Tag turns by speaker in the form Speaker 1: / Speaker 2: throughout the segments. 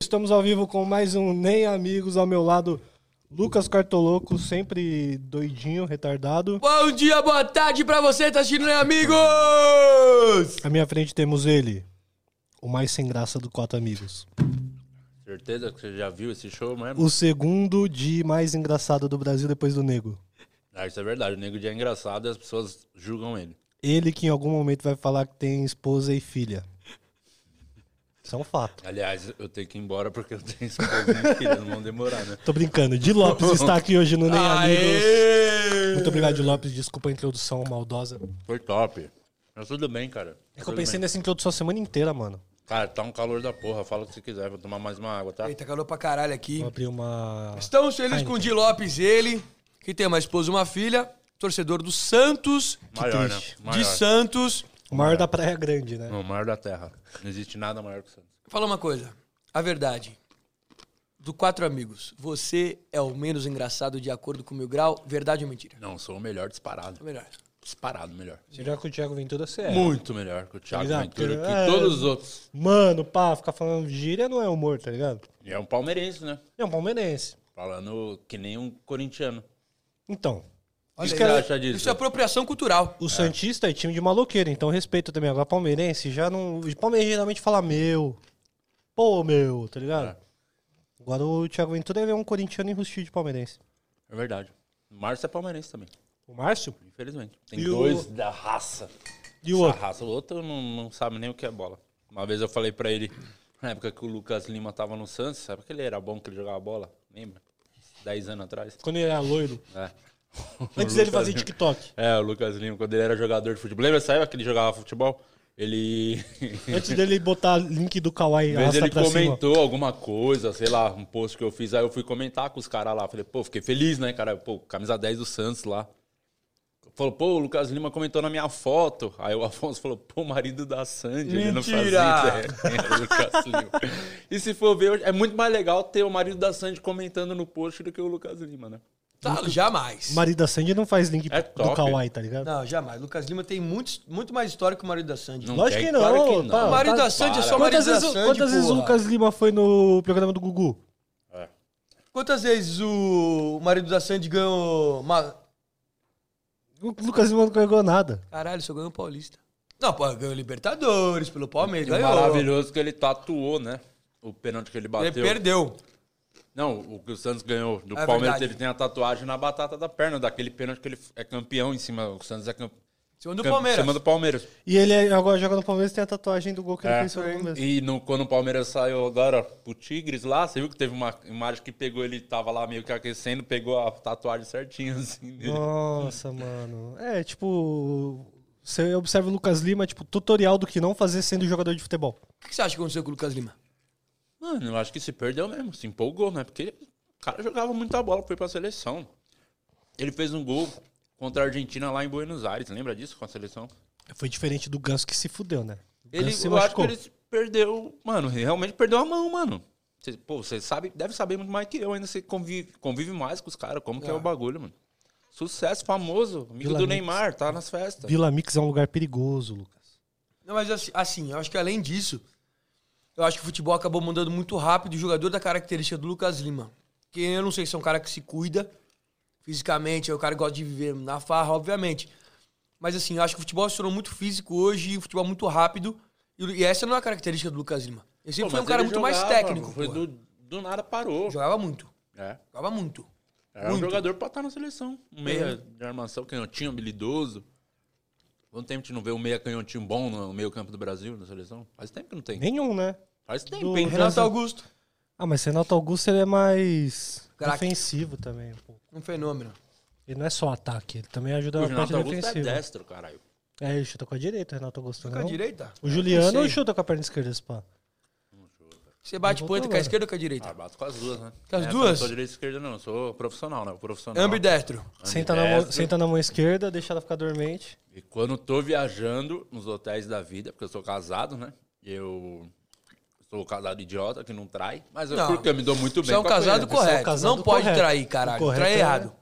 Speaker 1: estamos ao vivo com mais um Nem Amigos ao meu lado. Lucas Cartoloco, sempre doidinho, retardado.
Speaker 2: Bom dia, boa tarde pra você que tá assistindo, né, amigos?
Speaker 1: À minha frente temos ele, o mais sem graça do Quatro Amigos.
Speaker 3: Certeza que você já viu esse show né? mesmo?
Speaker 1: O segundo de mais engraçado do Brasil depois do Nego.
Speaker 3: Ah, isso é verdade. O Nego Dia é engraçado e as pessoas julgam ele.
Speaker 1: Ele que em algum momento vai falar que tem esposa e filha. Isso é um fato.
Speaker 3: Aliás, eu tenho que ir embora porque eu tenho esposinha e filha, não vão demorar, né?
Speaker 1: Tô brincando. Di Lopes está aqui hoje no Nem Amigos.
Speaker 2: Aê!
Speaker 1: Muito obrigado, Di Lopes. Desculpa a introdução maldosa.
Speaker 3: né? Foi top. Mas tudo bem, cara.
Speaker 1: É que eu
Speaker 3: Tudo
Speaker 1: pensei
Speaker 3: bem.
Speaker 1: nessa introdução a semana inteira, mano.
Speaker 3: Cara, tá um calor da porra. Fala o que você quiser. Vou tomar mais uma água, tá?
Speaker 2: Eita, calor pra caralho aqui.
Speaker 1: Vou abrir uma.
Speaker 2: Estamos felizes com o Di Lopes, ele, que tem uma esposa e uma filha, torcedor do Santos,
Speaker 3: Maior, né?
Speaker 1: triste.
Speaker 3: Maior.
Speaker 2: de Santos.
Speaker 1: O maior da Praia Grande, né?
Speaker 3: Não, maior da terra. Não existe nada maior que o Santos.
Speaker 2: Fala uma coisa, a verdade. Do quatro amigos, você é o menos engraçado de acordo com o Mil Grau, verdade ou mentira? É
Speaker 3: Não, sou o melhor disparado.
Speaker 2: Melhor.
Speaker 3: Disparado, melhor.
Speaker 1: Melhor que o Thiago Ventura, você é.
Speaker 3: Muito melhor que o Thiago
Speaker 1: Exato.
Speaker 3: Ventura, que
Speaker 1: É.
Speaker 3: todos os outros.
Speaker 1: Mano, pá, ficar falando gíria não é humor, tá ligado?
Speaker 3: E é um palmeirense, né?
Speaker 1: É um palmeirense.
Speaker 3: Falando que nem um corintiano.
Speaker 1: Então,
Speaker 3: O
Speaker 2: Olha
Speaker 3: que
Speaker 2: aí.
Speaker 3: você acha disso?
Speaker 2: Isso é apropriação cultural.
Speaker 1: o Santista é time de maloqueiro, então respeito também. Agora, palmeirense já não. O palmeirense geralmente fala meu. Pô, meu, tá ligado? Agora o Thiago Ventura ele é um corintiano enrustido de palmeirense.
Speaker 3: É verdade. O Márcio é palmeirense também,
Speaker 1: O Márcio?
Speaker 3: infelizmente. Tem
Speaker 1: E o-
Speaker 3: dois da raça.
Speaker 1: E o
Speaker 3: Essa
Speaker 1: outro?
Speaker 3: raça. O outro não, não sabe nem o que é bola. Uma vez eu falei pra ele, na época que o Lucas Lima tava no Santos, sabe que ele era bom que ele jogava bola? Lembra? Dez anos atrás.
Speaker 1: Quando ele era loiro.
Speaker 3: É.
Speaker 1: Antes dele
Speaker 3: Lucas
Speaker 1: fazer
Speaker 3: Lima.
Speaker 1: TikTok.
Speaker 3: É, o Lucas Lima, quando ele era jogador de futebol. Lembra essa época que ele jogava futebol? Ele.
Speaker 1: Antes dele botar link do Kawaii
Speaker 3: Às vezes
Speaker 1: arrasta
Speaker 3: ele
Speaker 1: pra cima.
Speaker 3: comentou alguma coisa, sei lá, um post que eu fiz, aí eu fui comentar com os caras lá. Falei, pô, fiquei feliz, né, cara? Pô, camisa 10 do Santos lá. Falou, pô, o Lucas Lima comentou na minha foto. Aí o Afonso falou, pô, marido da Sandy. Ele não fazia
Speaker 2: Mentira!
Speaker 3: ideia quem era o Lucas Lima. E se for ver, é muito mais legal ter o marido da Sandy comentando no post do que o Lucas Lima, né?
Speaker 2: Tá, jamais.
Speaker 1: Marido da Sandy não faz link
Speaker 3: É
Speaker 1: do
Speaker 3: top.
Speaker 1: Kawaii, tá ligado?
Speaker 2: Não, jamais. Lucas Lima tem muito, muito mais história que o marido da Sandy.
Speaker 3: Não
Speaker 1: Lógico
Speaker 3: quer,
Speaker 1: é que não,
Speaker 3: claro
Speaker 1: pá.
Speaker 2: o marido
Speaker 1: tá-
Speaker 2: da Sandy é
Speaker 3: para.
Speaker 2: só o marido
Speaker 1: Quantas
Speaker 2: da
Speaker 1: vezes,
Speaker 2: Sandy,
Speaker 1: quantas vezes o
Speaker 2: porra.
Speaker 1: Lucas Lima foi no programa do Gugu?
Speaker 3: É.
Speaker 2: Quantas vezes o marido da Sandy ganhou... Uma...
Speaker 1: O Lucas Lima não ganhou nada.
Speaker 2: Caralho, só ganhou o Paulista. Não, pô, ganhou Libertadores, pelo Palmeiras,
Speaker 3: E o
Speaker 2: ganhou.
Speaker 3: maravilhoso que ele tatuou, né? O pênalti que ele
Speaker 2: Ele
Speaker 3: bateu.
Speaker 2: perdeu.
Speaker 3: Não, o que o Santos ganhou do
Speaker 2: É
Speaker 3: Palmeiras,
Speaker 2: verdade.
Speaker 3: ele tem a tatuagem na batata da perna, daquele pênalti que ele é campeão em cima. O Santos é campeão.
Speaker 2: Segundo o Palmeiras.
Speaker 3: Cima do Palmeiras.
Speaker 1: E ele é- agora joga no Palmeiras tem a tatuagem do gol que ele
Speaker 3: É.
Speaker 1: fez sobre o Palmeiras.
Speaker 3: E no- quando o Palmeiras saiu agora pro Tigres lá, você viu que teve uma imagem que pegou ele, tava lá meio que aquecendo, pegou a tatuagem certinha, assim. dele.
Speaker 1: Nossa, mano. É, tipo. Você observa o Lucas Lima, tipo, tutorial do que não fazer sendo jogador de futebol.
Speaker 2: O que você acha que aconteceu com o Lucas Lima?
Speaker 3: Mano, eu acho que se perdeu mesmo, se empolgou, né? Porque o cara jogava muita bola, foi pra seleção. Ele fez um gol contra a Argentina lá em Buenos Aires, lembra disso com a seleção?
Speaker 1: Foi diferente do Ganso que se fudeu, né? O
Speaker 3: Ele,
Speaker 1: Ganso se
Speaker 3: eu acho que
Speaker 1: machucou.
Speaker 3: ele se perdeu. Mano, realmente perdeu a mão, mano. Cê, pô, você sabe, deve saber muito mais que eu ainda. Você convive, convive mais com os caras. Como que é o bagulho, mano? Sucesso, famoso, amigo
Speaker 1: Vila
Speaker 3: do
Speaker 1: Mix.
Speaker 3: Neymar, tá nas festas.
Speaker 1: Vila Mix é um lugar perigoso, Lucas.
Speaker 2: Não, mas assim, assim, eu acho que além disso, eu acho que o futebol acabou mudando muito rápido o jogador da característica do Lucas Lima. Que eu não sei se é um cara que se cuida fisicamente, é o cara que gosta de viver na farra, obviamente. Mas assim, eu acho que o futebol se tornou muito físico hoje, o futebol é muito rápido. E e essa não é a característica do Lucas Lima. Ele
Speaker 3: Pô,
Speaker 2: sempre foi um
Speaker 3: mas
Speaker 2: cara
Speaker 3: ele
Speaker 2: muito mais
Speaker 3: jogava,
Speaker 2: técnico.
Speaker 3: mano. Foi
Speaker 2: pô.
Speaker 3: do, do nada parou.
Speaker 2: Jogava muito,
Speaker 3: É.
Speaker 2: jogava muito.
Speaker 3: Era um jogador pra estar na seleção. Um meia de armação, canhotinho, habilidoso. Quanto tempo a gente não vê um meia canhotinho bom no meio campo do Brasil, na seleção? Faz tempo que não tem.
Speaker 1: Nenhum, né?
Speaker 3: Faz tempo,
Speaker 1: Do-
Speaker 3: hein?
Speaker 2: Renato
Speaker 1: Ganso-
Speaker 2: Augusto,
Speaker 1: Ah, mas Renato Augusto ele é mais
Speaker 2: Craque.
Speaker 1: ofensivo também. Pô.
Speaker 2: um fenômeno.
Speaker 1: Ele não é só ataque, ele também ajuda
Speaker 3: O
Speaker 1: na parte
Speaker 3: Renato Augusto é
Speaker 1: defensiva.
Speaker 3: destro, caralho.
Speaker 1: É, ele chuta com a direita, o Renato Augusto,
Speaker 2: Com a
Speaker 1: não?
Speaker 2: direita?
Speaker 1: O Juliano
Speaker 2: Não sei.
Speaker 1: chuta com a perna esquerda, pá.
Speaker 2: Você bate
Speaker 1: Voltou
Speaker 2: punheta com a
Speaker 1: agora.
Speaker 2: esquerda ou com a direita?
Speaker 3: Ah, bato com as duas, né?
Speaker 2: Com as
Speaker 3: É,
Speaker 2: duas?
Speaker 3: Eu não sou direita e esquerda, não. Eu sou profissional, né? Profissional.
Speaker 2: Ambidestro.
Speaker 1: Senta na, mão,
Speaker 3: Ambidestro.
Speaker 1: senta na mão esquerda, deixa ela ficar dormente.
Speaker 3: E quando eu tô viajando nos hotéis da vida, porque eu sou casado, né? Eu sou casado idiota, que não trai. Mas é
Speaker 2: Não.
Speaker 3: porque eu me dou muito bem
Speaker 2: Você é um
Speaker 3: com a
Speaker 2: casado
Speaker 3: Fernanda.
Speaker 2: correto.
Speaker 1: casado
Speaker 2: não pode
Speaker 1: correto.
Speaker 2: trair, caralho.
Speaker 1: O correto
Speaker 2: Trair
Speaker 1: é-
Speaker 2: errado.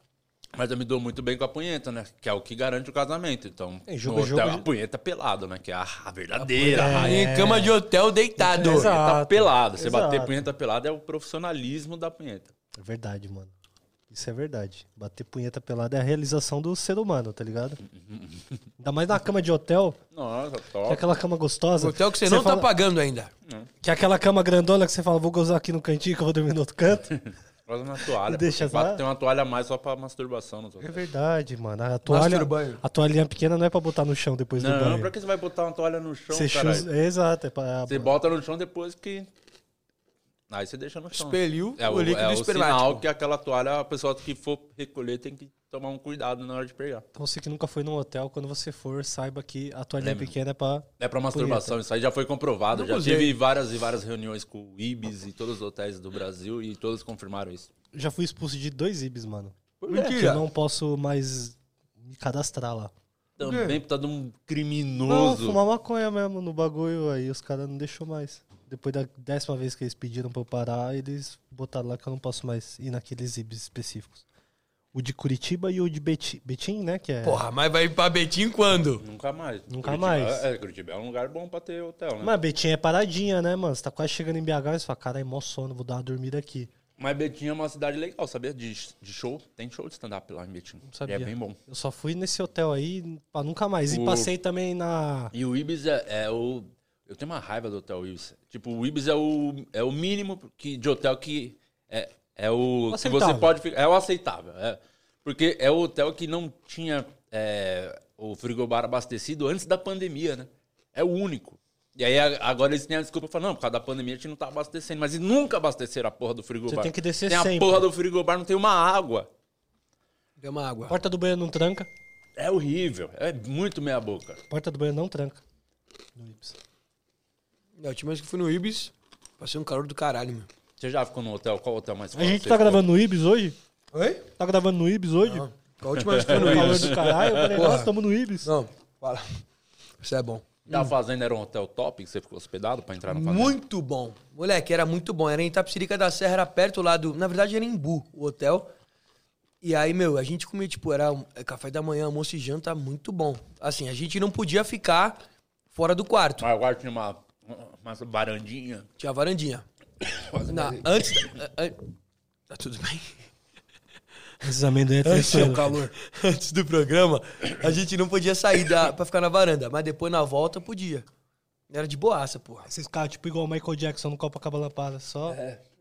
Speaker 3: Mas eu me dou muito bem com a punheta, né? Que é o que garante o casamento. Então,
Speaker 1: É, jogo
Speaker 3: no
Speaker 1: é jogo
Speaker 3: hotel,
Speaker 1: de-
Speaker 3: a punheta pelado, né? Que é a, a verdadeira. A
Speaker 2: Aí, cama de hotel deitado.
Speaker 1: Exato.
Speaker 3: punheta pelada. Você
Speaker 1: Exato.
Speaker 3: bater punheta pelada é o profissionalismo da punheta.
Speaker 1: É verdade, mano. Isso é verdade. Bater punheta pelada é a realização do ser humano, tá ligado? Ainda mais na cama de hotel,
Speaker 3: Nossa,
Speaker 1: que é
Speaker 3: top.
Speaker 1: aquela cama gostosa.
Speaker 2: Hotel que você
Speaker 1: Você
Speaker 2: não
Speaker 1: fala-
Speaker 2: tá pagando ainda.
Speaker 1: Que é aquela cama grandona que você fala, vou gozar aqui no cantinho que eu vou dormir no outro canto.
Speaker 3: Faz uma toalha.
Speaker 1: Deixa
Speaker 3: Bate-
Speaker 1: lá.
Speaker 3: Tem uma toalha a mais só pra masturbação. No
Speaker 1: É verdade, mano. A toalha,
Speaker 2: no banho.
Speaker 1: a toalhinha pequena não é pra botar no chão depois do
Speaker 3: não,
Speaker 1: banho.
Speaker 3: pra que você vai botar uma toalha no chão,
Speaker 1: Você
Speaker 3: caralho?
Speaker 1: chusa... é, Exato, é pra...
Speaker 3: Você bota no chão depois que... Aí você deixa no chão.
Speaker 2: Expeliu
Speaker 3: É
Speaker 2: o
Speaker 3: o,
Speaker 2: líquido
Speaker 3: é o
Speaker 2: espermático.
Speaker 3: sinal que aquela toalha, a pessoa que for recolher tem que tomar um cuidado na hora de pegar.
Speaker 1: Então você que nunca foi num hotel, quando você for, saiba que a toalhinha
Speaker 3: Lembra.
Speaker 1: pequena é pra...
Speaker 3: É pra masturbação, isso aí já foi comprovado.
Speaker 2: Não
Speaker 3: já
Speaker 2: usei.
Speaker 3: tive várias e várias reuniões com o Ibis e todos os hotéis do Brasil e todos confirmaram isso.
Speaker 1: Já fui expulso de dois ibis, mano. Que
Speaker 2: Mentira.
Speaker 1: eu não posso mais me cadastrar lá.
Speaker 3: Também por causa de um
Speaker 1: Não,
Speaker 3: criminoso.
Speaker 1: É. fumar um maconha mesmo no bagulho, aí os caras não deixou mais. Depois da décima vez que eles pediram pra eu parar, eles botaram lá que eu não posso mais ir naqueles ibis específicos. O de Curitiba e o de Beti- Betim, né? Que é...
Speaker 2: Porra, mas vai pra Betim quando?
Speaker 3: Nunca mais.
Speaker 1: Nunca
Speaker 3: Curitiba-
Speaker 1: mais.
Speaker 3: É, Curitiba é um lugar bom pra ter hotel, né? Mas,
Speaker 1: Mas Betim é paradinha, né, mano? Você tá quase chegando em BH e você fala, caralho, é mó sono, vou dar uma dormida aqui.
Speaker 3: Betim é uma cidade legal, sabia? De, de show. Tem show de stand-up lá em Betim.
Speaker 1: Não sabia.
Speaker 3: E é bem bom.
Speaker 1: Eu só fui nesse hotel aí pra nunca mais. E
Speaker 3: O-
Speaker 1: passei também na.
Speaker 3: E o Ibis é, é o. Eu tenho uma raiva do hotel Ibis. Tipo, o Ibis é o, é o mínimo que, de hotel que. É, é o. Que
Speaker 1: Aceitável.
Speaker 3: você pode ficar. É o aceitável. é. Porque é o hotel que não tinha é, o frigobar abastecido antes da pandemia, né? É o único. E aí a- agora eles têm a desculpa falam, não, por causa da pandemia a gente não tá abastecendo. Mas eles nunca abasteceram a porra do frigobar.
Speaker 1: Você tem que descer
Speaker 3: Tem
Speaker 1: sempre.
Speaker 3: a porra do frigobar, não tem uma água.
Speaker 2: Deu uma água.
Speaker 1: Porta do banheiro não tranca.
Speaker 3: É horrível. É muito meia boca.
Speaker 1: Porta do banheiro não tranca. No Ibis.
Speaker 2: A última vez que fui no Ibis, passei um calor do caralho, meu.
Speaker 3: Você já ficou no hotel? Qual hotel mais
Speaker 1: A
Speaker 3: foda
Speaker 1: gente
Speaker 3: você
Speaker 1: tá
Speaker 3: ficou?
Speaker 1: gravando no Ibis hoje?
Speaker 2: Oi?
Speaker 1: Tá gravando no Ibis hoje?
Speaker 2: Não. A última vez que fui no
Speaker 3: É
Speaker 1: O calor
Speaker 2: Ibis.
Speaker 1: do caralho, eu falei,
Speaker 2: Porra.
Speaker 1: nossa, tamo no Ibis.
Speaker 2: Não, fala. Isso é bom.
Speaker 3: Da fazenda era um hotel top que você ficou hospedado pra entrar na fazenda?
Speaker 2: Muito bom. Moleque, era muito bom. Era em Itapsirica da Serra, era perto lá do... Na verdade, era em Embu, o hotel. E aí, meu, a gente comia, tipo, era um- é café da manhã, almoço e janta, muito bom. Assim, a gente não podia ficar fora do quarto.
Speaker 3: Mas agora tinha uma, uma barandinha.
Speaker 2: Tinha a varandinha. Na, antes... da- a- a- Tá tudo bem?
Speaker 1: Esses amendoim é terceiro.
Speaker 2: calor. Antes do programa, a gente não podia sair da, pra ficar na varanda. Mas depois, na volta, podia. Era de boaça, porra.
Speaker 1: Esses caras, tipo, igual o Michael Jackson no Copacabana Palace, só.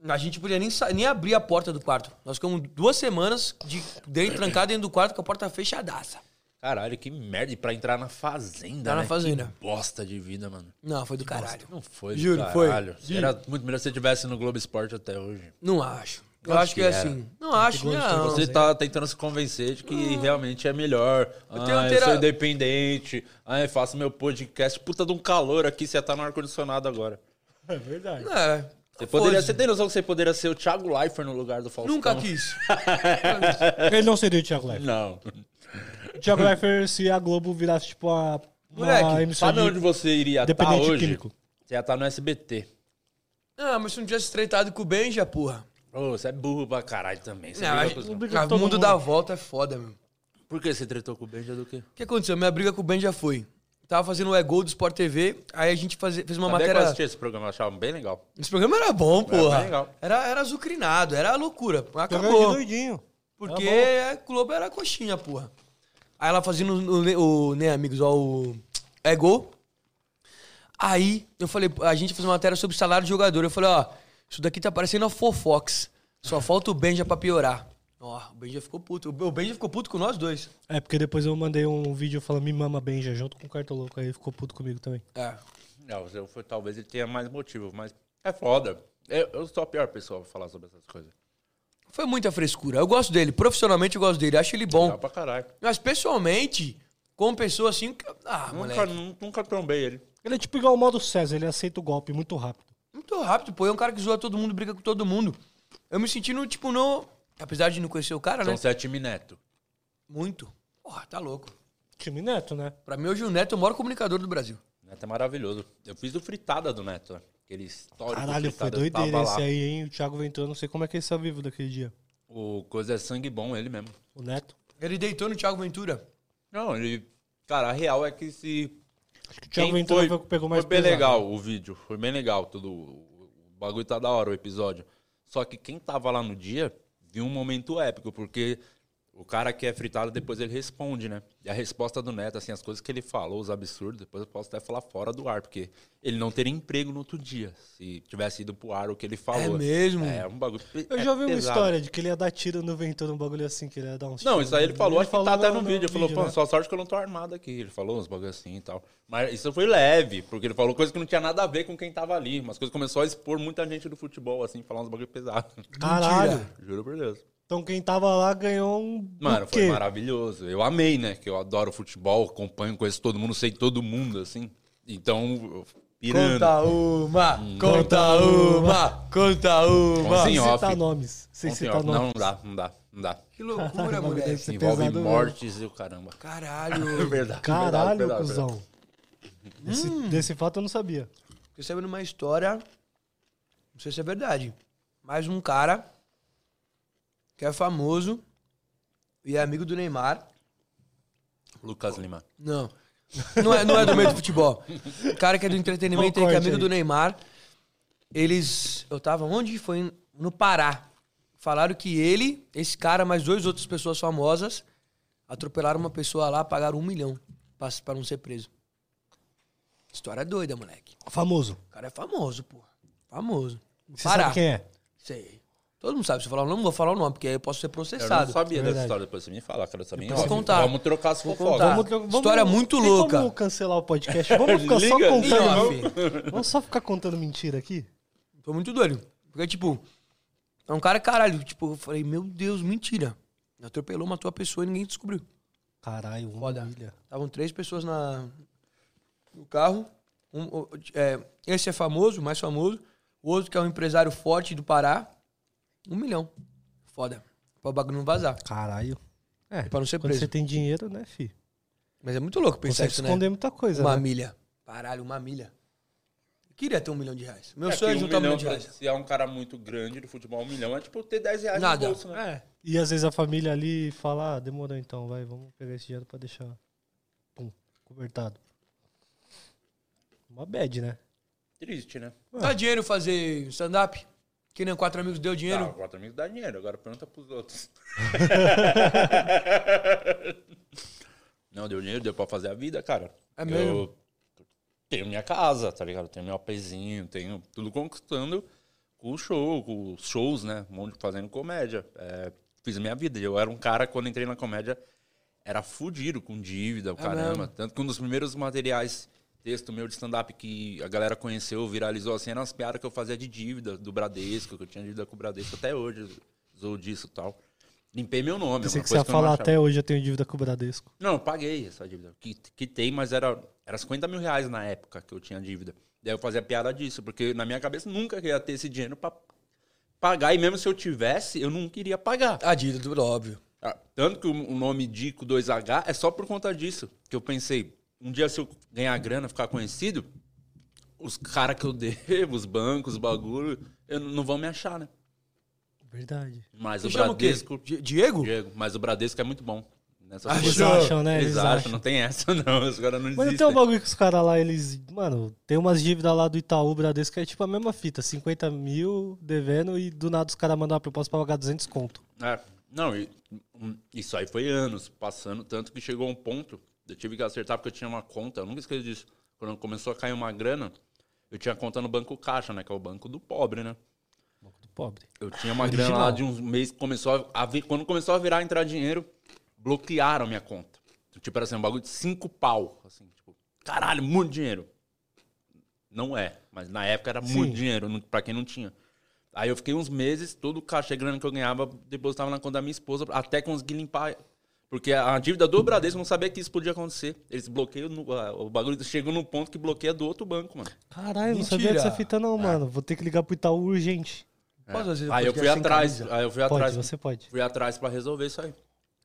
Speaker 2: A gente podia nem, sa- nem abrir a porta do quarto. Nós ficamos duas semanas de dentro, trancado dentro do quarto com a porta fechadaça.
Speaker 3: Caralho, que merda. E pra entrar na fazenda,
Speaker 2: Entrar na
Speaker 3: né?
Speaker 2: fazenda.
Speaker 3: Que bosta de vida, mano.
Speaker 2: Não, foi do caralho.
Speaker 3: Não foi do
Speaker 2: Juro, foi.
Speaker 3: caralho.
Speaker 2: Juro.
Speaker 3: Era muito melhor se você estivesse no Globo Esporte até hoje.
Speaker 2: Não acho. Eu
Speaker 3: Acho
Speaker 2: acho que
Speaker 3: que
Speaker 2: é
Speaker 3: era.
Speaker 2: assim. Não acho, não.
Speaker 3: Você tá tentando se convencer de que realmente é melhor. Eu,
Speaker 2: tenho
Speaker 3: ah, eu
Speaker 2: altera-
Speaker 3: sou independente. Ah, eu faço meu podcast. Puta de um calor aqui, você tá no ar-condicionado agora.
Speaker 1: É verdade.
Speaker 2: É.
Speaker 3: Você, poderia,
Speaker 2: Foda-se.
Speaker 3: você tem noção que você poderia ser o Thiago Leifert no lugar do Faustão?
Speaker 2: Nunca quis.
Speaker 1: Ele não seria o Thiago Leifert.
Speaker 3: Não.
Speaker 1: O Thiago Leifert, se a Globo virasse, tipo, a. Uma
Speaker 2: Moleque,
Speaker 1: emissora
Speaker 3: Sabe
Speaker 1: de...
Speaker 3: onde você iria estar
Speaker 1: Dependente
Speaker 3: tá hoje?
Speaker 1: químico.
Speaker 3: Você ia estar no SBT.
Speaker 2: Ah, mas se não tivesse tretado com o Benja, porra.
Speaker 3: Ô, você é burro pra caralho também. Você
Speaker 2: Não,
Speaker 3: briga
Speaker 2: a
Speaker 3: com os-
Speaker 1: não
Speaker 2: gente-
Speaker 1: briga
Speaker 2: ah,
Speaker 1: com
Speaker 2: o
Speaker 1: todo
Speaker 2: mundo
Speaker 1: mundo.
Speaker 2: da volta é foda, meu.
Speaker 3: Por que você tretou com o Benja do quê?
Speaker 2: O que aconteceu? Minha briga com o Ben já foi. Tava fazendo o E-Gol do Sport TV, aí a gente faze- fez uma
Speaker 3: Sabia que eu
Speaker 2: matéria.
Speaker 3: assistia esse programa, eu achava bem legal.
Speaker 2: Esse programa era bom, porra.
Speaker 3: bem legal.
Speaker 2: Era, era azucrinado, era loucura.
Speaker 1: Programa de
Speaker 2: Acabou.
Speaker 1: doidinho.
Speaker 2: Porque
Speaker 1: Tá
Speaker 2: a Globo era coxinha, porra. Aí ela fazendo o, Ne- o né, amigos, ó, o é gol. Aí eu falei, a gente fez uma matéria sobre salário de jogador. Eu falei, ó, isso daqui tá parecendo a Fofox. Só falta o Benja pra piorar. Ó, o Benja ficou puto. O Benja ficou puto com nós dois.
Speaker 1: É, porque depois eu mandei um vídeo falando me mama Benja junto com o Cartoloco, aí ele ficou puto comigo também.
Speaker 2: É.
Speaker 3: Não, eu fui- talvez ele tenha mais motivo, mas é foda. Eu, eu sou a pior pessoa pra falar sobre essas coisas.
Speaker 2: Foi muita frescura. Eu gosto dele. Profissionalmente eu gosto dele. Acho ele
Speaker 3: Dá
Speaker 2: Tá bom.
Speaker 3: pra caralho.
Speaker 2: Mas pessoalmente, como pessoa assim. que- Ah,
Speaker 3: Nunca,
Speaker 2: moleque.
Speaker 3: nun- nunca trombei ele.
Speaker 1: Ele é tipo igual o modo César, ele aceita o golpe muito rápido.
Speaker 2: Muito rápido, pô. É um cara que zoa todo mundo, briga com todo mundo. Eu me senti no, tipo, no. Apesar de não conhecer o cara,
Speaker 3: Então
Speaker 2: né?
Speaker 3: você é time neto.
Speaker 2: Muito. Porra, tá louco.
Speaker 1: Time Neto, né?
Speaker 2: Pra mim, hoje o Neto é o maior comunicador do Brasil.
Speaker 3: Neto é maravilhoso. Eu fiz o fritada do Neto, né? Aquele histórico
Speaker 1: Caralho, foi
Speaker 3: fritada. Eu tava
Speaker 1: doideira esse
Speaker 3: lá.
Speaker 1: aí, hein? O Thiago Ventura, não sei como é que ele saiu tá vivo daquele dia.
Speaker 3: O, O Coisa é sangue bom, ele mesmo.
Speaker 1: O Neto.
Speaker 2: Ele deitou no Thiago Ventura.
Speaker 3: Não, ele. Cara, a real é que se.
Speaker 1: Acho que o Thiago Ventura foi, o que pegou mais
Speaker 3: foi bem
Speaker 1: pesado.
Speaker 3: legal o vídeo. Foi bem legal tudo. O bagulho tá da hora, o episódio. Só que quem tava lá no dia viu um momento épico, porque o cara que é fritado, depois ele responde, né? E a resposta do Neto, assim, as coisas que ele falou, os absurdos, depois eu posso até falar fora do ar, porque ele não teria emprego no outro dia, se tivesse ido pro ar o que ele falou.
Speaker 2: É mesmo?
Speaker 3: É, um bagulho.
Speaker 1: Eu
Speaker 3: é
Speaker 1: já ouvi uma
Speaker 3: pesado.
Speaker 1: história de que ele ia dar tiro no Ventura, um bagulho assim, que ele ia dar uns
Speaker 3: Não,
Speaker 1: tiros
Speaker 3: isso aí ele
Speaker 1: nele.
Speaker 3: falou, acho que tá até no, vídeo. Ele
Speaker 1: Ele
Speaker 3: falou, pô,
Speaker 1: né?
Speaker 3: só sorte que eu não tô armado aqui. Ele falou uns bagulho assim e tal. Mas isso foi leve, porque ele falou coisa que não tinha nada a ver com quem tava ali. Umas coisas que começou a expor muita gente do futebol, assim, falar uns bagulho pesado.
Speaker 1: Caralho.
Speaker 3: Juro por Deus.
Speaker 1: Então quem tava lá ganhou um.
Speaker 3: Mano, foi
Speaker 1: buquê.
Speaker 3: maravilhoso. Eu amei, né? Que eu adoro futebol, acompanho, conheço todo mundo, sei todo mundo, assim. Então, eu- pirando.
Speaker 2: Conta uma,
Speaker 3: Hum.
Speaker 2: conta uma, conta uma.
Speaker 3: Assim,
Speaker 1: Sem
Speaker 3: ó,
Speaker 1: citar
Speaker 3: fi-
Speaker 1: nomes. Sem
Speaker 3: Ontem,
Speaker 1: citar
Speaker 3: ó,
Speaker 1: nomes.
Speaker 3: não, não dá, não dá, não dá.
Speaker 2: Que loucura, moleque.
Speaker 1: Isso é
Speaker 3: Envolve
Speaker 1: pesado mesmo.
Speaker 3: mortes e o caramba.
Speaker 2: Caralho.
Speaker 3: É Verdade.
Speaker 1: Caralho,
Speaker 3: verdade, verdade,
Speaker 1: cuzão. Desse,
Speaker 2: Hum.
Speaker 1: desse fato eu não sabia.
Speaker 2: Fiquei sabendo uma história. Não sei se é verdade. Mas um cara que é famoso e é amigo do Neymar.
Speaker 3: verdade. Lucas Lima.
Speaker 2: Não. Não é, não é do meio do futebol. O cara que é do entretenimento
Speaker 1: Olha o
Speaker 2: e que é
Speaker 1: corte
Speaker 2: amigo
Speaker 1: aí.
Speaker 2: do Neymar. Eles. Eu tava onde? Foi no Pará. Falaram que ele, esse cara, mais duas outras pessoas famosas, atropelaram uma pessoa lá, pagaram um milhão pra, pra não ser preso. História doida, moleque.
Speaker 1: Famoso.
Speaker 2: O cara é famoso, pô. Famoso. No
Speaker 1: Você
Speaker 2: Pará.
Speaker 1: sabe quem é?
Speaker 2: Sei. Todo mundo sabe. Se eu falar o nome, não vou falar o nome, porque aí eu posso ser
Speaker 3: É, Eu
Speaker 2: processado.
Speaker 3: não sabia dessa
Speaker 1: Verdade.
Speaker 3: história, depois você me fala, quero saber. em
Speaker 2: Depois eu
Speaker 3: off.
Speaker 2: É vou contar.
Speaker 3: Vamos trocar as
Speaker 2: contar.
Speaker 3: fofocas.
Speaker 2: Vamos- Tá. História muito
Speaker 1: tem
Speaker 2: louca.
Speaker 1: Como cancelar o podcast? Vamos ficar só
Speaker 3: Liga,
Speaker 2: Em
Speaker 1: contando.
Speaker 2: off.
Speaker 1: Vamos só ficar contando mentira aqui?
Speaker 2: Foi muito doido. Porque, tipo, é um cara, caralho, tipo, eu falei, meu Deus, mentira. Atropelou, matou a pessoa e ninguém descobriu.
Speaker 1: Caralho, uma
Speaker 2: Foda.
Speaker 1: milha.
Speaker 2: Estavam três pessoas na, no carro. Um, o- é, esse é famoso, mais famoso. O outro que é um empresário forte do Pará. Um milhão. Foda. Pra o bagulho não vazar.
Speaker 1: Caralho. É,
Speaker 2: E pra não ser
Speaker 1: quando
Speaker 2: preso.
Speaker 1: você tem dinheiro, né, fi?
Speaker 2: Mas é muito louco pensar
Speaker 1: Consegue
Speaker 2: isso,
Speaker 1: esconder
Speaker 2: né?
Speaker 1: muita coisa,
Speaker 2: Uma
Speaker 1: né?
Speaker 2: milha. Caralho, uma milha. Eu queria ter um milhão de reais. Meu
Speaker 3: É,
Speaker 2: sonho é
Speaker 3: que um
Speaker 2: juntar um milhão
Speaker 3: milhão,
Speaker 2: de reais.
Speaker 3: se é um cara muito grande de futebol, um milhão é tipo ter 10 reais
Speaker 2: Nada.
Speaker 3: no bolso, né?
Speaker 2: É.
Speaker 1: E às vezes a família ali fala, ah, demorou então, vai, vamos pegar esse dinheiro pra deixar. Pum, cobertado. Uma bad, né?
Speaker 2: É.
Speaker 3: Triste, né?
Speaker 2: Dá dinheiro fazer stand-up? Que nem quatro amigos deu
Speaker 3: Tá,
Speaker 2: dinheiro?
Speaker 3: quatro amigos dá dinheiro, agora pergunta pros outros. Não, deu dinheiro, deu pra fazer a vida, cara.
Speaker 2: É mesmo?
Speaker 3: Eu tenho minha casa, tá ligado? Tenho meu apezinho, tenho tudo conquistando com o show, com os shows, né? Um monte de- fazendo comédia. É, fiz minha vida. Eu era um cara, quando entrei na comédia, era fudido com dívida,
Speaker 1: É
Speaker 3: o caramba.
Speaker 2: mesmo?
Speaker 3: Tanto que um dos primeiros materiais, texto meu de stand-up que a galera conheceu, viralizou assim, eram as piadas que eu fazia de dívida do Bradesco, que eu tinha dívida com o Bradesco até hoje, zoo disso e tal. Limpei meu nome.
Speaker 1: Pensei
Speaker 3: uma
Speaker 1: que você
Speaker 3: coisa
Speaker 1: ia
Speaker 3: eu não
Speaker 1: falar
Speaker 3: achava.
Speaker 1: até hoje eu tenho dívida com o Bradesco.
Speaker 3: Não, eu paguei essa dívida. Que, que tem, mas era, era 50 mil reais na época que eu tinha dívida. Daí eu fazia piada disso, porque na minha cabeça nunca que eu ia ter esse dinheiro pra pagar. E mesmo se eu tivesse, eu não queria pagar.
Speaker 2: A dívida, óbvio.
Speaker 3: Ah, Tanto que o o nome Dico 2H é só por conta disso. Que eu pensei, um dia se eu ganhar grana, ficar conhecido, os caras que eu devo, os bancos, os bagulho, eu não não vão me achar, né?
Speaker 1: Verdade.
Speaker 3: Mas
Speaker 2: Você
Speaker 3: o
Speaker 2: chama o quê?
Speaker 3: Bradesco.
Speaker 2: Di- Diego?
Speaker 3: Diego, mas o Bradesco é muito bom. Nessas
Speaker 2: Achou.
Speaker 1: Eles
Speaker 3: coisas.
Speaker 1: acham, né? Eles
Speaker 3: Eles acham,
Speaker 1: acham.
Speaker 3: não tem essa, não. Os caras não
Speaker 1: Mas não
Speaker 3: existem.
Speaker 1: tem um bagulho que os caras lá, eles. Mano, tem umas dívidas lá do Itaú, Bradesco, que é tipo a mesma fita, 50 mil devendo e do nada os caras mandam uma proposta pra pagar 200 conto.
Speaker 3: É, não, e- um, isso aí foi anos passando, tanto que chegou um ponto, eu tive que acertar porque eu tinha uma conta, eu nunca esqueci disso. Quando começou a cair uma grana, eu tinha conta no Banco Caixa, né, que é o banco do pobre, né?
Speaker 1: Do pobre.
Speaker 3: Eu tinha uma
Speaker 1: Original.
Speaker 3: grana lá de uns meses, começou a, a vir, quando começou a virar entrar dinheiro, bloquearam minha conta. Tipo, era assim, um bagulho de cinco pau, assim, tipo, caralho, muito dinheiro. Não é, mas na época era
Speaker 1: Sim.
Speaker 3: muito dinheiro, não- pra quem não tinha. Aí eu fiquei uns meses, todo o cachê e grana que eu ganhava, depositava na conta da minha esposa, até conseguir limpar. Porque a dívida do Bradesco eu não sabia que isso podia acontecer. Eles bloqueiam, no- ah, o bagulho chegou num ponto que bloqueia do outro banco, mano.
Speaker 1: Caralho, não
Speaker 2: Mentira.
Speaker 1: sabia dessa fita não, mano. Vou ter que ligar pro Itaú urgente.
Speaker 2: Posso fazer
Speaker 3: É. Aí eu
Speaker 2: podcast
Speaker 3: fui
Speaker 2: sem
Speaker 3: atrás,
Speaker 2: camisa?
Speaker 3: aí eu fui
Speaker 1: Pode,
Speaker 3: Tá atrás,
Speaker 1: você pode.
Speaker 3: fui atrás pra resolver isso aí.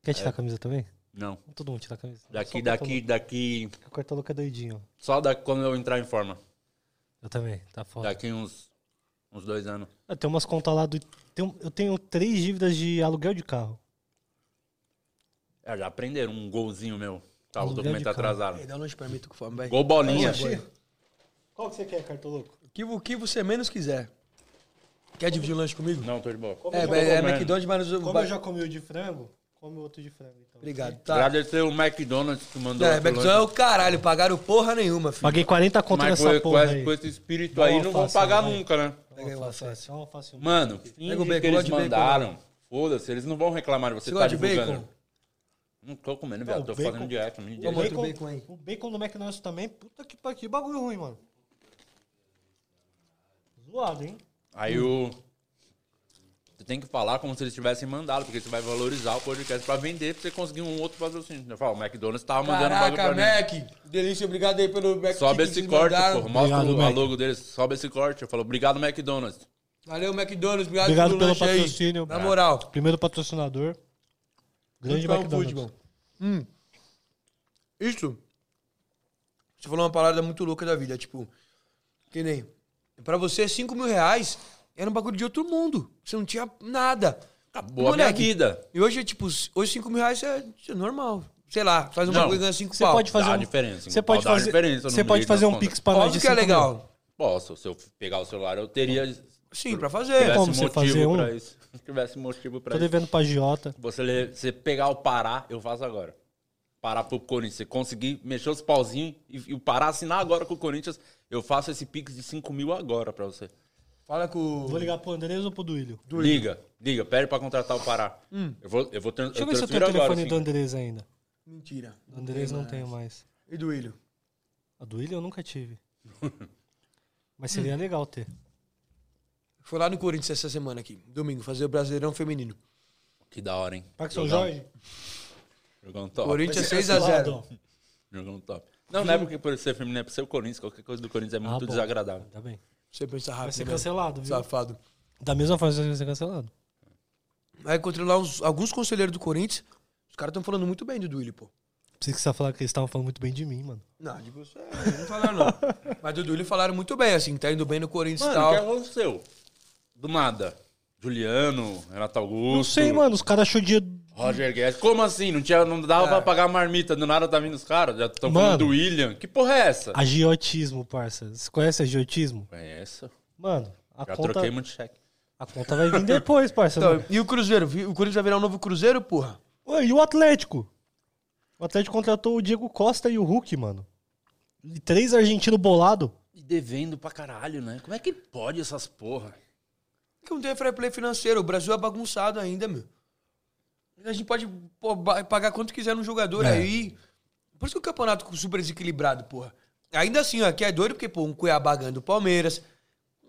Speaker 1: Quer tirar a camisa também?
Speaker 3: Não.
Speaker 1: Todo mundo tira a camisa. Só
Speaker 3: Daqui,
Speaker 1: o Cartolouco,
Speaker 3: daqui, daqui.
Speaker 1: que O Cartoluca é doidinho.
Speaker 3: Só da, quando eu entrar em forma.
Speaker 1: Eu também, tá foda.
Speaker 3: Daqui uns Uns dois anos.
Speaker 1: Ah, Tem umas contas lá do. tem um- eu tenho três dívidas de aluguel de carro.
Speaker 3: É, já aprenderam um golzinho meu. Tá, os
Speaker 1: Aluguel de
Speaker 3: documentos
Speaker 1: carro.
Speaker 3: atrasaram.
Speaker 2: Ei, dá um lanche pra mim, tô com fome, vai.
Speaker 3: Gol bolinha.
Speaker 2: assim?
Speaker 1: assim? Qual que você quer, Cartoloco?
Speaker 2: O que, o que você menos quiser. Quer dividir o lanche comigo?
Speaker 3: Não, tô de boa.
Speaker 2: É,
Speaker 3: Tô
Speaker 2: é, é
Speaker 3: comendo.
Speaker 2: McDonald's, mas...
Speaker 1: Como eu já comi o de frango, come o outro de frango, então.
Speaker 2: Obrigado, tá?
Speaker 3: Agradecer o McDonald's que mandou.
Speaker 2: É,
Speaker 3: outro
Speaker 2: McDonald's é
Speaker 3: lanche.
Speaker 2: o caralho, pagaram porra nenhuma, filho.
Speaker 1: Paguei 40 conto
Speaker 3: Mas
Speaker 1: nessa
Speaker 3: é com, com,
Speaker 1: porra
Speaker 3: esse-
Speaker 1: aí.
Speaker 3: com esse espírito
Speaker 1: Dá
Speaker 3: aí
Speaker 1: uma
Speaker 3: não vão
Speaker 1: alface,
Speaker 3: pagar
Speaker 1: vai.
Speaker 3: nunca, né?
Speaker 2: Peguei o alface.
Speaker 1: Só um alface, um.
Speaker 3: Mano,
Speaker 2: o
Speaker 3: finge
Speaker 2: bacon,
Speaker 3: que
Speaker 2: gosta
Speaker 3: eles
Speaker 2: de bacon, né?
Speaker 3: mandaram. Foda-se, eles não vão reclamar de você
Speaker 2: Você
Speaker 3: estar
Speaker 2: gosta de
Speaker 3: tá divulgando.
Speaker 2: bacon?
Speaker 3: Não tô comendo,
Speaker 1: Não,
Speaker 3: viado. Tô
Speaker 1: bacon-
Speaker 3: fazendo dieta. me
Speaker 1: O
Speaker 3: deixa.
Speaker 2: Como outro
Speaker 1: bacon,
Speaker 2: bacon aí.
Speaker 1: o bacon do McDonald's também, puta que pariu, que bagulho ruim, mano. Zoado, hein?
Speaker 3: Aí o. Você tem que falar como se eles tivessem mandado, porque você vai valorizar o podcast pra vender pra você conseguir um outro patrocínio. Eu falo, o McDonald's tava mandando bagulho
Speaker 2: Caraca,
Speaker 3: pra mim.
Speaker 2: Mac. Delícia, obrigado aí pelo Mac.
Speaker 3: Sobe
Speaker 2: Chicken que
Speaker 3: esse
Speaker 2: vocês
Speaker 3: corte,
Speaker 2: mandaram.
Speaker 3: porra. Mostra
Speaker 1: Obrigado,
Speaker 3: o, a
Speaker 1: Mac.
Speaker 3: logo deles. Sobe esse corte. Eu falo, obrigado, McDonald's.
Speaker 2: Valeu, McDonald's. Obrigado,
Speaker 1: Obrigado pelo
Speaker 2: lanche aí.
Speaker 1: patrocínio.
Speaker 2: Na moral.
Speaker 1: Primeiro patrocinador. Grande
Speaker 3: Então,
Speaker 2: Vamos pra um
Speaker 1: McDonald's.
Speaker 2: futebol. Hum. Isso. Você falou uma parada muito louca da vida. Tipo, que nem. Pra você, 5 mil reais era um bagulho de outro mundo. Você não tinha nada.
Speaker 3: Acabou a minha
Speaker 2: Moleque,
Speaker 3: vida.
Speaker 2: E hoje, é tipo, hoje 5 mil reais é é normal. Sei lá, faz um
Speaker 3: Não.
Speaker 2: bagulho e ganha 5
Speaker 1: Você
Speaker 2: pau.
Speaker 1: pode fazer
Speaker 3: Dá
Speaker 1: um,
Speaker 3: diferença,
Speaker 1: Você
Speaker 3: hein?
Speaker 1: pode
Speaker 3: Dá uma
Speaker 1: fazer,
Speaker 3: diferença no
Speaker 1: você pode
Speaker 3: meio
Speaker 1: fazer
Speaker 3: das
Speaker 1: um
Speaker 3: contas.
Speaker 1: pix pra nós de
Speaker 2: Óbvio que é
Speaker 1: 5 mil.
Speaker 2: legal.
Speaker 3: Posso, se eu pegar o celular, eu teria. Se
Speaker 2: Sim, pra fazer.
Speaker 1: Tem É como você fazer um?
Speaker 3: pra isso. Se tivesse motivo pra
Speaker 1: Tô
Speaker 3: isso.
Speaker 1: devendo pra Giota.
Speaker 3: Você, le- você pegar o Pará, eu faço agora. Pará pro Corinthians. Você conseguir mexer os pauzinhos e, e o Pará assinar agora com o Corinthians, eu faço esse pix de 5 mil agora pra você.
Speaker 2: Fala com
Speaker 1: Vou
Speaker 2: o.
Speaker 1: ligar pro Andrés ou pro Duílio?
Speaker 3: Liga, liga, pede pra contratar o Pará. Eu vou, eu vou tran-
Speaker 1: Hum. Deixa eu
Speaker 3: eu
Speaker 1: ver se eu tenho
Speaker 3: transfiro
Speaker 1: o telefone
Speaker 3: agora,
Speaker 1: do
Speaker 3: assim.
Speaker 1: Andrés ainda.
Speaker 2: Mentira.
Speaker 1: Do Andrés não tenho mais.
Speaker 2: E do Willian?
Speaker 1: A do Willian eu nunca tive. Mas seria legal ter.
Speaker 2: Foi lá no Corinthians essa semana aqui, domingo, fazer o Brasileirão Feminino.
Speaker 3: Que da hora, hein?
Speaker 1: Parque São
Speaker 3: Jogar um-
Speaker 1: Jorge?
Speaker 3: Jogar um top.
Speaker 2: Corinthians 6x0.
Speaker 3: Jogar um top. Não, não é porque por ser feminino, é por ser o Corinthians. Qualquer coisa do Corinthians é muito
Speaker 1: bom.
Speaker 3: desagradável.
Speaker 1: Tá bem.
Speaker 2: Você pensa rápido.
Speaker 1: Vai ser
Speaker 2: né?
Speaker 1: cancelado, viu?
Speaker 2: Safado.
Speaker 1: Da mesma forma que vai ser cancelado.
Speaker 2: Aí encontrei lá uns- alguns conselheiros do Corinthians. Os caras estão falando muito bem do Duílio, pô.
Speaker 1: Preciso que você falar que eles estavam falando muito bem de mim, mano.
Speaker 2: Não, de é- você, eles não falaram, não. Mas do Duílio falaram muito bem, assim, tá indo bem no Corinthians e
Speaker 3: Mano, o que
Speaker 2: tal.
Speaker 3: aconteceu? Do nada. Juliano, Renato Augusto.
Speaker 1: Não sei, mano. Os caras achou dia.
Speaker 3: Roger Guedes. Como assim? Não, tinha, não dava pra pagar a marmita. Do nada tá vindo os caras. Já estão
Speaker 1: É. Mano.
Speaker 3: falando do William. Que porra é essa?
Speaker 1: Agiotismo, parça. Você conhece agiotismo?
Speaker 3: Conheço.
Speaker 1: Mano, a
Speaker 3: Já
Speaker 1: conta.
Speaker 3: troquei muito cheque.
Speaker 1: A conta vai vir depois, parça.
Speaker 2: Então, e o Cruzeiro? Vi- O Corinthians vai virar um novo Cruzeiro, porra?
Speaker 1: Ué, e o Atlético? O Atlético contratou o Diego Costa e o Hulk, mano. E três argentinos bolado.
Speaker 3: E devendo pra caralho, né? Como é que pode essas porra?
Speaker 2: Por que não tem fair play financeiro? O Brasil é bagunçado ainda, meu. A gente pode pô, ba- pagar quanto quiser num jogador aí. Por isso que o campeonato ficou super desequilibrado, porra. Ainda assim, ó, aqui é doido porque, pô, um Cuiabá ganha do Palmeiras.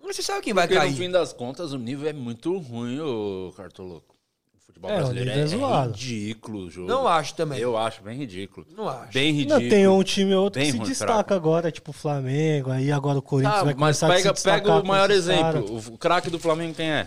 Speaker 2: Mas Você sabe quem vai
Speaker 3: Porque no
Speaker 2: cair.
Speaker 3: fim das contas o nível é muito ruim, ô Cartoloco. O futebol
Speaker 1: É, o
Speaker 3: brasileiro é,
Speaker 1: nível é
Speaker 3: é
Speaker 1: zoado.
Speaker 3: ridículo o jogo.
Speaker 2: Não acho também.
Speaker 3: Eu acho bem ridículo.
Speaker 2: Não acho.
Speaker 3: Bem
Speaker 1: Não,
Speaker 3: ridículo.
Speaker 1: tem um time ou outro
Speaker 3: Bem
Speaker 1: que se
Speaker 3: ruim,
Speaker 1: destaca
Speaker 3: fraco.
Speaker 1: agora, tipo o Flamengo, aí agora o Corinthians
Speaker 3: Tá,
Speaker 1: vai
Speaker 3: mas
Speaker 1: começar
Speaker 3: pega,
Speaker 1: a se destacar
Speaker 3: pega o
Speaker 1: com
Speaker 3: maior
Speaker 1: esses caras.
Speaker 3: exemplo. O craque do Flamengo quem é?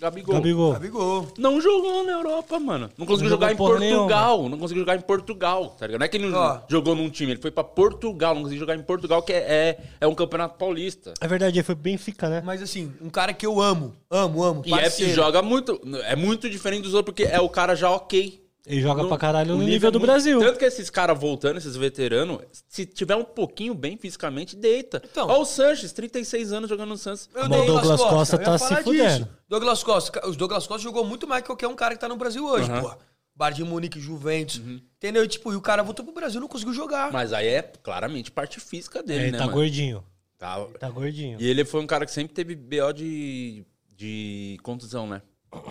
Speaker 3: Gabigol.
Speaker 1: Gabigol.
Speaker 2: Gabigol.
Speaker 3: Não jogou na Europa, mano. Não conseguiu
Speaker 1: Não
Speaker 3: jogar em
Speaker 1: jogou porra
Speaker 3: Portugal. Não conseguiu jogar em Portugal, tá ligado? Não é que ele não
Speaker 2: Ó.
Speaker 3: jogou num time, ele foi pra Portugal. Não conseguiu jogar em Portugal, que é, é, é um campeonato paulista.
Speaker 1: É verdade, ele foi Benfica, né?
Speaker 2: Mas assim, um cara que eu amo. Amo, amo.
Speaker 3: E é,
Speaker 2: parceiro.
Speaker 3: joga muito. É muito diferente dos outros, porque é o cara já ok.
Speaker 1: Ele joga
Speaker 3: No-
Speaker 1: pra caralho
Speaker 3: o
Speaker 1: no nível,
Speaker 3: é
Speaker 1: do
Speaker 3: muito-
Speaker 1: Brasil.
Speaker 3: Tanto que esses caras voltando, esses veteranos, se tiver um pouquinho bem fisicamente, deita.
Speaker 2: Então.
Speaker 3: Olha o Sanches, 36 anos jogando no Santos.
Speaker 2: Eu
Speaker 1: Mas o
Speaker 2: dei
Speaker 1: Douglas Costa
Speaker 2: eu ia
Speaker 1: tá
Speaker 2: falar
Speaker 1: se fudendo.
Speaker 2: disso. Douglas Costa, os Douglas Costa jogou muito mais que qualquer um cara que tá no Brasil hoje,
Speaker 3: Uhum.
Speaker 2: porra. Bar de Munique, Juventus. Entendeu? E, tipo, e o cara voltou pro Brasil e não conseguiu jogar.
Speaker 3: Mas aí é claramente parte física dele,
Speaker 1: Ele
Speaker 3: né,
Speaker 1: tá
Speaker 3: mano?
Speaker 1: gordinho.
Speaker 3: Tá-
Speaker 1: Tá gordinho.
Speaker 3: E ele foi um cara que sempre teve BO de, de contusão, né?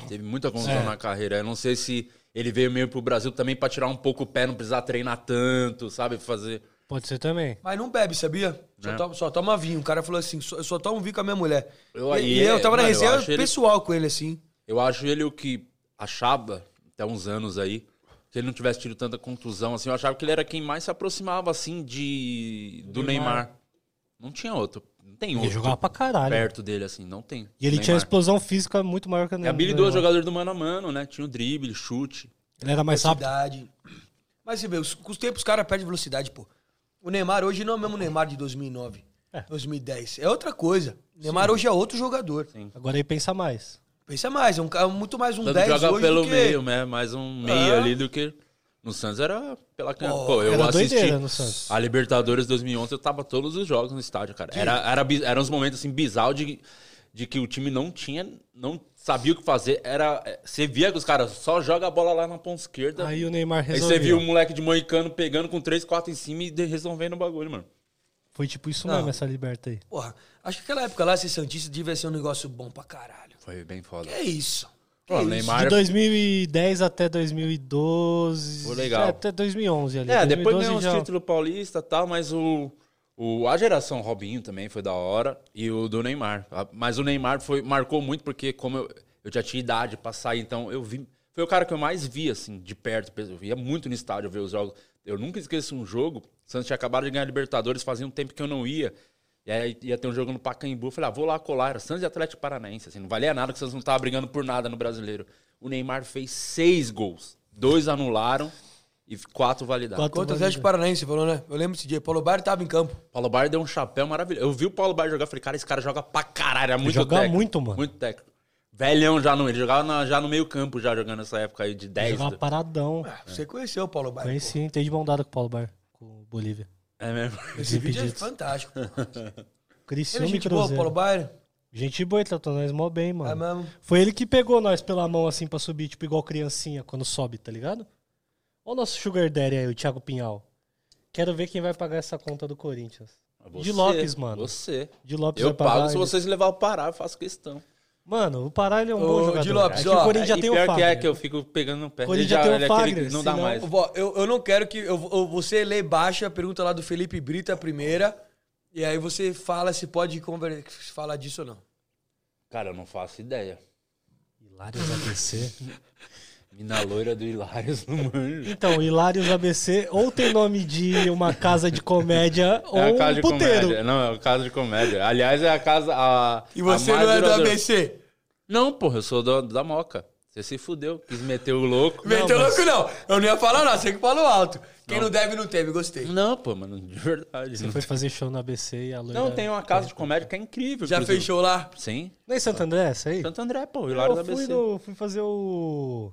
Speaker 3: Teve muita
Speaker 1: É.
Speaker 3: contusão na carreira. Eu não sei se ele veio meio pro Brasil também pra tirar um pouco o pé, não precisar treinar tanto, sabe? Fazer.
Speaker 1: Pode ser também.
Speaker 2: Mas não bebe, sabia? Só,
Speaker 3: É.
Speaker 2: toma, só toma vinho. O cara falou assim, só, eu só tomo vinho com a minha mulher.
Speaker 3: Eu-
Speaker 2: e,
Speaker 3: e
Speaker 2: e
Speaker 3: é,
Speaker 2: eu tava na
Speaker 3: mano, eu
Speaker 2: resenha
Speaker 3: acho ele-
Speaker 2: pessoal com ele, assim.
Speaker 3: Eu acho ele o que achava, até uns anos aí, que ele não tivesse tido tanta contusão, assim. Eu achava que ele era quem mais se aproximava, assim, de do Neymar. Não tinha outro. Não tem
Speaker 1: Ele
Speaker 3: outro
Speaker 1: jogava pra caralho.
Speaker 3: perto dele, assim. Não tem.
Speaker 1: E ele tinha uma
Speaker 3: Neymar.
Speaker 1: explosão física muito maior que a
Speaker 3: É
Speaker 1: Neymar.
Speaker 3: habilidoso jogador do mano a mano, né? Tinha o drible, chute.
Speaker 1: Ele era mais rápido.
Speaker 2: Velocidade. Mas você vê, os- com os tempos os caras perdem velocidade, pô. O Neymar hoje não é o mesmo Neymar de 2009. 2010. É outra coisa. Neymar hoje é outro jogador.
Speaker 1: Agora aí pensa mais.
Speaker 2: Pensa mais, é um cara muito mais um
Speaker 3: Tanto
Speaker 2: 10
Speaker 3: joga
Speaker 2: hoje
Speaker 3: pelo
Speaker 2: do que...
Speaker 3: meio, né? Mais um meio
Speaker 2: Ah.
Speaker 3: ali do que. No Santos era pela canhota.
Speaker 2: Pô,
Speaker 3: Pô, eu
Speaker 1: era
Speaker 3: assisti
Speaker 1: doideira no Santos.
Speaker 3: a Libertadores 2011, eu tava todos os jogos no estádio, cara. Era, era, bi- eram uns momentos assim bizarros de, de que o time não tinha, não sabia o que fazer. Era, é, você via que os caras só joga a bola lá na ponta esquerda. Aí,
Speaker 1: Aí o Neymar resolveu.
Speaker 3: você viu um- o moleque de moicano pegando com 3, 4 em cima e de- resolvendo o bagulho, mano.
Speaker 1: Foi tipo isso
Speaker 2: Não.
Speaker 1: mesmo, essa liberta aí.
Speaker 2: Porra, acho que aquela época lá, ser Santista devia ser um negócio bom pra caralho.
Speaker 3: Foi bem foda.
Speaker 2: Que é isso? Que
Speaker 3: Pô,
Speaker 2: isso?
Speaker 3: Neymar. é-
Speaker 1: De 2010 até 2012.
Speaker 3: Foi legal.
Speaker 1: é, até 2011 ali.
Speaker 3: É, depois
Speaker 1: 2012
Speaker 3: ganhou uns
Speaker 1: já-
Speaker 3: títulos paulista e tal, mas o, o, a geração Robinho também foi da hora. E o do Neymar. A- Mas o Neymar foi, marcou muito porque, como eu, eu já tinha idade pra sair, então eu vi. Foi o cara que eu mais vi, assim, de perto. Eu via muito no estádio ver os jogos. Eu nunca esqueço um jogo. O Santos tinha acabado de ganhar a Libertadores, fazia um tempo que eu não ia. E aí ia ter um jogo no Pacaembu. Eu falei, ah, vou lá colar. Era Santos e Atlético Paranaense. Assim, não valia nada que o Santos não tava brigando por nada no brasileiro. O Neymar fez seis gols. Dois anularam e quatro validaram.
Speaker 1: Quatro
Speaker 2: Contra o
Speaker 1: validados.
Speaker 2: Atlético Paranaense, falou, né? Eu lembro esse dia. Paulo Bari tava em campo.
Speaker 3: Paulo Baier deu um chapéu maravilhoso. Eu vi o Paulo Baier jogar, falei, cara, esse cara joga pra caralho, é muito
Speaker 1: joga
Speaker 3: técnico.
Speaker 1: muito, mano.
Speaker 3: Muito técnico. Velhão já no, ele jogava na- já no meio campo, já jogando nessa época aí de 10.
Speaker 1: Jogava paradão.
Speaker 3: É.
Speaker 2: Ah, Você conheceu o Paulo Bari. pô.
Speaker 1: Conheci, entrei de mão dada com o Paulo Bar, com o Bolívia.
Speaker 3: É mesmo.
Speaker 2: Esse vídeo é
Speaker 1: Impedidos.
Speaker 2: fantástico. Ele
Speaker 1: Criciúma
Speaker 2: é
Speaker 1: e
Speaker 2: gente boa, o
Speaker 1: Cruzeiro.
Speaker 2: Paulo Bari.
Speaker 1: Gente boa, ele tratou nós mó bem,
Speaker 2: É
Speaker 1: mano.
Speaker 2: mesmo.
Speaker 1: Foi ele que pegou nós pela mão assim pra subir, tipo igual criancinha quando sobe, tá ligado? Olha o nosso Sugar Daddy aí, o Thiago Pinhal. Quero ver quem vai pagar essa conta do Corinthians.
Speaker 3: Você,
Speaker 1: Lopes, mano.
Speaker 3: Você.
Speaker 1: De Lopes
Speaker 3: Eu
Speaker 1: vai pagar.
Speaker 3: pago se
Speaker 1: ele.
Speaker 3: vocês levar o Pará, eu faço questão.
Speaker 1: Mano, o Pará ele é um
Speaker 2: Ô,
Speaker 1: bom jogador.
Speaker 2: Di Lopes,
Speaker 1: é que
Speaker 2: ó,
Speaker 1: o Corinthians já
Speaker 3: e
Speaker 1: tem o
Speaker 3: pior que é
Speaker 1: Fagner.
Speaker 3: que eu fico pegando no pé.
Speaker 1: Corinthians
Speaker 3: Ele
Speaker 1: já tem o
Speaker 3: ele é aquele
Speaker 1: Fagner,
Speaker 3: que não dá
Speaker 1: senão-
Speaker 3: mais.
Speaker 2: Vó, eu, eu não quero que. Eu, eu- você lê baixo a pergunta lá do Felipe Brita, a primeira. E aí você fala se pode conver- falar disso ou não.
Speaker 3: Cara, eu não faço ideia.
Speaker 1: Hilários ABC.
Speaker 3: Mina loira do Hilários não manjo.
Speaker 1: Então, Hilários ABC ou tem nome de uma casa de comédia ou
Speaker 3: é a casa
Speaker 1: um
Speaker 3: de
Speaker 1: puteiro.
Speaker 3: comédia. Não, é a casa de comédia. Aliás, é a casa. A,
Speaker 2: E você
Speaker 3: a mais
Speaker 2: não é do
Speaker 3: duradoura.
Speaker 2: ABC?
Speaker 3: Não, porra, eu sou do- da Moca. Você se fudeu, quis meter o louco.
Speaker 2: Meteu louco, não. Eu não ia falar, não. Você que falou alto. Quem não, deve, não teve. Gostei.
Speaker 3: Não, pô, mano, de verdade.
Speaker 1: Você
Speaker 3: não
Speaker 1: foi fazer show na ABC e a loira...
Speaker 3: Não, tem uma casa de comédia que é incrível.
Speaker 2: Já
Speaker 3: inclusive.
Speaker 2: fechou lá?
Speaker 3: Sim.
Speaker 1: um- Não é em Santo André, essa aí?
Speaker 3: Santo André, pô, Hilário da
Speaker 1: Eu fui,
Speaker 3: ABC.
Speaker 1: no, fui fazer o...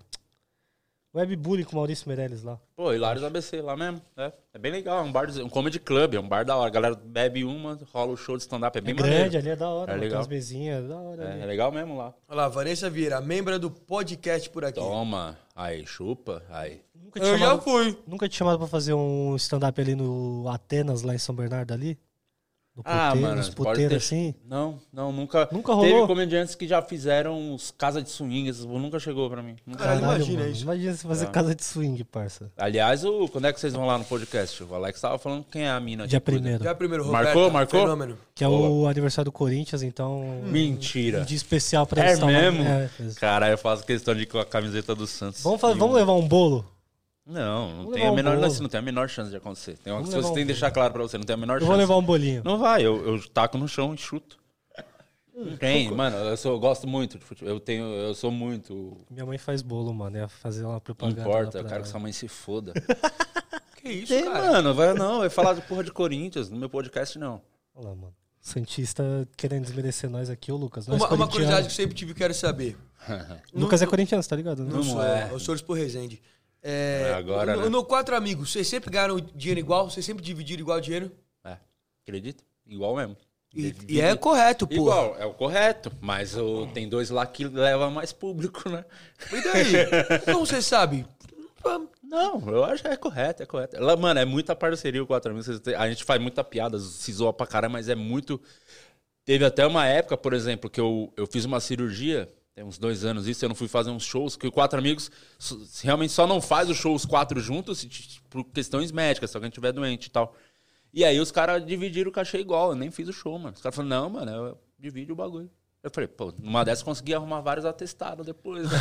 Speaker 1: Webbullying com o Maurício Meirelles lá.
Speaker 3: Pô, Hilário da ABC, lá mesmo. É, é bem legal, é um bar, um comedy club, é um bar da hora. A galera bebe uma, rola o show de stand-up, é
Speaker 1: É
Speaker 3: bem
Speaker 1: grande,
Speaker 3: maneiro.
Speaker 1: ali é da hora.
Speaker 3: É
Speaker 1: mano, Tem
Speaker 3: legal.
Speaker 1: umas mesinhas, é da hora. ali.
Speaker 3: É, é legal mesmo lá.
Speaker 2: Olha lá, Vanessa Vieira, membra do podcast por aqui.
Speaker 3: Toma, aí, chupa, aí.
Speaker 1: Nunca te
Speaker 2: Eu já
Speaker 1: chamaram-
Speaker 2: fui.
Speaker 1: Nunca te chamaram pra fazer um stand-up ali no Atenas, lá em São Bernardo, ali? No
Speaker 3: Ah,
Speaker 1: puteiro,
Speaker 3: mano,
Speaker 1: nos
Speaker 3: pode
Speaker 1: puteiros,
Speaker 3: ter-
Speaker 1: assim?
Speaker 3: Não, não, nunca.
Speaker 1: Nunca rolou?
Speaker 3: Teve comediantes que já fizeram os casas de swing, esses- nunca chegou pra mim. Nunca.
Speaker 2: Caralho, imagina
Speaker 1: mano,
Speaker 2: isso.
Speaker 1: Imagina você fazer casa de swing, parça.
Speaker 3: Aliás, o, quando é que vocês vão lá no podcast? O Alex tava falando quem é a mina.
Speaker 1: Dia
Speaker 3: que cuida.
Speaker 1: primeiro.
Speaker 2: Já primeiro, Roberto.
Speaker 3: Marcou, marcou?
Speaker 2: Fenômeno.
Speaker 1: Que é o aniversário do Corinthians, então. Um
Speaker 3: Mentira.
Speaker 1: dia especial pra
Speaker 3: Hum. É
Speaker 1: eles, tá, mano?
Speaker 3: mesmo?
Speaker 1: É, mesmo.
Speaker 3: Cara, eu faço questão de ir com a camiseta do Santos.
Speaker 1: vamos, fa-
Speaker 3: E
Speaker 1: vamos
Speaker 3: um-
Speaker 1: levar um bolo?
Speaker 3: Não, não
Speaker 1: Vamos
Speaker 3: tem,
Speaker 1: levar
Speaker 3: a
Speaker 1: um
Speaker 3: menor,
Speaker 1: bolo.
Speaker 3: assim, não tem a menor chance de acontecer. Tem uma
Speaker 1: Vamos
Speaker 3: coisa que
Speaker 1: levar
Speaker 3: você tem
Speaker 1: um
Speaker 3: que deixar claro pra você, não tem a menor
Speaker 1: Eu
Speaker 3: chance.
Speaker 1: vou levar um bolinho.
Speaker 3: Não vai, eu, eu taco no chão e chuto.
Speaker 1: Hum,
Speaker 3: Não tem, mano, eu, sou, eu gosto muito de futebol. Eu, tenho, eu sou muito.
Speaker 1: Minha mãe faz bolo, mano. Ia fazer uma
Speaker 3: Não
Speaker 1: propaganda.
Speaker 3: importa,
Speaker 1: lá
Speaker 3: eu
Speaker 1: pra
Speaker 3: quero que
Speaker 1: nós.
Speaker 3: sua mãe se foda.
Speaker 2: Que isso,
Speaker 3: tem,
Speaker 2: cara?
Speaker 3: mano, vai, não, vai falar de porra de Corinthians no meu podcast, não.
Speaker 1: Olha lá, mano. Santista querendo desmerecer nós aqui, ô Lucas. Nós
Speaker 2: Uma, uma
Speaker 1: corintianos.
Speaker 2: curiosidade que eu sempre tive quero saber.
Speaker 1: Lucas é corintiano, tá ligado? né?
Speaker 2: Não sou,
Speaker 3: é.
Speaker 2: eu sou Eles por Resende. É,
Speaker 3: É, agora,
Speaker 2: no,
Speaker 3: né?
Speaker 2: no Quatro Amigos, vocês sempre ganharam dinheiro igual? Vocês sempre dividiram igual dinheiro?
Speaker 3: É, acredita? Igual mesmo.
Speaker 2: E, e é correto, pô.
Speaker 3: Igual, é o correto, mas o- tem dois lá que leva mais público, né?
Speaker 2: E daí? Como você sabe?
Speaker 3: Não, eu acho que é correto, é correto. Lá, Mano, é muita parceria o 4 amigos. vocês têm- A gente faz muita piada, se zoa pra caramba, mas é muito. Teve até uma época, por exemplo, que eu, eu fiz uma cirurgia, tem uns dois anos isso, eu não fui fazer uns shows, que o quatro amigos so- realmente só não faz o show os quatro juntos se t- por questões médicas, se alguém estiver doente e tal. E aí os caras dividiram o cachê igual, eu nem fiz o show, mano. Os caras falaram, não, mano, eu divido o bagulho. Eu falei, pô, numa dessas eu consegui arrumar vários atestados depois. Né?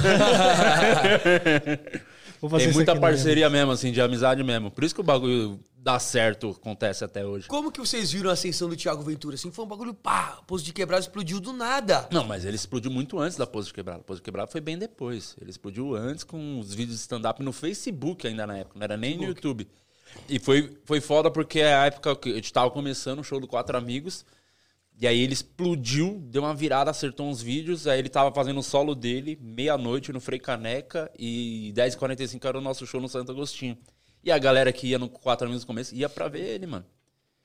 Speaker 1: Vou fazer
Speaker 3: Tem
Speaker 1: isso
Speaker 3: muita
Speaker 1: aqui na minha
Speaker 3: parceria mesmo, assim, de amizade mesmo. Por isso que o bagulho dá certo, acontece até hoje.
Speaker 2: Como que vocês viram a ascensão do Thiago Ventura? Assim, foi um bagulho pá, o posto de quebrado explodiu do nada.
Speaker 3: Não, mas ele explodiu muito antes da Pose de Quebrada. A Pose de Quebrada foi bem depois. Ele explodiu antes com os vídeos de stand-up no Facebook ainda na época, não era nem no YouTube. E foi, foi foda porque é a época que a gente tava começando o show do Quatro Amigos. E aí ele explodiu, deu uma virada, acertou uns vídeos. Aí ele tava fazendo o solo dele, meia-noite no Frei Caneca. E 10h45 era o nosso show no Santo Agostinho. E a galera que ia no Quatro Amigos no começo ia pra ver ele, mano.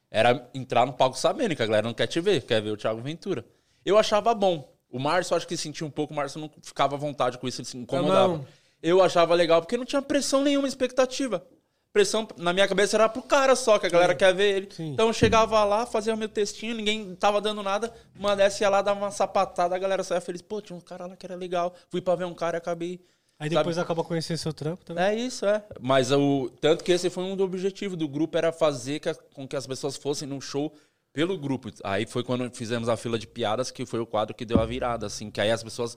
Speaker 3: Era entrar no palco sabendo que a galera não quer te ver, quer ver o Thiago Ventura. Eu achava bom. O Márcio, acho que sentia um pouco, o Márcio não ficava à vontade com isso, ele se incomodava.
Speaker 2: não.
Speaker 3: Eu achava legal, porque não tinha pressão nenhuma, expectativa. Pressão, na minha cabeça, era pro cara só, que a galera quer ver ele.
Speaker 1: Sim.
Speaker 3: Então eu chegava lá, fazia meu textinho, ninguém tava dando nada, uma dessa ia lá, dava uma sapatada, a galera saia feliz. Pô, tinha um cara lá que era legal. Fui pra ver um cara e acabei.
Speaker 1: Aí
Speaker 3: sabe?
Speaker 1: depois acaba conhecendo seu trampo tá também.
Speaker 3: É isso, é. Mas o tanto que esse foi um do objetivo do grupo era fazer que a- com que as pessoas fossem num show pelo grupo. Aí foi quando fizemos a fila de piadas que foi o quadro que deu a virada, assim, que aí as pessoas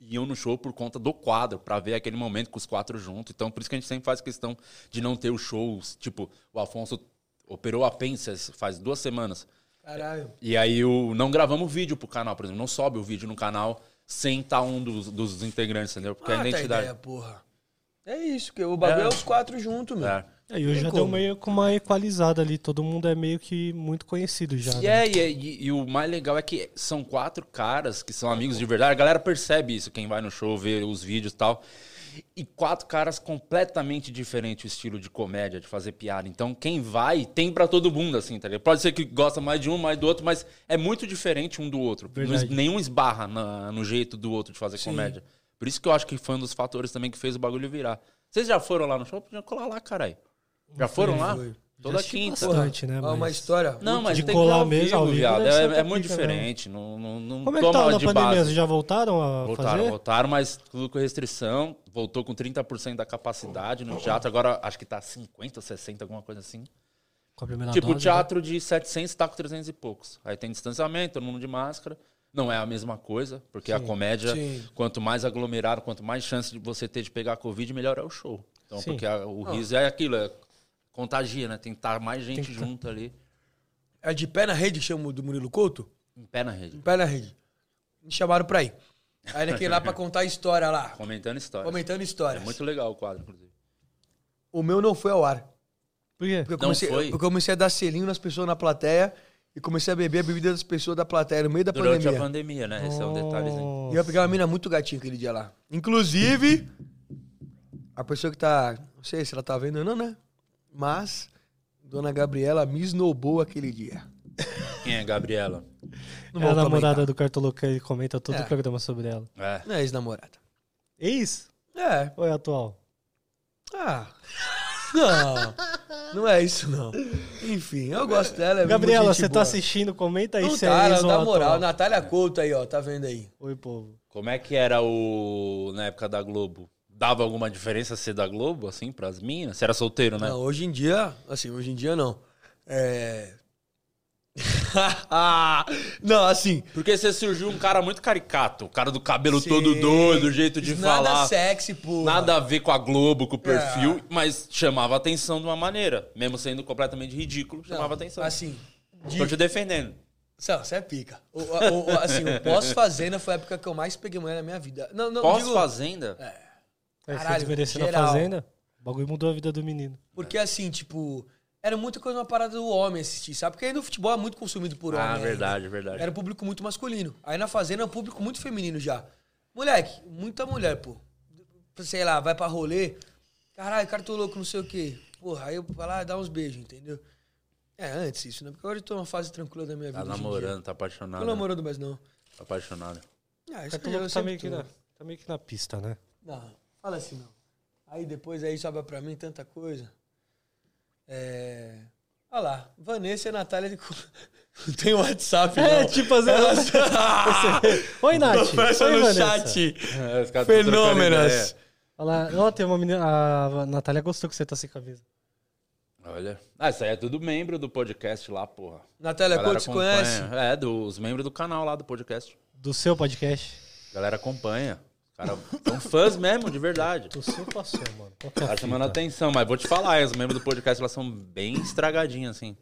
Speaker 3: iam no show por conta do quadro, pra ver aquele momento com os quatro juntos. Então, por isso que a gente sempre faz questão de não ter os shows, tipo, o Afonso operou a Pensas faz duas semanas.
Speaker 2: Caralho.
Speaker 3: E aí o, não gravamos vídeo pro canal, por exemplo, não sobe o vídeo no canal sem estar um dos, dos integrantes, entendeu? Porque a
Speaker 2: Mata
Speaker 3: identidade.
Speaker 2: Ah, tá ideia, porra. É isso, que o bagulho é,
Speaker 3: É.
Speaker 2: os quatro juntos, meu.
Speaker 3: É.
Speaker 1: Aí hoje
Speaker 2: Tem
Speaker 1: já deu
Speaker 2: como.
Speaker 1: meio com uma equalizada ali. Todo mundo é meio que muito conhecido já.
Speaker 3: E,
Speaker 1: né?
Speaker 3: é, e, é- e- e o mais legal é que são quatro caras que são amigos de verdade. A galera percebe isso, quem vai no show, vê os vídeos e tal. E quatro caras completamente diferentes o estilo de comédia, de fazer piada. Então, quem vai, tem pra todo mundo, assim, tá ligado? Pode ser que gosta mais de um, mais do outro, mas é muito diferente um do outro. Não es-
Speaker 1: Verdade.
Speaker 3: nenhum esbarra na- no jeito do outro de fazer comédia. Por isso que eu acho que foi um dos fatores também que fez o bagulho virar. Vocês já foram lá no show? Podiam colar lá, caralho. Já foram lá?
Speaker 2: foi.
Speaker 3: Toda
Speaker 1: assisti
Speaker 3: quinta.
Speaker 1: bastante. Bastante, né,
Speaker 2: Ó, Uma
Speaker 1: mas-
Speaker 2: história.
Speaker 3: Não, mas
Speaker 1: de
Speaker 3: tem
Speaker 1: colar
Speaker 3: que ir ao
Speaker 1: mesmo,
Speaker 3: vivo,
Speaker 1: ao vivo,
Speaker 3: viado.
Speaker 1: deve ser
Speaker 3: É,
Speaker 1: outra
Speaker 3: é muito
Speaker 1: fita,
Speaker 3: diferente. Não, não, não
Speaker 1: Como é que
Speaker 3: toma
Speaker 1: tá na
Speaker 3: de
Speaker 1: pandemia?
Speaker 3: base.
Speaker 1: Vocês já voltaram a
Speaker 3: Voltaram,
Speaker 1: fazer?
Speaker 3: voltaram, mas tudo com restrição. Voltou com 30% da capacidade no teatro. Agora acho que tá 50, 60, alguma coisa assim.
Speaker 1: Com a primeira
Speaker 3: tipo, o
Speaker 1: dose, né?
Speaker 3: teatro de 700 tá com 300 e poucos. Aí tem distanciamento, todo mundo de máscara. Não é a mesma coisa, porque a comédia,
Speaker 2: Sim.
Speaker 3: quanto mais aglomerado, quanto mais chance de você ter de pegar Covid, melhor é o show. Então,
Speaker 1: Sim.
Speaker 3: porque a- o riso é aquilo, é contagia, né? Tem que estar mais gente
Speaker 1: que tá-
Speaker 3: junto ali,
Speaker 2: É de pé na rede, chama o do Murilo Couto?
Speaker 3: em pé na rede,
Speaker 2: Em pé na rede. Me chamaram pra ir. Aí naquele lá pra contar a história lá.
Speaker 3: comentando histórias.
Speaker 2: Comentando
Speaker 3: É
Speaker 2: histórias.
Speaker 3: muito legal o quadro, inclusive.
Speaker 2: O meu não foi ao ar.
Speaker 1: né? Por quê?
Speaker 2: Porque eu
Speaker 3: Não
Speaker 2: comecei,
Speaker 3: foi?
Speaker 2: eu comecei a dar selinho nas pessoas na plateia e comecei a beber a bebida das pessoas da plateia no meio da
Speaker 3: Durante
Speaker 2: pandemia. Oh.
Speaker 3: a pandemia, né? Esse é um detalhezinho.
Speaker 2: E eu peguei uma mina muito gatinha aquele dia lá. Inclusive, a pessoa que tá. Não sei se ela tá vendo ou não, né? Mas, Dona Gabriela me snobou aquele dia.
Speaker 3: Quem é, Gabriela?
Speaker 2: Não
Speaker 1: É a
Speaker 2: vou
Speaker 1: namorada
Speaker 2: comentar.
Speaker 1: do Cartoloca, ele comenta todo
Speaker 2: É.
Speaker 1: o programa sobre ela.
Speaker 3: É.
Speaker 2: Não é ex-namorada.
Speaker 1: Ex
Speaker 2: É.
Speaker 1: ou é atual?
Speaker 2: Ah. Não. Não é isso, não. Enfim, eu gosto dela. É
Speaker 1: Gabriela,
Speaker 2: muito gente
Speaker 1: você tá
Speaker 2: boa.
Speaker 1: assistindo, comenta aí
Speaker 2: Não
Speaker 1: se
Speaker 2: tá,
Speaker 1: é
Speaker 2: ela
Speaker 1: ex ou
Speaker 2: dá moral.
Speaker 1: atual.
Speaker 2: Natália Couto aí, ó. Tá vendo aí?
Speaker 1: Oi, povo.
Speaker 3: Como é que era o na época da Globo? Dava alguma diferença ser da Globo, assim, pras minas? Você era solteiro, né?
Speaker 2: Não, hoje em dia, assim, hoje em dia não. É. Ah, não, assim.
Speaker 3: Porque você surgiu um cara muito caricato. O cara do cabelo todo
Speaker 2: Sim.
Speaker 3: doido, jeito de
Speaker 2: nada É.
Speaker 3: falar.
Speaker 2: sexy, pô.
Speaker 3: Nada a ver com a Globo, com o perfil, mas chamava atenção de uma maneira. Mesmo sendo completamente ridículo, chamava atenção.
Speaker 2: Assim. de-
Speaker 3: Tô te defendendo.
Speaker 2: Não, você é pica. O, o- o- assim, o pós-fazenda foi a época que eu mais peguei mulher na minha vida. Não, não, digo- É,
Speaker 3: Pós-fazenda?
Speaker 1: Aí
Speaker 2: Caralho,
Speaker 1: É, você desmereceu na
Speaker 2: geral.
Speaker 1: fazenda? O bagulho mudou a vida do menino.
Speaker 2: Porque assim, tipo, era muita coisa uma parada do homem assistir, sabe? Porque aí no futebol é muito consumido por homem. né?
Speaker 3: ah,
Speaker 2: ainda.
Speaker 3: verdade, verdade.
Speaker 2: é. Era um público muito masculino. Aí na fazenda é um público muito feminino já. Moleque, muita mulher, pô. Sei lá, vai pra rolê. Caralho, cara, tô louco, não sei o quê. Porra, aí eu vou lá dar uns beijos, entendeu? É, antes isso, né? Porque agora eu tô numa fase tranquila da minha
Speaker 3: Tá
Speaker 2: vida. hoje em dia.
Speaker 3: namorando, tá
Speaker 2: Tô
Speaker 3: apaixonado. né?
Speaker 2: namorando, mas não.
Speaker 3: Tá apaixonado.
Speaker 2: Ah, isso aí eu
Speaker 1: Cartoloca tá
Speaker 2: sempre
Speaker 1: meio, que
Speaker 2: tô.
Speaker 1: na, tá meio que na pista, né?
Speaker 2: Não, fala assim não. Aí depois aí sobra pra mim tanta coisa. É. Olha lá, Vanessa e a Natália. ele co- Não tem WhatsApp, não.
Speaker 1: É, tipo assim,
Speaker 2: Elas-
Speaker 1: Oi, Nath.
Speaker 2: Conversa
Speaker 1: Oi,
Speaker 2: no
Speaker 1: Vanessa.
Speaker 2: chat.
Speaker 3: É, os caras tão trocando
Speaker 2: Fenômenos.
Speaker 3: ideia.
Speaker 1: Olha lá, ó, tem uma menina. A Natália gostou que você tá sem camisa.
Speaker 3: Olha. Ah, isso aí é tudo membro do podcast lá, porra.
Speaker 2: Natália
Speaker 3: Galera
Speaker 2: Couto, te É conhece?
Speaker 3: acompanha. É, dos membros do canal lá do podcast.
Speaker 1: Do seu podcast?
Speaker 3: Galera acompanha. Os caras são fãs mesmo, de verdade.
Speaker 1: Do seu passou, mano. Qual que é a
Speaker 3: Tá chamando
Speaker 1: fita?
Speaker 3: atenção, mas vou te falar, os membros do podcast elas são bem estragadinhas, assim.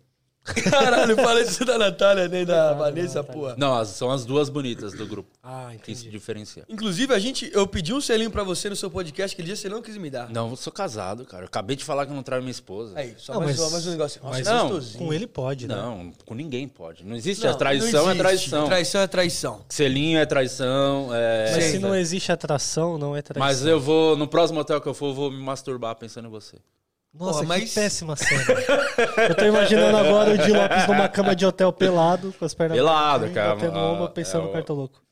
Speaker 2: Caralho, fala isso da Natália, nem da Vanessa,
Speaker 1: Natália.
Speaker 2: porra.
Speaker 3: Não, as- são as duas bonitas do grupo.
Speaker 2: Ah,
Speaker 3: Que se diferencia.
Speaker 2: Inclusive, a gente, eu pedi um selinho pra você no seu podcast, aquele dia você não quis me dar.
Speaker 3: Não, eu sou casado, cara. Eu acabei de falar que eu não traio minha esposa.
Speaker 2: Aí, só,
Speaker 1: Não,
Speaker 2: mais,
Speaker 1: mas-
Speaker 2: só mais um negócio. Nossa,
Speaker 1: mas
Speaker 2: é
Speaker 3: não,
Speaker 2: gostosinho.
Speaker 1: Com ele pode, né?
Speaker 3: Não, com ninguém pode. Não existe.
Speaker 2: Não,
Speaker 3: a traição
Speaker 2: não
Speaker 3: é
Speaker 2: existe.
Speaker 3: traição.
Speaker 2: Traição é traição.
Speaker 3: Selinho é traição. é-
Speaker 1: Mas
Speaker 2: Sim.
Speaker 1: se não existe atração, não é traição.
Speaker 3: Mas eu vou, no próximo hotel que eu for, eu vou me masturbar pensando em você.
Speaker 1: Nossa,
Speaker 2: Pô, mas-
Speaker 1: que péssima cena. eu tô imaginando agora o Di Lopes numa cama de hotel pelado, com as pernas
Speaker 3: Pelado,
Speaker 1: pra
Speaker 3: cara.
Speaker 1: frente, batendo
Speaker 3: Ah,
Speaker 1: ombro, pensando
Speaker 3: é
Speaker 1: no
Speaker 3: o-
Speaker 1: cartoloco.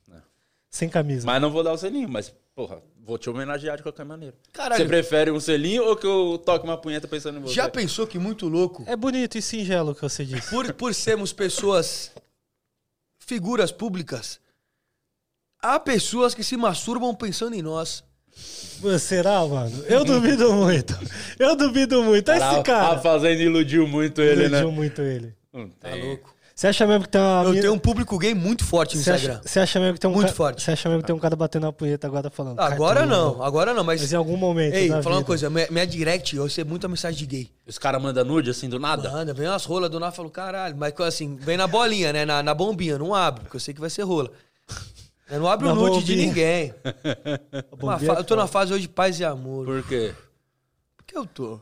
Speaker 1: Sem camisa.
Speaker 3: Mas não vou dar o selinho, mas, porra, vou te homenagear de qualquer maneira.
Speaker 2: Caralho.
Speaker 3: Você prefere um selinho ou que eu toque uma punheta pensando em você?
Speaker 2: Já pensou que muito louco?
Speaker 1: É bonito e singelo o que você disse.
Speaker 2: Por, por sermos pessoas, figuras públicas, há pessoas que se masturbam pensando em nós.
Speaker 1: Pô, Será, mano? Eu duvido muito. Eu duvido muito. Esse
Speaker 3: A
Speaker 1: cara
Speaker 3: Fazenda iludiu muito ele,
Speaker 1: iludiu
Speaker 3: né?
Speaker 1: muito ele.
Speaker 3: Não
Speaker 2: Tá
Speaker 3: tem.
Speaker 2: louco.
Speaker 1: Você acha mesmo que tem uma.
Speaker 2: Eu
Speaker 1: mina-
Speaker 2: tenho um público gay muito forte no
Speaker 1: Você
Speaker 2: Instagram.
Speaker 1: acha, você acha mesmo que tem um
Speaker 2: Muito
Speaker 1: ca-
Speaker 2: forte.
Speaker 1: Você acha mesmo que tem um cara batendo na punheta agora falando.
Speaker 2: Agora
Speaker 1: "Cartoloco"?
Speaker 2: não, agora não, mas.
Speaker 1: Mas em algum momento.
Speaker 2: Ei,
Speaker 1: da
Speaker 2: falar uma
Speaker 1: vida.
Speaker 2: coisa, minha, minha direct, eu recebo muita mensagem de gay.
Speaker 3: Os caras mandam nude assim do nada?
Speaker 2: Manda, vem umas rolas do nada, eu falo, caralho, mas assim, vem na bolinha, né? Na, na bombinha, não abre, porque eu sei que vai ser rola. Eu não abro
Speaker 1: Na
Speaker 2: o nude de
Speaker 1: bombinha.
Speaker 2: ninguém.
Speaker 1: Bom,
Speaker 2: Uma
Speaker 1: via-
Speaker 2: fa- eu tô na fase hoje de paz e amor.
Speaker 3: Por quê?
Speaker 2: Por que eu tô?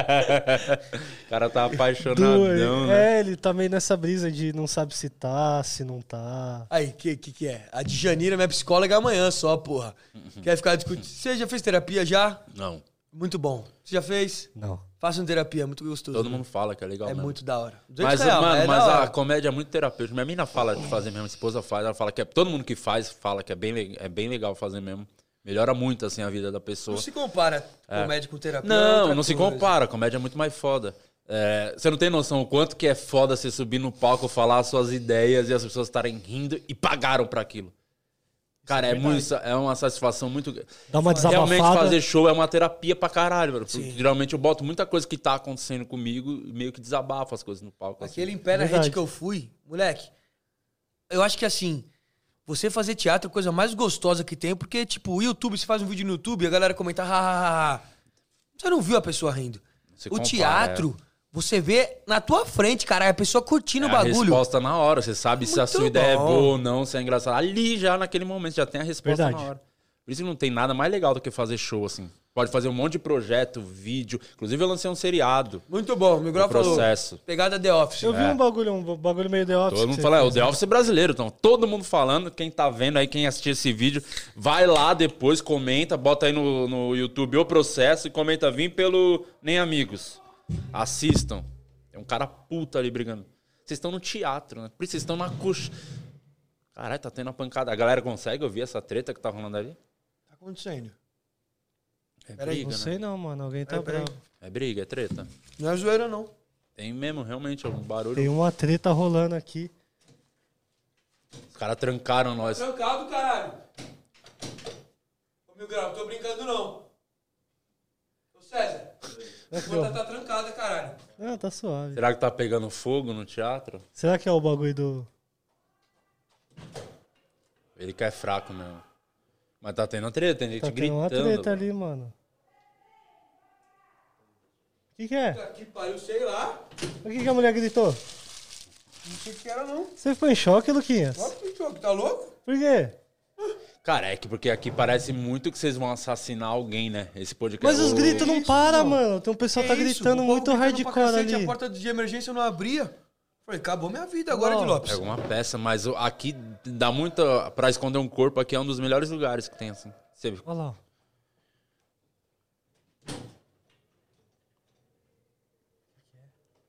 Speaker 3: O cara tá apaixonadão,
Speaker 1: Do,
Speaker 3: né?
Speaker 1: é, ele tá meio nessa brisa de não sabe se tá, se não tá.
Speaker 2: Aí, que, que que é? A de Janira, minha psicóloga, é amanhã só, porra. Quer ficar discutindo? Você já fez terapia já?
Speaker 3: Não.
Speaker 2: Muito bom. Você já fez?
Speaker 1: Não.
Speaker 2: Façam terapia, é muito gostoso.
Speaker 3: Todo mundo fala que é legal
Speaker 2: É
Speaker 3: mesmo.
Speaker 2: muito da hora. R$ 200
Speaker 3: Mas,
Speaker 2: real,
Speaker 3: mano,
Speaker 2: é da
Speaker 3: mas a
Speaker 2: hora.
Speaker 3: comédia é muito terapêutica. Minha mina fala de fazer mesmo, minha esposa faz, ela fala que é, todo mundo que faz fala que é bem, le- é bem legal fazer mesmo. Melhora muito assim a vida da pessoa.
Speaker 2: Não se compara comédia com terapia. é
Speaker 3: Não,
Speaker 2: outra
Speaker 3: não se
Speaker 2: coisa.
Speaker 3: compara. A comédia é muito mais foda. É, você não tem noção o quanto que é foda você subir no palco, falar as suas ideias e as pessoas estarem rindo e pagaram pra aquilo. Cara, é, muito, é uma satisfação muito.
Speaker 1: Dá uma
Speaker 3: Realmente
Speaker 1: desabafada.
Speaker 3: fazer show é uma terapia pra caralho, velho. Porque Geralmente eu boto muita coisa que tá acontecendo comigo e meio que desabafo as coisas no palco. assim.
Speaker 2: Aquele Impera
Speaker 1: Verdade.
Speaker 2: Hit que eu fui, moleque, eu acho que assim, você fazer teatro é a coisa mais gostosa que tem, porque, tipo, o YouTube, você faz um vídeo no YouTube, a galera comenta, ha, ha, ha, ha. Você não viu a pessoa rindo.
Speaker 3: Se
Speaker 2: o
Speaker 3: compara,
Speaker 2: teatro, você vê na tua frente, cara, a pessoa curtindo
Speaker 3: É
Speaker 2: o
Speaker 3: a
Speaker 2: bagulho.
Speaker 3: resposta na hora. Você sabe se a
Speaker 2: Muito
Speaker 3: sua ideia é
Speaker 2: bom.
Speaker 3: boa ou não, se é engraçada. Ali já, naquele momento, já tem a resposta
Speaker 1: Verdade.
Speaker 3: na hora. Por isso que não tem nada mais legal do que fazer show, assim. Pode fazer um monte de projeto, vídeo. Inclusive, eu lancei um seriado.
Speaker 2: Muito bom, meu grau
Speaker 3: O
Speaker 2: falou.
Speaker 3: processo.
Speaker 2: Pegada The Office.
Speaker 1: Eu vi um bagulho, um bagulho meio The Office.
Speaker 3: É. Todo
Speaker 1: que
Speaker 3: mundo
Speaker 1: você
Speaker 3: fala, é o
Speaker 1: fez,
Speaker 3: The Office brasileiro, então. Todo mundo falando, quem tá vendo aí, quem assistir esse vídeo, vai lá depois, comenta, bota aí no, no YouTube o processo e comenta, vim pelo Nem Amigos. Assistam. É um cara puta ali brigando. Vocês estão no teatro, né? Por isso vocês estão na coxa. Caralho, tá tendo uma pancada. A galera consegue ouvir essa treta que tá rolando ali?
Speaker 2: Tá acontecendo.
Speaker 3: É
Speaker 2: Peraí,
Speaker 1: Não
Speaker 3: briga, né?
Speaker 1: sei não, mano. Alguém tá
Speaker 2: Peraí, peraí.
Speaker 1: bravo.
Speaker 3: É briga, é treta.
Speaker 2: Não é zoeira, não.
Speaker 3: Tem mesmo, realmente, é um barulho.
Speaker 1: Tem uma treta rolando aqui.
Speaker 3: Os caras trancaram nós.
Speaker 2: Trancado, caralho. Ô, meu grau, não tô brincando, não. Ô, César,
Speaker 1: Aqui, ó.
Speaker 2: tá trancada, caralho.
Speaker 1: Ah, tá suave.
Speaker 3: Será que tá pegando fogo no teatro?
Speaker 1: Será que é o bagulho do.
Speaker 3: Ele que é fraco mesmo. Mas tá tendo treta, tem gente
Speaker 1: Tá tendo
Speaker 3: gritando.
Speaker 1: uma treta ali, mano. O que, que é?
Speaker 2: Puta que pariu, sei lá.
Speaker 1: O que, que a mulher gritou?
Speaker 2: Não sei o que era, não.
Speaker 1: Você ficou em choque, Luquinhas?
Speaker 2: Olha que jogo, tá louco?
Speaker 1: Por quê?
Speaker 3: Cara, é que porque aqui parece muito que vocês vão assassinar alguém, né? Esse podcast.
Speaker 1: Mas os
Speaker 3: Ô,
Speaker 1: gritos não
Speaker 2: isso,
Speaker 1: param,
Speaker 2: mano?
Speaker 1: mano. Tem um pessoal
Speaker 2: Que
Speaker 1: tá
Speaker 2: isso?
Speaker 1: gritando
Speaker 2: O povo
Speaker 1: muito
Speaker 2: pra
Speaker 1: hardcore
Speaker 2: cacete,
Speaker 1: ali.
Speaker 2: A porta de emergência eu não abria. Falei, acabou minha vida agora
Speaker 1: Não.
Speaker 2: de Lopes.
Speaker 3: É uma peça, mas o- aqui dá muita. Pra esconder um corpo, aqui é um dos melhores lugares que tem, assim. Você
Speaker 1: Olha lá. ó.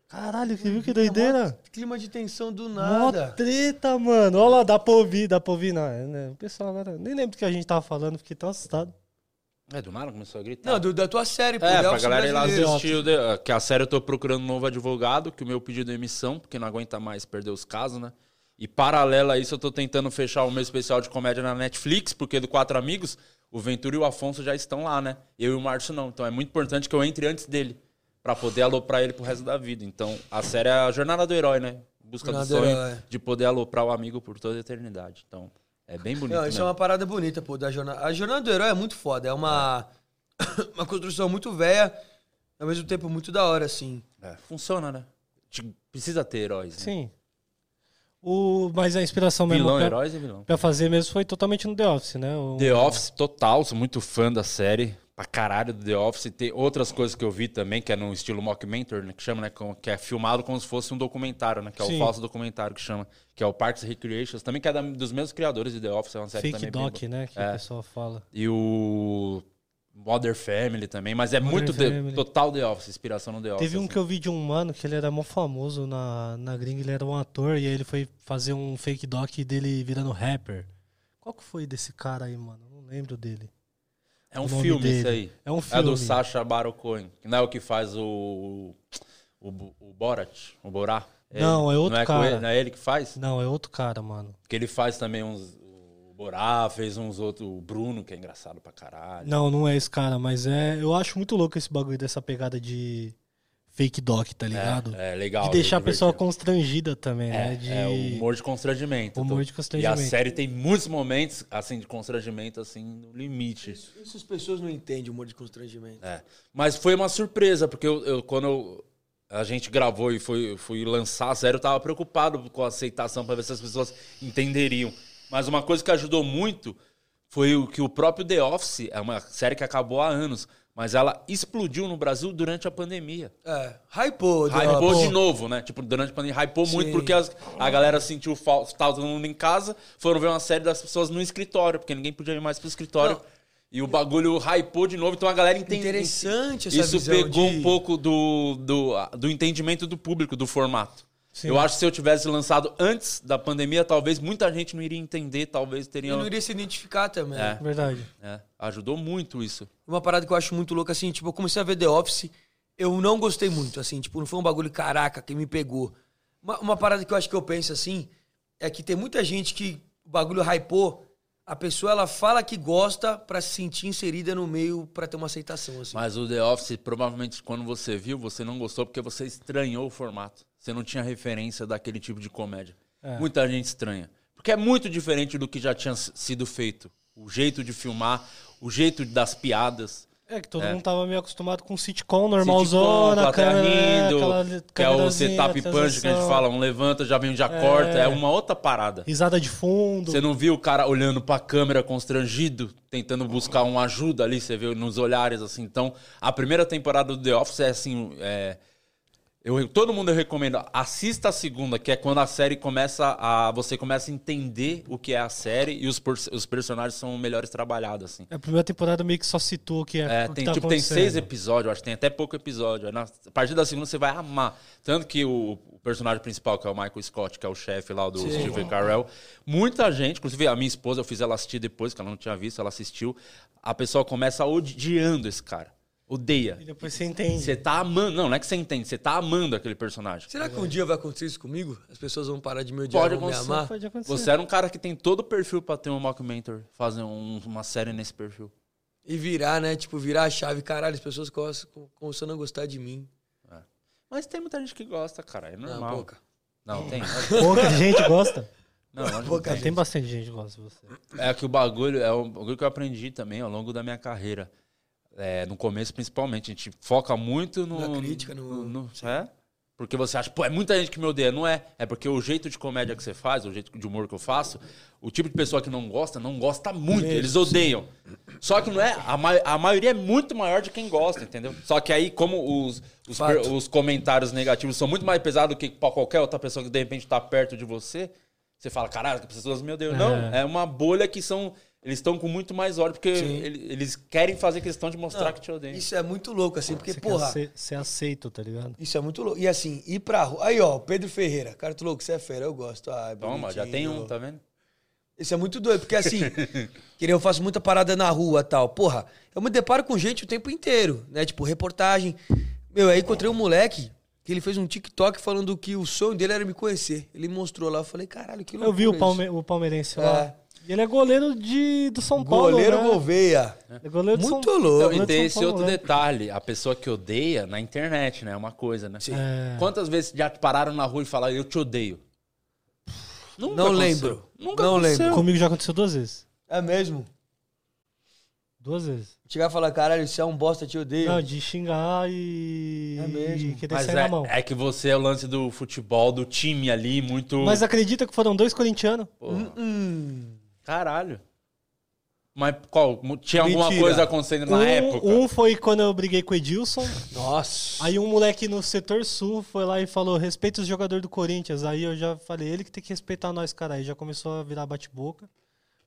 Speaker 1: Caralho, que viu que doideira?
Speaker 2: Clima de tensão do
Speaker 1: Mó
Speaker 2: tá nada.
Speaker 1: treta, mano. Olha lá, dá pra ouvir, dá pra ouvir. Não, é, né, o pessoal agora. Nem lembro do que a gente tava falando, fiquei tão assustado.
Speaker 3: É, do nada começou a gritar.
Speaker 2: Não, do- da tua série, pô.
Speaker 3: é,
Speaker 2: The
Speaker 3: pra
Speaker 2: Office
Speaker 3: galera ir lá
Speaker 2: brasileiro.
Speaker 3: assistir. o The- ah, Que a série eu tô procurando um novo advogado, que o meu pedido é emissão, porque não aguenta mais perder os casos, né? E paralelo a isso, eu tô tentando fechar o meu especial de comédia na Netflix, porque é do Quatro Amigos, o Ventura e o Afonso já estão lá, né? Eu e o Márcio não. Então é muito importante que eu entre antes dele, pra poder aloprar ele pro resto da vida. Então a série é a jornada do herói, né? Busca do
Speaker 2: Jornada do
Speaker 3: sonho
Speaker 2: herói.
Speaker 3: de poder aloprar o amigo por toda a eternidade. Então é bem bonito.
Speaker 2: Não, isso é
Speaker 3: mesmo.
Speaker 2: uma parada bonita, pô, da jornada. A jornada do herói é muito foda. É uma, uma construção muito velha, ao mesmo tempo muito da hora, assim.
Speaker 3: É, funciona, né? gente precisa ter heróis, né?
Speaker 1: Sim. O, mas a inspiração mesmo
Speaker 3: Vilão,
Speaker 1: pra,
Speaker 3: heróis e vilão.
Speaker 1: pra fazer mesmo foi totalmente no The Office, né? O-
Speaker 3: The Office total, sou muito fã da série. Pra caralho do The Office. Tem outras coisas que eu vi também, que é no estilo mockumentary, né, que chama, né? com- Que é filmado como se fosse um documentário, né? Que é
Speaker 1: Sim.
Speaker 3: o falso documentário que chama. Que é o Parks and Recreations, também que é da- dos mesmos criadores de The Office. É uma série
Speaker 1: Fake
Speaker 3: também bem
Speaker 1: Doc,
Speaker 3: boa.
Speaker 1: né? Que o
Speaker 3: É.
Speaker 1: pessoal fala.
Speaker 3: E o Mother Family também. Mas é
Speaker 1: Modern
Speaker 3: muito The-
Speaker 1: Family.
Speaker 3: total The Office, inspiração no The Office.
Speaker 1: Teve um
Speaker 3: assim.
Speaker 1: que eu vi de um mano que ele era mó famoso na, na gringa, ele era um ator e aí ele foi fazer um fake doc dele virando rapper. Qual que foi desse cara aí, mano? Eu Não lembro dele.
Speaker 3: É um
Speaker 1: o nome
Speaker 3: filme
Speaker 1: dele.
Speaker 3: isso aí.
Speaker 1: É um
Speaker 3: É
Speaker 1: filme.
Speaker 3: do Sacha Baron Cohen. que Não é o que faz o. O, o Borat? O Borá? É
Speaker 1: Não,
Speaker 3: ele.
Speaker 1: é outro
Speaker 3: não é com
Speaker 1: cara.
Speaker 3: ele- não é ele que faz?
Speaker 1: Não, é outro cara, mano.
Speaker 3: Que ele faz também uns. O Borá fez uns outros. O Bruno, que é engraçado pra caralho.
Speaker 1: Não, não é esse cara, mas é. Eu acho muito louco esse bagulho dessa pegada de fake doc, tá ligado?
Speaker 3: É, é legal.
Speaker 1: de deixar
Speaker 3: é
Speaker 1: a pessoa
Speaker 3: divertido.
Speaker 1: constrangida também, né? De...
Speaker 3: É, o humor de constrangimento.
Speaker 1: Humor de constrangimento.
Speaker 3: E a série tem muitos momentos, assim, de constrangimento, assim, no limite.
Speaker 2: Isso, isso as pessoas não entendem o humor de constrangimento.
Speaker 3: É. Mas foi uma surpresa, porque eu, eu- quando eu- a gente gravou e fui, fui lançar a série, eu tava preocupado com a aceitação para ver se as pessoas entenderiam. Mas uma coisa que ajudou muito foi o que o próprio The Office, é uma série que acabou há anos, mas ela explodiu no Brasil durante a pandemia.
Speaker 2: É. Hypou, The
Speaker 3: Hypou
Speaker 2: Office.
Speaker 3: de novo, né? Tipo, durante a pandemia, hypou muito
Speaker 2: Sim.
Speaker 3: porque as- a galera sentiu falta, tava todo mundo em casa, foram ver uma série das pessoas no escritório, porque ninguém podia ir mais pro escritório.
Speaker 2: Não.
Speaker 3: E o bagulho hypou de novo, então a galera entendeu.
Speaker 2: Interessante essa
Speaker 3: Isso
Speaker 2: visão
Speaker 3: pegou
Speaker 2: de-
Speaker 3: um pouco do, do, do entendimento do público, do formato.
Speaker 1: Sim.
Speaker 3: Eu acho que se eu tivesse lançado antes da pandemia, talvez muita gente não iria entender, talvez
Speaker 2: Ele
Speaker 3: teria.
Speaker 2: não iria se identificar também.
Speaker 3: É.
Speaker 1: Verdade.
Speaker 3: É, ajudou muito isso.
Speaker 2: Uma parada que eu acho muito louca, assim, tipo, eu comecei a ver The Office, eu não gostei muito, assim, tipo, não foi um bagulho, caraca, que me pegou. Uma, uma parada que eu acho que eu penso, assim, é que tem muita gente que o bagulho hypou, a pessoa, ela fala que gosta pra se sentir inserida no meio, pra ter uma aceitação, assim.
Speaker 3: Mas o The Office, provavelmente, quando você viu, você não gostou porque você estranhou o formato. Você não tinha referência daquele tipo de comédia.
Speaker 1: É.
Speaker 3: Muita gente estranha. Porque é muito diferente do que já tinha s- sido feito. O jeito de filmar, o jeito das piadas.
Speaker 1: É que todo mundo tava meio acostumado com sitcom normalzona,
Speaker 3: Sitcom, plateia
Speaker 1: câmera,
Speaker 3: tá rindo,
Speaker 1: aquela
Speaker 3: que é o
Speaker 1: câmerazinha,
Speaker 3: setup punch que a gente
Speaker 1: transição,
Speaker 3: fala, um levanta, já vem, já corta, é uma outra parada.
Speaker 1: Risada de fundo.
Speaker 3: Você não viu o cara olhando pra câmera constrangido, tentando buscar uma ajuda ali, você viu nos olhares, assim. Então, a primeira temporada do The Office é assim. é, eu, todo mundo eu recomendo, assista a segunda, que é quando a série começa a. Você começa a entender o que é a série e os, pers- os personagens são melhores trabalhados, assim.
Speaker 1: É, A primeira temporada meio que só citou o que é.
Speaker 3: É,
Speaker 1: o que
Speaker 3: tem,
Speaker 1: tá
Speaker 3: tipo, tem
Speaker 1: acontecendo.
Speaker 3: seis episódios, eu acho que tem até pouco episódio. Aí na- a partir da segunda você vai amar. Tanto que o, o personagem principal, que é o Michael Scott, que é o chefe lá do Steve Carell, muita gente, inclusive a minha esposa, eu fiz ela assistir depois, que ela não tinha visto, ela assistiu. A pessoa começa odiando esse cara. Odeia.
Speaker 1: E depois você entende.
Speaker 3: Você tá amando. Não, não é que você entende, você tá amando aquele personagem.
Speaker 2: Será que um dia vai acontecer isso comigo? As pessoas vão parar de me odiar
Speaker 3: Pode
Speaker 2: e vão me
Speaker 3: acontecer.
Speaker 2: amar?
Speaker 1: Pode acontecer.
Speaker 3: Você era um cara que tem todo o perfil pra ter um mockumentary, fazer um- uma série nesse perfil.
Speaker 2: E virar, né, tipo, virar a chave, caralho, as pessoas gostam- começando a gostar de mim.
Speaker 3: Mas tem muita gente que gosta, cara. É
Speaker 2: Não,
Speaker 3: normal.
Speaker 2: pouca.
Speaker 3: Não, tem.
Speaker 1: Pouca gente gosta.
Speaker 3: Não, não, não
Speaker 2: Pouca
Speaker 3: tem.
Speaker 1: Cara, tem bastante gente que gosta de você.
Speaker 3: É que o bagulho é um bagulho que eu aprendi também ao longo da minha carreira. É, no começo, principalmente, a gente foca muito no.
Speaker 2: Na crítica, no-
Speaker 3: é? Porque você acha, pô, é muita gente que me odeia. Não é. É porque o jeito de comédia que você faz, o jeito de humor que eu faço, o tipo de pessoa que não gosta, não gosta muito. Eles odeiam. Só que não é. A, ma- a maioria é muito maior de quem gosta, entendeu? Só que aí, como os, os,
Speaker 2: Fato.
Speaker 3: per- os comentários negativos são muito mais pesados do que pra qualquer outra pessoa que de repente tá perto de você, você fala, caralho, que pessoas me odeiam. Não, é uma bolha que são. Eles estão com muito mais ódio, porque ele- eles querem fazer questão de mostrar que te odeiam.
Speaker 2: Isso é muito louco, assim, porque,
Speaker 1: Você
Speaker 2: porra...
Speaker 1: quer ser, ser aceito, tá ligado?
Speaker 2: Isso é muito louco. E assim, ir pra rua. Aí, ó, Pedro Ferreira. Cara, tu louco, você é fera, eu gosto. Ah, é
Speaker 3: Toma, já tem um,
Speaker 2: bonitinho.
Speaker 3: tá vendo?
Speaker 2: Isso é muito doido, porque assim, queria eu faço muita parada na rua tal. Porra, eu me deparo com gente o tempo inteiro, né? Tipo, reportagem. Meu, aí encontrei um moleque que ele fez um TikTok falando que o sonho dele era me conhecer. Ele mostrou lá, eu falei, caralho, que louco.
Speaker 1: Eu vi o, palme- o palmeirense lá.
Speaker 2: É.
Speaker 1: E ele é goleiro de, do São Paulo.
Speaker 2: Goleiro
Speaker 1: né?
Speaker 2: Gouveia.
Speaker 1: É goleiro do
Speaker 2: Muito
Speaker 1: São...
Speaker 2: louco.
Speaker 1: goleiro
Speaker 3: Então,
Speaker 1: do
Speaker 3: e tem
Speaker 1: São
Speaker 3: esse
Speaker 1: Paulo,
Speaker 3: outro
Speaker 1: né?
Speaker 3: detalhe. A pessoa que odeia na internet, né? É uma coisa, né?
Speaker 1: É.
Speaker 3: Quantas vezes já te pararam na rua e falaram, eu te odeio? Nunca
Speaker 2: Não
Speaker 3: aconteceu.
Speaker 2: lembro.
Speaker 3: Nunca
Speaker 2: Não
Speaker 3: aconteceu.
Speaker 2: lembro.
Speaker 1: Comigo já aconteceu duas vezes.
Speaker 2: É mesmo?
Speaker 1: Duas vezes.
Speaker 2: Chegar e falar, caralho, você é um bosta, te odeio.
Speaker 1: Não, de xingar e.
Speaker 2: É mesmo.
Speaker 1: e querer
Speaker 3: Mas
Speaker 1: sair na mão.
Speaker 3: é, é que você é o lance do futebol, do time ali, muito.
Speaker 1: Mas é- acredita que foram dois corintianos?
Speaker 3: Pô,
Speaker 2: Hum.
Speaker 3: Caralho. Mas qual? Tinha alguma
Speaker 2: Mentira.
Speaker 3: coisa acontecendo na
Speaker 1: um,
Speaker 3: época?
Speaker 1: um foi quando eu briguei com o Edilson.
Speaker 2: Nossa.
Speaker 1: Aí um moleque no setor sul foi lá e falou: respeita os jogadores do Corinthians. Aí eu já falei, ele que tem que respeitar nós, cara. Aí já começou a virar bate-boca.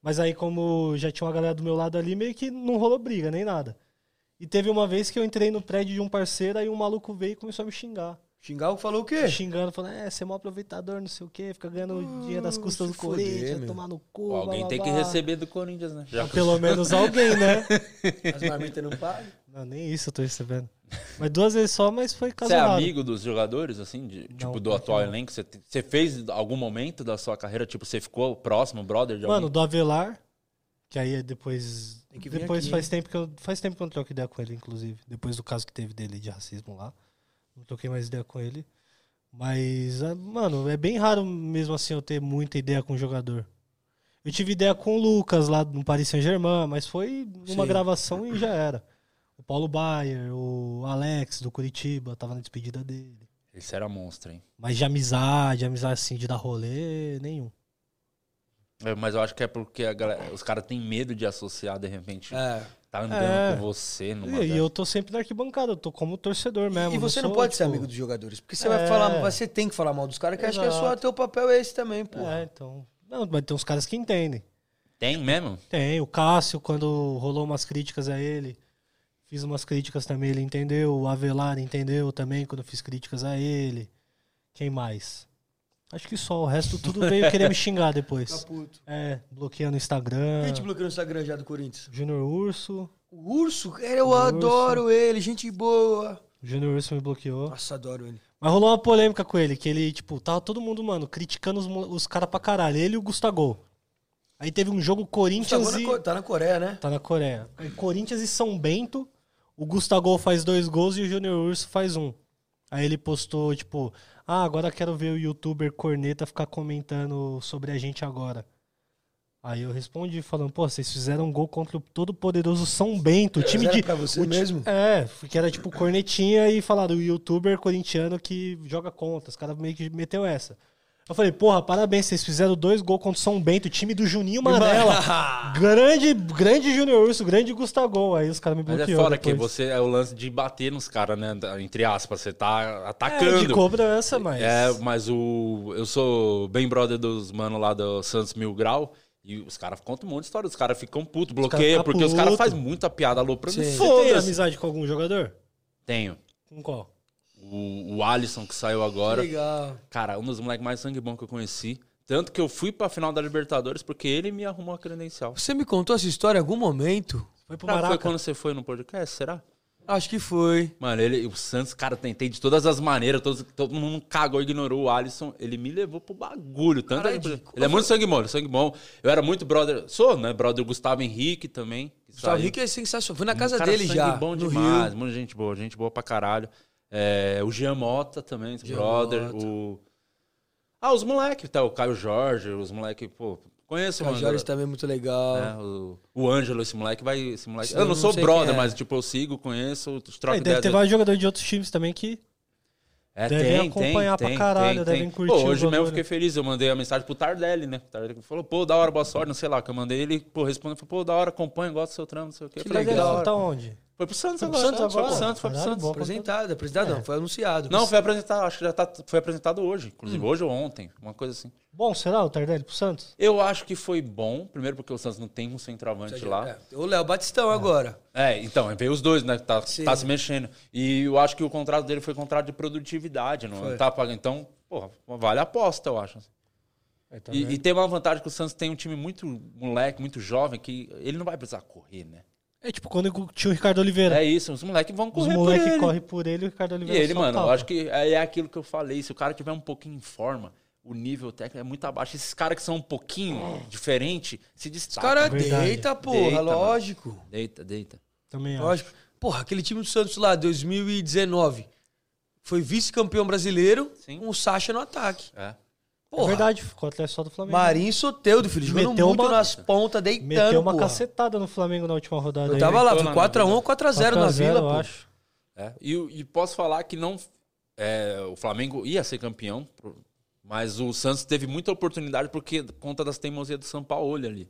Speaker 1: Mas aí, como já tinha uma galera do meu lado ali, meio que não rolou briga, nem nada. E teve uma vez que eu entrei no prédio de um parceiro, aí um maluco veio e começou a me xingar.
Speaker 2: Xingar falou o quê?
Speaker 1: Xingando, falando, é, você é mó aproveitador, não sei o quê, fica ganhando dinheiro das custas
Speaker 2: Hum, se
Speaker 1: do Corinthians,
Speaker 2: fuder, meu.
Speaker 1: tomar no cu.
Speaker 3: Pô, alguém
Speaker 1: blá,
Speaker 3: tem
Speaker 1: blá,
Speaker 3: que
Speaker 1: blá."
Speaker 3: receber do Corinthians, né? Já
Speaker 1: Pelo menos alguém, né?
Speaker 2: As marmitas não pagam.
Speaker 1: Não, nem isso eu tô recebendo. Mas duas vezes só, mas foi
Speaker 3: Você é
Speaker 1: casual.
Speaker 3: amigo dos jogadores, assim, de- tipo, do
Speaker 1: pior
Speaker 3: atual elenco? Você, te- você fez algum momento da sua carreira? Tipo, você ficou próximo, brother de
Speaker 1: Mano,
Speaker 3: alguém?
Speaker 1: do Avelar, que aí é depois.
Speaker 2: Tem que vir
Speaker 1: depois
Speaker 2: aqui,
Speaker 1: faz tempo que eu. Faz tempo que eu não troco ideia com ele, inclusive. Depois do caso que teve dele de racismo lá. Não troquei mais ideia com ele. Mas, ah, mano, é bem raro mesmo assim eu ter muita ideia com o jogador. Eu tive ideia com o Lucas lá no Paris Saint-Germain, mas foi numa
Speaker 2: Sim.
Speaker 1: gravação e já era. O Paulo Baier, o Alex do Curitiba, tava na despedida dele.
Speaker 3: Esse era monstro, hein?
Speaker 1: Mas de amizade, amizade assim, de dar rolê, nenhum.
Speaker 3: É, mas eu acho que é porque a galera- os caras têm medo de associar, de repente,
Speaker 2: É.
Speaker 3: tá andando
Speaker 1: É.
Speaker 3: com você numa
Speaker 1: E, e
Speaker 3: dessas.
Speaker 1: eu tô sempre na arquibancada, eu tô como torcedor mesmo.
Speaker 2: E você não
Speaker 1: sou,
Speaker 2: pode ser
Speaker 1: tipo,
Speaker 2: amigo dos jogadores, porque você
Speaker 1: É.
Speaker 2: vai falar, você tem que falar mal dos caras, que acho que é só
Speaker 1: Exato.
Speaker 2: teu papel é esse também, pô.
Speaker 1: É, então. Não, mas tem uns caras que entendem.
Speaker 3: Tem mesmo?
Speaker 1: Tem, o Cássio, quando rolou umas críticas a ele, fiz umas críticas também, ele entendeu. O Avelar entendeu também quando eu fiz críticas a ele. Quem mais? Acho que só, o resto tudo veio querer me xingar depois.
Speaker 2: puto.
Speaker 1: É, bloqueando o
Speaker 2: Quem
Speaker 1: Instagram.
Speaker 2: te bloqueou no Instagram já do Corinthians?
Speaker 1: Júnior Urso.
Speaker 2: O Urso? Cara, eu
Speaker 1: O Urso.
Speaker 2: adoro ele, gente boa.
Speaker 1: O Júnior Urso me bloqueou.
Speaker 2: Nossa, adoro ele.
Speaker 1: Mas rolou uma polêmica com ele, que ele, tipo, tava todo mundo, mano, criticando os, mole- os caras pra caralho. Ele e o Gustavo. Aí teve um jogo Corinthians
Speaker 2: Gustavo na
Speaker 1: e.
Speaker 2: Co- tá na Coreia, né?
Speaker 1: Tá na Coreia. Aí Corinthians e São Bento. O Gustavo faz dois gols e o Júnior Urso faz um. Aí ele postou, tipo, ah, agora quero ver o youtuber Corneta ficar comentando sobre a gente agora. Aí eu respondi falando, pô, vocês fizeram um gol contra o todo poderoso São Bento, o time
Speaker 2: Mas era
Speaker 1: de
Speaker 2: pra você
Speaker 1: o ti-
Speaker 2: mesmo?
Speaker 1: É, que era tipo cornetinha e falaram o youtuber corintiano que joga contra. Os caras meio que meteu essa. Eu falei, porra, parabéns, vocês fizeram dois gols contra o São Bento, o time do Juninho Manela. grande, grande Júnior Urso, grande Gustavo. Aí os caras me
Speaker 3: Mas é
Speaker 1: bloquearam.
Speaker 3: fora que
Speaker 1: depois.
Speaker 3: você é o lance de bater nos caras, né? Entre aspas, você tá
Speaker 1: É, de
Speaker 3: atacando.
Speaker 1: cobrança, mas.
Speaker 3: É, mas o. Eu sou bem brother dos mano lá do Santos Mil Grau. E os caras contam um monte de história. Os caras ficam putos, bloqueia,
Speaker 1: ficam
Speaker 3: porque os caras
Speaker 1: puto.
Speaker 3: fazem muita piada aloprando.
Speaker 2: Sim.
Speaker 1: Você tem
Speaker 3: Foda-se.
Speaker 1: amizade com algum jogador?
Speaker 3: Tenho.
Speaker 1: Com qual?
Speaker 3: O, o Alisson que saiu agora.
Speaker 2: Legal.
Speaker 3: Cara, um dos moleques mais sangue bom que eu conheci. Tanto que eu fui pra final da Libertadores porque ele me arrumou a credencial.
Speaker 2: Você me contou essa história em algum momento?
Speaker 1: Foi pro
Speaker 3: Ah,
Speaker 1: Maraca.
Speaker 3: foi quando você foi no podcast, será?
Speaker 2: Acho que foi.
Speaker 3: Mano, ele, o Santos, cara, tentei de todas as maneiras, todos- todo mundo cagou, ignorou o Alisson. Ele me levou pro bagulho. Tanto
Speaker 2: Caralho,
Speaker 3: ele,
Speaker 2: de-
Speaker 3: ele é muito sangue bom, ele é sangue bom. Eu era muito brother. Sou, né? Brother Gustavo Henrique também. que
Speaker 2: Gustavo
Speaker 3: saiu.
Speaker 2: Henrique é sensacional. Fui na
Speaker 3: Um
Speaker 2: casa
Speaker 3: cara
Speaker 2: dele
Speaker 3: sangue
Speaker 2: já.
Speaker 3: bom
Speaker 2: no
Speaker 3: demais.
Speaker 2: Rio.
Speaker 3: Muita gente boa, gente boa pra caralho. É, o Jean Mota também, esse
Speaker 2: Jean
Speaker 3: brother.
Speaker 2: Mota.
Speaker 3: O... Ah, os moleques, tá? O Caio Jorge, os moleques, pô. Conheço,
Speaker 2: O
Speaker 3: mano.
Speaker 2: Jorge também é muito legal.
Speaker 3: É, o, o Ângelo, esse moleque vai. Esse moleque...
Speaker 2: Esse
Speaker 3: Eu,
Speaker 2: eu não
Speaker 3: não sou
Speaker 2: sei
Speaker 3: brother,
Speaker 2: quem é.
Speaker 3: mas tipo, eu sigo, conheço, troco
Speaker 1: Aí deve
Speaker 3: ideia.
Speaker 1: ter vários jogadores de outros times também que.
Speaker 3: É,
Speaker 1: Devem acompanhar pra caralho, devem curtir
Speaker 3: Pô,
Speaker 1: o
Speaker 3: hoje mesmo eu
Speaker 1: bagulho.
Speaker 3: fiquei feliz, eu mandei a mensagem pro Tardelli, né? O Tardelli falou, pô, da hora, boa sorte, não sei lá, que eu mandei ele, pô, respondeu, falou, pô, da hora, acompanha, gosto do seu trampo, não sei o quê. Eu
Speaker 2: Que
Speaker 3: falei,
Speaker 1: Mas
Speaker 2: legal.
Speaker 3: da
Speaker 1: ele
Speaker 3: hora.
Speaker 1: tá onde?
Speaker 3: Foi pro Santos
Speaker 1: Foi pro
Speaker 3: agora,
Speaker 1: Santos
Speaker 3: foi pro
Speaker 1: agora?
Speaker 3: Santos, foi pro
Speaker 1: Caralho,
Speaker 3: Santos.
Speaker 1: bom.
Speaker 2: Apresentado, apresentado
Speaker 1: É.
Speaker 2: não, foi anunciado.
Speaker 3: Não, foi apresentado, acho que já tá, foi apresentado hoje,
Speaker 1: Hum.
Speaker 3: inclusive hoje ou ontem, uma coisa assim.
Speaker 1: Bom, será o Tardelli pro Santos?
Speaker 3: Eu acho que foi bom, primeiro porque o Santos não tem um centroavante lá.
Speaker 2: É, o Léo Batistão agora.
Speaker 3: É, então, veio os dois, né? Tá,
Speaker 2: Sim.
Speaker 3: tá se mexendo. E eu acho que o contrato dele foi contrato de produtividade, não
Speaker 2: Foi.
Speaker 3: tá pagando. Então, porra, vale a aposta, eu acho. assim.
Speaker 2: É,
Speaker 3: e, e tem uma vantagem que o Santos tem um time muito moleque, muito jovem, que ele não vai precisar correr, né?
Speaker 1: É tipo quando tinha o Ricardo Oliveira.
Speaker 3: É isso, os moleques vão
Speaker 1: Os
Speaker 3: correr por
Speaker 1: moleques
Speaker 3: ele.
Speaker 1: correm por ele e o Ricardo
Speaker 3: E
Speaker 1: Oliveira
Speaker 3: ele,
Speaker 1: só
Speaker 3: mano, eu
Speaker 1: tapa.
Speaker 3: acho que é é aquilo que eu falei. Se o cara tiver um pouquinho em forma, o nível técnico é muito abaixo. Esses caras que são um pouquinho diferente se
Speaker 2: É. Os
Speaker 3: destacam.
Speaker 2: caras
Speaker 1: Tá, Verdade. É.
Speaker 2: deita, porra,
Speaker 3: Deita, mano.
Speaker 2: lógico.
Speaker 3: Deita, deita.
Speaker 1: Também acho.
Speaker 2: Lógico. Porra, aquele time do Santos lá, 2019. Foi vice-campeão brasileiro
Speaker 3: Sim.
Speaker 2: com o Sacha no ataque.
Speaker 3: É.
Speaker 1: É
Speaker 2: Porra.
Speaker 1: verdade, ficou atleta só do Flamengo.
Speaker 2: Marinho Soteudo, filho. Jogando
Speaker 1: Meteu
Speaker 2: muito
Speaker 1: uma-
Speaker 2: nas pontas, deitando,
Speaker 1: Meteu uma
Speaker 2: porra.
Speaker 1: cacetada no Flamengo na última rodada.
Speaker 2: Eu
Speaker 1: aí.
Speaker 2: tava lá, foi
Speaker 3: Deitou na
Speaker 2: 4x1
Speaker 3: vida.
Speaker 2: ou 4x0 na
Speaker 1: 4x0,
Speaker 2: vila,
Speaker 1: eu
Speaker 2: pô.
Speaker 1: acho.
Speaker 3: É, E, o- e posso falar que não. é, o Flamengo ia ser campeão, pro- mas o Santos teve muita oportunidade porque por conta das teimosias do São Paulo ali.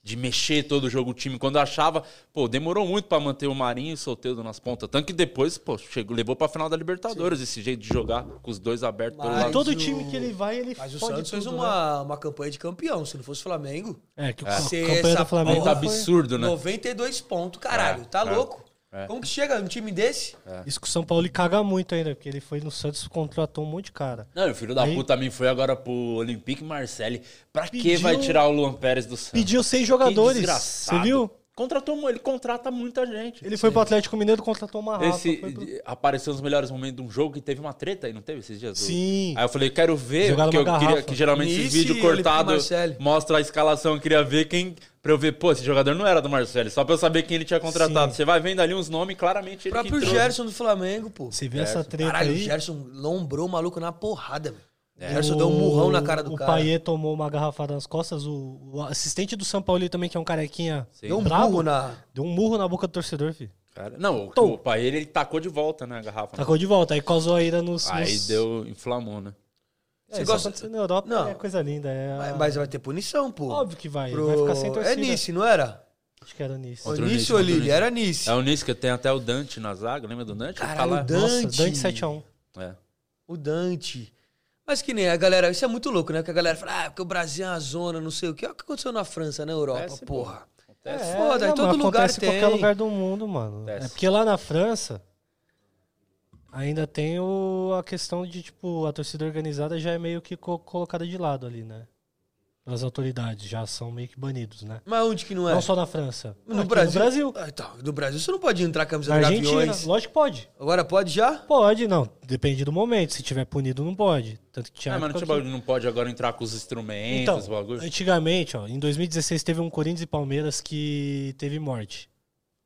Speaker 3: De mexer todo o jogo, o time. Quando achava, pô, demorou muito pra manter o Marinho e o Soteldo nas pontas. Tanto que depois, pô, chegou, levou pra final da Libertadores esse jeito de jogar com os dois abertos pelo
Speaker 2: Mas
Speaker 1: E
Speaker 3: lado.
Speaker 1: todo
Speaker 2: o-
Speaker 1: time que ele vai, ele
Speaker 2: Mas o
Speaker 1: fode
Speaker 2: Santos fez
Speaker 1: tudo, né?
Speaker 2: uma, uma campanha de campeão. Se não fosse o Flamengo,
Speaker 1: É, que o
Speaker 2: Se
Speaker 1: campeão
Speaker 2: essa
Speaker 1: do Flamengo
Speaker 2: porra
Speaker 3: Tá
Speaker 1: foi
Speaker 3: absurdo, né?
Speaker 2: 92 pontos, caralho.
Speaker 3: É,
Speaker 2: tá
Speaker 3: é,
Speaker 2: louco?
Speaker 3: é.
Speaker 2: Como que chega um time desse?
Speaker 1: Isso que o São Paulo ele caga muito ainda, porque ele foi no Santos e contratou um monte de cara.
Speaker 3: Não, e o filho da
Speaker 1: Aí-
Speaker 3: puta também foi agora pro Olympique Marseille. Pra que
Speaker 1: Pediu-
Speaker 3: vai tirar o Luan Pérez do Santos?
Speaker 1: Pediu seis
Speaker 3: Que
Speaker 1: jogadores,
Speaker 3: desgraçado.
Speaker 1: você viu?
Speaker 3: Contratou, mu- ele contrata muita gente.
Speaker 1: Ele foi pro Atlético Mineiro, contratou uma rafa.
Speaker 3: Esse
Speaker 1: foi pro-
Speaker 3: apareceu nos melhores momentos de um jogo que teve uma treta aí, não teve esses dias? do-
Speaker 1: Sim.
Speaker 3: Aí eu falei, quero ver,
Speaker 1: Jogaram
Speaker 3: porque eu
Speaker 1: uma
Speaker 3: queria
Speaker 1: garrafa.
Speaker 3: que geralmente esses
Speaker 2: Nisso
Speaker 3: vídeos
Speaker 2: e Olympique
Speaker 3: cortados
Speaker 2: Marseille.
Speaker 3: mostra a escalação, eu queria ver quem. Pra eu ver, pô, esse jogador não era do Marcelo, só pra eu saber quem ele tinha contratado.
Speaker 1: Sim.
Speaker 3: Você vai vendo ali uns nomes, claramente
Speaker 2: O
Speaker 3: ele que
Speaker 2: próprio
Speaker 3: entrou. né?
Speaker 2: Gerson do Flamengo, pô.
Speaker 1: Você viu essa treta
Speaker 2: Caralho, o
Speaker 1: aí?
Speaker 2: Gerson lombrou o maluco na porrada, velho. O
Speaker 3: É.
Speaker 1: O-
Speaker 2: Gerson deu um murrão na cara do
Speaker 1: o é
Speaker 2: cara.
Speaker 1: Payet tomou uma garrafada nas costas. O, o assistente do São Paulo também, que é um carequinha
Speaker 3: Sim.
Speaker 2: Deu um
Speaker 1: brabo,
Speaker 2: burro na...
Speaker 1: deu um murro na boca do torcedor, filho.
Speaker 3: Cara, não, o,
Speaker 1: Tom.
Speaker 3: o pai ele, ele tacou de volta, né, a garrafa.
Speaker 1: Tacou de volta, aí causou a ira nos...
Speaker 3: Aí
Speaker 1: nos-
Speaker 3: deu, inflamou, né?
Speaker 1: É,
Speaker 2: Você
Speaker 1: isso
Speaker 2: gosta-
Speaker 1: aconteceu na Europa,
Speaker 2: Não.
Speaker 1: é coisa linda. É...
Speaker 2: Mas- Mas vai ter punição, pô.
Speaker 1: Óbvio que vai,
Speaker 2: Pro-
Speaker 1: vai ficar sem torcida.
Speaker 2: É Nice, não era?
Speaker 1: Acho que era Nice.
Speaker 2: Foi
Speaker 3: Contra o
Speaker 2: Nice
Speaker 3: Nice,
Speaker 2: ou
Speaker 3: contra o
Speaker 2: Lille?
Speaker 3: Nice.
Speaker 2: Era Nice.
Speaker 3: É o Nice que tem até o Dante na zaga, lembra do Dante?
Speaker 2: Caralho,
Speaker 3: Tá lá.
Speaker 2: o
Speaker 1: Nossa,
Speaker 2: Dante.
Speaker 1: Dante 7x1.
Speaker 3: É.
Speaker 2: O Dante. Mas que nem a galera, isso é muito louco, né? Que a galera fala, ah, porque o Brasil é uma zona, não sei o quê. Olha o que aconteceu na França, na Europa,
Speaker 3: Acontece,
Speaker 2: porra.
Speaker 3: Acontece. Ah,
Speaker 2: É, foda, em
Speaker 1: não,
Speaker 2: todo
Speaker 1: mas
Speaker 2: lugar
Speaker 1: acontece
Speaker 2: tem.
Speaker 1: em qualquer lugar do mundo, mano.
Speaker 3: Acontece.
Speaker 1: É porque lá na França ainda tem o, a questão de, tipo, a torcida organizada já é meio que co- colocada de lado ali, né? As autoridades já são meio que banidos, né?
Speaker 2: Mas onde que não é?
Speaker 1: Não só na França.
Speaker 2: No
Speaker 1: Aqui
Speaker 2: Brasil.
Speaker 1: No Brasil.
Speaker 2: Ah, então, no Brasil você não pode entrar com a camisa
Speaker 1: Na
Speaker 2: do
Speaker 1: Argentina.
Speaker 2: Gaviões.
Speaker 1: Lógico que pode.
Speaker 2: Agora pode já?
Speaker 1: Pode, não. Depende do momento. Se tiver punido, não pode. Tanto que tinha.
Speaker 3: Ah, mas não,
Speaker 1: época
Speaker 3: tinha
Speaker 1: que-
Speaker 3: bagulho, não pode agora entrar com os instrumentos,
Speaker 1: Então,
Speaker 3: os bagulho.
Speaker 1: antigamente, ó, em 2016 teve um Corinthians e Palmeiras que teve morte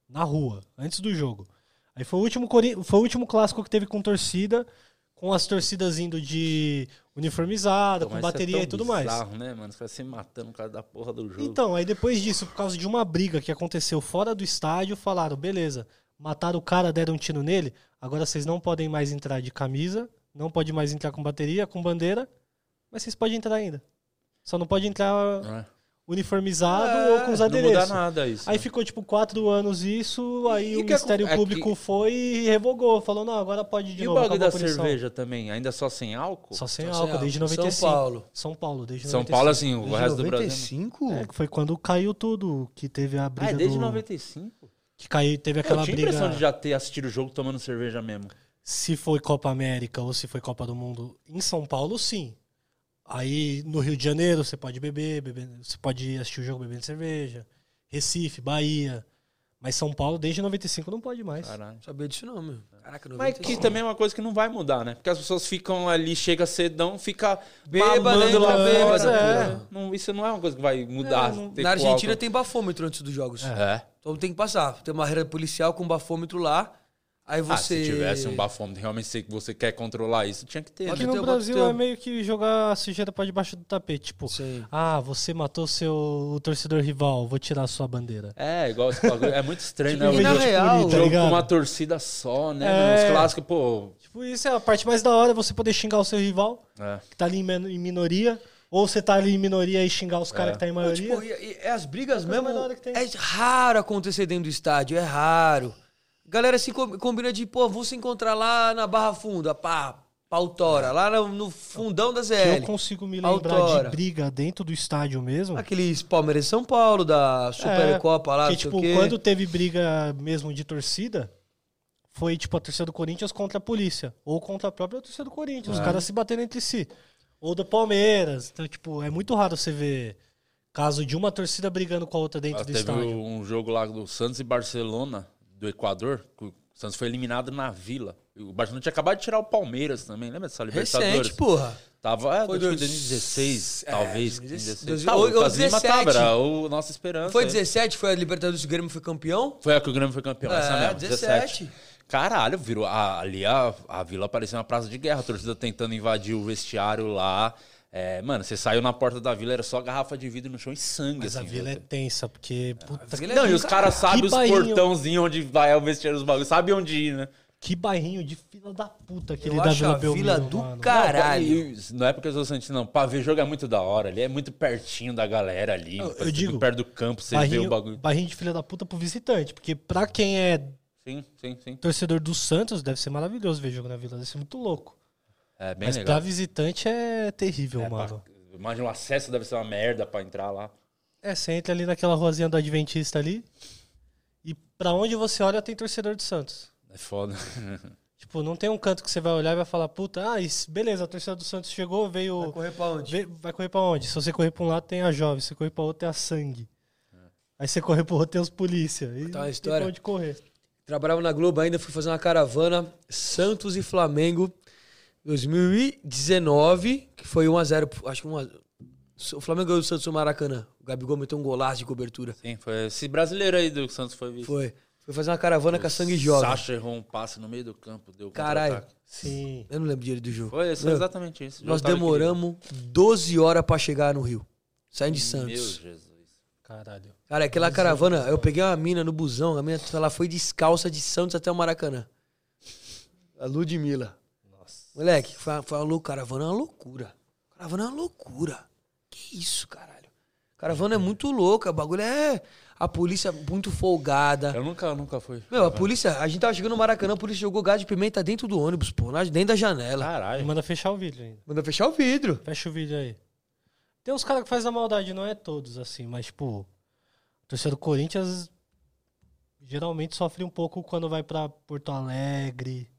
Speaker 1: na rua, antes do jogo. Aí foi o último Corin- foi o último clássico que teve com torcida, com as torcidas indo de uniformizada,
Speaker 3: Pô,
Speaker 1: com
Speaker 3: mas isso é
Speaker 1: bateria
Speaker 3: tão
Speaker 1: e tudo mais.
Speaker 3: bizarro, né, mano? Os caras se matando por causa da porra do jogo.
Speaker 1: Então, aí depois disso, por causa de uma briga que aconteceu fora do estádio, falaram: beleza, mataram o cara, deram um tiro nele, agora vocês não podem mais entrar de camisa, não pode mais entrar com bateria, com bandeira, mas vocês podem entrar ainda. Só não pode entrar
Speaker 3: não, é?
Speaker 1: uniformizado
Speaker 2: É,
Speaker 1: ou com os
Speaker 3: Não muda
Speaker 1: adereços.
Speaker 3: nada isso.
Speaker 1: Aí
Speaker 3: né?
Speaker 1: ficou tipo quatro anos isso, aí
Speaker 3: E
Speaker 1: o
Speaker 3: que acon-
Speaker 1: Ministério
Speaker 3: é que-
Speaker 1: Público foi e revogou, falou, não, agora pode de
Speaker 3: E o
Speaker 1: novo.
Speaker 3: bagulho
Speaker 1: acabou a
Speaker 3: da
Speaker 1: punição.
Speaker 3: cerveja também? Ainda só sem álcool?
Speaker 1: Só sem
Speaker 2: Só
Speaker 1: álcool,
Speaker 2: sem
Speaker 1: desde
Speaker 2: álcool. São
Speaker 1: 95.
Speaker 2: Paulo.
Speaker 1: São Paulo, desde
Speaker 3: São
Speaker 1: 95.
Speaker 3: Paulo, assim, o
Speaker 2: Desde
Speaker 3: resto do Brasil.
Speaker 2: 95?
Speaker 1: É, que foi quando caiu tudo, que teve a
Speaker 3: né? Ah,
Speaker 1: briga
Speaker 3: é desde
Speaker 1: do...
Speaker 3: 95?
Speaker 1: Que caiu, teve
Speaker 3: eu
Speaker 1: aquela
Speaker 3: tinha a
Speaker 1: briga,
Speaker 3: impressão de já ter assistido o jogo tomando cerveja mesmo.
Speaker 1: se foi Copa América ou se foi Copa do Mundo em São Paulo, sim. Aí no Rio de Janeiro você pode beber, beber você pode assistir o jogo bebendo cerveja. Recife, Bahia. Mas São Paulo desde 95 não pode mais.
Speaker 3: Caralho.
Speaker 2: Não sabia disso não, meu. Caraca, não
Speaker 3: Mas que também é uma coisa que não vai mudar, né? Porque as pessoas ficam ali, chega cedão, fica
Speaker 2: Bêbada,
Speaker 1: né?
Speaker 3: mamando lá
Speaker 2: entra
Speaker 3: fora.
Speaker 1: bêbada,
Speaker 3: É.
Speaker 2: pô.
Speaker 3: Não, isso não é uma coisa que vai mudar. ter
Speaker 2: Na
Speaker 3: com
Speaker 2: Argentina
Speaker 3: álcool.
Speaker 2: tem bafômetro antes dos jogos.
Speaker 3: É.
Speaker 2: Então tem que passar. Tem uma barreira policial com bafômetro lá. Aí você...
Speaker 3: Ah, se tivesse um bafômetro, realmente se você quer controlar isso, tinha que ter.
Speaker 2: Pode
Speaker 1: Aqui
Speaker 3: né?
Speaker 2: ter,
Speaker 1: no Brasil
Speaker 2: ter.
Speaker 1: é meio que jogar a sujeira pra debaixo do tapete. Tipo,
Speaker 2: Sim.
Speaker 1: ah, você matou seu o torcedor rival, vou tirar a sua bandeira.
Speaker 3: É, igual esse bagulho. É muito estranho, né?
Speaker 2: E
Speaker 3: Hoje
Speaker 2: na
Speaker 3: em dia,
Speaker 2: real,
Speaker 3: tipo,
Speaker 1: tá
Speaker 3: jogo
Speaker 1: ligado?
Speaker 3: com uma torcida só, né?
Speaker 1: É.
Speaker 3: mano? Os clássicos, pô.
Speaker 1: Tipo, isso é a parte mais da hora, você poder xingar o seu rival,
Speaker 3: É.
Speaker 1: que tá ali em men- em minoria. Ou você tá ali em minoria e xingar
Speaker 3: É.
Speaker 1: os caras que tá em
Speaker 2: Não,
Speaker 1: maioria.
Speaker 2: tipo, e- e- é as brigas
Speaker 1: coisa
Speaker 2: mesmo.
Speaker 1: mais da hora que tem.
Speaker 2: É raro acontecer dentro do estádio, é raro. Galera se co- combina de, pô, vamos se encontrar lá na Barra Funda, pá, pautora, lá no, no fundão da
Speaker 1: Que eu
Speaker 2: ZL.
Speaker 1: consigo me lembrar
Speaker 2: Autora.
Speaker 1: de briga dentro do estádio mesmo.
Speaker 2: Aqueles Palmeiras e São Paulo,
Speaker 3: É,
Speaker 2: da Supercopa lá,
Speaker 1: Porque,
Speaker 2: não sei
Speaker 1: tipo,
Speaker 2: o quê.
Speaker 1: quando teve briga mesmo de torcida, foi tipo a torcida do Corinthians contra a polícia. Ou contra a própria torcida do Corinthians.
Speaker 2: É.
Speaker 1: Os caras se batendo entre si. Ou do Palmeiras. Então, tipo, é muito raro você ver caso de uma torcida brigando com a outra dentro
Speaker 3: Ah,
Speaker 1: do
Speaker 3: teve
Speaker 1: estádio.
Speaker 3: um jogo lá do Santos e Barcelona, do Equador. que O Santos foi eliminado na vila. E O Barcelona tinha acabado de tirar o Palmeiras também, lembra dessa Libertadores?
Speaker 2: Recente, porra.
Speaker 3: Tava, é,
Speaker 2: Foi
Speaker 3: foi
Speaker 2: dois-
Speaker 3: 2016,
Speaker 2: é,
Speaker 3: talvez. Tá
Speaker 2: 2016.
Speaker 3: 2016.
Speaker 2: Ou- ou
Speaker 3: o Lucas Lima
Speaker 2: 17.
Speaker 3: tava, era o Nossa Esperança.
Speaker 2: Foi
Speaker 3: é.
Speaker 2: 17, foi a Libertadores que o Grêmio foi campeão.
Speaker 3: Foi a que o Grêmio foi campeão,
Speaker 2: É,
Speaker 3: essa mesmo,
Speaker 2: 17.
Speaker 3: 17. Caralho, virou, a- ali a, a vila parecia uma praça de guerra, a torcida tentando invadir o vestiário lá. É, mano, você saiu na porta da vila, era só garrafa de vidro no chão e sangue.
Speaker 1: Mas a
Speaker 3: assim,
Speaker 1: vila é
Speaker 3: velho.
Speaker 1: tensa, porque. Puta,
Speaker 2: vila é-
Speaker 3: Não, e os caras sabem
Speaker 1: Que
Speaker 3: os
Speaker 1: bairrinho.
Speaker 3: portãozinhos onde vai o vestiário dos bagulhos, sabe onde ir, né?
Speaker 1: que bairrinho de fila da puta aquele
Speaker 2: Eu
Speaker 1: da
Speaker 2: acho
Speaker 1: Vila
Speaker 2: a vila
Speaker 1: Belmiro,
Speaker 2: do
Speaker 1: mano.
Speaker 2: caralho.
Speaker 3: E Não é porque eu sou santista, não. Pavê jogo é muito da hora ali, é muito pertinho da galera ali.
Speaker 1: Eu- eu
Speaker 3: fica
Speaker 1: digo,
Speaker 3: perto do campo, você vê
Speaker 1: Barrinho,
Speaker 3: o bagulho.
Speaker 1: barrinho de filha da puta pro visitante. Porque pra quem é
Speaker 3: Sim, sim, sim.
Speaker 1: torcedor do Santos, deve ser maravilhoso ver jogo na vila. Deve ser muito louco.
Speaker 3: É bem
Speaker 1: Mas pra
Speaker 3: legal.
Speaker 1: visitante é terrível,
Speaker 3: É,
Speaker 1: mano.
Speaker 3: pra- Imagina o acesso deve ser uma merda pra entrar lá.
Speaker 1: É, você entra ali naquela ruazinha do Adventista ali. E pra onde você olha tem torcedor do Santos.
Speaker 3: É foda.
Speaker 1: Tipo, não tem um canto que você vai olhar e vai falar, puta, ah, isso- beleza, a torcida do Santos chegou, veio.
Speaker 2: Vai correr pra onde?
Speaker 1: Vê- Vai correr pra onde? Se você correr pra um lado, tem a jovem. Se você correr pra outro, tem a sangue.
Speaker 3: É.
Speaker 1: Aí você correr pro outro, tem os polícia. E
Speaker 2: Tá, a
Speaker 1: não tem
Speaker 2: história.
Speaker 1: pra onde correr.
Speaker 2: Trabalhava na Globo ainda, fui fazer uma caravana Santos e Flamengo 2019, que foi 1x0, acho que 1x0. O Flamengo ganhou do Santos no Maracanã. O Gabigol meteu um golaço de cobertura.
Speaker 3: Sim, foi esse brasileiro aí do Santos foi visto.
Speaker 2: Foi. Foi fazer uma caravana com a Sangue Jovem.
Speaker 3: Sacha errou um passe no meio do campo, deu
Speaker 2: Caralho.
Speaker 3: contra-ataque.
Speaker 1: Sim.
Speaker 2: Eu não lembro direito do jogo.
Speaker 3: Foi isso,
Speaker 2: Meu,
Speaker 3: exatamente isso.
Speaker 2: Nós
Speaker 3: Tava
Speaker 2: demoramos 12 horas pra chegar no Rio. Saindo de
Speaker 3: equilibrado. Meu
Speaker 2: Santos.
Speaker 3: Jesus.
Speaker 1: Caralho.
Speaker 2: Cara, aquela caravana, eu peguei uma mina no busão, a mina ela foi descalça de Santos até o Maracanã. A Ludmilla.
Speaker 1: Nossa.
Speaker 2: Moleque, foi, uma- foi uma loucura. Caravana é uma loucura. Caravana é uma loucura. Que isso, caralho? Caravana é muito louca. O bagulho é. A polícia muito folgada.
Speaker 3: Eu nunca, nunca fui.
Speaker 2: Meu, a polícia. A gente tava chegando no Maracanã, a polícia jogou gás de pimenta dentro do ônibus, pô. na- Dentro da janela.
Speaker 1: E
Speaker 3: Caralho.
Speaker 1: manda fechar o vídeo ainda.
Speaker 2: Mandou fechar o vidro.
Speaker 1: Fecha o vídeo aí. Tem uns caras que fazem a maldade, não é todos, assim, mas, tipo, a torcida do Corinthians geralmente sofre um pouco quando vai pra Porto Alegre.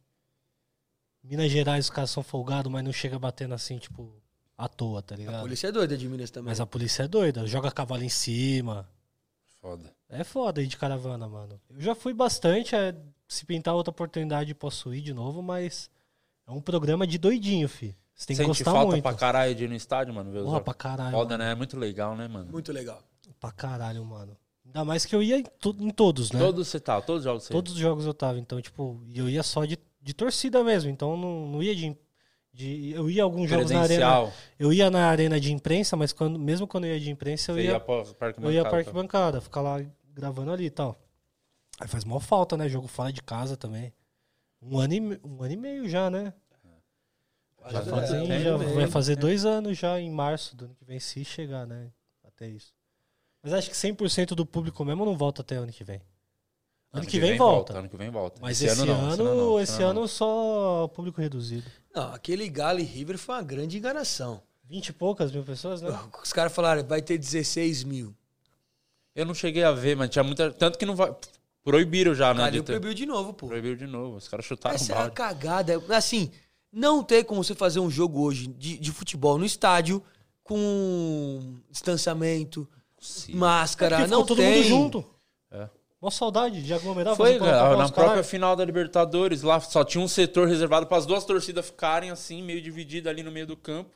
Speaker 1: Minas Gerais, os caras são folgados, mas não chega batendo assim, tipo, à toa, tá
Speaker 2: A
Speaker 1: ligado?
Speaker 2: polícia é doida de Minas também.
Speaker 1: Mas a polícia é doida, joga cavalo em cima.
Speaker 3: Foda.
Speaker 1: É foda ir de caravana, mano. Eu já fui bastante, é, se pintar outra oportunidade posso ir de novo, mas é um programa de doidinho, fi. Você tem que
Speaker 3: Sente
Speaker 1: gostar
Speaker 3: falta
Speaker 1: muito.
Speaker 3: pra caralho de ir no estádio, mano. Ver os
Speaker 1: Porra,
Speaker 3: jogos.
Speaker 1: pra caralho.
Speaker 3: Foda, né? É muito legal, né, mano?
Speaker 2: Muito legal.
Speaker 1: Pra caralho, mano. Ainda mais que eu ia em, to- em todos, né?
Speaker 3: Todos você tá, todos os jogos você
Speaker 1: Todos os jogos eu tava, então, tipo, e eu ia só de, de torcida mesmo, então não, não ia de, de- Eu ia alguns jogos na arena.
Speaker 3: presencial.
Speaker 1: Eu ia na arena de imprensa, mas quando, mesmo quando eu ia de imprensa, eu
Speaker 3: Você
Speaker 1: ia,
Speaker 3: ia pro parque
Speaker 1: eu ia
Speaker 3: bancado,
Speaker 1: parque
Speaker 3: tá?
Speaker 1: bancada, ficar lá gravando ali e tal. Aí faz mó falta, né? Jogo fora de casa também. Um ano e, me- um ano e meio já, né? Já,
Speaker 3: Faz um
Speaker 1: fazem-
Speaker 3: tempo,
Speaker 1: já
Speaker 3: né?
Speaker 1: vai fazer dois anos já em março do ano que vem, se chegar, né? Até isso. Mas acho que 100% do público mesmo não volta até ano que vem. Ano, que, vem, volta.
Speaker 3: Ano que vem volta.
Speaker 1: Mas esse, ano,
Speaker 3: não, não,
Speaker 1: esse
Speaker 3: não.
Speaker 1: ano só público reduzido.
Speaker 2: Não, aquele Galo e River foi uma grande enganação.
Speaker 1: 20 e poucas mil pessoas, né?
Speaker 3: Ah,
Speaker 2: Os caras falaram, vai ter 16 mil.
Speaker 3: Eu não cheguei a ver, mas tinha muita. Tanto que não vai. Proibiram já, né?
Speaker 2: Calil
Speaker 3: de ter-
Speaker 2: proibiu de novo, pô.
Speaker 3: Proibiu de novo. Os caras chutaram o
Speaker 2: Essa é a
Speaker 3: Tá balde.
Speaker 2: cagada. Assim, não tem como você fazer um jogo hoje de, de futebol no estádio com distanciamento,
Speaker 3: Sim.
Speaker 2: máscara,
Speaker 1: É Porque
Speaker 2: não
Speaker 1: ficou todo
Speaker 2: tem.
Speaker 1: mundo junto.
Speaker 3: É.
Speaker 1: Mó saudade de aglomerar.
Speaker 3: Foi,
Speaker 1: fazer pra-
Speaker 3: cara,
Speaker 1: pra-
Speaker 3: na
Speaker 1: os
Speaker 3: própria
Speaker 1: caralho.
Speaker 3: final da Libertadores, lá só tinha um setor reservado para as duas torcidas ficarem assim, meio dividida ali no meio do campo.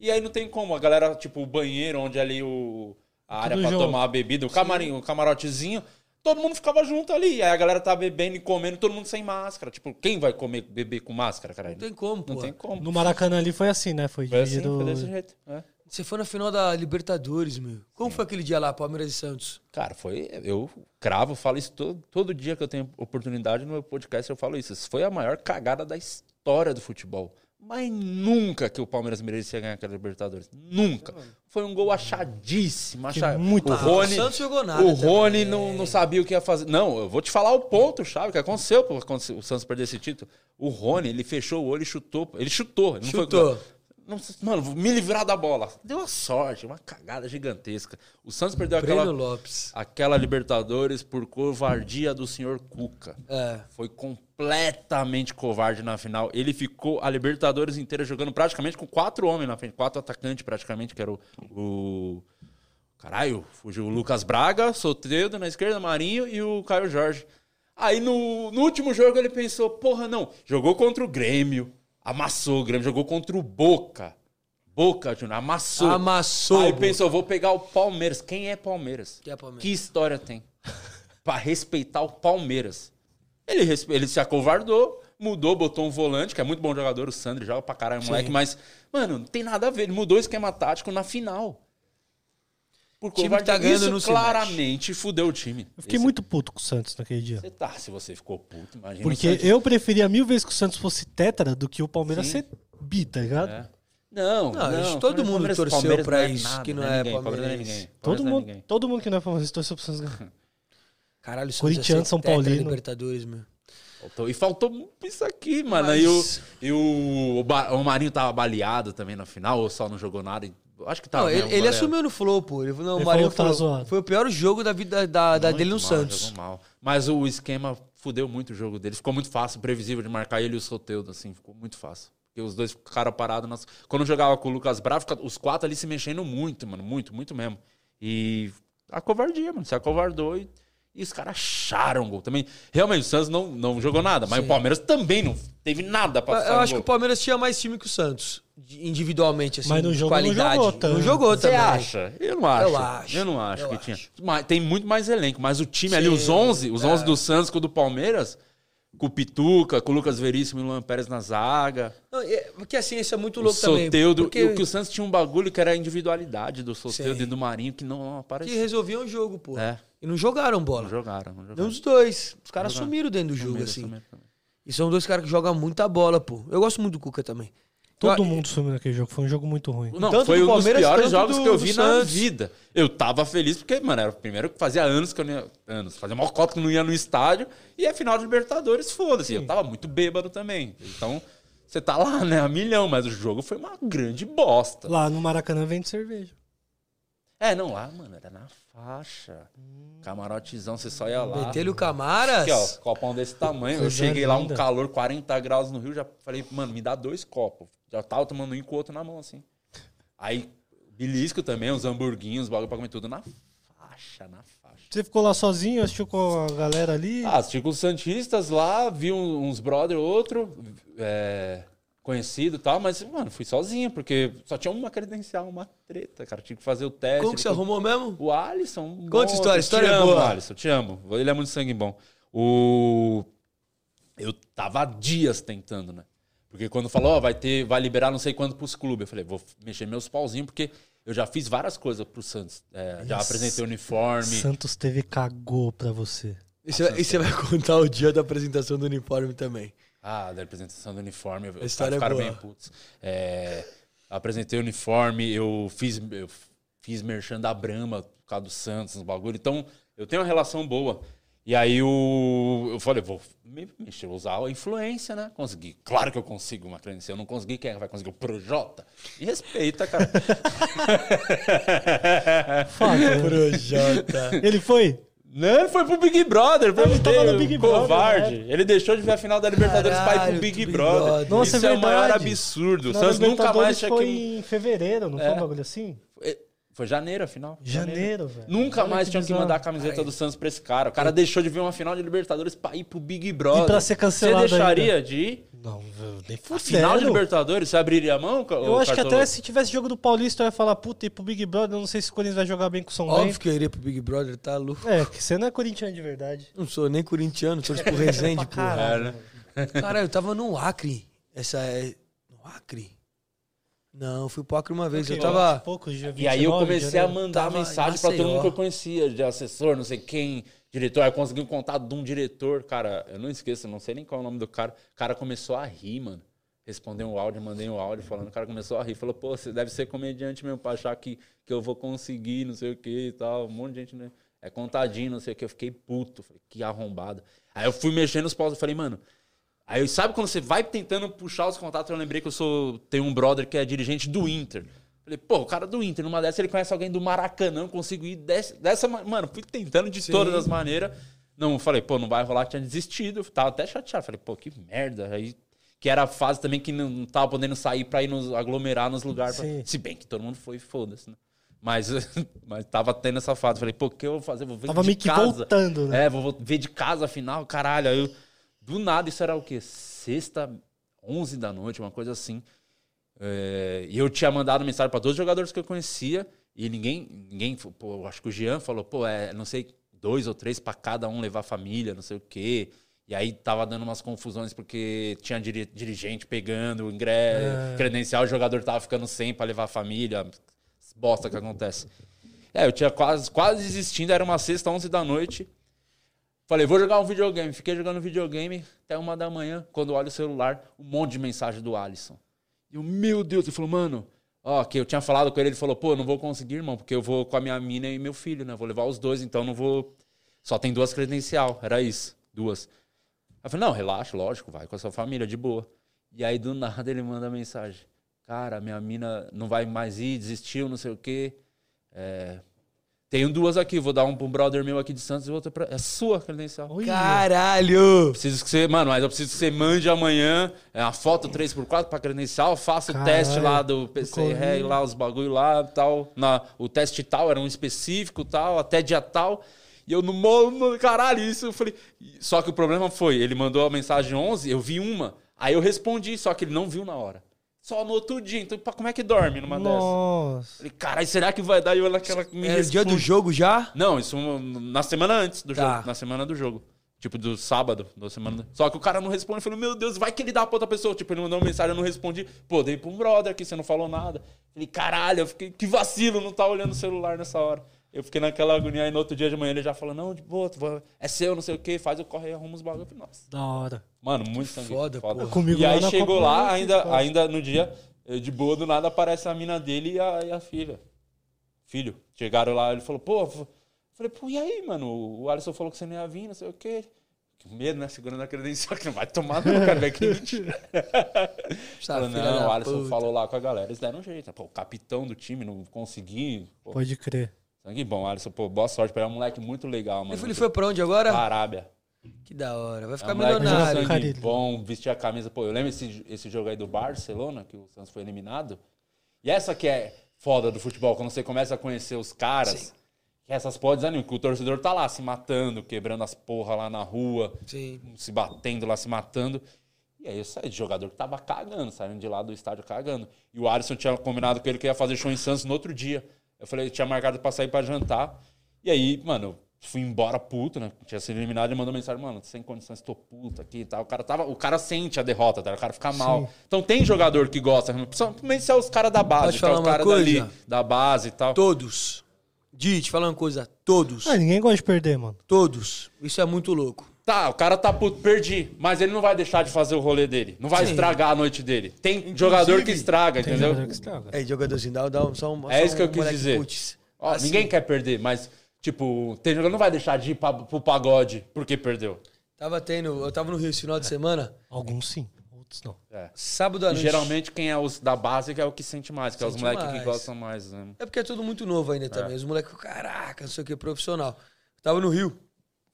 Speaker 3: E aí não tem como, a galera, tipo, o banheiro, onde ali o a área
Speaker 1: Tudo
Speaker 3: para
Speaker 1: junto.
Speaker 3: tomar a bebida, o camarim, o camarotezinho, todo mundo ficava junto ali. Aí a galera tá bebendo e comendo, todo mundo sem máscara. Tipo, quem vai comer beber com máscara, cara?
Speaker 2: Não tem como, pô.
Speaker 3: Não tem como.
Speaker 1: No Maracanã ali foi assim, né? Foi
Speaker 3: Foi assim,
Speaker 1: dividido.
Speaker 3: foi desse jeito. é.
Speaker 2: Você foi na final da Libertadores, meu. Como foi aquele dia lá, Palmeiras e Santos?
Speaker 3: Cara, foi. Eu cravo, falo isso todo, todo dia que eu tenho oportunidade no meu podcast, eu falo isso. Isso foi a maior cagada da história do futebol. Mas nunca que o Palmeiras merecia ganhar aquela Libertadores. Nunca. Foi um gol achadíssimo. acha-
Speaker 1: muito
Speaker 3: o
Speaker 1: mal.
Speaker 3: Rony,
Speaker 2: O Santos jogou nada
Speaker 3: O Rony não, não sabia o que ia fazer. Não, eu vou te falar o ponto, chave, que aconteceu pô, quando o Santos perdeu esse título. O Rony, ele fechou o olho e chutou. Ele chutou. Ele não foi-
Speaker 2: Chutou.
Speaker 3: não, mano, vou me livrar da bola. Deu uma sorte, uma cagada gigantesca. O Santos perdeu
Speaker 2: Breno
Speaker 3: aquela,
Speaker 2: Lopes.
Speaker 3: aquela Libertadores por covardia do senhor Cuca.
Speaker 2: É.
Speaker 3: Foi completamente covarde na final. Ele ficou a Libertadores inteira jogando praticamente com quatro homens na frente, quatro atacantes praticamente, que era o. o- Caralho, fugiu o Lucas Braga, Soteldo na esquerda, Marinho e o Caio Jorge. Aí no, no último jogo ele pensou, porra, não. Jogou contra o Grêmio, amassou o Grêmio, jogou contra o Boca. Boca, Júnior, amassou.
Speaker 2: Amassou.
Speaker 3: Aí
Speaker 2: pô.
Speaker 3: pensou, vou pegar o Palmeiras. Quem é Palmeiras?
Speaker 2: Que é Palmeiras.
Speaker 3: Que história tem? pra respeitar o Palmeiras. Ele, respe- ele se acovardou, mudou, botou um volante, que é muito bom jogador, o Sandro joga pra caralho,
Speaker 2: Sim.
Speaker 3: moleque, mas, mano, não tem nada a ver. Ele mudou o esquema tático na final. Por
Speaker 2: Time
Speaker 3: covardia.
Speaker 2: que tá ganhando
Speaker 3: Isso
Speaker 2: não se
Speaker 3: claramente fudeu o time.
Speaker 1: Eu fiquei muito puto com o Santos naquele dia.
Speaker 3: Você tá, se você ficou puto, imagina. o
Speaker 1: Porque
Speaker 3: Santos.
Speaker 1: eu preferia mil vezes que o Santos fosse tetra do que o Palmeiras
Speaker 3: Sim.
Speaker 1: ser bi, tá ligado?
Speaker 3: É. Não,
Speaker 2: Não,
Speaker 3: não, é
Speaker 2: isso todo mundo torceu pra isso, que não é
Speaker 3: ninguém, Palmeiras. não é
Speaker 2: palmeirense.
Speaker 3: ninguém,
Speaker 1: Todo,
Speaker 3: Palmeiras não é
Speaker 1: mundo,
Speaker 3: ninguém.
Speaker 1: todo mundo que não é Palmeiras torceu pro Santos ganhar.
Speaker 2: Caralho, o Santos
Speaker 1: Corintiano,
Speaker 2: é
Speaker 1: São
Speaker 2: tetra
Speaker 1: Paulino.
Speaker 2: Libertadores, meu.
Speaker 3: Faltou- e faltou isso aqui, mano.
Speaker 2: Mas-
Speaker 3: E, o, e o, o Ba- o Marinho tava baleado também na final, ou só não jogou nada. e- Acho que tava.
Speaker 2: não,
Speaker 3: mesmo,
Speaker 2: ele, ele
Speaker 3: baleado.
Speaker 2: assumiu no flow, pô. Ele, não,
Speaker 1: Ele
Speaker 2: o
Speaker 1: falou
Speaker 2: Marinho
Speaker 1: que tava
Speaker 2: falou,
Speaker 1: zoado.
Speaker 2: Foi o pior jogo da vida da, da
Speaker 3: Muito
Speaker 2: dele no
Speaker 3: mal,
Speaker 2: Santos.
Speaker 3: jogou mal. Mas o esquema fudeu muito o jogo dele. Ficou muito fácil, previsível de marcar ele e o Soteudo, assim. Ficou muito fácil. Porque os dois ficaram parados. Nas... Quando eu jogava com o Lucas Bravo, fica- os quatro ali se mexendo muito, mano. Muito, muito mesmo. E a covardia, mano. Se acovardou e, e os caras acharam o gol. Também, realmente, o Santos não, não jogou nada. Mas o Palmeiras também não teve nada pra achar
Speaker 2: Eu
Speaker 3: um
Speaker 2: acho que
Speaker 3: gol.
Speaker 2: o Palmeiras tinha mais time que o Santos, de- individualmente, assim,
Speaker 1: Mas no
Speaker 2: de
Speaker 1: jogo não
Speaker 2: qualidade.
Speaker 1: jogou tanto.
Speaker 2: Não jogou
Speaker 3: Você
Speaker 2: também.
Speaker 3: acha? Eu não acho.
Speaker 2: Eu acho.
Speaker 3: Eu não acho
Speaker 2: Eu
Speaker 3: que
Speaker 2: acho.
Speaker 3: tinha. Mas tem muito mais elenco, mas o time ali,
Speaker 2: Sim, é.
Speaker 3: os 11, os 11 do Santos com o do Palmeiras, com o Pituca, com o Lucas Veríssimo e o Luan Pérez na zaga,
Speaker 2: Não, é- porque assim, isso é muito
Speaker 3: o
Speaker 2: louco também.
Speaker 3: Soteudo.
Speaker 2: porque-
Speaker 3: E o que o Santos tinha um bagulho que era a individualidade do Soteudo
Speaker 2: Sim.
Speaker 3: e do Marinho que não
Speaker 2: que
Speaker 3: aparecia.
Speaker 2: resolviam o jogo, pô.
Speaker 3: É.
Speaker 2: E não jogaram
Speaker 3: Não
Speaker 2: bola.
Speaker 3: jogaram, não
Speaker 2: Nenhum
Speaker 3: jogaram.
Speaker 2: dos dois. Os caras
Speaker 3: Jogaram.
Speaker 2: sumiram dentro do jogo,
Speaker 3: Palmeiras
Speaker 2: assim.
Speaker 3: também, também.
Speaker 2: E são dois caras que jogam muita bola, pô. Eu gosto muito do Cuca também.
Speaker 1: Todo
Speaker 2: Eu-
Speaker 1: mundo sumiu naquele jogo. Foi um jogo muito ruim.
Speaker 3: Não,
Speaker 2: Tanto
Speaker 3: foi
Speaker 2: do
Speaker 3: um dos
Speaker 2: Palmeiras,
Speaker 3: piores
Speaker 2: tanto
Speaker 3: jogos
Speaker 2: do-
Speaker 3: que eu
Speaker 2: do
Speaker 3: vi na
Speaker 2: Santos.
Speaker 3: vida. Eu tava feliz porque, mano, era o primeiro que fazia anos que eu não ia. Anos, fazia uma cota que eu não ia no estádio. E é final de Libertadores, foda-se. Eu tava muito bêbado também. Então, você tá lá, né? A milhão, mas o jogo foi uma grande bosta.
Speaker 1: Lá no Maracanã vende cerveja.
Speaker 3: É, não, lá, mano, era na faixa. Camarotezão, você só ia lá.
Speaker 2: Betelho Camaras.
Speaker 3: Aqui, ó, copão desse tamanho. Eu
Speaker 1: Coisa
Speaker 3: cheguei lá, um
Speaker 1: linda.
Speaker 3: calor, 40 graus no Rio, já falei, mano, me dá dois copos. Já tava tomando um com o outro na mão, assim. Aí, belisco também, uns hamburguinhos, bagulho pra comer tudo na faixa, na faixa.
Speaker 1: Você ficou lá sozinho, assistiu com a galera ali.
Speaker 3: Ah, assisti com os Santistas lá, vi um- uns brother, outro, é, conhecido e tal, mas, mano, fui sozinho, porque só tinha uma credencial, uma treta, cara. Tinha que fazer o teste.
Speaker 2: Como que você
Speaker 3: ele-
Speaker 2: arrumou mesmo?
Speaker 3: o Alisson. um
Speaker 2: Conta essa história,
Speaker 3: eu
Speaker 2: história
Speaker 3: te
Speaker 2: é
Speaker 3: amo,
Speaker 2: boa.
Speaker 3: Alisson, eu te amo. Ele é muito sangue bom. O... Eu tava há dias tentando, né? Porque quando falou, ó, vai ter, vai liberar não sei quanto pros clubes, eu falei, vou mexer meus pauzinhos, porque eu já fiz várias coisas pro Santos. É, já
Speaker 1: Isso.
Speaker 3: apresentei uniforme.
Speaker 1: Santos TV cagou pra você.
Speaker 2: E você, e você vai contar o dia da apresentação do uniforme também.
Speaker 3: Ah, da apresentação do uniforme. Os
Speaker 2: história é
Speaker 3: caras ficaram
Speaker 2: boa.
Speaker 3: bem putos. É, apresentei o uniforme, eu fiz, eu fiz merchan da Brahma por causa do Santos, uns bagulho. Então, eu tenho uma relação boa. E aí eu, eu falei, vou me- mexer, vou usar a influência, né? Consegui. Claro que eu consigo uma credencial. Eu não consegui, quem é que vai conseguir? O Projota? Me respeita, cara. É né?
Speaker 1: Fato.
Speaker 2: Projota.
Speaker 1: Ele foi?
Speaker 3: Não, ele foi pro Big Brother. Foi
Speaker 1: ele tava no
Speaker 3: pro
Speaker 1: Big né?
Speaker 3: covarde. Ele deixou de ver a final da Libertadores pra ir
Speaker 2: Caralho,
Speaker 3: pro Big
Speaker 2: Big
Speaker 3: Brother.
Speaker 2: Brother.
Speaker 1: Nossa,
Speaker 3: Isso
Speaker 1: é
Speaker 3: é, o maior
Speaker 1: verdade.
Speaker 3: absurdo. O
Speaker 1: Na
Speaker 3: Santos nunca mais
Speaker 1: Libertadores
Speaker 3: tinha
Speaker 1: foi
Speaker 3: que...
Speaker 1: em fevereiro, não foi um bagulho assim?
Speaker 3: É, Foi janeiro a final.
Speaker 1: Janeiro, velho.
Speaker 3: Nunca
Speaker 1: Olha
Speaker 3: mais
Speaker 1: que
Speaker 3: tinham que
Speaker 1: bizarro.
Speaker 3: mandar a camiseta do Santos pra esse cara. O cara deixou de ver uma final de Libertadores pra ir pro Big Brother.
Speaker 1: E pra ser cancelado
Speaker 3: Você deixaria de ir?
Speaker 1: Não, velho, nem
Speaker 3: A
Speaker 1: fudendo.
Speaker 3: final de Libertadores, você abriria a mão?
Speaker 1: Eu acho que até se tivesse jogo do Paulista, eu ia falar, puta, e pro Big Brother, eu não sei se o Corinthians vai jogar bem com o São Paulo.
Speaker 2: Óbvio que eu iria pro Big Brother, tá louco?
Speaker 1: É, que você não é corintiano de verdade.
Speaker 2: Não sou nem corintiano, torço pro Resende, porra.
Speaker 3: É, né?
Speaker 2: Cara, eu tava no Acre. Essa é. No Acre? Não, eu fui pro Acre uma vez. Eu tava.
Speaker 1: Poucos dias, né?
Speaker 3: E aí eu
Speaker 1: 29 de
Speaker 3: comecei a
Speaker 1: janeiro.
Speaker 3: mandar
Speaker 2: Tava em
Speaker 3: mensagem pra todo
Speaker 2: Maceió.
Speaker 3: mundo que eu conhecia, de assessor, não sei quem, diretor. Aí eu consegui um contato de um diretor, cara. Eu não esqueço, não sei nem qual é o nome do cara. O cara começou a rir, mano. Respondeu um áudio, mandei um áudio falando. O cara começou a rir. Falou, pô, você deve ser comediante mesmo pra achar que, que eu vou conseguir, não sei o que e tal. Um monte de gente, né? É contadinho, não sei o que. Eu fiquei puto. Falei, que arrombado. Aí eu fui mexendo os paus. Eu falei, mano, Aí sabe quando você vai tentando puxar os contatos, eu lembrei que eu sou tenho um brother que é dirigente do Inter. Falei, pô, o cara do Inter, numa dessa ele conhece alguém do Maracanã, eu consigo ir dessa, dessa ma- mano, fui tentando de todas as maneiras. Não, falei, pô, não vai rolar, tinha desistido, tava até chateado. Falei, pô, que merda. Aí que era a fase também que não, não tava podendo sair pra ir nos aglomerar nos lugares, pra-
Speaker 1: Sim.
Speaker 3: se bem que todo mundo foi, foda-se, né? Mas, mas tava tendo essa fase. Falei, pô, o que eu vou fazer? Vou ver
Speaker 1: Tava
Speaker 3: de
Speaker 1: meio que
Speaker 3: casa.
Speaker 1: voltando, né?
Speaker 3: É, vou, vou ver de casa afinal, caralho. Aí eu, do nada, isso era o quê? Sexta, 11 da noite, uma coisa assim. É, e eu tinha mandado mensagem para todos os jogadores que eu conhecia e ninguém, ninguém, pô, acho que o Jean falou, pô, é, não sei, dois ou três para cada um levar a família, não sei o quê. E aí tava dando umas confusões porque tinha diri- dirigente pegando ingresso, credencial, o jogador tava ficando sem pra levar a família. Bosta que acontece. É, eu tinha quase, quase desistindo, era uma sexta, 11 da noite. Falei, vou jogar um videogame. Fiquei jogando videogame até uma da manhã, quando olho o celular, um monte de mensagem do Alisson. E eu, meu Deus, ele falou, mano, ó, que eu tinha falado com ele, ele falou, pô, eu não vou conseguir, irmão, porque eu vou com a minha mina e meu filho, né? Vou levar os dois, então não vou. Só tem duas credencial, era isso, duas. Aí eu falei, não, relaxa, lógico, vai com a sua família, de boa. E aí, do nada, ele manda mensagem. Cara, minha mina não vai mais ir, desistiu, não sei o quê. É, Tenho duas aqui, vou dar um pra um brother meu aqui de Santos e outra pra... É sua credencial.
Speaker 2: Caralho!
Speaker 3: Preciso que você, mano, mas eu preciso que você mande amanhã é, a foto 3x4 pra credencial, faça o
Speaker 1: Caralho,
Speaker 3: teste lá do
Speaker 1: correio.
Speaker 3: PCR, lá os bagulho lá tal. Na, o teste tal era um específico tal, até dia tal. E eu no mano, caralho, isso eu falei. Só que o problema foi, ele mandou a mensagem 11, eu vi uma, aí eu respondi, só que ele não viu na hora. Só no outro dia, então pá, como é que dorme numa dessas?
Speaker 1: Nossa. É,
Speaker 3: Falei, caralho, será que vai dar? E eu naquela me
Speaker 2: Era o É, dia do
Speaker 3: responde.
Speaker 2: jogo já?
Speaker 3: Não, isso é na semana antes do
Speaker 2: Tá.
Speaker 3: jogo. Na semana do jogo. Tipo, do sábado, da semana. Só que o cara não responde. Eu falei, meu Deus, vai que ele dá pra outra pessoa. Tipo, ele mandou uma mensagem, eu não respondi. Pô, dei pra um brother aqui, você não falou nada. Falei, caralho, eu fiquei, que vacilo, não tá olhando o celular nessa hora. Eu fiquei naquela agonia aí no outro dia de manhã ele já falou, não, de boa, tu vai- é seu, não sei o quê, faz o corre e arruma os bagulho. Eu falei, nossa.
Speaker 1: Da hora.
Speaker 3: Mano, muito sangue.
Speaker 2: foda, porra.
Speaker 1: Comigo
Speaker 3: e
Speaker 1: lá
Speaker 3: aí
Speaker 1: na
Speaker 3: chegou
Speaker 1: Copa
Speaker 3: lá,
Speaker 1: não fiz,
Speaker 3: ainda,
Speaker 1: cara.
Speaker 3: ainda no dia, eu de boa, do nada aparece a mina dele e a, e a filha. Filho. Chegaram lá, ele falou, pô, eu falei, pô, e aí, mano? O Alisson falou que você não ia vir, não sei o quê. Com medo, né? Segurando a credencial, que não vai tomar não, cara, vai que mentira.
Speaker 2: Essa
Speaker 3: Falou,
Speaker 2: Ah, filha
Speaker 3: não,
Speaker 2: da
Speaker 3: o Alisson
Speaker 2: puta.
Speaker 3: falou lá com a galera, eles deram um jeito. Pô, o capitão do time, não consegui. Pô,
Speaker 1: Pode crer.
Speaker 3: sangue bom, Alisson, pô, boa sorte, ele é um moleque muito legal, mano.
Speaker 2: Ele foi, ele foi pra onde agora?
Speaker 3: Pra Arábia.
Speaker 2: Que da hora. Vai
Speaker 3: É
Speaker 2: ficar
Speaker 3: um moleque
Speaker 2: milionário.
Speaker 3: de sangue
Speaker 1: Carilho.
Speaker 3: bom, vestir a camisa. Pô, eu lembro esse, esse jogo aí do Barcelona, que o Santos foi eliminado. E essa que é foda do futebol, quando você começa a conhecer os caras, que essas podes desanimar, que o torcedor tá lá se matando, quebrando as porra lá na rua,
Speaker 2: Sim.
Speaker 3: se batendo lá, se matando. E aí eu saí de jogador que tava cagando, saindo de lá do estádio cagando. E o Alisson tinha combinado com ele que ia fazer show em Santos no outro dia. Eu falei, eu tinha marcado pra sair pra jantar. E aí, mano, eu fui embora puto, né? Tinha sido eliminado e mandou mensagem, mano, sem condições, tô puto aqui e tal. O cara, tava, o cara sente a derrota, tá? o cara fica mal. Então tem jogador que gosta, principalmente se é os caras da
Speaker 2: Posso
Speaker 3: base, que é
Speaker 2: falar
Speaker 3: os
Speaker 2: uma
Speaker 3: caras
Speaker 2: coisa?
Speaker 3: dali, da base e tal.
Speaker 2: Todos. Di, te falar uma coisa. Todos.
Speaker 1: Ah, ninguém gosta de perder, mano.
Speaker 2: Todos. Isso é muito louco.
Speaker 3: Tá, o cara tá puto, perdi. Mas ele não vai deixar de fazer o rolê dele. Não vai
Speaker 2: Sim.
Speaker 3: estragar a noite dele. Tem jogador que estraga, entendeu?
Speaker 2: É, jogadorzinho, dá, dá um- só um.
Speaker 3: É
Speaker 2: só
Speaker 3: isso que
Speaker 2: um
Speaker 3: eu quis
Speaker 2: moleque
Speaker 3: dizer.
Speaker 2: putz.
Speaker 3: Ó,
Speaker 2: Assim,
Speaker 3: Ninguém quer perder, mas, tipo, tem jogador que não vai deixar de ir pra, pro pagode porque perdeu.
Speaker 2: Tava tendo. Eu tava no Rio esse final de semana.
Speaker 1: Alguns sim, outros não.
Speaker 3: É.
Speaker 2: Sábado à
Speaker 3: E
Speaker 2: noite.
Speaker 3: geralmente quem é os da base que é o que sente mais, que é os
Speaker 2: Sente
Speaker 3: moleques que
Speaker 2: mais.
Speaker 3: gostam mais. Né?
Speaker 2: É porque é tudo muito novo ainda também. Os moleques, caraca, não sei o que, profissional. Eu tava no Rio.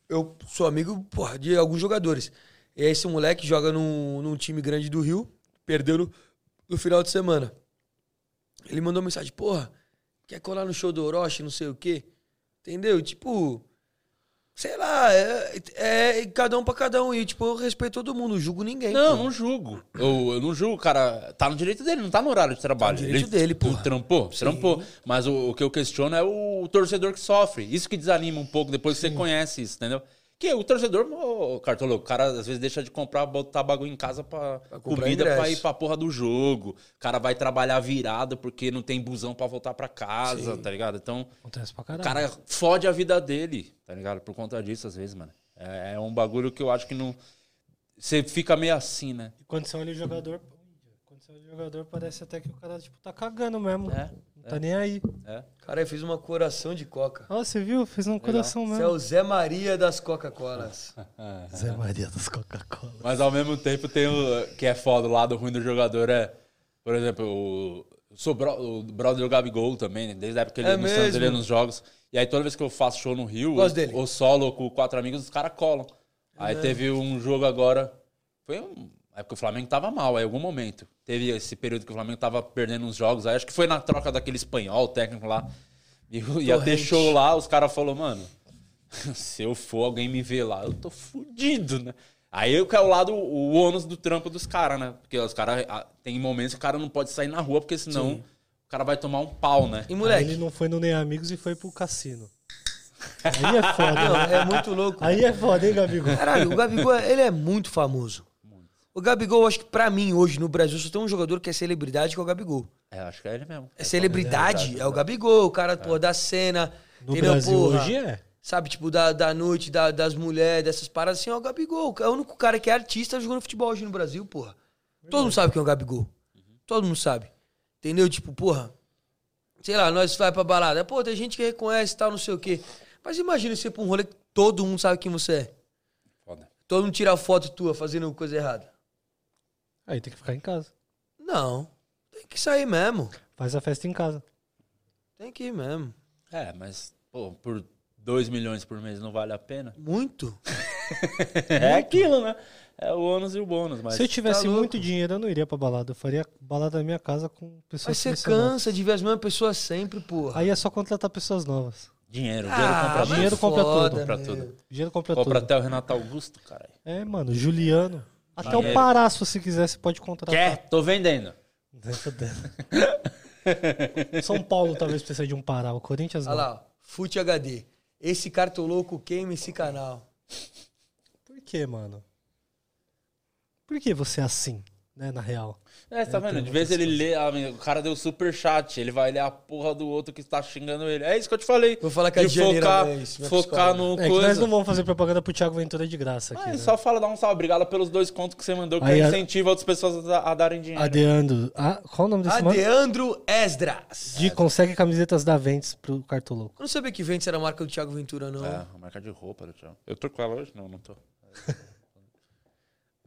Speaker 2: Eu sou amigo, porra, de alguns jogadores. E aí esse moleque joga num, num time grande do Rio, perdeu no, no final de semana. Ele mandou mensagem, porra, quer colar no show do Orochi, não sei o quê? Entendeu? Tipo, sei lá, é, é cada um pra cada um. E tipo, eu respeito todo mundo, não julgo ninguém.
Speaker 3: Não,
Speaker 2: pô.
Speaker 3: não julgo. Eu, eu não julgo, cara. Tá no direito dele, não tá no horário de trabalho.
Speaker 2: Tá no direito dele, pô.
Speaker 3: Trampou, trampou. Mas o, o que eu questiono é o torcedor que sofre. Isso que desanima um pouco depois que você conhece isso, entendeu? Que o torcedor, ô, Cartolo, o cara às vezes deixa de comprar, botar bagulho em casa pra,
Speaker 2: comprar
Speaker 3: comida pra
Speaker 2: ingresso.
Speaker 3: ir pra porra do jogo. O cara vai trabalhar virado porque não tem busão pra voltar pra casa, tá ligado? Então,
Speaker 1: Acontece pra
Speaker 3: o
Speaker 1: caralho.
Speaker 3: cara fode a vida dele, tá ligado? Por conta disso, às vezes, mano. É, é um bagulho que eu acho que não. Você fica meio assim, né?
Speaker 1: E quando você olha o jogador. Quando você olha o jogador, parece até que o cara, tipo, tá cagando mesmo.
Speaker 3: É,
Speaker 1: Não tá nem aí.
Speaker 3: é.
Speaker 2: Cara, eu fiz uma coração de coca.
Speaker 1: Ó, você viu? Fez um coração
Speaker 2: Você é o Zé Maria das Coca-Colas.
Speaker 1: mesmo. Zé Maria das Coca-Cola.
Speaker 3: Mas ao mesmo tempo tem o que é foda, o lado ruim do jogador é, por exemplo, o, eu sou bro- o brother do Gabigol também, né? desde a época que ele
Speaker 2: É
Speaker 3: no Santos, ele ia
Speaker 2: mesmo?
Speaker 3: nos jogos. E aí toda vez que eu faço show no Rio,
Speaker 2: Gosto dele. É
Speaker 3: ou solo com quatro amigos, os caras colam. Aí teve um jogo agora, foi um, é porque o Flamengo tava mal, aí em algum momento. Teve esse período que o Flamengo tava perdendo uns jogos, aí acho que foi na troca daquele espanhol, o técnico lá. E, o- e
Speaker 2: Torrente.
Speaker 3: deixou lá, os caras falaram, mano, se eu for alguém me ver lá, eu tô fudido, né? Aí eu que é o lado, o ônus do trampo dos caras, né? Porque os caras, ah, tem momentos que o cara não pode sair na rua, porque senão o cara vai tomar um pau, né?
Speaker 1: Moleque.
Speaker 2: E moleque,
Speaker 1: Ele não foi no Nem Amigos e foi pro cassino. Aí é
Speaker 2: Não,
Speaker 1: foda. né?
Speaker 2: é muito louco.
Speaker 1: Aí é foda, hein, Gabigol?
Speaker 2: Caralho, o Gabigol, ele é muito famoso. O Gabigol, acho que pra mim, hoje no Brasil, só tem um jogador que é celebridade, que é o Gabigol.
Speaker 3: É, acho que é ele mesmo.
Speaker 2: É celebridade, é o Gabigol, o cara, pô, da cena.
Speaker 1: No
Speaker 2: entendeu,
Speaker 1: Brasil
Speaker 2: porra?
Speaker 1: hoje é.
Speaker 2: Sabe, tipo, da, da noite, da- das mulheres, dessas paradas assim, ó, o Gabigol. É o único cara que é artista jogando futebol hoje no Brasil, porra. Todo mundo sabe quem é o Gabigol. Todo mundo sabe. Entendeu? Tipo, porra. Sei lá, nós vai pra balada. Pô, tem gente que reconhece e tal, não sei o quê. Mas imagina você ir pra um rolê que todo mundo sabe quem você é.
Speaker 3: Foda.
Speaker 2: Todo mundo tira foto tua fazendo coisa errada.
Speaker 1: Aí tem que ficar em casa.
Speaker 2: Não. Tem que sair mesmo.
Speaker 1: Faz a festa em casa.
Speaker 2: Tem que ir mesmo.
Speaker 3: É, mas, pô, por 2 milhões por mês não vale a pena?
Speaker 2: Muito.
Speaker 3: É aquilo, né? É o ônus e o bônus, mas.
Speaker 1: Se eu tivesse
Speaker 2: tá louco.
Speaker 1: muito dinheiro, eu não iria pra balada. Eu faria balada na minha casa com pessoas
Speaker 2: Mas você
Speaker 1: selecionadas.
Speaker 2: cansa de ver as mesmas pessoas sempre, porra.
Speaker 1: é né? Aí é só contratar pessoas novas.
Speaker 3: Dinheiro, dinheiro
Speaker 2: Ah,
Speaker 3: compra
Speaker 2: mas
Speaker 1: dinheiro compra
Speaker 2: foda, né?
Speaker 1: tudo.
Speaker 3: Compra
Speaker 2: meu.
Speaker 3: tudo.
Speaker 1: Dinheiro compra,
Speaker 3: Compra
Speaker 1: tudo.
Speaker 3: até o Renato Augusto, caralho.
Speaker 1: É, mano, Juliano. Até o
Speaker 3: Dinheiro.
Speaker 1: Pará, se você quiser, você pode contratar.
Speaker 3: Quer? Tô vendendo.
Speaker 1: São Paulo talvez precise de um Pará, o Corinthians
Speaker 2: Olha
Speaker 1: não.
Speaker 2: lá, ó. Fute HD. Esse cartoloco queima esse canal.
Speaker 1: Por que, mano? Por que você é assim, né, na real?
Speaker 3: É, tá vendo? De vez ele lê, ah, o cara deu super chat, ele vai ler a porra do outro que tá xingando ele. É isso que eu te falei.
Speaker 2: Vou falar que a
Speaker 3: de
Speaker 2: Diana era
Speaker 3: focar,
Speaker 2: mais- mais
Speaker 3: focar
Speaker 2: psicóloga.
Speaker 3: no
Speaker 1: É que nós
Speaker 3: coisa.
Speaker 1: não vamos fazer propaganda pro Thiago Ventura de graça aqui,
Speaker 3: Ah,
Speaker 1: né?
Speaker 3: só fala, dá um salve. Obrigado pelos dois contos que você mandou, que
Speaker 1: Aí a-
Speaker 3: incentiva outras pessoas a, a darem dinheiro.
Speaker 1: Adeando. Ah, qual o nome desse mano?
Speaker 2: Adeandro Esdras.
Speaker 1: De consegue camisetas da Ventes pro Cartoloco.
Speaker 2: Eu não sabia que Ventes era a marca do Thiago Ventura, não.
Speaker 3: É, a marca de roupa do Thiago. Eu tô com ela hoje? Não, não tô.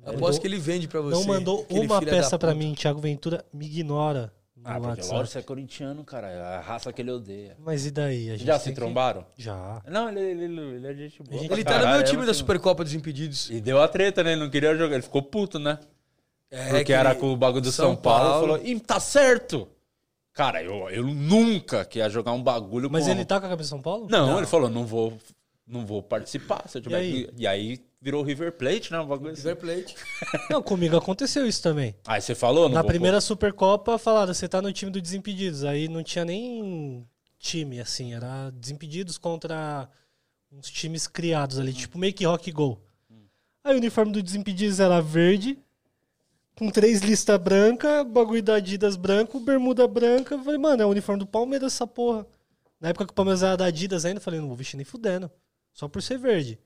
Speaker 2: Aposto que ele vende pra você.
Speaker 1: Não mandou
Speaker 2: aquele
Speaker 1: uma
Speaker 2: filho da
Speaker 1: peça pra
Speaker 2: puta.
Speaker 1: mim, Thiago Ventura me ignora no
Speaker 3: Ah, porque
Speaker 1: WhatsApp.
Speaker 3: lógico, você é corintiano, cara. É a raça que ele odeia.
Speaker 1: Mas e daí? A gente
Speaker 3: Já
Speaker 1: tem
Speaker 3: se
Speaker 1: que-
Speaker 3: trombaram?
Speaker 1: Já.
Speaker 3: Não, ele, ele, ele, ele é gente boa.
Speaker 1: Ele
Speaker 3: pra
Speaker 2: Ele tá no
Speaker 3: caralho,
Speaker 2: meu
Speaker 3: é
Speaker 2: time
Speaker 3: um
Speaker 2: da Supercopa dos Impedidos.
Speaker 3: E deu a treta, né? Ele não queria jogar. Ele ficou puto, né?
Speaker 2: É,
Speaker 3: Porque
Speaker 2: que
Speaker 3: era
Speaker 2: ele-
Speaker 3: com o bagulho do São,
Speaker 2: São
Speaker 3: Paulo.
Speaker 2: Paulo.
Speaker 3: Falou, Ih, tá certo. Cara, eu, eu nunca que ia jogar um bagulho
Speaker 1: Mas
Speaker 3: com...
Speaker 1: ele tá com a cabeça de São Paulo?
Speaker 3: Não, ele falou, não vou, não vou participar. Se eu tiver
Speaker 1: aí?
Speaker 3: que-" e aí virou River Plate, né? Um bagulho assim.
Speaker 2: River Plate.
Speaker 1: Não, comigo aconteceu isso também.
Speaker 3: Aí você falou, não
Speaker 1: Na
Speaker 3: vou
Speaker 1: primeira Supercopa falaram, você tá no time do Desimpedidos. Aí não tinha nem time, assim, era Desimpedidos contra uns times criados
Speaker 3: Uhum.
Speaker 1: ali, tipo meio que rock go.
Speaker 3: Hum.
Speaker 1: Aí o uniforme do Desimpedidos era verde, com três listas branca, bagulho da Adidas branco, bermuda branca. Eu Falei, mano, é o uniforme do Palmeiras essa porra. Na época que o Palmeiras era da Adidas ainda, eu falei, não vou vestir nem fudendo. Só por ser verde.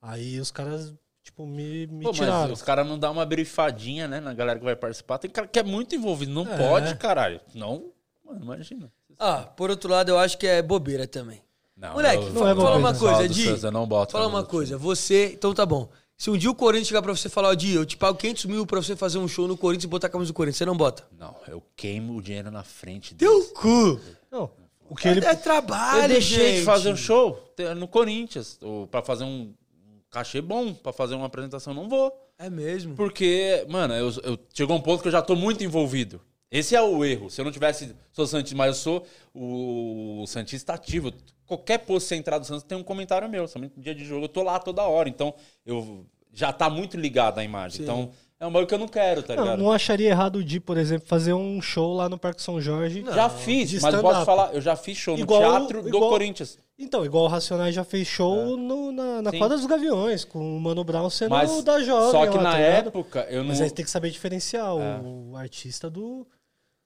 Speaker 1: Aí os caras, tipo, me, me
Speaker 3: Pô, mas
Speaker 1: tiraram.
Speaker 3: os caras não dão uma brifadinha, né? Na galera que vai participar. Tem cara que é muito envolvido. Não
Speaker 1: É.
Speaker 3: pode, caralho. Não, mano, imagina.
Speaker 2: Ah, por outro lado, eu acho que é bobeira também.
Speaker 3: Não,
Speaker 2: Moleque,
Speaker 1: Não é
Speaker 2: fala, fala
Speaker 1: bobeira.
Speaker 2: uma coisa, Di.
Speaker 3: Di. não boto
Speaker 2: Fala
Speaker 1: Tá
Speaker 2: uma coisa, você. Então tá bom. Se um dia o Corinthians chegar pra você e falar, ó, Di, eu te pago 500 mil pra você fazer um show no Corinthians e botar a camisa do Corinthians, você não bota.
Speaker 3: Não, eu queimo o dinheiro na frente dele.
Speaker 2: Teu cu!
Speaker 1: Não, o que ele
Speaker 2: É trabalho,
Speaker 3: Eu deixei
Speaker 2: gente.
Speaker 3: de fazer um show te- no Corinthians, ou pra fazer um um cachê bom, pra fazer uma apresentação, não vou.
Speaker 2: É mesmo.
Speaker 3: Porque, mano, eu, eu- chegou um ponto que eu já tô muito envolvido. Esse é o erro. Se eu não tivesse. Sou Santista, mas eu sou o, o Santista ativo. Qualquer post centrado do Santos tem um comentário meu. Somente no dia de jogo, eu tô lá toda hora. Então, eu já tá muito ligado à imagem. Então, é um bagulho que eu não quero, tá
Speaker 1: Não,
Speaker 3: ligado?
Speaker 1: não acharia errado o Di, por exemplo, fazer um show lá no Parque São Jorge.
Speaker 3: já fiz,
Speaker 1: é de
Speaker 3: mas
Speaker 1: stand-up.
Speaker 3: posso falar, eu já fiz show
Speaker 1: Igual-
Speaker 3: no teatro do
Speaker 1: igual-
Speaker 3: Corinthians.
Speaker 1: Então, igual o Racionais já fez show no- na, na
Speaker 3: É. Sim.
Speaker 1: quadra dos Gaviões, com o Mano Brown sendo
Speaker 3: Mas
Speaker 1: o da jovem.
Speaker 3: só que
Speaker 1: lá,
Speaker 3: na
Speaker 1: tá ligado?
Speaker 3: época É. eu não
Speaker 1: Mas aí tem que saber diferenciar o artista do.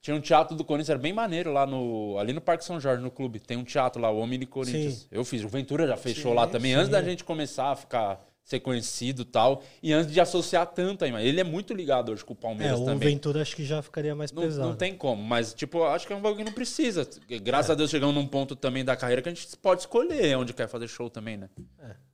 Speaker 3: Tinha um teatro do Corinthians, era bem maneiro lá no. Ali no Parque São Jorge, no clube. Tem um teatro lá, o Homem de Corinthians.
Speaker 1: Sim.
Speaker 3: Eu fiz. O Ventura já fez show lá também, antes da gente começar a ficar ser conhecido e tal. E antes de associar tanto aí, mas ele é muito ligado hoje com o
Speaker 1: É,
Speaker 3: Palmeiras
Speaker 1: o
Speaker 3: também.
Speaker 1: Ventura acho que já ficaria mais
Speaker 3: Não,
Speaker 1: pesado.
Speaker 3: não tem como, mas, tipo, eu acho que é um bagulho que não precisa. Graças a Deus chegamos num ponto também da carreira que a gente pode escolher onde quer fazer show também, né?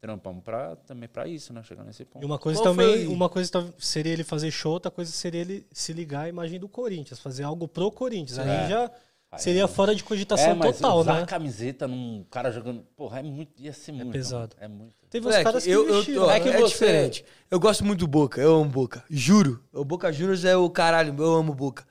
Speaker 3: Trampamos pra, também pra isso, né? Chegar nesse ponto.
Speaker 1: É. E uma coisa
Speaker 2: Qual
Speaker 1: também,
Speaker 2: foi-
Speaker 1: uma coisa tam- seria ele fazer show, outra coisa seria ele se ligar à imagem do Corinthians, fazer algo pro Corinthians. Aí
Speaker 3: É.
Speaker 1: já seria fora de cogitação total,
Speaker 3: usar
Speaker 1: né?
Speaker 3: a camiseta num cara jogando. Porra, é muito. Ia ser muito.
Speaker 1: pesado.
Speaker 3: mano. É muito.
Speaker 1: Teve uns
Speaker 2: Moleque,
Speaker 1: caras que
Speaker 2: eu, eu,
Speaker 1: investiram,
Speaker 2: tô-
Speaker 1: né?
Speaker 2: é, diferente. Eu gosto muito do Boca, eu amo Boca. Juro. O Boca Juniors é o caralho, eu amo Boca.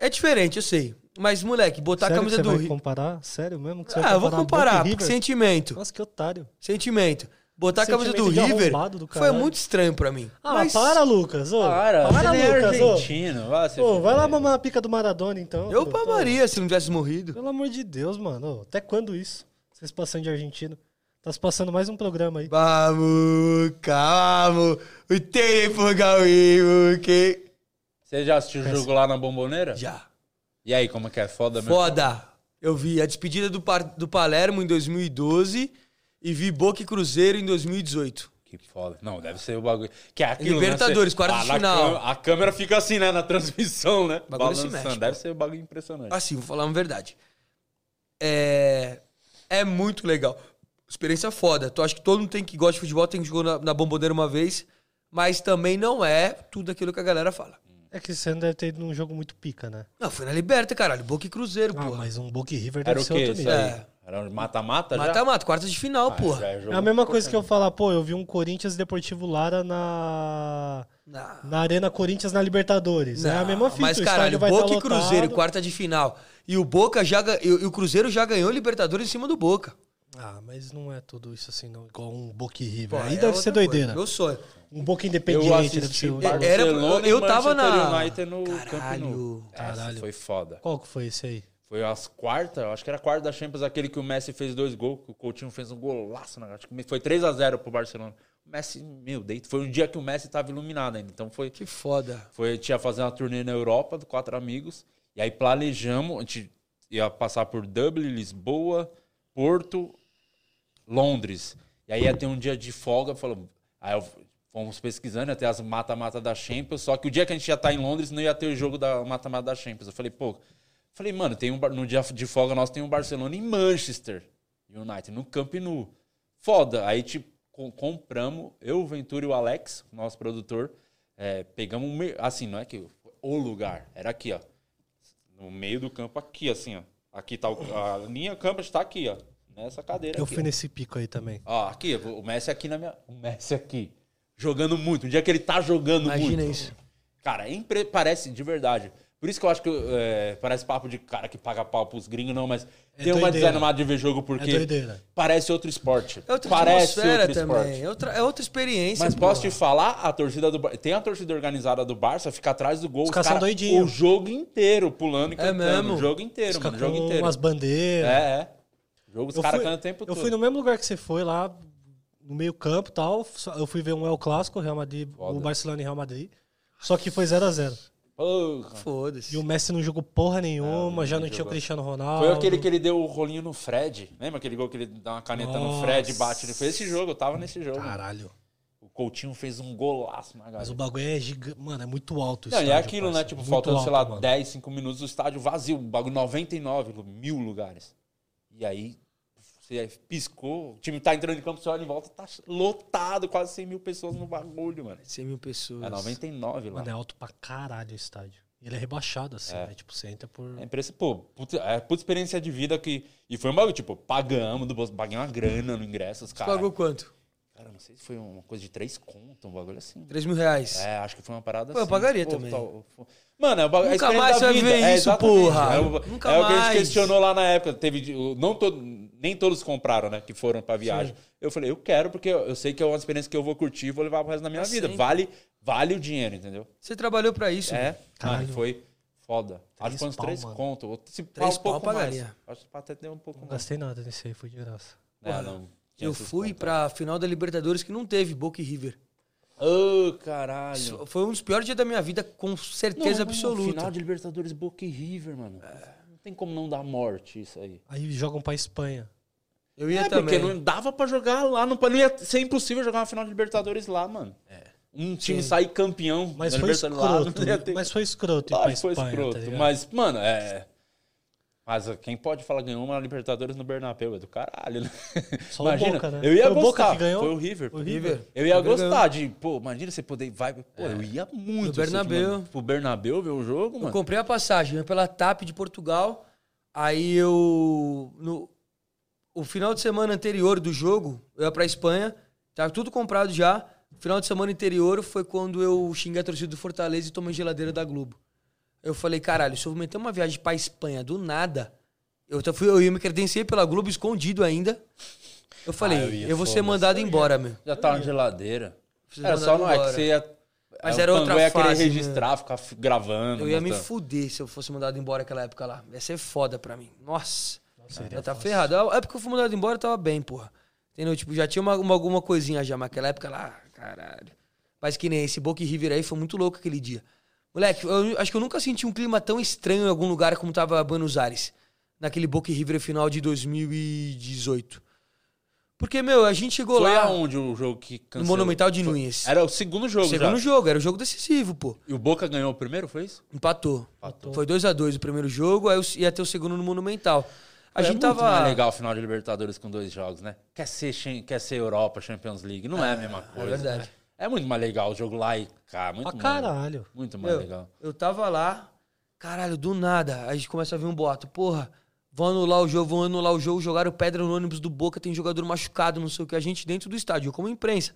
Speaker 2: É diferente, eu sei. Mas, moleque, botar
Speaker 1: Sério
Speaker 2: Tá a camisa
Speaker 1: que você
Speaker 2: do
Speaker 1: vai
Speaker 2: Rio.
Speaker 1: comparar? Sério mesmo? que você vai
Speaker 2: Ah, eu vou
Speaker 1: Boca e
Speaker 2: comparar, porque é
Speaker 1: River?
Speaker 2: sentimento.
Speaker 1: Nossa, que otário.
Speaker 2: Sentimento. Botar a
Speaker 1: Sentimento de
Speaker 2: camisa do River
Speaker 1: arrombado do
Speaker 2: foi
Speaker 1: caralho.
Speaker 2: muito estranho pra mim.
Speaker 1: Ah,
Speaker 2: Mas
Speaker 1: para, Lucas. Ô.
Speaker 3: Para,
Speaker 1: para,
Speaker 3: você nem é
Speaker 1: Lucas. ô.
Speaker 3: argentino. Vai, se
Speaker 1: Ô, vai lá
Speaker 3: fuder.
Speaker 1: mamar a pica do Maradona, então.
Speaker 2: Eu
Speaker 1: pô.
Speaker 2: pamaria se não tivesse morrido.
Speaker 1: Pelo amor de Deus, mano. Ô, Até quando isso? Você Vocês passando de argentino. Tá se passando mais um programa aí.
Speaker 2: Vamos, calma. O telefone que
Speaker 3: Você já assistiu o jogo lá na Bomboneira?
Speaker 2: Já.
Speaker 3: E aí, como que é? Foda mesmo?
Speaker 2: Foda. Eu vi a despedida do, Par- do Palermo em 2012 e vi Boca e Cruzeiro em 2018.
Speaker 3: Que foda. Não, deve ser o bagulho. Que é aquilo,
Speaker 2: Libertadores,
Speaker 3: né? Você-
Speaker 2: quartas de
Speaker 3: na
Speaker 2: final.
Speaker 3: câmera- a câmera fica assim, né? Na transmissão, né?
Speaker 2: Bagulho se mexe, pô.
Speaker 3: Deve ser um bagulho impressionante.
Speaker 2: Assim, vou falar uma verdade. É. É muito legal. Experiência foda. Tu acho que todo mundo tem que gosta de futebol tem que jogar na, na bomboneira uma vez, mas também não é tudo aquilo que a galera fala.
Speaker 1: É que você não deve ter ido num jogo muito pica, né?
Speaker 2: Não, foi na Liberta, caralho. Boca e Cruzeiro,
Speaker 1: Ah,
Speaker 2: porra.
Speaker 1: mas um Boca e River deve
Speaker 3: Era o
Speaker 1: ser
Speaker 3: quê?
Speaker 1: outro
Speaker 3: Isso
Speaker 1: nível.
Speaker 3: aí?
Speaker 2: É.
Speaker 3: Era um
Speaker 1: Tá
Speaker 3: mata-mata já?
Speaker 2: Mata-mata, quartas de final, porra.
Speaker 3: Já um jogo-
Speaker 1: É a mesma coisa que eu falar, pô, eu vi um Corinthians Deportivo Lara na.
Speaker 2: Não.
Speaker 1: Na Arena Corinthians na Libertadores. é a
Speaker 2: Não,
Speaker 1: mesma fita.
Speaker 2: Mas,
Speaker 1: o
Speaker 2: caralho,
Speaker 1: estádio vai
Speaker 2: Boca
Speaker 1: tá
Speaker 2: e Cruzeiro,
Speaker 1: lotado.
Speaker 2: quarta de final. E o Boca já ga- e o e o Cruzeiro já ganhou o Libertadores em cima do Boca.
Speaker 1: Ah, mas não é tudo isso assim, não. Igual um Boca e
Speaker 2: Pô,
Speaker 1: River. Aí
Speaker 2: é
Speaker 1: deve
Speaker 2: outra
Speaker 1: ser
Speaker 2: coisa.
Speaker 1: doideira.
Speaker 2: Meu sonho.
Speaker 1: Um Boca
Speaker 3: Eu
Speaker 1: independente deve
Speaker 3: assisti
Speaker 1: ser. um-
Speaker 3: Barcelona
Speaker 2: Era- eu- eu
Speaker 3: e
Speaker 2: tava na-
Speaker 3: Manchester United no
Speaker 2: Caralho.
Speaker 3: Camp Nou. Essa
Speaker 1: Caralho.
Speaker 3: foi foda.
Speaker 1: é, Qual que foi esse aí?
Speaker 3: Foi as quartas, acho que era a quarta da Champions, aquele que o Messi fez dois gols, que o Coutinho fez um golaço, né? Acho que foi 3x0 pro Barcelona. O Messi, meu, deito. Foi um dia que o Messi tava iluminado ainda, então foi
Speaker 2: Que foda.
Speaker 3: Foi, tinha fazer uma turnê na Europa, do quatro amigos. E aí planejamos, a gente ia passar por Dublin, Lisboa, Porto, Londres. E aí ia ter um dia de folga, falou. Aí eu- fomos pesquisando, ia ter as mata-mata da Champions. Só que o dia que a gente ia estar em Londres, não ia ter o jogo da mata-mata da Champions. Eu falei, pô. Falei, mano, tem um, bar- no dia de folga nós tem um Barcelona em Manchester United, no Camp Nou. Foda. Aí, tipo, com- compramos, eu, o Ventura e o Alex, nosso produtor, é, pegamos um. me- Assim, não é que o lugar, era aqui, ó. No meio do campo, aqui, assim, ó. Aqui tá o, a linha campo está aqui, ó. Nessa cadeira.
Speaker 1: Eu
Speaker 3: aqui,
Speaker 1: fui nesse pico aí também.
Speaker 3: Ó, aqui, o Messi aqui na minha. O Messi aqui. Jogando muito. Um dia que ele tá jogando muito.
Speaker 2: Imagina isso.
Speaker 3: Cara, é impre- parece de verdade. Por isso que eu acho que é, parece papo de cara que paga pau pros gringos, não, mas tem uma
Speaker 1: É doideira.
Speaker 3: desanimada de ver jogo
Speaker 1: É
Speaker 3: porque
Speaker 1: doideira.
Speaker 3: parece outro esporte.
Speaker 2: É outra
Speaker 3: parece
Speaker 2: atmosfera
Speaker 3: outro
Speaker 2: também.
Speaker 3: esporte.
Speaker 2: É outra, é outra experiência.
Speaker 3: Mas
Speaker 2: porra.
Speaker 3: posso te falar, a torcida do Bar- tem a torcida organizada do Barça, fica atrás do gol,
Speaker 1: Os caras são
Speaker 3: cara-
Speaker 1: doidinho. É
Speaker 3: o jogo inteiro pulando e cantando,
Speaker 2: mesmo?
Speaker 3: o jogo inteiro,
Speaker 1: Fica
Speaker 3: mano, o jogo
Speaker 1: com
Speaker 3: inteiro.
Speaker 1: umas bandeiras.
Speaker 3: É, é. O jogo os
Speaker 1: Eu
Speaker 3: caras
Speaker 1: fui-
Speaker 3: cantam o tempo
Speaker 1: Eu
Speaker 3: todo.
Speaker 1: fui no mesmo lugar que você foi lá, no meio campo e tal. só- Eu fui ver um El Clássico, Real Madrid,
Speaker 3: Foda.
Speaker 1: o Barcelona e Real Madrid. Só que foi 0x0.
Speaker 3: Porra.
Speaker 1: E
Speaker 2: Foda-se.
Speaker 1: o Messi não jogou porra nenhuma,
Speaker 3: É,
Speaker 1: já
Speaker 3: não
Speaker 1: não tinha o
Speaker 3: jogou.
Speaker 1: Cristiano Ronaldo.
Speaker 3: Foi aquele que ele deu o rolinho no Fred. Lembra aquele gol que ele dá uma caneta no
Speaker 1: Nossa.
Speaker 3: Fred, bate? Ele fez esse jogo, eu tava nesse jogo.
Speaker 1: Caralho.
Speaker 3: O Coutinho fez um golaço na
Speaker 1: Mas o
Speaker 3: galera.
Speaker 1: bagulho é gigante. Mano, é muito alto
Speaker 3: Não, e é
Speaker 1: estádio,
Speaker 3: aquilo, né?
Speaker 1: parça.
Speaker 3: Tipo,
Speaker 1: Muito
Speaker 3: faltando, sei lá,
Speaker 1: alto, mano.
Speaker 3: 10, 5 minutos, o estádio vazio. um Bagulho 99, lu- mil lugares. E aí, você piscou, o time tá entrando em campo, você olha em volta, tá lotado, quase 100 mil pessoas no bagulho, mano.
Speaker 2: 100 mil pessoas.
Speaker 3: É 99 lá.
Speaker 1: Mano, é alto pra caralho o estádio. E Ele é rebaixado, assim, né? Tipo, você entra por.
Speaker 3: É impressa- pô, puta, é puta experiência de vida que. E foi um bagulho, tipo, pagamos do bolso, paguei uma grana no ingresso, os caras.
Speaker 2: Pagou quanto?
Speaker 3: Cara, não sei se foi uma coisa de três conto, um bagulho assim.
Speaker 2: 3 mil reais.
Speaker 3: É, acho que foi uma parada
Speaker 2: Pô, eu
Speaker 3: assim.
Speaker 2: pagaria também.
Speaker 3: fo- Mano, é o bagulho.
Speaker 2: Nunca mais você vai ver isso, porra.
Speaker 3: É, o-
Speaker 2: Nunca
Speaker 3: é o que a
Speaker 2: mais.
Speaker 3: gente questionou lá na época. Teve, de- o- não to- nem todos compraram, né? Que foram pra viagem. Eu falei, eu quero, porque eu, eu sei que é uma experiência que eu vou curtir e vou levar pro resto da minha
Speaker 2: Ah,
Speaker 3: vida.
Speaker 2: sim.
Speaker 3: Vale, vale o dinheiro, entendeu?
Speaker 2: Você trabalhou pra isso.
Speaker 3: É, mano,
Speaker 1: Caralho.
Speaker 3: foi foda. Acho que foi uns
Speaker 1: pau,
Speaker 3: três
Speaker 1: mano.
Speaker 3: conto. ou Se pá,
Speaker 2: Três
Speaker 3: um pouco
Speaker 2: pau
Speaker 3: mais.
Speaker 2: pagaria.
Speaker 3: Acho que até deu um pouco
Speaker 1: Não
Speaker 3: mais.
Speaker 1: gastei nada nesse aí, foi de graça.
Speaker 3: É, não. Tinha
Speaker 2: Eu
Speaker 3: esses
Speaker 2: fui
Speaker 3: contos.
Speaker 2: pra final da Libertadores que não teve Boca e River.
Speaker 3: Ô, caralho.
Speaker 2: Isso foi um dos piores dias da minha vida, com certeza
Speaker 3: Não,
Speaker 2: absoluta.
Speaker 3: Final de Libertadores, Boca e River, mano. Não tem como não dar morte isso aí.
Speaker 1: Aí jogam pra Espanha.
Speaker 2: Eu ia
Speaker 3: é,
Speaker 2: também.
Speaker 3: porque não dava pra jogar lá. Não, não ia ser impossível jogar uma final de Libertadores lá, mano. Um time sair campeão
Speaker 1: É. Mas
Speaker 3: da
Speaker 1: foi
Speaker 3: Libertadores lá.
Speaker 1: escroto.
Speaker 3: Não ia ter...
Speaker 1: Mas foi escroto ir pra
Speaker 3: Lógico, foi
Speaker 1: Espanha.
Speaker 3: escroto.
Speaker 1: tá ligado?
Speaker 3: mas, mano, é... Mas ó, quem pode falar ganhou uma Libertadores no Bernabéu é do caralho, né?
Speaker 1: Só o Boca, né?
Speaker 3: Eu ia
Speaker 1: Foi o
Speaker 3: gostar.
Speaker 1: Boca que ganhou?
Speaker 3: Foi o River.
Speaker 1: O River. É.
Speaker 3: Eu ia
Speaker 2: O River
Speaker 3: gostar de, pô, imagina você poder vai, pô, eu ia muito assim,
Speaker 2: No Bernabéu.
Speaker 3: mano, pro Bernabéu ver o jogo,
Speaker 2: Eu
Speaker 3: mano.
Speaker 2: comprei a passagem né, pela TAP de Portugal. Aí eu. No, o final de semana anterior do jogo, eu ia pra Espanha. Tava tudo comprado já. O final de semana anterior foi quando eu xinguei a torcida do Fortaleza e tomei geladeira da Globo. Eu falei, caralho, se eu meter uma viagem pra Espanha do nada. Eu, até fui, eu ia me credenciei pela Globo escondido ainda. Eu falei,
Speaker 3: Ah, eu
Speaker 2: eu,
Speaker 3: ia,
Speaker 2: vou ser
Speaker 3: foda-se.
Speaker 2: mandado embora, meu.
Speaker 3: Já tava na geladeira.
Speaker 2: Vocês
Speaker 3: Era
Speaker 2: mandaram
Speaker 3: só não é que
Speaker 2: embora.
Speaker 3: você ia.
Speaker 2: Mas
Speaker 3: é, o
Speaker 2: era
Speaker 3: Pangu
Speaker 2: outra
Speaker 3: ia querer
Speaker 2: fase, né?
Speaker 3: registrar, ficar f- gravando.
Speaker 2: Eu ia me
Speaker 3: mostrando.
Speaker 2: fuder se eu fosse mandado embora naquela época lá. Ia ser foda pra mim. Nossa.
Speaker 1: Seria
Speaker 2: Já tá
Speaker 1: fácil.
Speaker 2: ferrado. A época que eu fui mandado embora, eu tava bem, porra. Entendeu? Tipo, já tinha uma, uma- alguma coisinha já, mas aquela época lá, caralho. Mas que nem esse Boca e River aí foi muito louco aquele dia. Moleque, eu acho que eu nunca senti um clima tão estranho em algum lugar como tava Buenos Aires. Naquele Boca e River final de 2018. Porque, meu, a gente chegou
Speaker 3: Foi
Speaker 2: lá
Speaker 3: aonde o jogo que
Speaker 2: no
Speaker 3: cancelou?
Speaker 2: Monumental de
Speaker 3: Foi-
Speaker 2: Nunes.
Speaker 3: Era o segundo jogo
Speaker 2: Segundo
Speaker 3: já.
Speaker 2: jogo, era o jogo decisivo, pô.
Speaker 3: E o Boca ganhou o primeiro, foi isso?
Speaker 2: Empatou.
Speaker 1: Empatou.
Speaker 2: Foi 2 a 2 o primeiro jogo, aí eu- ia ter o segundo no Monumental. A
Speaker 3: É
Speaker 2: gente
Speaker 3: muito
Speaker 2: tava.
Speaker 3: mais legal o final de Libertadores com dois jogos, né? Quer ser, chen- quer ser Europa, Champions League. Não é, a mesma coisa.
Speaker 2: Ah, verdade.
Speaker 3: né? É muito mais legal o jogo lá e cá. Muito
Speaker 1: Pra
Speaker 3: mais-
Speaker 1: caralho.
Speaker 3: Muito mais
Speaker 2: Eu,
Speaker 3: legal.
Speaker 2: eu tava lá, caralho, do nada. A gente começa a ver um boato. Porra, vão anular o jogo, vão anular o jogo. Jogaram pedra no ônibus do Boca, tem jogador machucado, não sei o que. A gente dentro do estádio, eu como imprensa.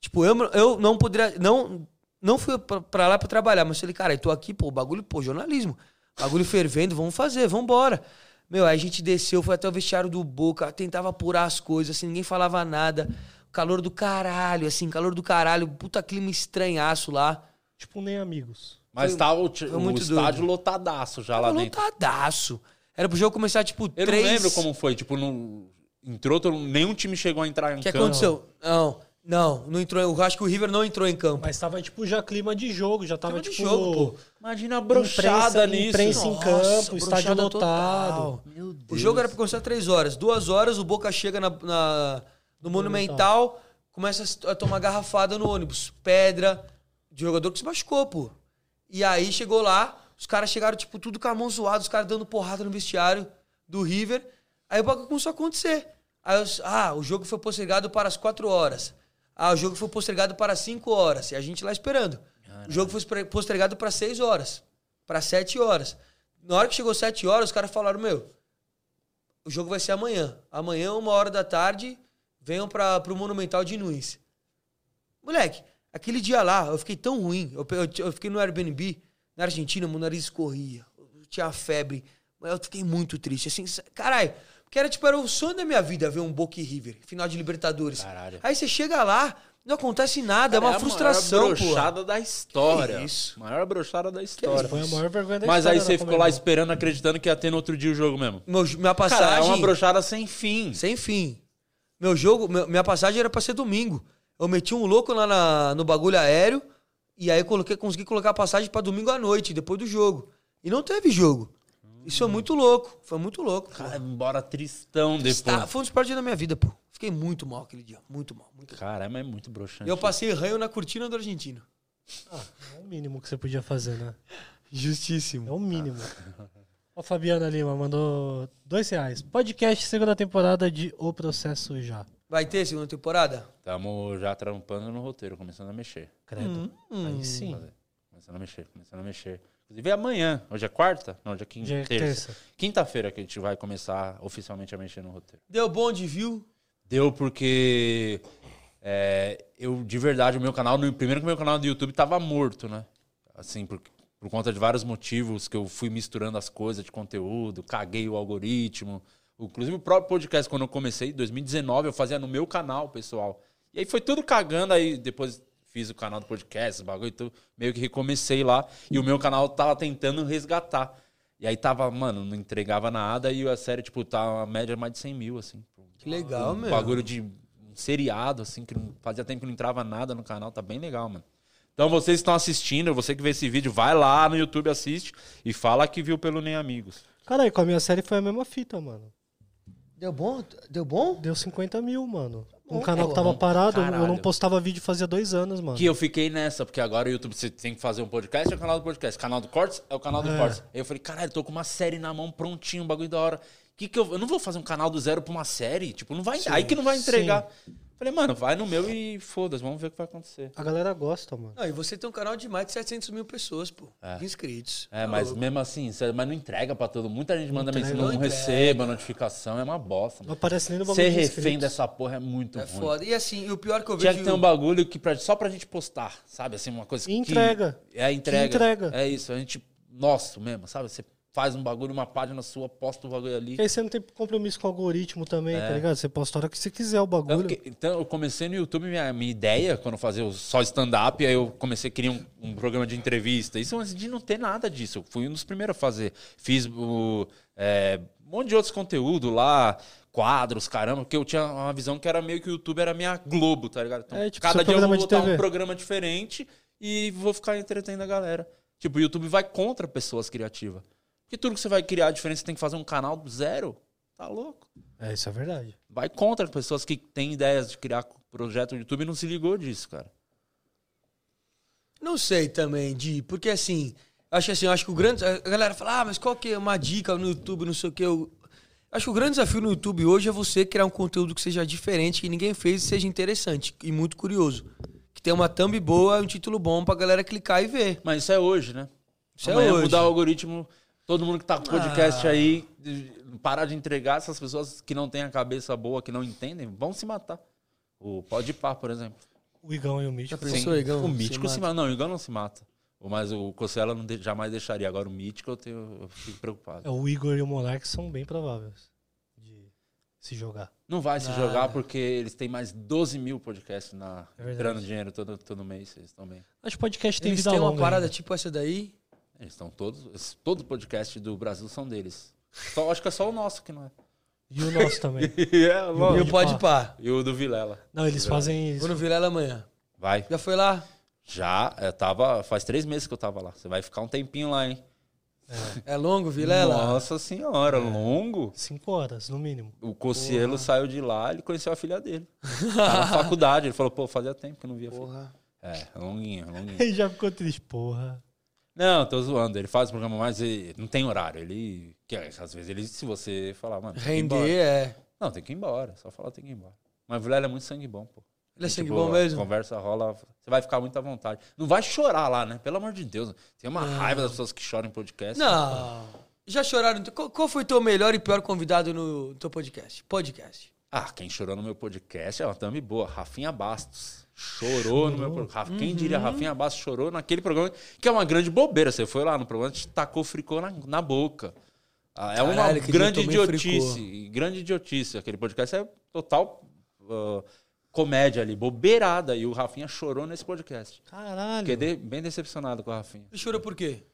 Speaker 2: Tipo, eu, eu não poderia. Não, não fui pra, pra lá pra trabalhar, mas falei, cara, eu tô aqui, pô, bagulho, pô, jornalismo. Bagulho fervendo, vamos fazer, vambora. Meu, aí a gente desceu, foi até o vestiário do Boca, tentava apurar as coisas, assim, ninguém falava nada. Calor do caralho, assim, calor do caralho, puta clima estranhaço lá.
Speaker 1: Tipo, nem amigos.
Speaker 3: Mas tava o, ti-
Speaker 2: foi
Speaker 3: o
Speaker 2: muito
Speaker 3: estádio
Speaker 2: doido.
Speaker 3: lotadaço já lá
Speaker 2: Tava
Speaker 3: dentro.
Speaker 2: lotadaço. Era pro jogo começar, tipo,
Speaker 3: Eu
Speaker 2: três...
Speaker 3: não lembro como foi. Tipo, não entrou, todo... nenhum time chegou a entrar em
Speaker 2: O que
Speaker 3: campo.
Speaker 2: aconteceu? Não, não, não entrou. Eu acho que o River não entrou em campo.
Speaker 1: Mas tava, tipo, já clima de jogo, já tava,
Speaker 2: Clima de
Speaker 1: tipo.
Speaker 2: jogo, pô.
Speaker 3: Imagina a brochada
Speaker 1: Imprensa-
Speaker 3: nisso.
Speaker 1: imprensa em campo, estádio
Speaker 2: brochada
Speaker 1: lotado.
Speaker 2: total.
Speaker 3: Meu Deus.
Speaker 2: O jogo era pra começar três horas. Duas horas, o Boca chega na, na- no Monumental, começa a se- a tomar garrafada no ônibus. Pedra, de jogador que se machucou, pô. E aí chegou lá, os caras chegaram, tipo, tudo com a mão zoada, os caras dando porrada no vestiário do River. Aí o bagulho começou a acontecer. Aí os, ah, o jogo foi postergado para as quatro horas. Ah, o jogo foi postergado para cinco horas. E a gente lá esperando. O jogo foi espre- postergado para seis horas. Para sete horas. Na hora que chegou sete horas, os caras falaram, meu, o jogo vai ser amanhã. Amanhã, uma hora da tarde, venham para pro Monumental de Nunes. Moleque, aquele dia lá, eu fiquei tão ruim. Eu, pe- eu ti- eu fiquei no Airbnb, na Argentina, meu nariz escorria. Eu tinha febre. Mas eu fiquei muito triste. Assim, sa- caralho. Porque era tipo, era o sonho da minha vida ver um Boca e River, final de Libertadores.
Speaker 3: Caralho.
Speaker 2: Aí você chega lá, não acontece nada, é
Speaker 3: Cara,
Speaker 2: uma
Speaker 3: A
Speaker 2: frustração,
Speaker 3: maior
Speaker 2: pô.
Speaker 3: brochada da história.
Speaker 2: Que isso?
Speaker 3: Maior brochada da história.
Speaker 1: Foi a maior vergonha da
Speaker 3: Mas aí
Speaker 1: história
Speaker 3: você
Speaker 1: da
Speaker 3: ficou lá
Speaker 1: Comembol.
Speaker 3: esperando, acreditando que ia ter no outro dia o jogo mesmo.
Speaker 2: Meu- minha passagem.
Speaker 3: Cara, é uma brochada sem fim.
Speaker 2: Sem fim. Meu jogo, meu- minha passagem era pra ser domingo. Eu meti um louco lá na- no bagulho aéreo e aí eu coloquei, consegui colocar a passagem pra domingo à noite, depois do jogo. E não teve jogo. Isso é muito louco. Foi muito louco. pô.
Speaker 3: Cara, embora tristão depois.
Speaker 2: Tá, foi um dos piores dias da minha vida, pô. Fiquei muito mal aquele dia. Muito mal. Muito mal.
Speaker 3: Cara, mas é muito broxante.
Speaker 2: Eu passei ranho na cortina do argentino.
Speaker 1: É o mínimo que você podia fazer, né? É
Speaker 2: Justíssimo.
Speaker 1: o mínimo. Ó, Fabiana Lima mandou dois reais. Podcast segunda temporada de O Processo Já.
Speaker 2: Vai ter segunda temporada?
Speaker 3: Tamo já trampando no roteiro, começando a mexer.
Speaker 1: Credo.
Speaker 3: Hum,
Speaker 1: Aí sim.
Speaker 3: Fazer. Começando a mexer, começando a mexer. Inclusive é amanhã. Hoje é quarta? Não, hoje é quinta.
Speaker 1: Já é
Speaker 3: terça.
Speaker 1: terça.
Speaker 3: Quinta-feira que a gente vai começar oficialmente a mexer no roteiro.
Speaker 2: Deu bom de view?
Speaker 3: Deu porque é, eu, de verdade, o meu canal, no, primeiro que o meu canal do YouTube tava morto, né? Assim, por, por conta de vários motivos que eu fui misturando as coisas de conteúdo, caguei o algoritmo. Inclusive, o próprio podcast, quando eu comecei, em 2019, eu fazia no meu canal, pessoal. E aí foi tudo cagando, aí depois fiz o canal do podcast, esse bagulho, então meio que recomecei lá. E o meu canal tava tentando resgatar. E aí tava, mano, não entregava nada e a série, tipo, tá uma média mais de 100 mil, assim.
Speaker 2: Que legal,
Speaker 3: Um
Speaker 2: meu.
Speaker 3: bagulho de um seriado, assim, que não- fazia tempo que não entrava nada no canal, tá bem legal, mano. Então vocês que estão assistindo, você que vê esse vídeo, vai lá no YouTube, assiste e fala que viu pelo Nem Amigos.
Speaker 1: Caralho, com a minha série foi a mesma fita, mano.
Speaker 2: Deu bom? Deu bom?
Speaker 1: Deu 50 mil, mano.
Speaker 2: bom,
Speaker 1: Um canal que tava
Speaker 3: pô.
Speaker 1: parado, eu não
Speaker 3: Caralho.
Speaker 1: postava vídeo fazia dois anos, mano.
Speaker 3: Que eu fiquei nessa, porque agora o YouTube você tem que fazer um podcast, é o canal do podcast. Canal do Cortes é o canal do
Speaker 1: É.
Speaker 3: Cortes. Aí eu falei, caralho, tô com uma série na mão prontinho, um bagulho da hora. Que que eu, eu não vou fazer um canal do zero pra uma série? Tipo, não vai. aí que não vai entregar. Falei, mano, vai no meu e foda-se, vamos ver o que vai acontecer.
Speaker 1: A galera gosta, mano.
Speaker 2: Não, e você tem um canal de mais de 700 mil pessoas, pô. De Inscritos.
Speaker 3: É, mas mesmo assim, cê- mas não entrega pra todo mundo. Muita gente manda
Speaker 1: Tá entrega.
Speaker 3: mensagem, não,
Speaker 2: Não
Speaker 3: receba notificação, é uma bosta.
Speaker 1: Não
Speaker 3: mano.
Speaker 1: aparece nem no bagulho
Speaker 3: Ser
Speaker 1: de
Speaker 3: refém
Speaker 1: inscritos.
Speaker 3: dessa porra é muito
Speaker 2: É
Speaker 3: ruim.
Speaker 2: foda. E assim, e o pior que eu
Speaker 3: Tinha
Speaker 2: vejo.
Speaker 3: que ter um bagulho que pra, só pra gente postar, sabe? Assim, uma coisa
Speaker 1: E entrega.
Speaker 3: que. É a entrega.
Speaker 1: Que entrega.
Speaker 3: É isso, a gente. Nosso mesmo, sabe? Você faz um bagulho, uma página sua, posta o bagulho ali.
Speaker 1: Porque aí você não tem compromisso com o algoritmo também, tá ligado? Você posta a hora que você quiser o bagulho.
Speaker 3: Tanto que- então, eu comecei no YouTube, minha, minha ideia, quando eu fazia o só stand-up, aí eu comecei a criar um, um programa de entrevista. Isso antes de não ter nada disso. Eu fui um dos primeiros a fazer. Fiz o. é, um monte de outros conteúdos lá, quadros, caramba, porque eu tinha uma visão que era meio que o YouTube era minha Globo, tá ligado? Então,
Speaker 1: É, tipo,
Speaker 3: cada
Speaker 1: seu
Speaker 3: dia eu vou
Speaker 1: programa de
Speaker 3: botar um
Speaker 1: TV.
Speaker 3: programa diferente e vou ficar entretendo a galera. Tipo, o YouTube vai contra pessoas criativas. Porque tudo que você vai criar diferente, você tem que fazer um canal do zero. Tá louco?
Speaker 1: É, isso é verdade.
Speaker 3: Vai contra pessoas que têm ideias de criar projeto no YouTube e não se ligou disso, cara.
Speaker 2: Não sei também, Di, porque assim, acho que assim, eu acho que o grande. A galera fala, ah, mas qual que é uma dica no YouTube, não sei o que. Eu... Acho que o grande desafio no YouTube hoje é você criar um conteúdo que seja diferente, que ninguém fez e seja interessante e muito curioso. Que tenha uma thumb boa, um título bom pra galera clicar e ver.
Speaker 3: Mas isso é hoje, né?
Speaker 2: Isso é
Speaker 3: Amanhã
Speaker 2: hoje.
Speaker 3: mudar o algoritmo. Todo mundo que tá com podcast
Speaker 2: Ah.
Speaker 3: aí, de- parar de entregar essas pessoas que não têm a cabeça boa, que não entendem, vão se matar. O Pode Par, por exemplo.
Speaker 1: O Igão e o Mítico.
Speaker 2: Sim. Pensou, Igão,
Speaker 3: o
Speaker 2: se
Speaker 3: Mítico se,
Speaker 2: mata?
Speaker 3: mata. Não, o Igão não se mata. O- Mas o Cocela não de- jamais deixaria. Agora o Mítico eu, tenho, eu fico preocupado.
Speaker 1: É, o Igor e o Monark são bem prováveis de se jogar.
Speaker 3: Não vai se
Speaker 2: Ah.
Speaker 3: jogar porque eles têm mais 12 mil podcasts na,
Speaker 1: É verdade.
Speaker 3: entrando dinheiro todo, todo mês. Eles estão bem.
Speaker 1: Acho que podcast tem
Speaker 2: Eles
Speaker 1: vida
Speaker 2: têm uma
Speaker 1: longa
Speaker 2: parada
Speaker 1: ainda.
Speaker 2: tipo essa daí.
Speaker 3: Eles estão todos. Todo podcast do Brasil são deles. Só, acho que é só o nosso que não é.
Speaker 1: E o nosso também.
Speaker 3: é,
Speaker 2: E
Speaker 1: Pode
Speaker 2: o Pode
Speaker 1: Pá.
Speaker 2: Pá.
Speaker 3: E o do Vilela.
Speaker 1: Não, eles fazem
Speaker 2: Vou
Speaker 1: isso.
Speaker 2: no Vilela amanhã.
Speaker 3: Vai.
Speaker 2: Já foi lá?
Speaker 3: Já, eu tava. Faz três meses que eu tava lá. Você vai ficar um tempinho lá, hein?
Speaker 2: É longo, Vilela? É.
Speaker 3: Nossa senhora, longo.
Speaker 1: Cinco horas, no mínimo.
Speaker 3: O Cocielo saiu de lá, ele conheceu a filha dele. Tá na faculdade. Ele falou, pô, fazia tempo que eu não via a filha.
Speaker 2: Porra.
Speaker 3: É, longuinho, longuinho.
Speaker 1: Ele já ficou triste. Porra.
Speaker 3: Não, tô zoando. Ele faz o programa, mas ele não tem horário. Ele. que Às vezes ele, se você falar, mano. tem que ir embora.
Speaker 2: Render, é.
Speaker 3: Não, tem que ir embora. Só falar tem que ir embora. Mas o Vilela é muito sangue bom, pô.
Speaker 2: Ele é sangue
Speaker 3: Tipo,
Speaker 2: bom
Speaker 3: a
Speaker 2: mesmo?
Speaker 3: Conversa rola, você vai ficar muito à vontade. Não vai chorar lá, né? Pelo amor de Deus. Tem uma raiva das pessoas que choram em podcast.
Speaker 2: Ah. Não. Já choraram. Qual, qual foi teu melhor e pior convidado no teu podcast? Podcast.
Speaker 3: Ah, quem chorou no meu podcast é uma thumb boa. Rafinha Bastos. Chorou, no meu programa.
Speaker 2: Uhum.
Speaker 3: Quem diria Rafinha Bastos chorou naquele programa, que é uma grande bobeira. Você foi lá no programa, te tacou fricô na, na boca. Ah, é uma
Speaker 2: Caralho, que dia eu
Speaker 3: grande
Speaker 2: tomei
Speaker 3: idiotice.
Speaker 2: fricô.
Speaker 3: e Grande idiotice. Aquele podcast é total ah, comédia ali, bobeirada. E o Rafinha chorou nesse podcast.
Speaker 1: Caralho.
Speaker 3: Fiquei de- bem decepcionado com o Rafinha.
Speaker 2: Ele chorou por quê?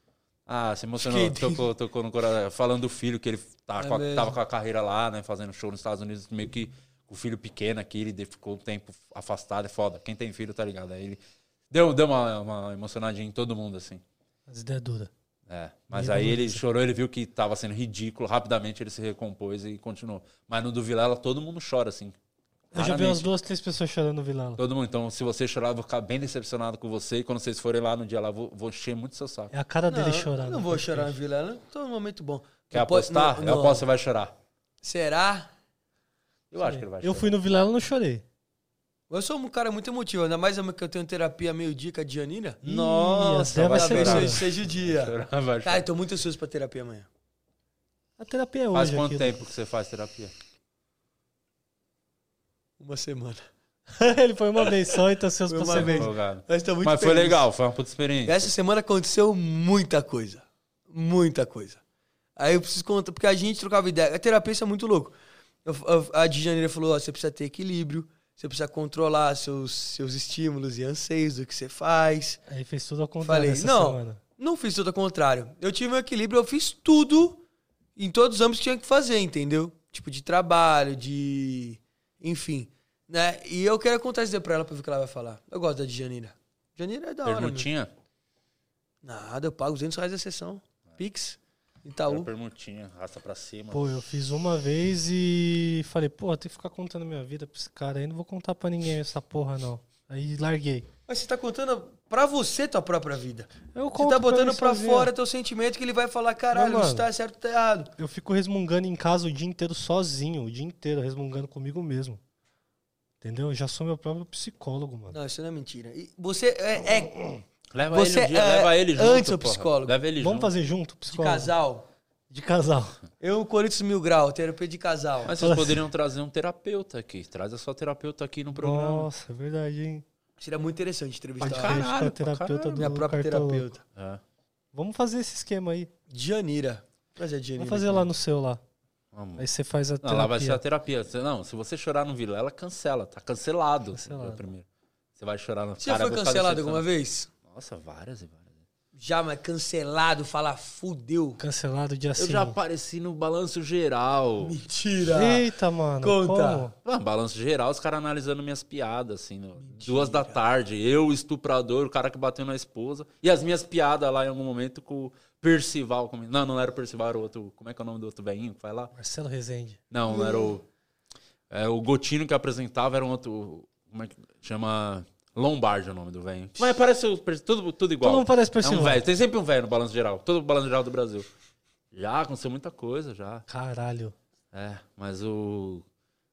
Speaker 3: Ah, se emocionou,
Speaker 2: Fiquei-
Speaker 3: tocou, tocou no coração. Falando do filho, que ele tá
Speaker 2: É
Speaker 3: com a-
Speaker 2: mesmo.
Speaker 3: tava com a carreira lá, né? Fazendo show nos Estados Unidos, meio que com o filho pequeno aqui, ele de- ficou um tempo afastado, é foda. Quem tem filho, tá ligado? Aí ele deu, deu uma, uma emocionadinha em todo mundo, assim.
Speaker 1: As ideias duras.
Speaker 3: É. Mas aí ele chorou, ele viu que tava sendo ridículo, rapidamente ele se recompôs e continuou. Mas no do Vilela, todo mundo chora, assim.
Speaker 1: Eu já vi
Speaker 3: Raramente.
Speaker 1: umas duas, três pessoas chorando no Vilela.
Speaker 3: Todo mundo. Então, se você chorar, eu vou ficar bem decepcionado com você. E quando vocês forem lá no dia lá, eu vou, vou encher muito seu saco.
Speaker 1: É a cara dele né?
Speaker 2: não,
Speaker 1: chorando.
Speaker 2: eu Não vou chorar no Vilela. Tô num momento bom.
Speaker 3: Quer
Speaker 2: Não pode-
Speaker 3: apostar?
Speaker 2: não,
Speaker 3: Eu
Speaker 2: não.
Speaker 3: aposto que você vai chorar.
Speaker 2: Será?
Speaker 3: Eu acho que ele vai chorar.
Speaker 1: Eu fui no Vilela e não chorei.
Speaker 2: Eu sou um cara muito emotivo, ainda mais que eu tenho terapia meio-dia com a Dianina.
Speaker 1: Nossa,
Speaker 3: Ih,
Speaker 1: vai
Speaker 3: vai
Speaker 1: ser
Speaker 2: Talvez
Speaker 3: chorar.
Speaker 1: nada.
Speaker 2: hoje seja o dia.
Speaker 3: Chorar, vai
Speaker 2: Cara,
Speaker 3: chorar.
Speaker 2: eu tô muito ansioso pra terapia amanhã.
Speaker 1: A terapia é hoje
Speaker 3: Faz quanto
Speaker 1: aquilo.
Speaker 2: né?
Speaker 3: tempo que você faz terapia?
Speaker 2: Uma semana.
Speaker 1: né? Ele foi uma vez só, então seus
Speaker 2: Foi uma
Speaker 1: percebem.
Speaker 3: Folgado.
Speaker 2: Mas tô Tá muito
Speaker 3: Mas foi
Speaker 2: feliz.
Speaker 3: legal, foi uma puta experiência.
Speaker 2: Essa semana aconteceu muita coisa. Muita coisa. Aí eu preciso contar, porque a gente trocava ideia. A terapia isso é muito louco. Eu- eu- a Dijaneira falou: ó, você precisa ter equilíbrio, você precisa controlar seus, seus estímulos e anseios do que você faz.
Speaker 1: Aí fez tudo ao contrário
Speaker 2: Falei,
Speaker 1: essa
Speaker 2: não,
Speaker 1: semana.
Speaker 2: não fiz tudo ao contrário. Eu tive um equilíbrio, eu fiz tudo em todos os âmbitos que tinha que fazer, entendeu? Tipo, de trabalho, de. Enfim. Né? E eu quero contar isso daí pra ela pra ver o que ela vai falar. Eu gosto da Dijaneira. Dijaneira é da hora, meu.
Speaker 3: Permutinha?
Speaker 2: Nada, eu pago 200 reais a sessão.
Speaker 3: É.
Speaker 2: Pix,
Speaker 3: Era
Speaker 2: Itaú.
Speaker 3: permutinha, raça pra cima.
Speaker 1: Pô, eu fiz uma vez e falei, pô, tem que ficar contando minha vida pra esse cara aí, não vou contar pra ninguém essa porra, não. Aí larguei.
Speaker 2: Mas você tá contando pra você tua própria vida.
Speaker 1: Eu
Speaker 2: Você
Speaker 1: conto
Speaker 2: tá
Speaker 1: mim
Speaker 2: botando pra
Speaker 1: sozinho.
Speaker 2: fora teu sentimento que ele vai falar, caralho,
Speaker 1: Não,
Speaker 2: isso
Speaker 1: mano.
Speaker 2: tá certo, tá errado.
Speaker 1: Eu fico resmungando em casa o dia inteiro sozinho, o dia inteiro, resmungando comigo mesmo. Entendeu? Eu já sou meu próprio psicólogo, mano.
Speaker 2: Não, isso não é mentira. E você é, é
Speaker 3: Leva
Speaker 2: Você
Speaker 3: ele um dia,
Speaker 2: é
Speaker 3: leva ele junto.
Speaker 2: antes o
Speaker 3: porra.
Speaker 2: psicólogo.
Speaker 3: Leva ele
Speaker 1: Vamos
Speaker 3: junto.
Speaker 1: fazer junto,
Speaker 2: de
Speaker 1: psicólogo?
Speaker 2: casal.
Speaker 1: De casal.
Speaker 2: Eu, Corinthians Mil Grau, terapia de casal.
Speaker 3: Mas vocês poderiam trazer um terapeuta aqui. Traz a sua terapeuta aqui no programa.
Speaker 1: Nossa, é verdade, hein?
Speaker 2: Seria muito interessante
Speaker 1: Pode
Speaker 2: entrevistar
Speaker 3: caralho,
Speaker 1: ter a
Speaker 3: pra
Speaker 1: terapeuta
Speaker 3: caralho.
Speaker 1: do
Speaker 2: minha própria
Speaker 1: Cartola.
Speaker 2: terapeuta.
Speaker 3: É.
Speaker 1: Vamos fazer esse esquema aí.
Speaker 2: Dianira. Mas é Dianira.
Speaker 1: Vamos fazer lá no seu lá.
Speaker 3: Vamos.
Speaker 1: Aí você faz a
Speaker 3: Não,
Speaker 1: terapia.
Speaker 3: lá vai ser a terapia. Você- Não, se você chorar no Vilela, cancela. Tá cancelado. É
Speaker 1: Cancelado.
Speaker 3: Primeiro. Você vai chorar no
Speaker 2: Você já foi
Speaker 3: vou ficar
Speaker 2: cancelado
Speaker 3: decepcionado.
Speaker 2: alguma vez?
Speaker 3: Nossa, várias e várias.
Speaker 2: já mas cancelado, falar fudeu.
Speaker 1: Cancelado de assim.
Speaker 3: Eu já apareci no balanço geral.
Speaker 2: Mentira.
Speaker 1: Eita, mano.
Speaker 2: Conta.
Speaker 1: Como?
Speaker 3: Ah, balanço geral, os caras analisando minhas piadas, assim, no- duas da tarde. Eu, estuprador, o cara que bateu na esposa. E as minhas piadas lá em algum momento com o Percival. comigo. Não, não era o Percival, era o outro. Como é que é o nome do outro velhinho que vai lá?
Speaker 1: Marcelo Rezende.
Speaker 3: Não, era o. é, o Gotino que apresentava era um outro. Como é que chama? Lombardi é o nome do velho. Mas parece o Per- tudo, tudo igual.
Speaker 1: Todo mundo parece
Speaker 3: É um
Speaker 1: Percival.
Speaker 3: velho. Tem sempre um velho no balanço geral. Todo balanço geral do Brasil. Já aconteceu muita coisa, já.
Speaker 1: Caralho.
Speaker 3: É, mas o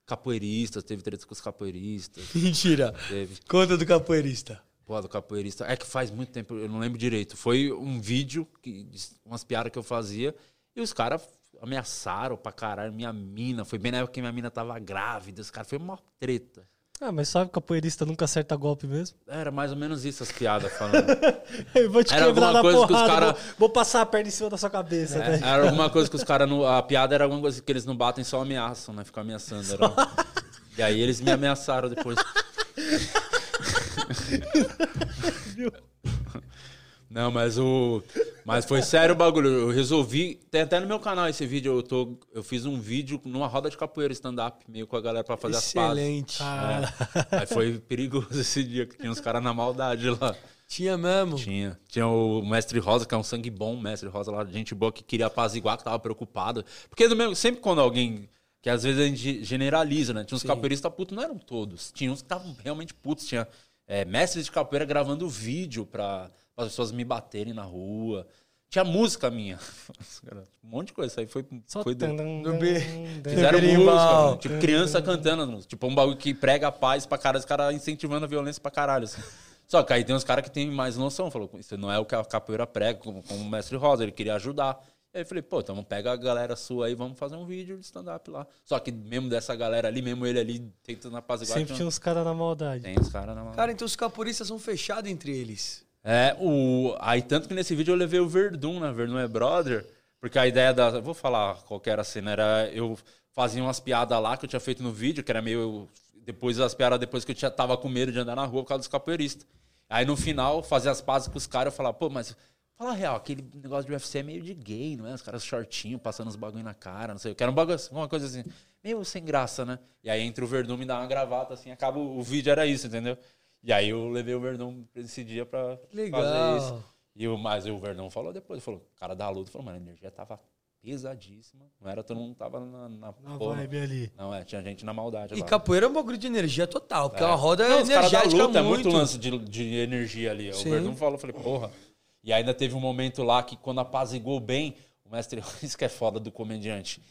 Speaker 3: capoeirista, teve treta com os capoeiristas,
Speaker 2: Mentira.
Speaker 3: teve.
Speaker 2: Conta do capoeirista.
Speaker 3: Pô, do capoeirista. É que faz muito tempo, eu não lembro direito. Foi um vídeo, que, umas piadas que eu fazia, e os caras ameaçaram pra caralho minha mina. Foi bem na época que minha mina tava grávida. Os caras foi uma treta.
Speaker 1: Ah, mas sabe que capoeirista nunca acerta golpe mesmo?
Speaker 3: Era mais ou menos isso as piadas falando.
Speaker 1: Eu vou te
Speaker 3: Era
Speaker 1: quebrar
Speaker 3: alguma
Speaker 1: na
Speaker 3: coisa que os
Speaker 1: porrada.
Speaker 3: cara-
Speaker 1: vou, vou passar a perna em cima da sua cabeça,
Speaker 3: É,
Speaker 1: velho.
Speaker 3: era alguma coisa que os caras. não- A piada era alguma coisa que eles não batem, só ameaçam, né? Ficam ameaçando. era- E aí eles me ameaçaram depois. Não, mas o. Mas foi sério o bagulho. Eu resolvi. Tem até no meu canal esse vídeo. Eu, tô, eu fiz um vídeo numa roda de capoeira stand-up, meio com a galera pra fazer
Speaker 2: Excelente.
Speaker 3: as pazes. É. Aí foi perigoso esse dia, que tinha uns caras na maldade lá.
Speaker 2: Tinha mesmo.
Speaker 3: Tinha. Tinha o Mestre Rosa, que é um sangue bom, Mestre Rosa lá, gente boa, que queria apaziguar, que tava preocupado. Porque no meu- sempre quando alguém. Que às vezes a gente generaliza, né? Tinha uns capoeiristas putos, não eram todos. Tinha uns que estavam realmente putos. Tinha é, mestres de capoeira gravando vídeo pra as pessoas me baterem na rua. Tinha música minha. Um monte de coisa. Isso aí foi.
Speaker 1: Só
Speaker 3: foi doido.
Speaker 1: tandan-
Speaker 2: No B.
Speaker 1: tandan-
Speaker 3: Fizeram
Speaker 2: Berimbau.
Speaker 3: música, mano. tipo criança cantando, mano. tipo um bagulho que prega a paz pra caralho, os caras incentivando a violência pra caralho, assim. Só que aí tem uns caras que tem mais noção, falou, isso não é o que a capoeira prega, como, como o mestre Rosa, ele queria ajudar. Aí eu falei, pô, então pega a galera sua aí, vamos fazer um vídeo de stand-up lá. Só que mesmo dessa galera ali, mesmo ele ali, tentando apaziguar,
Speaker 1: Sempre tinha um uns caras na maldade.
Speaker 3: tem os caras na mão.
Speaker 2: Cara, então os capoeiristas são fechados entre eles.
Speaker 3: É, o... aí tanto que nesse vídeo eu levei o Verdun, né? Verdun é brother. Porque a ideia da. Vou falar qual que era a cena. Era eu fazia umas piadas lá que eu tinha feito no vídeo, que era meio. Depois as piadas depois que eu tinha, tava com medo de andar na rua por causa dos capoeiristas. Aí no final, fazer as pazes com os caras, eu falava, pô, mas. Fala a real, aquele negócio de UFC é meio de gay, não é? Os caras shortinho, passando uns bagulho na cara, não sei. Eu quero um bagulho, assim, uma coisa assim, meio sem graça, né? E aí entra o Verdun me dá uma gravata, assim, acaba o o vídeo, era isso, entendeu? E aí eu levei o Verdun esse dia pra
Speaker 2: Legal.
Speaker 3: fazer isso. E o, mas o Verdão falou depois, ele falou, o cara da luta, falou, mano, a energia tava pesadíssima. Não era todo mundo que tava na, na
Speaker 1: Na
Speaker 3: porra.
Speaker 1: vibe ali.
Speaker 3: Não, é, tinha gente na maldade
Speaker 2: E
Speaker 3: lá.
Speaker 2: capoeira é um bagulho de energia total, porque é,
Speaker 3: É.
Speaker 2: uma roda
Speaker 3: Não, os caras da
Speaker 2: energética
Speaker 3: luta é
Speaker 2: muito.
Speaker 3: muito lance de, de energia ali.
Speaker 2: Sim.
Speaker 3: O Verdão falou, eu falei, porra. E ainda teve um momento lá que quando apazigou bem, o mestre, isso que é foda do comediante.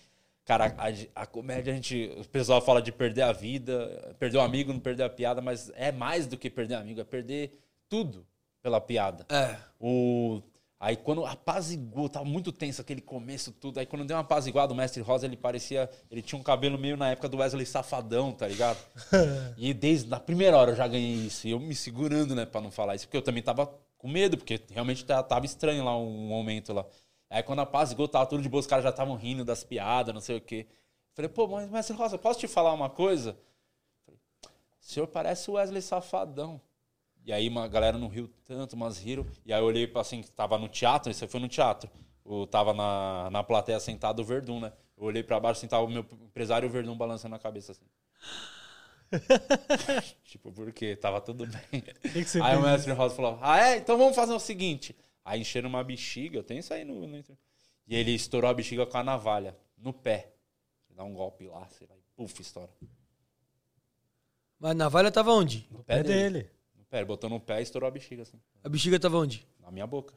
Speaker 3: Cara, a, a comédia, a gente. O pessoal fala de perder a vida, perder o amigo, não perder a piada, mas é mais do que perder amigo, é perder tudo pela piada.
Speaker 2: É.
Speaker 3: O... Aí quando apazigou, tava muito tenso aquele começo, tudo. Aí quando deu uma apaziguada, o mestre Rosa, ele parecia. Ele tinha um cabelo meio na época do Wesley Safadão, tá ligado? e desde na primeira hora eu já ganhei isso. E eu me segurando, né, pra não falar isso, porque eu também tava com medo, porque realmente tá- tava estranho lá um momento lá. Aí quando apazigou, tava tudo de boa, os caras já estavam rindo das piadas, não sei o quê. Falei, pô, mas mestre Rosa, posso te falar uma coisa? O senhor parece o Wesley Safadão. E aí uma galera não riu tanto, mas riram. E aí eu olhei pra assim, que tava no teatro, isso aí foi no teatro. Eu tava na, na plateia sentado o Verdun, né? Eu olhei pra baixo, assim, tava o meu empresário e o Verdun balançando a cabeça assim. tipo, por quê? Tava tudo bem.
Speaker 1: que que você
Speaker 3: aí o
Speaker 1: fez?
Speaker 3: mestre Rosa falou: Ah, é? Então vamos fazer o seguinte. Aí encheram uma bexiga, eu tenho isso aí no. no... E ele estourou a bexiga com a navalha, no pé. Dá um golpe lá, sei lá, e puf, estoura.
Speaker 2: Mas a navalha tava onde?
Speaker 3: No
Speaker 1: É dele.
Speaker 3: No pé, ele botou no pé e estourou a bexiga, assim,
Speaker 2: A bexiga tava onde?
Speaker 3: na minha boca.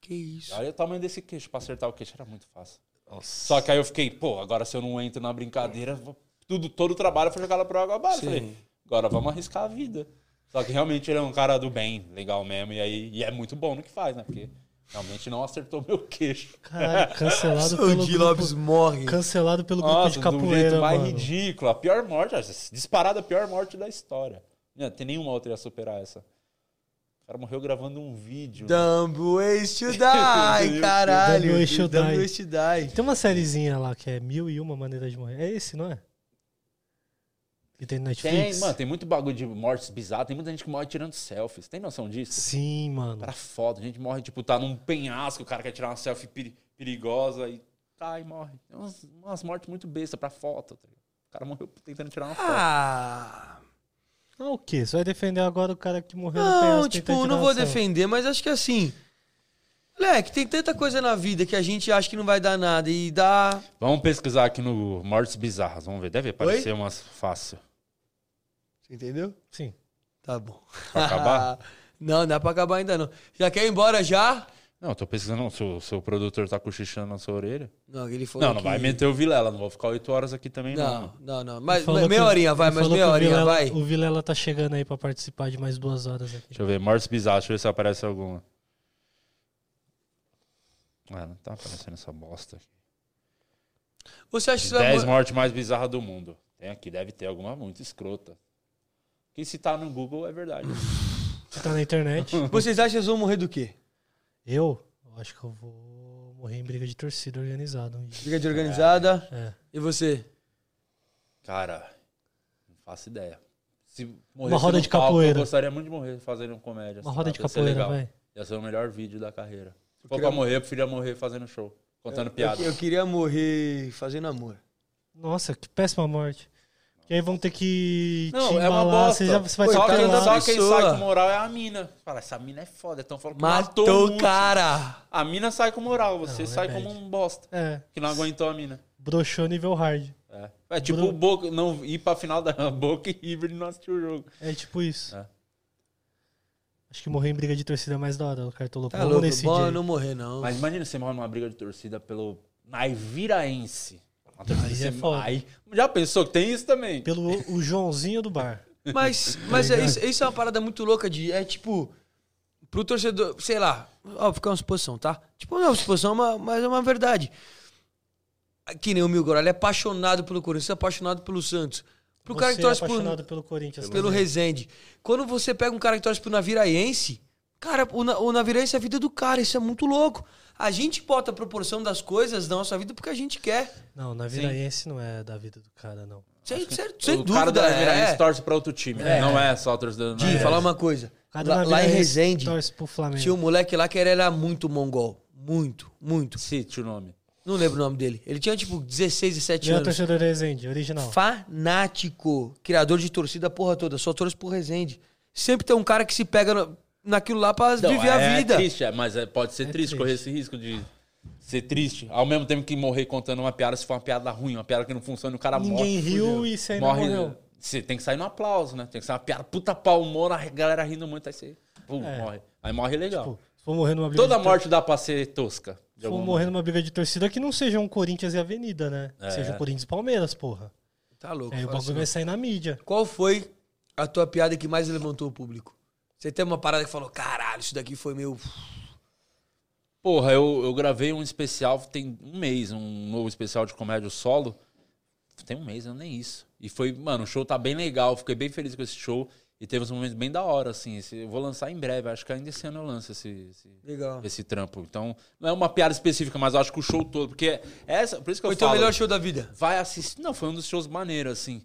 Speaker 2: Que isso.
Speaker 3: Olha o tamanho desse queixo, pra acertar o queixo era muito fácil.
Speaker 1: Nossa.
Speaker 3: Só que aí eu fiquei, pô, agora se eu não entro na brincadeira, vou- tudo, todo o trabalho foi jogar lá pro água abaixo.
Speaker 2: Sim.
Speaker 3: Falei, agora vamos arriscar a vida. Só que realmente ele é um cara do bem, legal mesmo, e, aí, e é muito bom no que faz, né? Porque realmente não acertou meu queixo.
Speaker 1: Caralho, cancelado pelo
Speaker 2: Di
Speaker 1: grupo,
Speaker 2: morre.
Speaker 1: cancelado pelo grupo
Speaker 3: Nossa,
Speaker 1: de
Speaker 3: de um jeito
Speaker 1: capoeira,
Speaker 3: mais
Speaker 1: mano.
Speaker 3: ridículo. A pior morte, ó, disparada a pior morte da história. Não tem nenhuma outra que ia superar essa. O cara morreu gravando um vídeo.
Speaker 2: Dumb ways to die, caralho.
Speaker 1: Dumb ways to
Speaker 2: Dumb
Speaker 1: die.
Speaker 2: ways to die.
Speaker 1: Tem uma sériezinha lá que é Mil e Uma Maneiras de Morrer. É esse, não é? Que tem Netflix?
Speaker 3: Tem, mano, tem muito bagulho de mortes bizarras. Tem muita gente que morre tirando selfies. Tem noção disso?
Speaker 1: Sim, mano.
Speaker 3: Cara, foda. A gente morre, tipo, tá num penhasco, o cara quer tirar uma selfie peri- perigosa e cai e morre. Tem umas, umas mortes muito besta pra foto. tá ligado? O cara morreu tentando tirar uma foto.
Speaker 2: Ah.
Speaker 1: Ah, o quê? Você vai defender agora o cara que morreu no
Speaker 2: Não,
Speaker 1: penhasco
Speaker 2: tipo,
Speaker 1: tentando
Speaker 2: não
Speaker 1: tirar
Speaker 2: vou
Speaker 1: uma selfie?
Speaker 2: defender, mas acho que assim. Moleque, tem tanta coisa na vida que a gente acha que não vai dar nada e dá.
Speaker 3: Vamos pesquisar aqui no Mortes Bizarras. Vamos ver. Deve aparecer umas fácil.
Speaker 2: Você entendeu?
Speaker 1: Sim.
Speaker 2: Tá bom.
Speaker 3: Pra acabar?
Speaker 2: não, não dá pra acabar ainda não. Já quer ir embora já?
Speaker 3: Não, eu tô pesquisando. Se o seu produtor tá cochichando na sua orelha.
Speaker 2: Não, ele falou
Speaker 3: Não, não
Speaker 2: que-
Speaker 3: vai meter o Vilela. Não vou ficar oito horas aqui também, não.
Speaker 2: Não, não, não. Mas
Speaker 1: Falou
Speaker 2: meia
Speaker 1: que-
Speaker 2: horinha, vai,
Speaker 1: ele
Speaker 2: mas
Speaker 1: falou
Speaker 2: meia
Speaker 1: que o
Speaker 2: horinha,
Speaker 1: Vilela-
Speaker 2: vai.
Speaker 1: O Vilela tá chegando aí pra participar de mais duas horas aqui.
Speaker 3: Deixa eu ver. Mortes Bizarras. Deixa eu ver se aparece alguma. Ah, não tá aparecendo essa bosta aqui.
Speaker 2: Você acha que você vai.
Speaker 3: 10
Speaker 2: mo-
Speaker 3: mortes mais bizarras do mundo. Tem aqui, deve ter alguma muito escrota. Que se tá no Google é verdade.
Speaker 1: Você tá na internet?
Speaker 2: Vocês acham que vocês vão morrer do quê?
Speaker 1: eu? Eu acho que eu vou morrer em briga de torcida organizada. um dia.
Speaker 2: Briga de organizada.
Speaker 1: É.
Speaker 2: E você?
Speaker 3: Cara, não faço ideia. Se morresse
Speaker 1: Uma roda
Speaker 3: no
Speaker 1: de
Speaker 3: palco,
Speaker 1: capoeira.
Speaker 3: eu gostaria muito de morrer fazendo comédia.
Speaker 1: Uma
Speaker 3: assim,
Speaker 1: roda
Speaker 3: tá?
Speaker 1: de
Speaker 3: Ia ser
Speaker 1: capoeira,
Speaker 3: legal.
Speaker 1: vai.
Speaker 3: Ia ser o melhor vídeo da carreira. Se for
Speaker 2: queria- É,
Speaker 3: pra morrer, eu preferia morrer fazendo show. Contando piada.
Speaker 2: Eu, eu queria morrer fazendo amor.
Speaker 1: Nossa, que péssima morte. E aí vão ter que.
Speaker 3: Não,
Speaker 1: te
Speaker 3: é uma
Speaker 1: embalar,
Speaker 3: bosta.
Speaker 1: Você, já, você vai
Speaker 2: Foi,
Speaker 1: ter
Speaker 3: só,
Speaker 1: que um-
Speaker 2: cara,
Speaker 3: quem,
Speaker 1: embalar.
Speaker 2: lá.
Speaker 3: só quem
Speaker 2: Pessoa.
Speaker 3: sai com moral é a mina. Fala, essa mina é foda. Estão falando que matou,
Speaker 2: Matou o
Speaker 3: muito.
Speaker 2: cara.
Speaker 3: A mina sai com moral, você
Speaker 1: Não,
Speaker 3: sai
Speaker 1: repete.
Speaker 3: como um bosta.
Speaker 1: É,
Speaker 3: Que não aguentou a mina.
Speaker 1: broxou nível hard.
Speaker 3: É, é tipo
Speaker 1: Bruno-
Speaker 3: o Boca, não ir pra final da Boca e River e não assistir o jogo.
Speaker 1: É tipo isso.
Speaker 3: É.
Speaker 1: Acho que morrer em briga de torcida é mais da hora. O cara tô louco.
Speaker 2: Tá
Speaker 1: Vamos
Speaker 2: louco,
Speaker 1: nesse
Speaker 2: bom
Speaker 1: dia
Speaker 2: eu
Speaker 1: aí.
Speaker 2: não morrer, não.
Speaker 3: Mas imagina você morre numa briga de torcida pelo Naiviraense. Uma torcida
Speaker 1: Aí é
Speaker 3: sem-
Speaker 1: foda.
Speaker 3: Aí- já pensou que tem isso também?
Speaker 1: Pelo o Joãozinho do bar.
Speaker 2: Mas, mas é, isso, isso é uma parada muito louca de. É tipo. Pro torcedor, sei lá, ó, fica uma suposição, tá? Tipo, não é uma suposição, é uma- mas é uma verdade. Que nem o Milgor, ele é apaixonado pelo Corinthians, é apaixonado pelo Santos. Pro cara que
Speaker 1: Você
Speaker 2: torce
Speaker 1: é
Speaker 2: por,
Speaker 1: apaixonado pelo Corinthians.
Speaker 2: pelo
Speaker 1: também.
Speaker 2: Rezende. Quando você pega um cara que torce pro Naviraense, cara, o, na, o Naviraense é a vida do cara, isso é muito louco. A gente bota a proporção das coisas na nossa vida porque a gente quer.
Speaker 1: Não, na Viraense não é da vida do cara, não.
Speaker 2: Sem, sem, sem
Speaker 3: o
Speaker 2: dúvida.
Speaker 3: cara do Naiviraense
Speaker 2: é.
Speaker 3: torce pra outro time. né? Não é só torcedor do
Speaker 2: Di,
Speaker 3: Naiviraense.
Speaker 2: falar uma coisa.
Speaker 1: O cara do
Speaker 2: Lá, lá em
Speaker 1: Naviraense
Speaker 2: Resende,
Speaker 1: Torce pro Flamengo.
Speaker 2: tinha um moleque lá que ele era muito mongol. Muito, muito.
Speaker 3: Cite o nome.
Speaker 2: Não lembro o nome dele. Ele tinha, tipo, 16, 17
Speaker 1: Ele é
Speaker 2: anos.
Speaker 1: torcedor do Rezende, original.
Speaker 2: Fanático. Criador de torcida a porra toda. Só torce pro Resende. Sempre tem um cara que se pega no- naquilo lá pra
Speaker 3: Então,
Speaker 2: viver
Speaker 3: é
Speaker 2: a vida.
Speaker 3: triste, é, mas é- pode ser triste,
Speaker 1: triste.
Speaker 3: correr esse risco de ser triste. Ao mesmo tempo que morrer contando uma piada, se for uma piada ruim, uma piada que não funciona, o cara morre.
Speaker 1: Ninguém riu e você ainda
Speaker 3: morre.
Speaker 1: morreu.
Speaker 3: Você tem que sair no aplauso, né? Tem que ser uma piada puta pau, humor, a galera rindo muito, aí você pum,
Speaker 1: É.
Speaker 3: morre. Aí morre legal.
Speaker 1: Pô, se for morrer numa briga
Speaker 3: Toda
Speaker 1: de
Speaker 3: morte dá pra ser tosca. de
Speaker 1: tor... se for
Speaker 3: alguma
Speaker 1: morrer numa briga de torcida que não seja um Corinthians e Avenida, né?
Speaker 3: É. né?
Speaker 1: Seja o Corinthians e Palmeiras, porra.
Speaker 2: Tá louco.
Speaker 1: Aí É, o
Speaker 2: fala
Speaker 1: bagulho vai
Speaker 2: assim,
Speaker 1: sair na mídia.
Speaker 2: Qual foi a tua piada que mais levantou o público? Você tem uma parada que falou, caralho, isso daqui foi meio...
Speaker 3: Porra, eu, eu gravei um especial tem um mês, um novo especial de comédia solo. Tem um mês, não nem isso. E foi, mano, o show tá bem legal, fiquei bem feliz com esse show. E teve uns momentos bem da hora, assim. Esse- eu vou lançar em breve, acho que ainda esse ano eu lanço esse, esse,
Speaker 2: Legal.
Speaker 3: esse trampo. Então, não é uma piada específica, mas eu acho que o show todo. Porque é essa. Por isso que
Speaker 2: Foi
Speaker 3: eu
Speaker 2: teu
Speaker 3: falo.
Speaker 2: melhor show da vida.
Speaker 3: Vai assistir. Não, foi um dos shows maneiros, assim.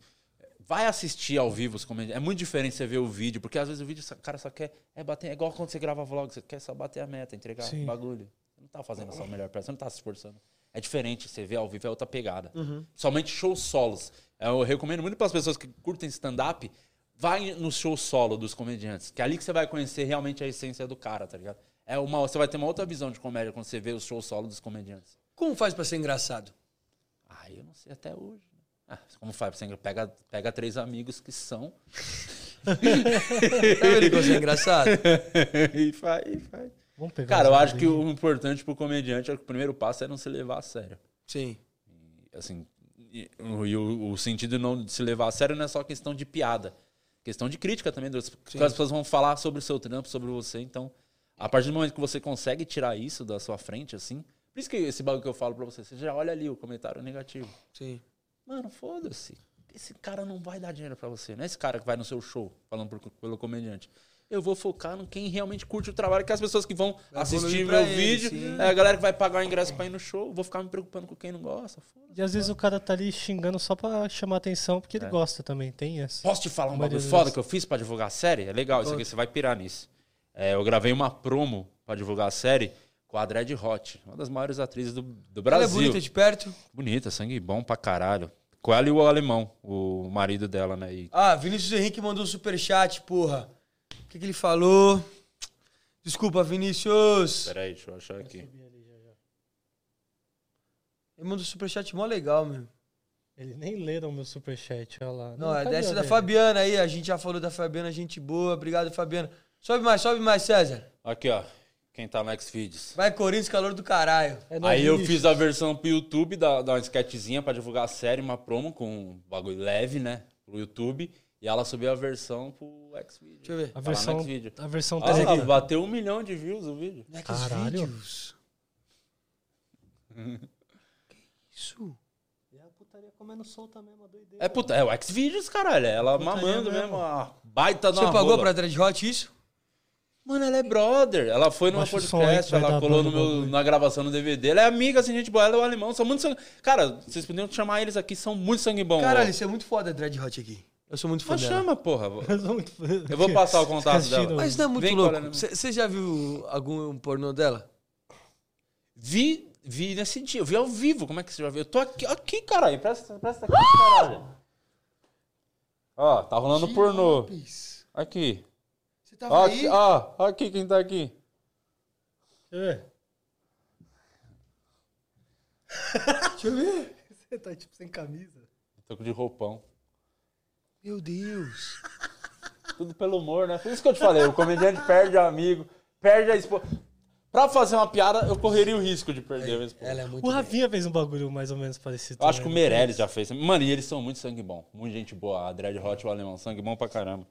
Speaker 3: Vai assistir ao vivo os comediantes. É muito diferente você ver o vídeo, porque às vezes o vídeo, o cara só quer. É, bater, é igual quando você grava vlog, você quer só bater a meta, entregar
Speaker 1: Sim.
Speaker 3: bagulho. Você não tá fazendo a sua melhor peça, você não tá se esforçando. É diferente, você vê ao vivo, é outra pegada. Somente shows solos. É, Eu recomendo muito para as pessoas que curtem stand-up, vai no show solo dos comediantes, que é ali que você vai conhecer realmente a essência do cara, tá ligado? É uma, você vai ter uma outra visão de comédia quando você vê o show solo dos comediantes.
Speaker 2: Como faz pra ser engraçado?
Speaker 3: Ah, eu não sei até hoje. né? Ah, como faz? Você pega, pega três amigos que são
Speaker 2: Sabe ele que você é engraçado?
Speaker 3: e faz, e faz.
Speaker 1: Vamos pegar. as
Speaker 3: Cara, eu acho que
Speaker 1: brigas.
Speaker 3: o importante pro comediante é que o primeiro passo é não se levar a sério.
Speaker 2: Sim.
Speaker 3: Assim, e, e o, o sentido não de se levar a sério não é só questão de piada. Questão de crítica também. das- Porque as pessoas vão falar sobre o seu trampo, sobre você. Então, a partir do momento que você consegue tirar isso da sua frente, assim... Por isso que esse bagulho que eu falo pra você, você já olha ali o comentário negativo.
Speaker 2: Sim.
Speaker 3: Mano, foda-se. Esse cara não vai dar dinheiro pra você. Não é esse cara que vai no seu show falando por- pelo comediante. Eu vou focar no quem realmente curte o trabalho, que é as pessoas que vão
Speaker 2: Vai
Speaker 3: assistir
Speaker 2: evoluir
Speaker 3: meu
Speaker 2: pra ele,
Speaker 3: vídeo,
Speaker 2: sim.
Speaker 3: é a galera que vai pagar o ingresso pra ir no show. Vou ficar me preocupando com quem não gosta. foda-se.
Speaker 1: E às vezes o cara tá ali xingando só pra chamar atenção, porque
Speaker 3: É.
Speaker 1: ele gosta também, tem essa.
Speaker 3: Posso te falar um
Speaker 1: Maria
Speaker 3: bagulho
Speaker 1: das
Speaker 3: foda
Speaker 1: Graças.
Speaker 3: que eu fiz pra divulgar a série? É legal isso aqui, você vai pirar nisso. É, eu gravei uma promo pra divulgar a série com a Dread Hot, uma das maiores atrizes do, do
Speaker 2: Ela é
Speaker 3: Brasil.
Speaker 2: bonita de perto.
Speaker 3: Bonita, sangue bom pra caralho. Com ela e o alemão, o marido dela, né? E
Speaker 2: Ah, Vinícius Henrique mandou um superchat, porra. O que, que ele falou? Desculpa, Vinícius.
Speaker 3: Peraí, deixa eu achar aqui.
Speaker 2: Ele mandou um superchat mó legal mesmo.
Speaker 1: Eles nem leram meu superchat, olha lá.
Speaker 2: Não, é
Speaker 1: cadê
Speaker 2: dessa
Speaker 1: o
Speaker 2: da
Speaker 1: dele?
Speaker 2: Fabiana aí. A gente já falou da Fabiana, gente boa. Obrigado, Fabiana. Sobe mais, sobe mais, César.
Speaker 3: Aqui, ó. Quem tá no Xvideos.
Speaker 2: Vai, Corinthians, calor do caralho.
Speaker 1: É nós,
Speaker 3: Aí eu
Speaker 1: lixo.
Speaker 3: fiz a versão pro YouTube da, da uma sketchzinha pra divulgar a série, uma promo com um bagulho leve, né? Pro YouTube. E ela subiu a versão pro Xvideos.
Speaker 2: Deixa eu ver.
Speaker 1: A
Speaker 3: Tá lá no
Speaker 1: versão,
Speaker 3: Xvideos.
Speaker 1: a versão
Speaker 3: Olha lá,
Speaker 1: teste-
Speaker 3: bateu um milhão de views o vídeo.
Speaker 2: Como é que os
Speaker 1: Caralho.
Speaker 2: vídeos? que isso?
Speaker 1: É a putaria comendo solta mesmo, a doideira.
Speaker 3: É, puta, é o Xvideos, caralho. Ela mamando
Speaker 1: mesmo.
Speaker 3: mesmo. a baita
Speaker 2: Você
Speaker 3: na
Speaker 2: pagou
Speaker 3: rola.
Speaker 2: pra Dread Hot isso?
Speaker 3: Mano, ela é brother. Ela foi numa
Speaker 1: Baixa o som aí que
Speaker 3: podcast,
Speaker 1: vai
Speaker 3: ela
Speaker 1: dar
Speaker 3: colou
Speaker 1: banda
Speaker 3: no meu,
Speaker 1: bagulho.
Speaker 3: na gravação no DVD. Ela é amiga, assim, gente boa. Ela é o alemão. São muito sangue... Cara, vocês poderiam chamar eles aqui, são muito sangue bom.
Speaker 2: Caralho,
Speaker 3: ó.
Speaker 2: isso é muito foda, Dread Hot aqui. Eu sou muito fã
Speaker 3: Mas
Speaker 2: dela.
Speaker 3: chama, porra.
Speaker 1: Eu sou muito-
Speaker 3: Eu vou passar o contato
Speaker 1: assistindo-
Speaker 3: dela.
Speaker 2: Mas não é muito
Speaker 3: Vem,
Speaker 2: louco.
Speaker 3: cola, né?
Speaker 2: Você já viu algum pornô dela?
Speaker 3: Vi, vi nesse dia, eu vi ao vivo. Como é que você já viu? Eu tô aqui, aqui caralho. Presta, presta aqui, caralho. Ó, tá rolando pornô.
Speaker 2: Você
Speaker 3: Aqui.
Speaker 2: tava
Speaker 3: Ó,
Speaker 2: aí?
Speaker 3: aqui, ó, ó aqui quem tá aqui.
Speaker 1: É.
Speaker 2: Deixa eu ver.
Speaker 1: Você tá tipo sem camisa.
Speaker 3: Tô Um de roupão.
Speaker 2: Meu Deus.
Speaker 3: Tudo pelo humor, né? Por isso que eu te falei, o comediante perde amigo, perde a esposa. Pra fazer uma piada, eu correria o risco de perder a minha esposa.
Speaker 2: Ela é muito
Speaker 1: O Ravinha fez um bagulho mais ou menos parecido.
Speaker 3: Eu acho que o
Speaker 1: também. né?
Speaker 3: Meirelles já fez. Mano, e eles são muito sangue bom. Muito gente boa. A Dread Hot, o alemão, sangue bom pra caramba.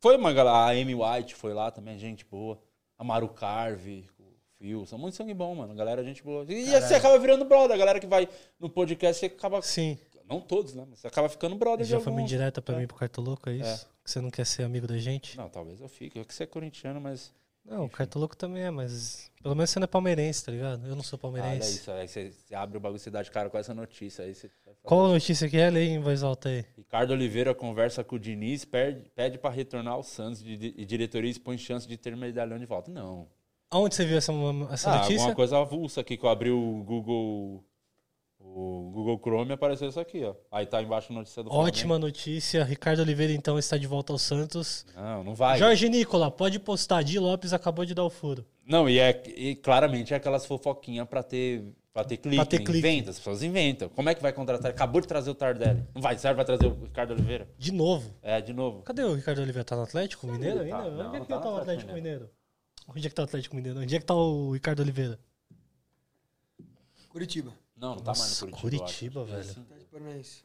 Speaker 3: Foi uma galera. A Amy White foi lá também, gente boa. A Maru Carve, o Phil. São muito sangue bom, mano. Galera, gente boa. E você acaba virando brother. A galera que vai no podcast, você acaba.
Speaker 1: Sim.
Speaker 3: Não todos, né? Mas você acaba ficando brother de
Speaker 1: Já foi
Speaker 3: algum.
Speaker 1: uma indireta pra mim pro Cartoloco, é isso? Que você não quer ser amigo da gente?
Speaker 3: Não, talvez eu fique. Eu que você é corintiano, mas.
Speaker 1: Não, o Cartoloco também é, mas pelo menos você não é palmeirense, tá ligado? Eu não sou
Speaker 3: Ah, olha
Speaker 1: palmeirense.
Speaker 3: isso, aí você, você abre o bagulho, você dá de cara com essa notícia. Aí você...
Speaker 1: Qual a notícia que é? Lê em voz alta aí.
Speaker 3: Ricardo Oliveira conversa com o Diniz, perde- pede para retornar ao Santos de- de- e diretoria expõe chance de ter medalhão de volta. Não.
Speaker 1: Aonde você viu essa, mo- essa
Speaker 3: Ah,
Speaker 1: notícia?
Speaker 3: alguma coisa avulsa aqui que eu abri o Google, o Google Chrome e apareceu isso aqui, ó. Aí tá embaixo a notícia do
Speaker 1: Ótima notícia. Ricardo Oliveira então está de volta ao Santos.
Speaker 3: Flamengo. Não, não vai.
Speaker 1: Jorge Nicola, pode postar. Di Lopes acabou de dar o furo.
Speaker 3: Não, e, é, e claramente é aquelas fofoquinhas pra ter, pra ter clique.
Speaker 1: ter
Speaker 3: né?
Speaker 1: clique.
Speaker 3: Inventa, as pessoas inventam. Como é que vai contratar? Acabou de trazer o Tardelli. Não vai, serve, vai trazer o Ricardo Oliveira.
Speaker 1: De novo.
Speaker 3: É, de novo.
Speaker 1: Cadê o Ricardo Oliveira? Tá no Atlético Mineiro
Speaker 3: ele tá.
Speaker 1: ainda?
Speaker 3: Não,
Speaker 1: Onde é
Speaker 3: não
Speaker 1: que
Speaker 3: tá
Speaker 1: tá,
Speaker 3: no
Speaker 1: o
Speaker 3: Atlético
Speaker 1: Atlético Mineiro? Onde é que tá o Atlético Mineiro? Onde é que tá o Ricardo Oliveira?
Speaker 2: Curitiba.
Speaker 3: Não, não
Speaker 1: Nossa,
Speaker 3: tá mais no Curitiba. eu acho.
Speaker 1: Curitiba, velho.
Speaker 3: assim, Sim.
Speaker 2: Tá de Paranaense.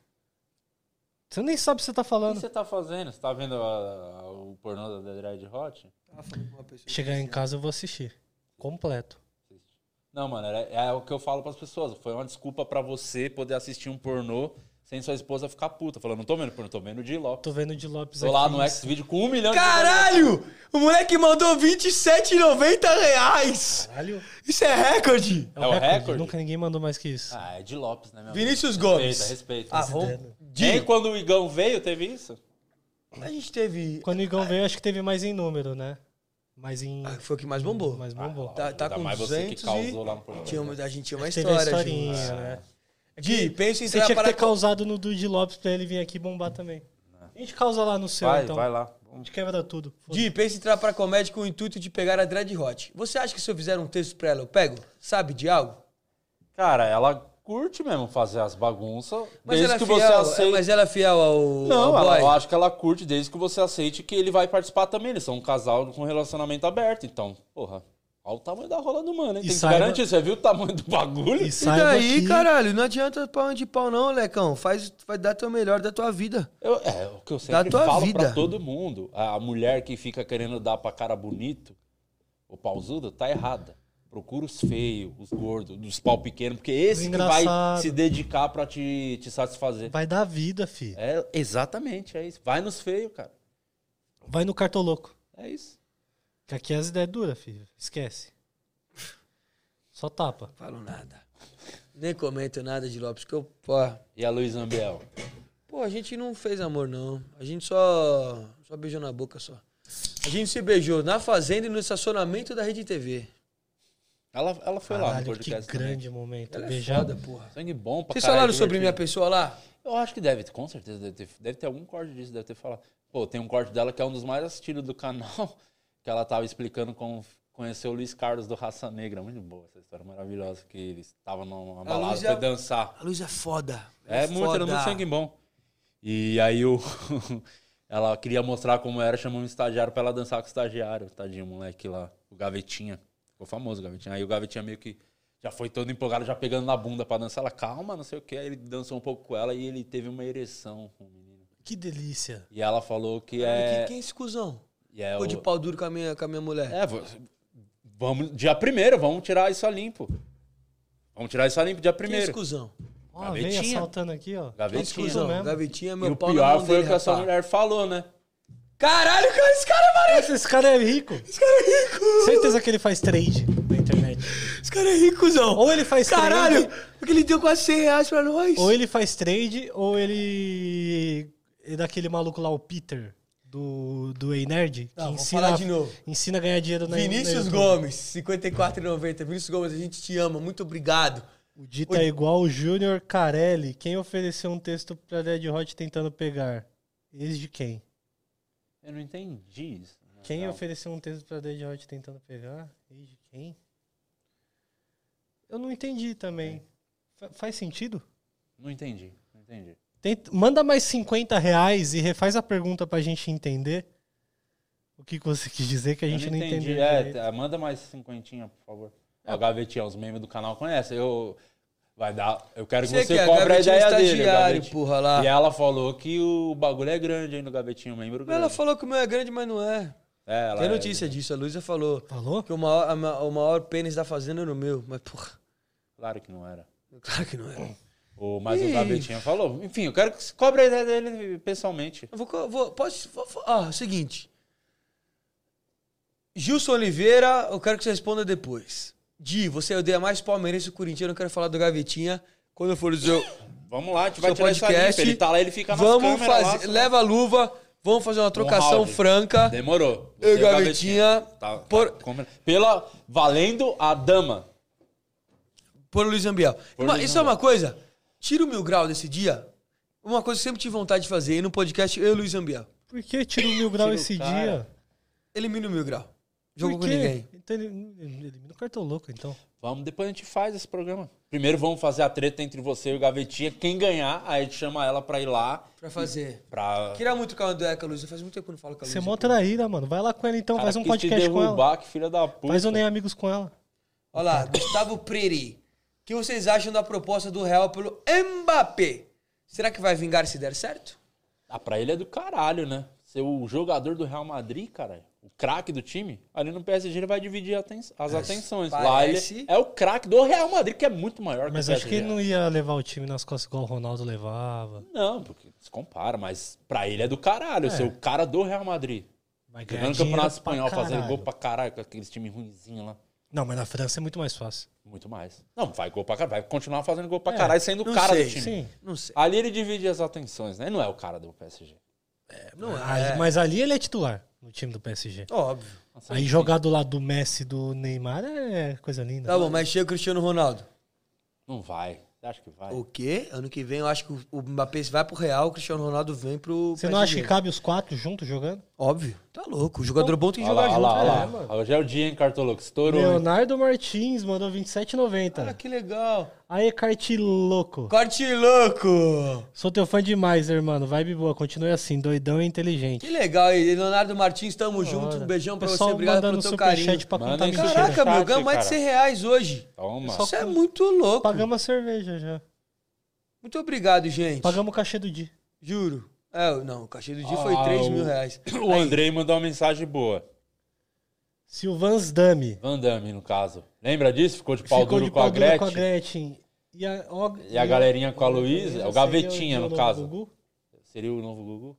Speaker 1: Você nem sabe o que você tá
Speaker 3: O que
Speaker 1: falando.
Speaker 3: você tá fazendo? Você tá vendo a- a- o pornô da Dread Hot?
Speaker 2: Tava falando com uma pessoa.
Speaker 1: Chegar em casa eu vou assistir. Completo.
Speaker 3: Não, mano, era- é, o que eu falo pras pessoas. Foi uma desculpa pra você poder assistir um pornô sem sua esposa ficar puta. Falando, não tô vendo pornô, tô vendo o Dilop.
Speaker 1: Tô vendo de Lopes
Speaker 3: Tô
Speaker 1: aqui.
Speaker 3: lá no X-Video com um milhão
Speaker 2: Caralho! O moleque mandou 27,90 reais!
Speaker 1: Caralho.
Speaker 2: Isso é recorde!
Speaker 3: de... É o recorde?
Speaker 1: Nunca ninguém mandou mais que isso.
Speaker 3: Ah, é de Lopes, né, meu amigo?
Speaker 2: Vinícius Gomes.
Speaker 3: Respeita, respeita.
Speaker 2: Ah, vamos.
Speaker 1: Zidane.
Speaker 3: Nem quando o Igão veio, teve isso?
Speaker 2: A gente teve.
Speaker 1: Quando o Igão veio, acho que teve mais em número, né? Mais em.
Speaker 2: Ah, foi o que mais bombou.
Speaker 1: Mais bombou.
Speaker 2: Tá, tá
Speaker 3: Ainda
Speaker 2: com
Speaker 3: mais você que
Speaker 2: 200
Speaker 3: causou
Speaker 2: e...
Speaker 3: lá no pornô.
Speaker 2: Tinha uma- a É gente tinha uma
Speaker 1: Teve a
Speaker 2: história,
Speaker 1: historinha,
Speaker 2: Gil.
Speaker 1: né?
Speaker 2: Gui, pensa em
Speaker 1: Você tinha que
Speaker 2: trabalhar
Speaker 1: ter causado no Dude Lopes pra ele vir aqui bombar também. A gente causa lá no seu,
Speaker 3: Vai,
Speaker 1: então.
Speaker 3: vai lá.
Speaker 1: A gente quebra tudo. Foda-se.
Speaker 2: Di, pensa em entrar pra comédia com o intuito de pegar a Dread Hot. Você acha que se eu fizer um texto pra ela, eu pego? Sabe de algo?
Speaker 3: Cara, ela curte mesmo fazer as bagunças.
Speaker 2: Mas
Speaker 3: desde
Speaker 2: ela é
Speaker 3: que
Speaker 2: fiel,
Speaker 3: você aceita.
Speaker 2: mas ela é fiel ao,
Speaker 3: Não,
Speaker 2: ao
Speaker 3: ela,
Speaker 2: boy.
Speaker 3: eu acho que ela curte desde que você aceite que ele vai participar também. Eles são um casal com relacionamento aberto. Então, porra, olha o tamanho da rola do mano, hein?
Speaker 1: E
Speaker 3: Tem que
Speaker 1: saiba-
Speaker 3: garantir. Você viu o tamanho do bagulho?
Speaker 1: E
Speaker 2: E
Speaker 1: saiba
Speaker 2: daí,
Speaker 1: que...
Speaker 2: caralho, não adianta pau de pau não, Lecão. Faz, vai dar teu melhor da tua vida.
Speaker 3: Eu- é, o que eu sempre
Speaker 2: tua
Speaker 3: falo pra
Speaker 2: vida.
Speaker 3: todo mundo. A a mulher que fica querendo dar pra cara bonito, o pausudo, tá errada. Procura os feios, os gordos, dos pau pequeno, porque esse que vai
Speaker 1: Engraçado.
Speaker 3: se dedicar pra te, te satisfazer.
Speaker 1: Vai dar vida, fi.
Speaker 3: É, exatamente, é isso. Vai nos feios, cara.
Speaker 1: Vai no cartoloco.
Speaker 3: É isso.
Speaker 1: Que aqui as ideias duras, filho. Esquece. Só tapa.
Speaker 2: Falo nada. Nem comento nada de Lopes, que eu, pô,
Speaker 3: E a Luiz Ambiel?
Speaker 2: Pô, a gente não fez amor, não. A gente só, só beijou na boca, só. A gente se beijou na fazenda e no estacionamento da Rede TV.
Speaker 3: Ela, ela foi lá no
Speaker 1: Caralho, que
Speaker 3: podcast. também.
Speaker 1: grande momento.
Speaker 2: Ela é
Speaker 1: Beijada.
Speaker 2: foda, porra.
Speaker 3: Sangue bom pra
Speaker 2: Vocês
Speaker 3: caralho, né,
Speaker 2: falaram sobre minha
Speaker 3: divertido.
Speaker 2: pessoa lá?
Speaker 3: Eu acho que deve, com certeza deve ter, deve ter algum corte disso, deve ter falado. Pô, tem um corte dela que é um dos mais assistidos do canal, que ela tava explicando como conheceu o Luiz Carlos do Raça Negra. Muito boa essa história maravilhosa, que ele estava numa balada,
Speaker 2: Luiz
Speaker 3: foi
Speaker 2: é-
Speaker 3: dançar.
Speaker 2: A luz é foda.
Speaker 3: É muito, era muito sangue bom. E aí o... ela queria mostrar como era, chamou um estagiário pra ela dançar com o estagiário, tadinho, o moleque lá, o Gavetinha. Ficou famoso o Gavetinha. Aí o Gavetinha meio que já foi todo empolgado, já pegando na bunda pra dançar. Ela, calma, não sei o que. Aí ele dançou um pouco com ela e ele teve uma ereção com o menino.
Speaker 1: Que delícia.
Speaker 3: E ela falou que
Speaker 2: É...
Speaker 3: é...
Speaker 2: Quem é esse cuzão?
Speaker 3: E é
Speaker 2: Ficou de
Speaker 3: o-
Speaker 2: pau duro com a minha, com a minha mulher.
Speaker 3: é, vo- vamos... Dia primeiro, vamos tirar isso a limpo. Vamos tirar isso a limpo dia
Speaker 2: Quem é esse
Speaker 3: primeiro.
Speaker 2: cusão?
Speaker 1: Ó, vem
Speaker 3: Gavetinha.
Speaker 1: assaltando aqui, ó.
Speaker 2: Quem é esse
Speaker 3: Gavetinha.
Speaker 2: cuzão?
Speaker 1: mesmo.
Speaker 2: Gavetinha,
Speaker 3: E
Speaker 2: meu
Speaker 3: o
Speaker 2: pau na
Speaker 3: pior
Speaker 2: mão
Speaker 3: foi
Speaker 2: dele,
Speaker 3: o que essa
Speaker 2: rapá.
Speaker 3: mulher falou, né?
Speaker 2: Caralho, cara, esse cara é maneiro.
Speaker 1: Nossa, esse cara é rico.
Speaker 2: Esse cara é rico.
Speaker 1: Certeza que ele faz trade na internet.
Speaker 2: Esse cara é rico, cuzão.
Speaker 1: Ou
Speaker 3: Tá
Speaker 1: ele faz
Speaker 2: Caralho,
Speaker 3: né?
Speaker 1: trade.
Speaker 2: porque ele deu quase 100 reais pra nós.
Speaker 1: Ou ele faz trade, ou ele. É daquele maluco lá, o Peter, do, do Ei Nerd. Que
Speaker 2: Não, vou
Speaker 1: ensina,
Speaker 2: falar de novo.
Speaker 1: Ensina a ganhar dinheiro na
Speaker 2: Vinícius
Speaker 1: na YouTube.
Speaker 2: Gomes, 54,90. Vinícius Gomes, a gente te ama, muito obrigado.
Speaker 1: O Dita é igual o Júnior Carelli. Quem ofereceu um texto pra Dead Hot tentando pegar? Ex de quem?
Speaker 3: Eu não entendi isso. na
Speaker 1: Quem
Speaker 3: real.
Speaker 1: ofereceu um texto pra Dead Hot tentando pegar? Ex de quem? Eu não entendi também.
Speaker 3: É.
Speaker 1: Fa- faz sentido?
Speaker 3: Não entendi, não entendi.
Speaker 1: Tenta- manda mais 50 reais e refaz a pergunta pra gente entender o que, que você quis dizer que a
Speaker 3: Eu
Speaker 1: gente não, entendeu.
Speaker 3: É,
Speaker 1: direito.
Speaker 3: tá, manda mais cinquentinha, por favor.
Speaker 2: É.
Speaker 3: Ó, O Gavetinha, os memes do canal conhece. Eu vai dar. Eu quero que você,
Speaker 2: que é
Speaker 3: cobre
Speaker 2: gavetinho
Speaker 3: a ideia dele. o
Speaker 2: estagiário,
Speaker 3: Gavetinha.
Speaker 2: porra lá.
Speaker 3: E ela falou que o bagulho é grande ainda, o Gavetinho, membro
Speaker 2: Mas
Speaker 3: grande.
Speaker 2: Ela falou que o meu é grande, mas não é.
Speaker 3: É, ela
Speaker 2: Tem
Speaker 3: é-
Speaker 2: notícia disso, a Luísa falou
Speaker 1: Falou?
Speaker 2: que o maior, a ma- o maior pênis da fazenda era o meu, mas porra,
Speaker 3: Claro que não era.
Speaker 2: claro que não é.
Speaker 3: O, mas
Speaker 2: Ih.
Speaker 3: o Gavetinha falou. Enfim, eu quero que você cobre a ideia dele pessoalmente.
Speaker 2: Eu vou, co- vou, posso, vou, vou- ó, seguinte. Gilson Oliveira, eu quero que você responda depois. Di, você odeia mais palmeirense e corintiano, eu quero falar do Gavetinha quando eu for dizer... o-
Speaker 3: Vamos lá, a gente vai
Speaker 2: seu
Speaker 3: tirar essa
Speaker 2: podcast.
Speaker 3: limpa. Ele tá lá, ele fica nas
Speaker 2: vamos
Speaker 3: câmeras lá,
Speaker 2: fazer,
Speaker 3: só- Um
Speaker 2: leva a luva, vamos fazer uma trocação
Speaker 3: round.
Speaker 2: franca.
Speaker 3: Demorou.
Speaker 2: Eu e
Speaker 3: Você é e o
Speaker 2: Gavetinha,
Speaker 3: Tá,
Speaker 2: por-
Speaker 3: tá combinado. Pela. Valendo a dama.
Speaker 2: Por Luiz Ambiel.
Speaker 3: Por
Speaker 2: Uma-
Speaker 3: Luiz
Speaker 2: isso é
Speaker 3: Ambiel.
Speaker 2: uma coisa. Tira o mil grau desse dia. Uma coisa que eu sempre tive vontade de fazer. E no podcast, eu e Luiz Ambiel.
Speaker 1: Por que tira o mil grau
Speaker 3: Tira o
Speaker 1: esse
Speaker 3: cara.
Speaker 1: dia?
Speaker 2: Elimina o mil grau.
Speaker 1: Por
Speaker 2: Jogo com
Speaker 1: quê?
Speaker 2: ninguém.
Speaker 1: Então ele, ele elimina o cartão louco, então.
Speaker 3: Vamos, depois a gente faz esse programa. Primeiro vamos fazer a treta entre você e o Gavetinha. Quem ganhar, aí a gente chama ela pra ir lá.
Speaker 2: Pra fazer.
Speaker 3: Pra...
Speaker 2: Queria muito o carro do Eca, Luiz. Faz muito tempo que eu não falo com a Luiz.
Speaker 1: Você é mó traíra, mano. Vai lá com ela então,
Speaker 3: Cara,
Speaker 1: faz um
Speaker 3: quis
Speaker 1: podcast
Speaker 3: te
Speaker 1: com ela.
Speaker 3: derrubar, que filha da puta.
Speaker 1: Faz um Nem Amigos com ela.
Speaker 2: Olha lá, Gustavo Preri. O que vocês acham da proposta do Real pelo Mbappé? Será que vai vingar se der certo?
Speaker 3: Ah, pra ele é do caralho, né? Ser o jogador do Real Madrid, cara. O craque do time. Ali no PSG ele vai dividir aten- as atenções. Lá ele
Speaker 2: parece-
Speaker 3: é o craque do Real Madrid, que é muito maior
Speaker 1: Mas
Speaker 3: que o
Speaker 1: acho que
Speaker 3: PSG.
Speaker 1: ele não ia levar o time nas costas igual o Ronaldo levava.
Speaker 3: Não, porque se compara. Mas pra ele é do caralho. Ser o cara do Real Madrid.
Speaker 1: Vai ganhar
Speaker 3: Jogando no Campeonato
Speaker 1: dinheiro pra
Speaker 3: Espanhol, fazendo
Speaker 1: caralho.
Speaker 3: gol pra caralho com aqueles times ruinzinhos lá.
Speaker 1: Não, mas na França é muito mais fácil.
Speaker 3: Muito mais. Não, vai gol pra caralho. Vai continuar fazendo gol pra caralho, sendo o
Speaker 2: não
Speaker 3: cara
Speaker 2: sei,
Speaker 3: do time.
Speaker 1: É. Sim.
Speaker 2: Não sei.
Speaker 3: Ali ele divide as atenções, né? Ele não é o cara do PSG.
Speaker 2: Não
Speaker 1: Ali-
Speaker 2: é.
Speaker 1: Mas ali ele é titular no time do PSG.
Speaker 2: Óbvio.
Speaker 3: Nossa,
Speaker 1: Aí
Speaker 3: ele-
Speaker 1: jogar do lado do Messi e do Neymar é coisa linda.
Speaker 2: Tá bom, mas chega o Cristiano Ronaldo.
Speaker 3: Não vai. Você acha que vai?
Speaker 2: O quê? Ano que vem eu acho que o Mbappé vai pro Real, o Cristiano Ronaldo vem pro.
Speaker 1: Você não acha
Speaker 2: PSG.
Speaker 1: que cabe os quatro juntos jogando?
Speaker 2: Óbvio. Tá louco. O jogador bom tem que
Speaker 3: Olha
Speaker 2: jogar
Speaker 3: lá, olha lá,
Speaker 2: junto. né?
Speaker 3: olha lá.
Speaker 1: É, mano.
Speaker 3: Hoje é o dia, hein, Cartoloco? Estourou. hein?
Speaker 1: Leonardo Martins mandou
Speaker 2: Ah,
Speaker 1: 27,90.
Speaker 2: que legal.
Speaker 1: Aê, Carte louco.
Speaker 2: Corte louco!
Speaker 1: Sou teu fã demais, irmão. Vibe boa, continue assim, doidão e inteligente.
Speaker 2: Que legal aí. Leonardo Martins, tamo junto.
Speaker 1: Hora.
Speaker 2: Um beijão pra
Speaker 1: Pessoal
Speaker 2: você. Obrigado
Speaker 1: mandando
Speaker 2: pelo teu
Speaker 1: superchat
Speaker 2: carinho.
Speaker 1: Pra
Speaker 3: Manda
Speaker 1: contar
Speaker 3: em
Speaker 1: mentira.
Speaker 3: superchat.
Speaker 2: Caraca, meu,
Speaker 3: Chat,
Speaker 2: ganho mais de
Speaker 3: cara.
Speaker 2: 100 reais hoje.
Speaker 3: Toma.
Speaker 1: Só-
Speaker 2: Isso é muito louco.
Speaker 1: Pagamos a cerveja já.
Speaker 2: Muito obrigado, gente.
Speaker 1: Pagamos o cachê do dia.
Speaker 2: Juro. É, não, o cachê do dia foi
Speaker 3: Ah,
Speaker 2: 3
Speaker 3: o-
Speaker 2: mil reais.
Speaker 3: O Andrei mandou uma mensagem boa.
Speaker 1: Silvans Dami.
Speaker 3: Van Damme, no caso. Lembra disso? Ficou de pau
Speaker 1: Ficou
Speaker 3: duro
Speaker 1: de
Speaker 3: com a
Speaker 1: pau dura com a
Speaker 3: Gretchen.
Speaker 1: Gretchen. E a, ó-
Speaker 3: E a galerinha com a Luísa, o
Speaker 1: seria
Speaker 3: Gavetinha,
Speaker 1: o
Speaker 3: no
Speaker 1: novo
Speaker 3: caso.
Speaker 1: Gugu?
Speaker 3: Seria o novo Gugu?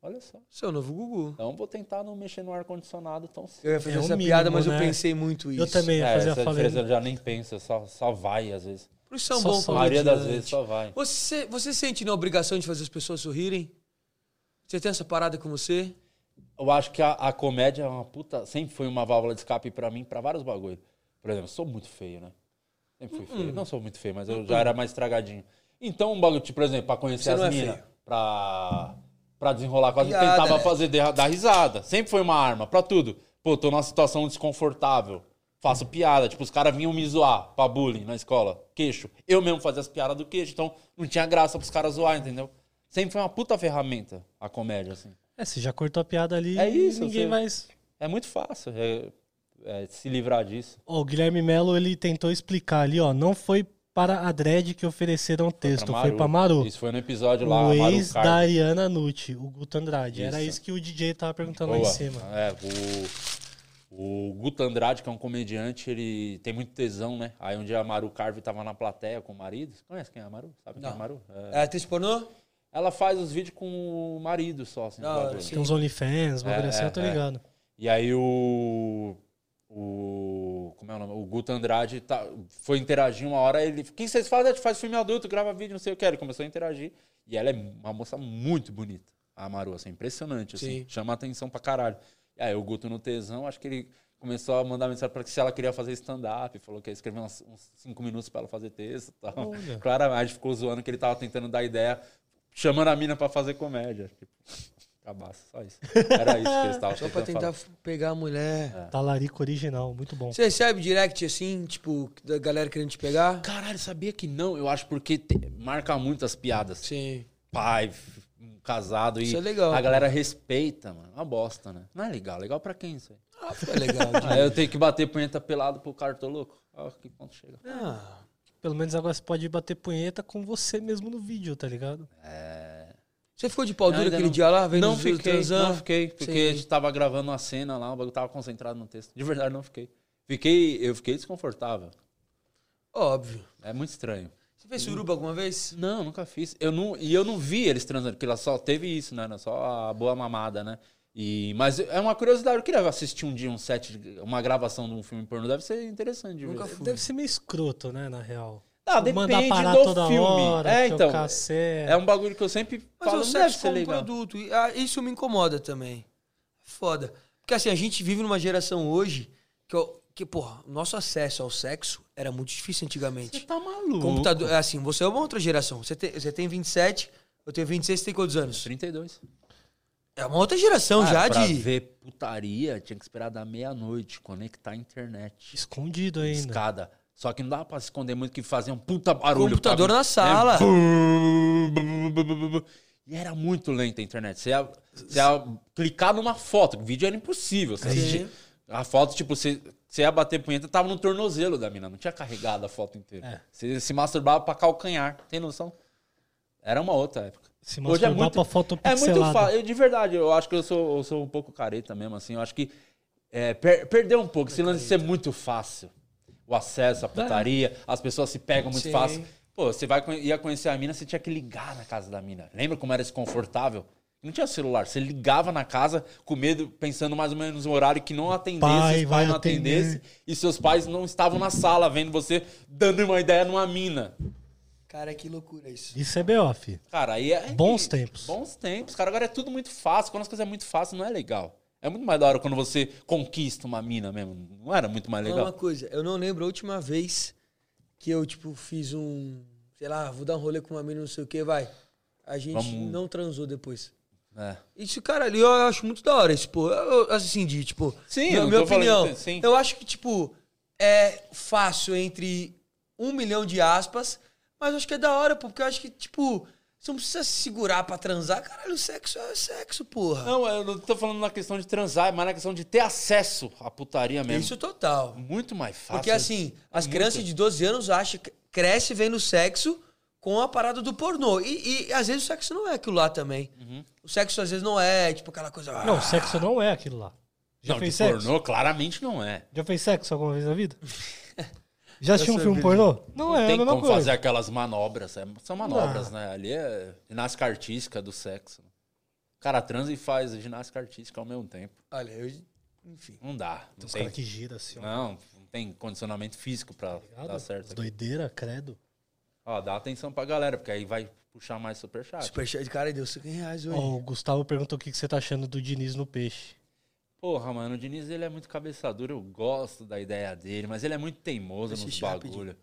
Speaker 3: Olha só.
Speaker 2: Seu novo Gugu.
Speaker 3: Então vou tentar não mexer no ar-condicionado tão cedo.
Speaker 2: Eu ia fazer
Speaker 1: É o
Speaker 2: essa
Speaker 1: mínimo,
Speaker 2: piada, mas eu
Speaker 1: né?
Speaker 2: pensei muito isso.
Speaker 1: Eu também ia
Speaker 3: É,
Speaker 1: fazer
Speaker 3: essa
Speaker 1: a
Speaker 3: diferença
Speaker 1: falei.
Speaker 3: eu já nem pensa, só, só vai às vezes.
Speaker 2: Por isso são
Speaker 1: Só
Speaker 2: bons
Speaker 1: só
Speaker 3: A maioria das
Speaker 2: comediantes.
Speaker 3: vezes só vai.
Speaker 2: Você, você sente na obrigação de fazer as pessoas sorrirem? Você tem essa parada com você?
Speaker 3: Eu acho que a, a comédia é uma puta. Sempre foi uma válvula de escape pra mim, pra vários bagulhos. Por exemplo, sou muito feio, né? Sempre fui
Speaker 2: Hum.
Speaker 3: feio. Não sou muito feio, mas eu já era mais estragadinho. Então, um bagulho, tipo, por exemplo, pra conhecer
Speaker 2: Você não
Speaker 3: as
Speaker 2: é
Speaker 3: minas,
Speaker 2: feio.
Speaker 3: pra, pra desenrolar quase, eu
Speaker 2: Piada,
Speaker 3: tentava
Speaker 2: né?
Speaker 3: fazer derra- dar risada. Sempre foi uma arma, pra tudo. Pô, tô numa situação desconfortável. Faço piada. Tipo, os caras vinham me zoar pra bullying na escola. Queixo. Eu mesmo fazia as piadas do queixo, então não tinha graça pros caras zoar, entendeu? Sempre foi uma puta ferramenta a comédia, assim.
Speaker 1: É, você já cortou a piada ali
Speaker 3: É isso,
Speaker 1: e ninguém
Speaker 3: você-
Speaker 1: mais.
Speaker 3: É muito fácil é- é, se livrar disso.
Speaker 1: Ó, o Guilherme Melo ele tentou explicar ali, ó. Não foi para a Dredd que ofereceram o texto, foi para Maru.
Speaker 3: Isso foi no episódio lá,
Speaker 1: O ex
Speaker 3: Maru
Speaker 1: da
Speaker 3: Cardi.
Speaker 1: Ariana Nucci, o Guto Andrade. Era
Speaker 3: Isso.
Speaker 1: isso que o DJ tava perguntando lá em
Speaker 3: Boa.
Speaker 1: cima.
Speaker 3: É, o, o Guto Andrade, que é um comediante, ele tem muito tesão, né? Aí um dia a Maru Carve tava na plateia com o marido. Você conhece quem é a Maru? Sabe quem é a
Speaker 2: Não.
Speaker 3: Maru? É.
Speaker 2: É atriz pornô?
Speaker 3: Ela faz os vídeos com o marido só, assim.
Speaker 2: Da
Speaker 3: no
Speaker 2: hora,
Speaker 3: bagulho.
Speaker 2: sim.
Speaker 1: Tem uns OnlyFans, bagulho
Speaker 3: É,
Speaker 1: assim,
Speaker 3: é,
Speaker 1: eu tô
Speaker 3: é.
Speaker 1: ligado.
Speaker 3: E aí o. O. Como é o nome? O Guto Andrade tá- foi interagir uma hora. Ele. O que vocês fazem? A gente faz filme adulto, grava vídeo, não sei o que. Ele começou a interagir. E ela é uma moça muito bonita. A Maru, assim, impressionante, assim.
Speaker 2: Sim.
Speaker 3: Chama atenção pra caralho. E aí o Guto no tesão, acho que ele começou a mandar mensagem pra que se ela queria fazer stand-up. Falou que ia escrever uns, uns cinco minutos pra ela fazer texto e tal.
Speaker 1: Olha.
Speaker 3: Claro, a gente ficou zoando que ele tava tentando dar ideia, chamando a mina pra fazer comédia. Tipo, cabaço, só isso. Era isso que eles estavam
Speaker 2: Só pra
Speaker 3: tentando falar.
Speaker 2: tentar
Speaker 3: É.
Speaker 2: f- pegar a mulher.
Speaker 1: Talarico original, muito bom.
Speaker 2: Você recebe direct assim, tipo, da galera querendo te pegar?
Speaker 3: Caralho, sabia que não? Eu acho porque te- marca muito as piadas.
Speaker 2: Sim.
Speaker 3: Pai, f- um casado e
Speaker 2: Isso é legal.
Speaker 3: a galera respeita, mano. Uma bosta, né? Não é legal. Legal pra quem isso aí?
Speaker 2: Ah, foi legal.
Speaker 3: aí eu tenho que bater punheta pelado pro cara, tô louco. Olha que ponto chega.
Speaker 2: ah,
Speaker 1: Pelo menos agora você pode bater punheta com você mesmo no vídeo, tá ligado?
Speaker 2: você ficou de pau duro
Speaker 3: Ainda
Speaker 2: aquele
Speaker 3: não-
Speaker 2: dia lá, vendo
Speaker 3: não
Speaker 2: os
Speaker 3: fiquei,
Speaker 2: transando?
Speaker 3: não fiquei, porque a gente tava gravando uma cena lá, o bagulho tava concentrado no texto. De verdade, não fiquei. Fiquei, eu fiquei desconfortável.
Speaker 2: Óbvio.
Speaker 3: É muito estranho.
Speaker 2: Você fez suruba alguma vez?
Speaker 3: Não, nunca fiz. Eu não, e eu não vi eles transando, porque ela só teve isso, né? Era Só a boa mamada, né? E, mas é uma curiosidade. Eu queria assistir um dia um set, de- uma gravação de um filme porno. Deve ser interessante de ver.
Speaker 2: Nunca fui.
Speaker 1: Deve ser meio escroto, né, na real.
Speaker 3: Ah,
Speaker 1: Mandar
Speaker 3: depende
Speaker 1: parar
Speaker 3: do
Speaker 1: toda
Speaker 3: filme.
Speaker 1: hora,
Speaker 3: é,
Speaker 1: que
Speaker 3: então.
Speaker 1: o cacete.
Speaker 3: É um bagulho que eu sempre
Speaker 2: Mas
Speaker 3: falo,
Speaker 2: o
Speaker 3: não deve
Speaker 2: sexo
Speaker 3: ser
Speaker 2: como um
Speaker 3: legal.
Speaker 2: produto, e, ah, isso me incomoda também. É Foda. Porque assim, a gente vive numa geração hoje que, eu- que porra, o nosso acesso ao sexo era muito difícil antigamente.
Speaker 3: tá maluco.
Speaker 2: Computador, é assim, você é uma outra geração. Você tem, você tem 27, eu tenho 26, você tem quantos anos?
Speaker 3: 32.
Speaker 2: É uma outra geração já
Speaker 3: Cara, Ah, pra
Speaker 2: de...
Speaker 3: ver putaria, tinha que esperar da meia-noite, conectar a internet.
Speaker 1: Escondido ainda.
Speaker 3: Escada. Só que não dava pra se esconder muito, que fazia um puta barulho.
Speaker 2: Computador
Speaker 3: pra- É
Speaker 2: na sala.
Speaker 3: Né? E era muito lenta a internet. Você ia, você ia clicar numa foto, o vídeo era impossível. Você
Speaker 2: Sim.
Speaker 3: assistia- a foto, tipo, você, você ia bater punheta, tava no tornozelo da mina, não tinha carregado a foto inteira.
Speaker 1: É.
Speaker 3: Você se masturbava pra calcanhar, tem noção? Era uma outra época.
Speaker 1: Se
Speaker 3: Hoje é
Speaker 1: masturbar
Speaker 3: muito,
Speaker 1: pra foto
Speaker 3: é
Speaker 1: pixelada.
Speaker 3: muito fácil. Eu, De verdade, eu acho que eu sou, eu sou um pouco careta mesmo, assim. Eu acho que é, per- perdeu um pouco. Esse lance de ser muito fácil. O acesso à putaria, as pessoas se pegam muito
Speaker 2: Sim.
Speaker 3: fácil. Pô, você vai, conhe- ia conhecer a mina, você tinha que ligar na casa da mina. Lembra como era desconfortável? Não tinha celular. Você ligava na casa com medo, pensando mais ou menos no horário que não atendesse,
Speaker 1: Pai
Speaker 3: os
Speaker 1: vai
Speaker 3: pais não
Speaker 1: atender.
Speaker 3: atendessem, e seus pais não estavam na sala vendo você dando uma ideia numa mina.
Speaker 2: Cara, que loucura isso.
Speaker 1: Isso é BOF.
Speaker 3: Cara, aí é.
Speaker 1: Bons tempos.
Speaker 3: Bons tempos. Cara, agora é tudo muito fácil. Quando as coisas é muito fácil, não é legal. É muito mais da hora quando você conquista uma mina mesmo. Não era muito mais
Speaker 2: Fala Uma
Speaker 3: legal.
Speaker 2: coisa, eu não lembro a última vez que eu, tipo, fiz um... Sei lá, vou dar um rolê com uma mina, não sei o que, vai. A gente
Speaker 3: Vamos.
Speaker 2: não transou depois.
Speaker 3: É.
Speaker 2: Isso, cara, ali eu acho muito da hora, isso, pô. Eu, eu, assim, de, tipo,
Speaker 3: Sim,
Speaker 2: na
Speaker 3: eu
Speaker 2: minha
Speaker 3: tô falando
Speaker 2: opinião,
Speaker 3: isso, sim.
Speaker 2: eu acho que, tipo, é fácil entre um milhão de aspas, mas eu acho que é da hora, pô, porque eu acho que, tipo, você não precisa se segurar pra transar. Caralho, sexo é sexo, porra.
Speaker 3: Não, eu não tô falando na questão de transar, mas na questão de ter acesso à putaria é mesmo.
Speaker 2: Isso é total.
Speaker 3: Muito mais fácil.
Speaker 2: Porque, assim, as
Speaker 3: muito.
Speaker 2: crianças de 12 anos acham, que cresce vendo sexo com a parada do pornô. E, e, às vezes o sexo não é aquilo lá também.
Speaker 3: Uhum.
Speaker 2: O sexo às vezes não é, tipo, aquela coisa.
Speaker 1: Não, sexo não é aquilo lá. Já
Speaker 3: Não, de
Speaker 1: fez sexo?
Speaker 3: pornô, claramente não é.
Speaker 1: Já fez sexo alguma vez na vida? Já assistiu um
Speaker 2: sou
Speaker 1: filme
Speaker 2: virgem.
Speaker 1: pornô? Não, é a
Speaker 3: tem
Speaker 1: mesma
Speaker 3: como
Speaker 1: coisa. Ah.
Speaker 3: fazer aquelas manobras. é- São manobras, né? Ali é ginástica artística do sexo. Cara, transa e faz ginástica artística ao mesmo tempo.
Speaker 2: Olha, eu. Enfim.
Speaker 3: Não dá. Não
Speaker 1: Tem uns
Speaker 3: tem,
Speaker 1: caras que giram assim, ó. tá
Speaker 3: não, não tem condicionamento físico pra
Speaker 1: ligado?
Speaker 3: dar
Speaker 1: As
Speaker 3: tá certo. aqui.
Speaker 1: doideira, credo.
Speaker 3: Ó, dá atenção pra galera, porque aí vai puxar mais
Speaker 2: Ah,
Speaker 3: superchat.
Speaker 2: Superchat, cara, deu 100 reais hoje.
Speaker 1: Ó, o Gustavo perguntou o que que você tá achando do Diniz no peixe.
Speaker 3: Tá Porra, mano, o Diniz ele é muito cabeçadura, eu gosto da ideia dele, mas ele é muito teimoso nos
Speaker 2: Assiste
Speaker 3: bagulho.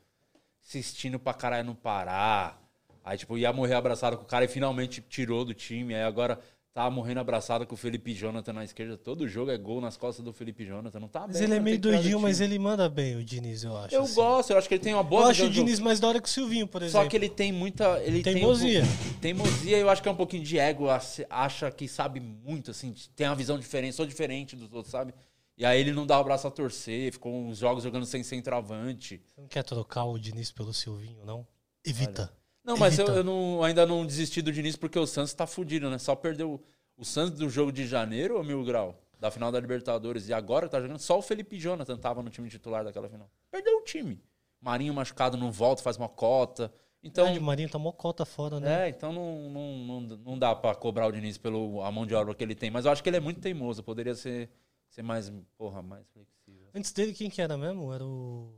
Speaker 3: Insistindo pra caralho não parar. Aí, tipo, ia morrer abraçado com o cara e finalmente tirou do time. Aí agora tá morrendo abraçado com o Felipe Jonathan na esquerda. Todo jogo é gol nas costas do Felipe Jonathan. Não tá
Speaker 1: Mas
Speaker 3: bem,
Speaker 1: ele é
Speaker 3: não
Speaker 1: meio
Speaker 3: tem que tirar do
Speaker 1: doidinho, mas
Speaker 3: time.
Speaker 1: ele manda bem, o Diniz, eu acho.
Speaker 3: Eu
Speaker 1: assim.
Speaker 3: gosto, eu acho que ele tem uma boa
Speaker 1: Eu acho
Speaker 3: visão
Speaker 1: o
Speaker 3: de jogo.
Speaker 1: Diniz mais da hora que o Silvinho, por exemplo.
Speaker 3: Só que ele tem muita. Ele
Speaker 1: Teimosia.
Speaker 3: Tem um, pouco- teimosia, eu acho que é um pouquinho de ego. acha- Acha que sabe muito, assim, tem uma visão diferente, sou diferente dos outros, sabe? E aí ele não dá o braço a torcer, ficou uns jogos jogando sem centroavante.
Speaker 1: Você não quer trocar o Diniz pelo Silvinho, não? Evita.
Speaker 3: Não, mas eu,
Speaker 1: Evita.
Speaker 3: eu não- ainda não desisti do Diniz porque o Santos tá fudido, né? Só perdeu o Santos do jogo de janeiro, ô Mil Grau, da final da Libertadores. E agora tá jogando só o Felipe Jonathan tava no time titular daquela final. Perdeu o time. Marinho machucado não volta, faz uma cota. Então,
Speaker 1: Verdade, o Marinho tá mó cota fora, né?
Speaker 3: É, então não, não, não, não dá pra cobrar o Diniz pela mão de obra que ele tem. Mas eu acho que ele é muito teimoso. Poderia ser, ser mais, porra, mais flexível.
Speaker 1: Antes dele, quem que era mesmo? Era o.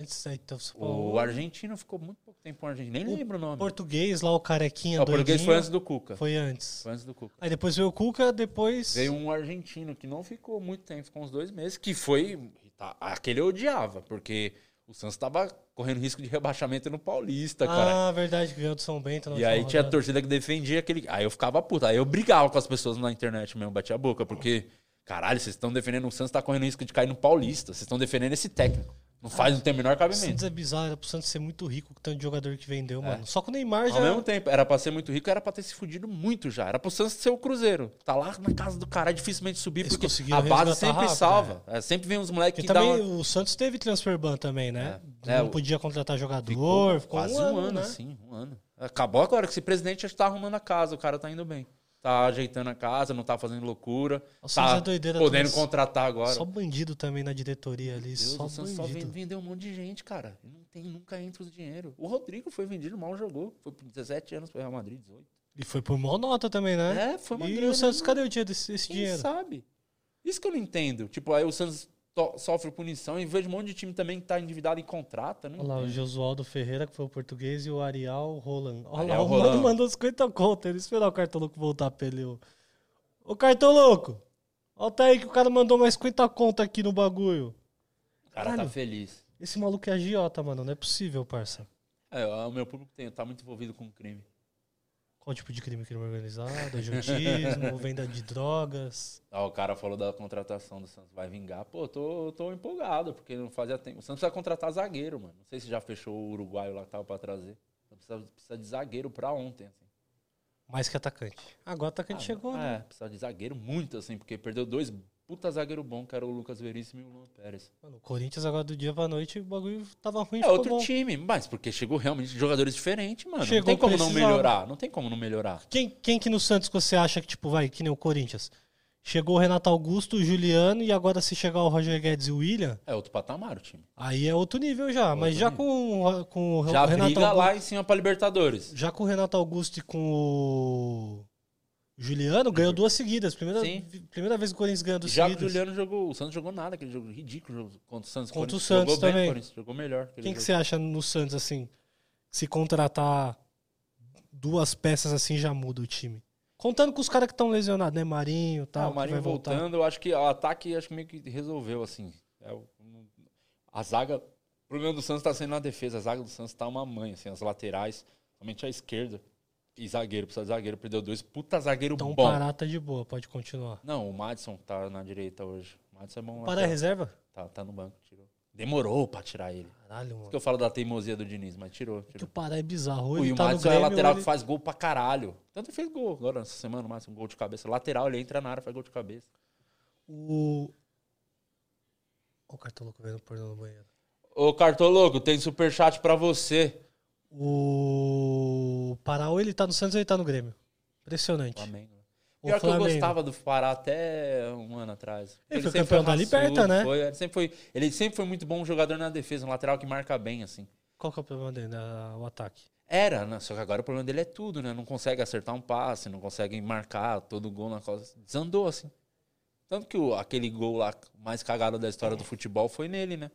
Speaker 1: Antes aí, então, você falou-
Speaker 3: O argentino ficou muito pouco tempo no argentino. Nem lembro o nome.
Speaker 1: português lá, o carequinha.
Speaker 3: Ah, o português
Speaker 1: doidinho,
Speaker 3: foi antes do Cuca. Foi,
Speaker 1: Foi antes.
Speaker 3: antes do Cuca.
Speaker 1: Aí depois veio o Cuca, depois.
Speaker 3: Veio um argentino que não ficou muito tempo, ficou uns dois meses, que foi. tá, aquele eu odiava, porque o Santos tava correndo risco de rebaixamento no Paulista, cara.
Speaker 1: Ah, verdade, que ganhou do São Bento. na
Speaker 3: E
Speaker 1: última
Speaker 3: aí tinha a
Speaker 1: rodada.
Speaker 3: torcida que defendia aquele. Aí eu ficava puto. Aí eu brigava com as pessoas na internet mesmo, batia a boca, porque, caralho, vocês estão defendendo o Santos, tá correndo risco de cair no Paulista. Vocês estão defendendo esse técnico. Não faz, não tem o menor
Speaker 1: O Santos
Speaker 3: cabimento.
Speaker 1: é bizarro, era pro Santos ser muito rico com o tanto de jogador que vendeu, mano. Só que o Neymar já.
Speaker 3: É. Ao mesmo tempo, era pra ser muito rico, era pra ter se fudido muito já. Era pro Santos ser o Cruzeiro. Tá lá na casa do caralho, dificilmente subir,
Speaker 1: Eles
Speaker 3: porque
Speaker 1: conseguiram
Speaker 3: a base
Speaker 1: resgatar
Speaker 3: sempre
Speaker 1: rápido,
Speaker 3: salva. É, sempre vem uns moleques
Speaker 1: Porque
Speaker 3: que dá
Speaker 1: também
Speaker 3: uma...
Speaker 1: o Santos teve transfer ban também, né?
Speaker 3: É,
Speaker 1: Não
Speaker 3: o-
Speaker 1: podia contratar jogador, ficou,
Speaker 3: quase um ano,
Speaker 1: né?
Speaker 3: assim, um ano. Acabou agora que esse presidente já tá arrumando a casa, o cara tá indo bem. Tá ajeitando a casa, não tá fazendo loucura.
Speaker 1: O Santos
Speaker 3: tá
Speaker 1: é doideira,
Speaker 3: podendo
Speaker 1: Thomas.
Speaker 3: contratar agora.
Speaker 1: Só bandido também na diretoria ali,
Speaker 3: Deus,
Speaker 1: só
Speaker 3: o Santos só
Speaker 1: bandido.
Speaker 3: vende- vendeu um monte de gente, cara. E Não tem, nunca entra os dinheiro. O Rodrigo foi vendido, mal jogou. Foi por 17 anos pro Real Madrid, 18.
Speaker 1: E foi por mó nota também, né?
Speaker 3: É, foi uma
Speaker 1: E
Speaker 3: grana,
Speaker 1: o Santos,
Speaker 3: né?
Speaker 1: cadê o dia desse esse
Speaker 3: Quem
Speaker 1: dinheiro?
Speaker 3: sabe? Isso que eu não entendo. Tipo, aí o Santos to- sofre punição e vejo um monte de time também que tá endividado e contrata. Não
Speaker 1: Olha lá, o
Speaker 3: entendo.
Speaker 1: Josualdo Ferreira, que foi o português, e o Ariel Roland. Olha lá,
Speaker 3: Ariel
Speaker 1: o mano
Speaker 3: Roland.
Speaker 1: mandou 50 conto. Ele esperou o Cartoloco voltar pra ele. ô. Ô, Cartoloco! Olha aí que o cara mandou mais 50 conto aqui no bagulho.
Speaker 3: o cara tá
Speaker 1: Caralho.
Speaker 3: feliz.
Speaker 1: Esse maluco é agiota, mano. Não é possível, parça.
Speaker 3: É, o meu público tem, tá muito envolvido com crime.
Speaker 1: Qual tipo de crime? Crime organizado, agitismo, venda de drogas.
Speaker 3: Ah, o cara falou da contratação do Santos, vai vingar. Pô, tô, tô empolgado, porque não fazia tempo. O Santos vai contratar zagueiro, mano. Não sei se já fechou o uruguaio lá que tava pra trazer. Então Precisa, precisa de zagueiro pra ontem, assim.
Speaker 1: Mais que atacante. Agora o atacante chegou, né?
Speaker 3: É, precisa de zagueiro muito, assim, porque perdeu dois puta zagueiro bom, que era o Lucas Veríssimo e o Luan Pérez.
Speaker 1: Mano, o Corinthians agora do dia pra noite, o bagulho tava ruim,
Speaker 3: É
Speaker 1: ficou
Speaker 3: outro
Speaker 1: bom.
Speaker 3: time, mas porque chegou realmente jogadores diferentes, mano.
Speaker 1: Chegou
Speaker 3: não tem como não
Speaker 1: precisava.
Speaker 3: melhorar. Não tem como não melhorar.
Speaker 1: Quem, quem que no Santos que você acha que, tipo, vai, que nem o Corinthians? Chegou o Renato Augusto, o Juliano, e agora se chegar o Roger Guedes e o William,
Speaker 3: É outro patamar o time. aí
Speaker 1: aí é outro nível já. mas já com, com o
Speaker 3: Já
Speaker 1: Renato
Speaker 3: briga
Speaker 1: Augusto.
Speaker 3: lá em cima pra Libertadores.
Speaker 1: Já com o Renato Augusto e com o Juliano, ganhou duas seguidas. Primeira,
Speaker 3: Sim.
Speaker 1: vi- primeira vez que o Corinthians ganhando
Speaker 3: Já que o
Speaker 1: seguidas.
Speaker 3: Juliano jogou, o Santos jogou nada, aquele jogo ridículo jogo contra o Santos.
Speaker 1: Contra o
Speaker 3: Corinthians
Speaker 1: Santos
Speaker 3: jogou bem,
Speaker 1: também.
Speaker 3: Corinthians jogou melhor. aquele
Speaker 1: Quem que
Speaker 3: jogo.
Speaker 1: você acha no Santos, assim, se contratar duas peças assim já muda o time? Contando com os caras que estão lesionados, né? Marinho e
Speaker 3: Ah,
Speaker 1: tal.
Speaker 3: o Marinho
Speaker 1: que vai voltar.
Speaker 3: voltando, eu acho que o ataque acho que meio que resolveu, assim. É, o- a zaga. O problema do Santos tá sendo na defesa. A zaga do Santos tá uma mãe, assim, as laterais, somente a esquerda. E zagueiro, precisa de zagueiro, perdeu dois. Puta zagueiro
Speaker 1: Então
Speaker 3: bom.
Speaker 1: Pará tá de boa, pode continuar.
Speaker 3: Não, o Madison tá na direita hoje. O Madison é bom
Speaker 1: Pará é
Speaker 3: lateral.
Speaker 1: reserva?
Speaker 3: tá, tá no banco, tirou. Demorou pra tirar ele. Por
Speaker 1: Caralho,
Speaker 3: isso
Speaker 1: mano.
Speaker 3: que eu falo da teimosia do Diniz, mas tirou.
Speaker 1: Que
Speaker 3: tirou.
Speaker 1: o Pará é bizarro. Ou
Speaker 3: Pô, e
Speaker 1: Ele
Speaker 3: o
Speaker 1: tá no
Speaker 3: Madison é
Speaker 1: Grêmio,
Speaker 3: lateral
Speaker 1: ou ele-
Speaker 3: que faz gol pra caralho. Tanto ele fez gol agora essa semana, o Madison, um gol de cabeça. Lateral, ele entra na área, faz gol de cabeça.
Speaker 1: O... Ó o cartão louco vendo pornô no banheiro.
Speaker 3: Ô, Cartologo, tem superchat pra você.
Speaker 1: O Pará ou ele tá no Santos ou ele tá no Grêmio. Impressionante.
Speaker 3: Flamengo.
Speaker 1: O
Speaker 3: Pior que eu
Speaker 1: Flamengo.
Speaker 3: gostava do Pará até um ano atrás.
Speaker 1: Ele foi campeão da
Speaker 3: raçudo,
Speaker 1: Liberta, né?
Speaker 3: foi- ele, sempre foi, ele sempre foi muito bom jogador na defesa, um lateral que marca bem, assim.
Speaker 1: Qual que é o problema dele? Ah, O ataque.
Speaker 3: Era, né? Só que agora o problema dele é tudo, né? Não consegue acertar um passe, não consegue marcar todo gol na costa. Desandou, assim. Tanto que o- aquele gol lá mais cagado da história do futebol foi nele, né?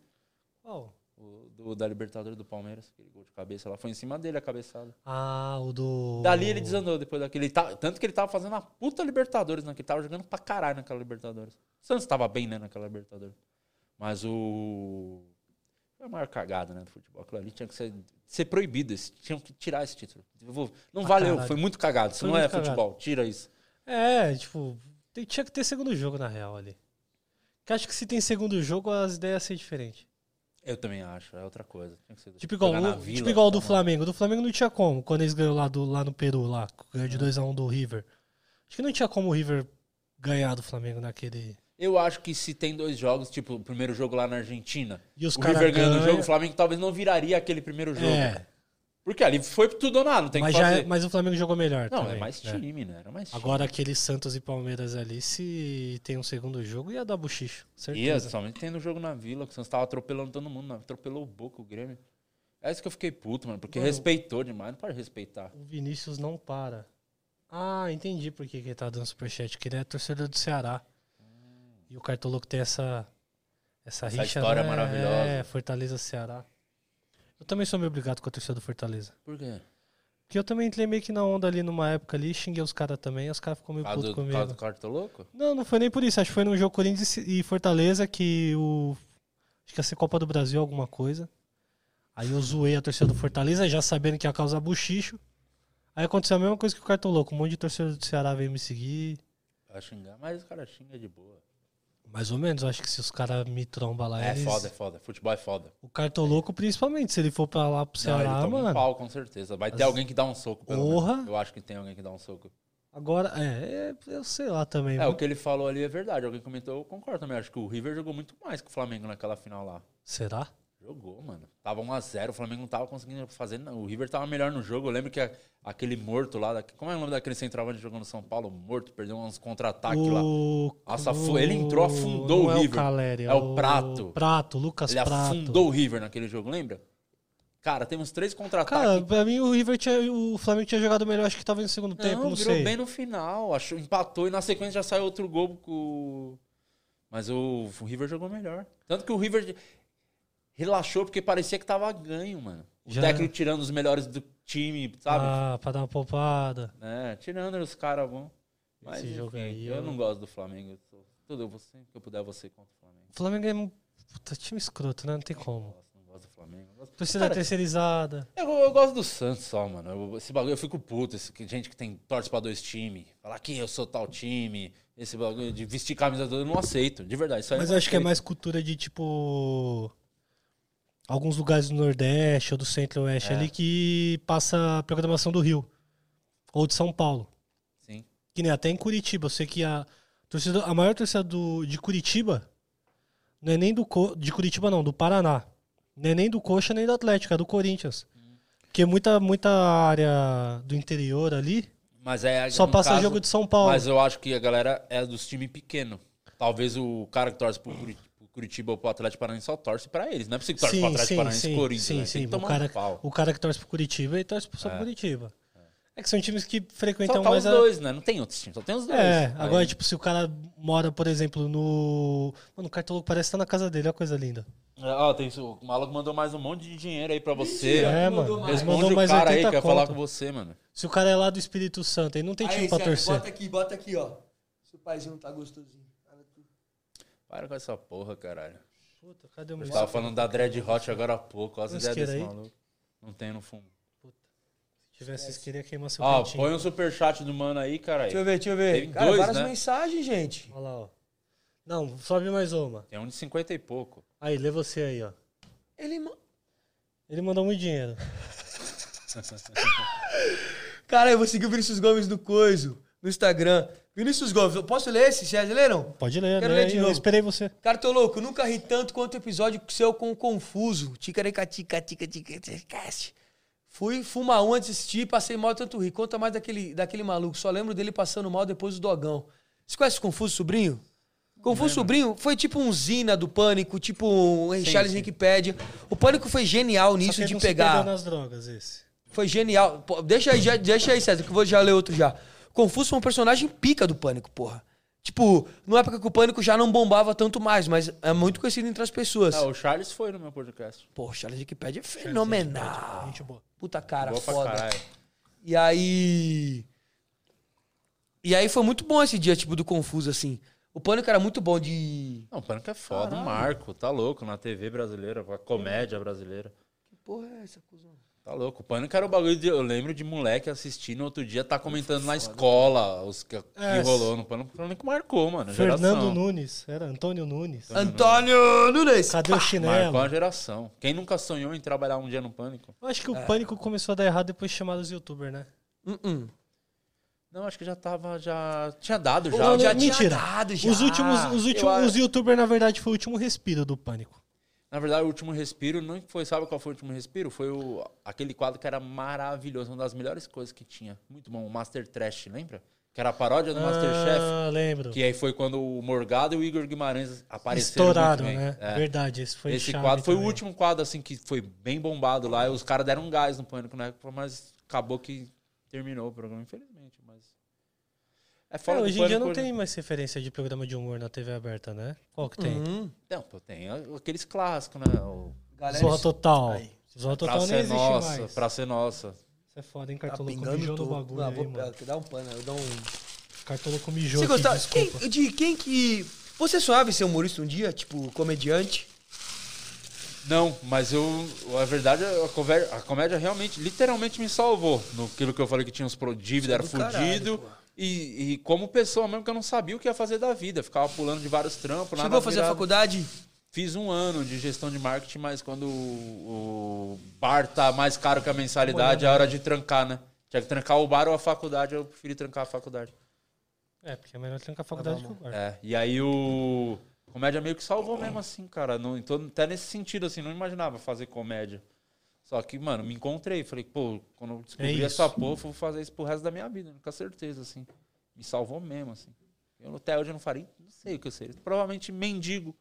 Speaker 1: Qual?
Speaker 3: O, do, da Libertadores do Palmeiras, aquele gol de cabeça lá. Foi em cima dele a cabeçada.
Speaker 1: Ah, o do.
Speaker 3: Dali ele desandou depois daquele. Ele tá- tanto que ele tava fazendo a puta Libertadores, né? Que ele tava jogando pra caralho naquela Libertadores. O Santos tava bem, né, naquela Libertadores. Mas o. Foi a maior cagada, né, do futebol. Aquilo ali tinha que ser, ser proibido. Esse, tinham que tirar esse título. Eu vou- não
Speaker 1: Ah,
Speaker 3: valeu,
Speaker 1: caralho.
Speaker 3: foi muito cagado. Isso
Speaker 1: Foi
Speaker 3: não é
Speaker 1: muito cagado.
Speaker 3: futebol, tira isso.
Speaker 1: É, tipo, tem- tinha que ter segundo jogo, na real, ali. Que acho que se tem segundo jogo, as ideias iam ser diferentes.
Speaker 3: Eu também acho, é outra coisa. Tinha que ser-
Speaker 1: Tipo igual,
Speaker 3: jogar na
Speaker 1: o,
Speaker 3: Vila, tá
Speaker 1: tipo igual o do
Speaker 3: tomar-
Speaker 1: Flamengo. Do Flamengo não tinha como, quando eles ganhou lá, do, lá no Peru, lá, ganhou
Speaker 3: É.
Speaker 1: de 2x1 do River. Acho que não tinha como o River ganhar do Flamengo naquele.
Speaker 3: Eu acho que se tem dois jogos, tipo, o primeiro jogo lá na Argentina,
Speaker 1: E os
Speaker 3: o
Speaker 1: cara
Speaker 3: River ganhando o
Speaker 1: ganha.
Speaker 3: jogo, o Flamengo talvez não viraria aquele primeiro jogo.
Speaker 1: É,
Speaker 3: Porque ali foi tudo ou nada, não tem
Speaker 1: mas,
Speaker 3: que
Speaker 1: já
Speaker 3: fazer.
Speaker 1: é- mas o Flamengo jogou melhor.
Speaker 3: Não,
Speaker 1: também,
Speaker 3: é mais
Speaker 1: né?
Speaker 3: time, né? Era mais time.
Speaker 1: Agora aquele Santos e Palmeiras ali, se tem um segundo jogo, ia dar buchicho.
Speaker 3: e é,
Speaker 1: Certeza.
Speaker 3: somente tendo jogo na vila, que o Santos tava atropelando todo mundo, né? atropelou o Boca, o Grêmio. É isso que eu fiquei puto, mano, porque
Speaker 1: Mano.
Speaker 3: respeitou demais, não pode respeitar.
Speaker 1: O Vinícius não para. Ah, entendi por que, que ele tá dando superchat, que ele é torcedor do Ceará. E o Cartoloco tem essa, essa,
Speaker 3: Essa
Speaker 1: rixa.
Speaker 3: história
Speaker 1: né?
Speaker 3: maravilhosa.
Speaker 1: É, Fortaleza Ceará. Eu também sou meio obrigado com a torcida do Fortaleza.
Speaker 3: Por quê?
Speaker 1: Porque eu também entrei meio que na onda ali numa época ali, xinguei os caras também, os caras ficou meio
Speaker 3: Por causa
Speaker 1: puto
Speaker 3: do, por causa
Speaker 1: comigo.
Speaker 3: do Cartoloco?
Speaker 1: Não, não foi nem por isso. Acho que foi num jogo Corinthians e Fortaleza que o. Acho que ia ser Copa do Brasil, alguma coisa. Aí eu zoei a torcida do Fortaleza, já sabendo que ia causar buchicho. Aí aconteceu a mesma coisa que o cartão louco. Um monte de torcedor do Ceará veio me seguir.
Speaker 3: Vai xingar, mas os caras xingam de boa.
Speaker 1: Mais ou menos, eu acho que se os caras me trombam lá,
Speaker 3: É
Speaker 1: eles...
Speaker 3: foda, é foda. Futebol é foda.
Speaker 1: O cartão louco, principalmente, se ele for pra lá pro
Speaker 3: não, ele
Speaker 1: Ceará,
Speaker 3: toma um
Speaker 1: mano.
Speaker 3: pau, com certeza. Vai ter
Speaker 1: As-
Speaker 3: alguém que dá um soco, pelo
Speaker 1: Porra.
Speaker 3: menos. Eu acho que tem alguém que dá um soco.
Speaker 1: Agora, é, é, eu sei lá também.
Speaker 3: É, o que ele falou ali é verdade. Alguém comentou, eu concordo também. Acho que o River jogou muito mais que o Flamengo naquela final lá.
Speaker 1: Será?
Speaker 3: Jogou, mano. Tava 1x0, o Flamengo não tava conseguindo fazer. Não. O River tava melhor no jogo. Eu lembro que a- aquele morto lá. da- Como é o nome daquele centroavante que jogou no São Paulo? Morto, perdeu uns contra-ataques lá.
Speaker 1: O-
Speaker 3: Nossa,
Speaker 1: o-
Speaker 3: fu- ele entrou, afundou
Speaker 1: não
Speaker 3: o
Speaker 1: é
Speaker 3: River.
Speaker 1: Caleri,
Speaker 3: É o Prato.
Speaker 1: Prato, Lucas
Speaker 3: Ele
Speaker 1: Prato.
Speaker 3: afundou o River naquele jogo, lembra? Cara, tem uns três
Speaker 1: Cara,
Speaker 3: contra-ataques.
Speaker 1: pra mim o River tinha. O Flamengo tinha jogado melhor, acho que tava no segundo tempo,
Speaker 3: não,
Speaker 1: não
Speaker 3: virou
Speaker 1: sei.
Speaker 3: bem no final. Achou, empatou e na sequência já saiu outro gol com. o- Mas o, o River jogou melhor. Tanto que o River relaxou porque parecia que tava ganho, mano. O
Speaker 1: Já-
Speaker 3: técnico tirando os melhores do time, sabe?
Speaker 1: Ah, pra dar uma poupada.
Speaker 3: né? Tirando os caras bom. Mas
Speaker 1: Esse jogo
Speaker 3: enfim,
Speaker 1: aí,
Speaker 3: eu
Speaker 1: eu-
Speaker 3: não gosto do Flamengo. Eu sou- tudo eu vou sempre que eu puder você contra o Flamengo.
Speaker 1: O Flamengo é um puta, time escroto, né? Não tem
Speaker 3: Não
Speaker 1: como.
Speaker 3: gosto, não gosto do Flamengo. não gosto-
Speaker 1: Torcida
Speaker 3: Cara,
Speaker 1: terceirizada.
Speaker 3: eu, eu gosto do Santos só, mano. Eu- esse bagulho eu fico puto. Esse, que- gente que tem torce pra dois times. Falar que eu sou tal time. Esse bagulho de vestir camisa toda, eu não aceito. De verdade. Isso aí
Speaker 1: Mas
Speaker 3: eu
Speaker 1: eu
Speaker 3: não
Speaker 1: acho que é
Speaker 3: aceito.
Speaker 1: mais cultura de tipo. Alguns lugares do Nordeste ou do Centro-Oeste
Speaker 3: É.
Speaker 1: ali que passa a programação do Rio. Ou de São Paulo.
Speaker 3: Sim.
Speaker 1: Que nem até em Curitiba. Eu sei que a, torcida, a maior torcida do- de Curitiba não é nem do Co- de Curitiba, não, do Paraná. Não é nem do Coxa, nem do Atlético, é do Corinthians. Porque muita, muita área do interior ali
Speaker 3: Mas é,
Speaker 1: só
Speaker 3: no
Speaker 1: passa
Speaker 3: caso,
Speaker 1: jogo de São Paulo.
Speaker 3: Mas eu acho que a galera é dos times pequenos. Talvez o cara que torce pro Curit- pro Curitiba ou pro Atlético Paranaense só torce pra eles. Não é possível que torce pro Atlético Paranaense e Corinthians.
Speaker 1: sim,
Speaker 3: né? Tem
Speaker 1: sim.
Speaker 3: que
Speaker 1: O
Speaker 3: tomar
Speaker 1: cara,
Speaker 3: um pau.
Speaker 1: o cara que torce pro Curitiba, ele torce pro São Curitiba. É que são times que frequentam
Speaker 3: só tá
Speaker 1: mais
Speaker 3: os
Speaker 1: a...
Speaker 3: dois, né? Não tem outros times, só tem os dois.
Speaker 1: então, É, agora,
Speaker 3: Aí-
Speaker 1: tipo, se o cara mora, por exemplo, no. Mano, o Cartoloco parece estar na casa dele, olha que coisa linda.
Speaker 3: Ó, tem isso, o maluco mandou mais um monte de dinheiro aí pra você.
Speaker 2: Mentira.
Speaker 1: É,
Speaker 2: Ele mandou
Speaker 1: mano.
Speaker 2: mais.
Speaker 1: Eles
Speaker 3: Responde
Speaker 1: mandou
Speaker 3: o
Speaker 1: mais
Speaker 3: cara aí que
Speaker 1: 80
Speaker 3: vai falar com
Speaker 1: conto.
Speaker 3: você, mano.
Speaker 1: Se o cara é lá do Espírito Santo, ele não tem time pra
Speaker 2: Sérgio,
Speaker 1: torcer.
Speaker 2: Bota aqui, bota aqui, ó. Se o paizinho tá gostosinho. Olha aqui.
Speaker 3: Para com essa porra, caralho.
Speaker 1: Puta, cadê o
Speaker 3: Eu
Speaker 1: meu
Speaker 3: tava falando da Dread Hot agora há pouco. Olha as
Speaker 1: Tem
Speaker 3: ideias
Speaker 1: isqueiro
Speaker 3: desse
Speaker 1: Hum. aí?
Speaker 3: maluco. Não tem no fundo.
Speaker 1: Se tivesse isso, queria queimar seu
Speaker 3: Ó,
Speaker 1: cantinho.
Speaker 3: põe um superchat do mano aí,
Speaker 2: Deixa eu
Speaker 3: caralho.
Speaker 2: ver, deixa eu ver.
Speaker 3: Teve
Speaker 2: Cara,
Speaker 3: dois,
Speaker 2: várias
Speaker 3: né?
Speaker 2: mensagens, gente.
Speaker 1: Olha lá, ó. Não, sobe mais uma.
Speaker 3: Tem um de 50 e pouco.
Speaker 1: Aí, lê você aí, ó.
Speaker 2: Ele. ma-
Speaker 1: Ele mandou muito dinheiro.
Speaker 2: Cara, eu vou seguir o Vinícius Gomes do Coiso no Instagram. Vinícius Gomes, eu posso ler esse? Vocês leram?
Speaker 1: Pode ler,
Speaker 2: Quero
Speaker 1: né?
Speaker 2: ler de
Speaker 1: Eu
Speaker 2: novo.
Speaker 1: esperei você.
Speaker 2: Cara, tô louco, nunca ri tanto quanto o episódio seu com o Confuso. Ticareca, tica, tica, tica, tica, cast. Fui fumar um antes de assistir e passei mal de tanto rir. Conta mais daquele, daquele maluco, só lembro dele passando mal depois do dogão. Você conhece o Confuso Sobrinho? Confuso Sobrinho foi tipo um Zina do Pânico, tipo um Charles Wikipedia. O Pânico foi genial
Speaker 1: Só
Speaker 2: nisso
Speaker 1: que ele
Speaker 2: de
Speaker 1: não se
Speaker 2: pegar.
Speaker 1: perdeu nas drogas, esse.
Speaker 2: Foi genial. Pô, deixa aí, já- deixa aí, César, que eu vou já ler outro já. Confúcio foi um personagem pica do Pânico, porra. Tipo, numa época que o Pânico já não bombava tanto mais, mas é muito conhecido entre as pessoas.
Speaker 3: Ah, o Charles foi no meu podcast.
Speaker 2: Pô, o Charles Wikipedia é fenomenal.
Speaker 1: Gente boa.
Speaker 2: Puta
Speaker 1: Tá
Speaker 2: cara,
Speaker 3: Boa pra
Speaker 2: foda.
Speaker 3: caralho.
Speaker 2: E aí. E aí foi muito bom esse dia, tipo, do Confuso, assim. O Pânico era muito bom de.
Speaker 3: Não, o Pânico é foda, um marco, tá louco, na TV brasileira, com a comédia brasileira.
Speaker 2: Que porra é essa, cuzão?
Speaker 3: Tá louco, o Pânico era o bagulho de, eu lembro de moleque assistindo outro dia, tá comentando na escola os que, que
Speaker 1: É.
Speaker 3: rolou no Pânico, o Pânico marcou, mano,
Speaker 1: Fernando
Speaker 3: geração.
Speaker 1: Nunes, era Antônio Nunes.
Speaker 2: Antônio Nunes!
Speaker 1: Cadê o
Speaker 3: Marcou a
Speaker 1: chinelo?
Speaker 3: geração. Quem nunca sonhou em trabalhar um dia no Pânico?
Speaker 1: Eu acho que o
Speaker 2: É.
Speaker 1: pânico começou a dar errado depois de chamar os youtubers, né?
Speaker 2: Uh-uh.
Speaker 3: Não, acho que já tava, já tinha dado já.
Speaker 1: Não,
Speaker 3: já
Speaker 1: não,
Speaker 3: tinha-
Speaker 1: mentira.
Speaker 2: dado já.
Speaker 1: Os últimos, os últimos,
Speaker 3: Eu-
Speaker 1: os youtubers, na verdade, foi o último respiro do pânico.
Speaker 3: Na verdade, o último respiro não foi, sabe qual foi o último respiro? Foi o, aquele quadro que era maravilhoso, uma das melhores coisas que tinha. Muito bom, o Master Trash, lembra? Que era a paródia do Masterchef.
Speaker 1: Ah, lembro.
Speaker 3: Que aí foi quando o Morgado e o Igor Guimarães apareceram. muito
Speaker 1: Estouraram,
Speaker 3: bem.
Speaker 1: né?
Speaker 3: É.
Speaker 1: Verdade, esse foi
Speaker 3: Esse
Speaker 1: chave
Speaker 3: quadro foi o
Speaker 1: também.
Speaker 3: último quadro, assim, que foi bem bombado lá. E os caras deram um gás no pânico na época, mas acabou que terminou o programa, infelizmente. Mas. É
Speaker 1: É,
Speaker 3: fora
Speaker 1: hoje em dia não tem mais referência de programa de humor na TV aberta, né? Qual que tem?
Speaker 2: Uhum.
Speaker 3: Não, pô, tem aqueles clássicos, né? O
Speaker 2: Galera,
Speaker 1: Zorra Total.
Speaker 2: Aí.
Speaker 1: Zorra
Speaker 3: Pra
Speaker 1: Total nem
Speaker 3: ser
Speaker 1: existe
Speaker 3: nossa,
Speaker 1: mais.
Speaker 3: pra ser nossa.
Speaker 1: Você é foda, hein?
Speaker 2: tá
Speaker 1: Cartoloco
Speaker 2: pingando
Speaker 1: mijou no
Speaker 2: todo.
Speaker 1: bagulho
Speaker 2: Ah,
Speaker 1: aí,
Speaker 2: vou
Speaker 1: mano.
Speaker 2: pe- dar um pano, eu dou um...
Speaker 1: Cartoloco mijou
Speaker 2: Você
Speaker 1: aqui,
Speaker 2: gostava...
Speaker 1: desculpa.
Speaker 2: Quem- de quem que... Você sonhava em ser humorista um dia? Tipo, comediante?
Speaker 3: Não, mas eu. A verdade, a, cover- a comédia realmente, literalmente me salvou. No aquilo que eu falei que tinha uns pro dívida, era
Speaker 2: do
Speaker 1: é
Speaker 2: caralho,
Speaker 3: fudido.
Speaker 2: pô.
Speaker 3: E, e como pessoa mesmo que eu não sabia o que ia fazer da vida. Ficava pulando de vários trampos. lá
Speaker 2: Chegou
Speaker 3: na
Speaker 2: a fazer a
Speaker 3: virada.
Speaker 2: faculdade?
Speaker 3: Fiz um ano de gestão de marketing, mas quando o, o bar tá mais caro que a mensalidade, é a hora de trancar, né? Tinha que trancar o bar ou a faculdade, eu preferi trancar a faculdade.
Speaker 1: É, porque é melhor trancar a
Speaker 2: Tá
Speaker 1: faculdade que o bar.
Speaker 3: É, e aí o. Comédia meio que salvou mesmo assim, cara. Não, então, até nesse sentido, assim, não imaginava fazer comédia. Só que, mano, me encontrei. Falei, pô, quando eu descobri
Speaker 1: É
Speaker 3: essa
Speaker 1: isso.
Speaker 3: porra, eu vou fazer isso pro resto da minha vida, né? com certeza, assim. Me salvou mesmo, assim. Eu até hoje eu não faria, não sei o que eu seria. Provavelmente mendigo.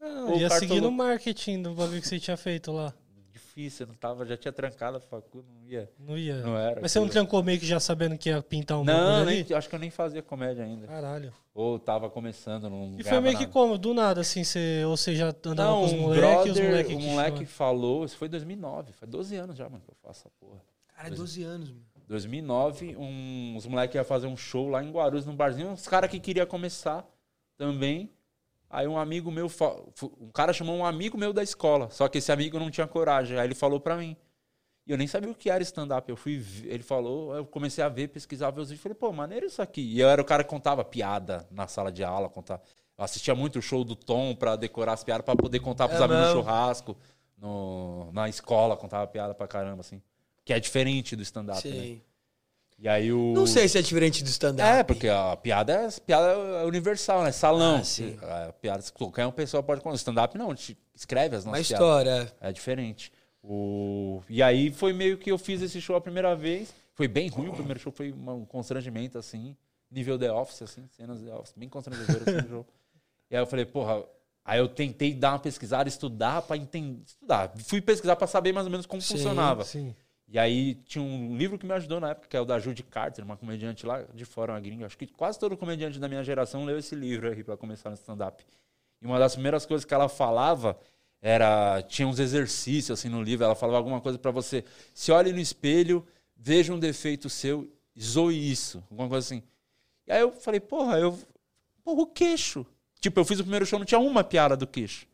Speaker 1: Não,
Speaker 3: Ou
Speaker 1: ia seguir no
Speaker 3: Cartoloco.
Speaker 1: marketing do bagulho que você tinha feito lá.
Speaker 3: Difícil, eu não tava, já tinha trancado a facu, não ia.
Speaker 1: Não ia.
Speaker 3: Não era.
Speaker 1: Mas você não
Speaker 3: aquilo.
Speaker 1: trancou meio que já sabendo que ia pintar um
Speaker 3: Não,
Speaker 1: bagulho
Speaker 3: nem,
Speaker 1: ali?
Speaker 3: acho que eu nem fazia comédia ainda.
Speaker 1: Caralho.
Speaker 3: Ou tava começando, não
Speaker 1: E foi
Speaker 3: ganhava
Speaker 1: meio que
Speaker 3: nada.
Speaker 1: como? Do nada, assim, você, ou você já andava
Speaker 3: Não,
Speaker 1: com os
Speaker 3: um
Speaker 1: moleques, os
Speaker 3: brother,
Speaker 1: moleques
Speaker 3: um moleque falou, isso foi em 2009, faz 12 anos já, mano, que eu faço essa porra.
Speaker 2: Cara, é 12 anos, mano.
Speaker 3: 2009, um, os moleques iam fazer um show lá em Guarulhos, num barzinho, uns caras que queria começar também. Aí um amigo meu, fa- fu- um cara chamou um amigo meu da escola, só que esse amigo não tinha coragem, aí ele falou pra mim. E eu nem sabia o que era stand-up, eu fui, ver- ele falou, eu comecei a ver, pesquisar, ver os vídeos, falei, pô, maneiro isso aqui. E eu era o cara que contava piada na sala de aula, contava. Eu assistia muito o show do Tom pra decorar as piadas, pra poder contar pros
Speaker 2: É
Speaker 3: amigos no
Speaker 2: mesmo?
Speaker 3: churrasco, no, na escola, contava piada pra caramba, assim. Que é diferente do stand-up, né?
Speaker 2: Sei.
Speaker 3: E aí o.
Speaker 2: Não sei se é diferente do stand-up.
Speaker 3: É, porque a piada é, a piada é universal, né? Salão.
Speaker 2: Ah, sim.
Speaker 3: A piada, qualquer um pessoa pode contar. Stand-up não, a gente escreve as
Speaker 2: Uma
Speaker 3: nossas piadas.
Speaker 2: história.
Speaker 3: É diferente. O... E aí foi meio que eu fiz esse show a primeira vez. Foi bem ruim o primeiro show, foi uma- um constrangimento, assim. Nível The Office, assim, cenas The Office. Bem constrangedor assim, o jogo. E aí eu falei, porra... Aí eu tentei dar uma pesquisada, estudar pra entender... Estudar. Fui pesquisar pra saber mais ou menos como
Speaker 2: Sim,
Speaker 3: funcionava.
Speaker 1: Sim.
Speaker 3: E aí tinha um livro que me ajudou na época, que é o da Judy Carter, uma comediante lá de fora, uma gringa. Acho que quase todo comediante da minha geração leu esse livro aí para começar no stand-up. E uma das primeiras coisas que ela falava era... Tinha uns exercícios assim no livro, ela falava alguma coisa para você. Se olhe no espelho, veja um defeito seu, zoe isso. Alguma coisa assim. E aí eu falei, porra, eu... Porra, o queixo. Tipo, eu fiz o primeiro show, não tinha uma piada do queixo.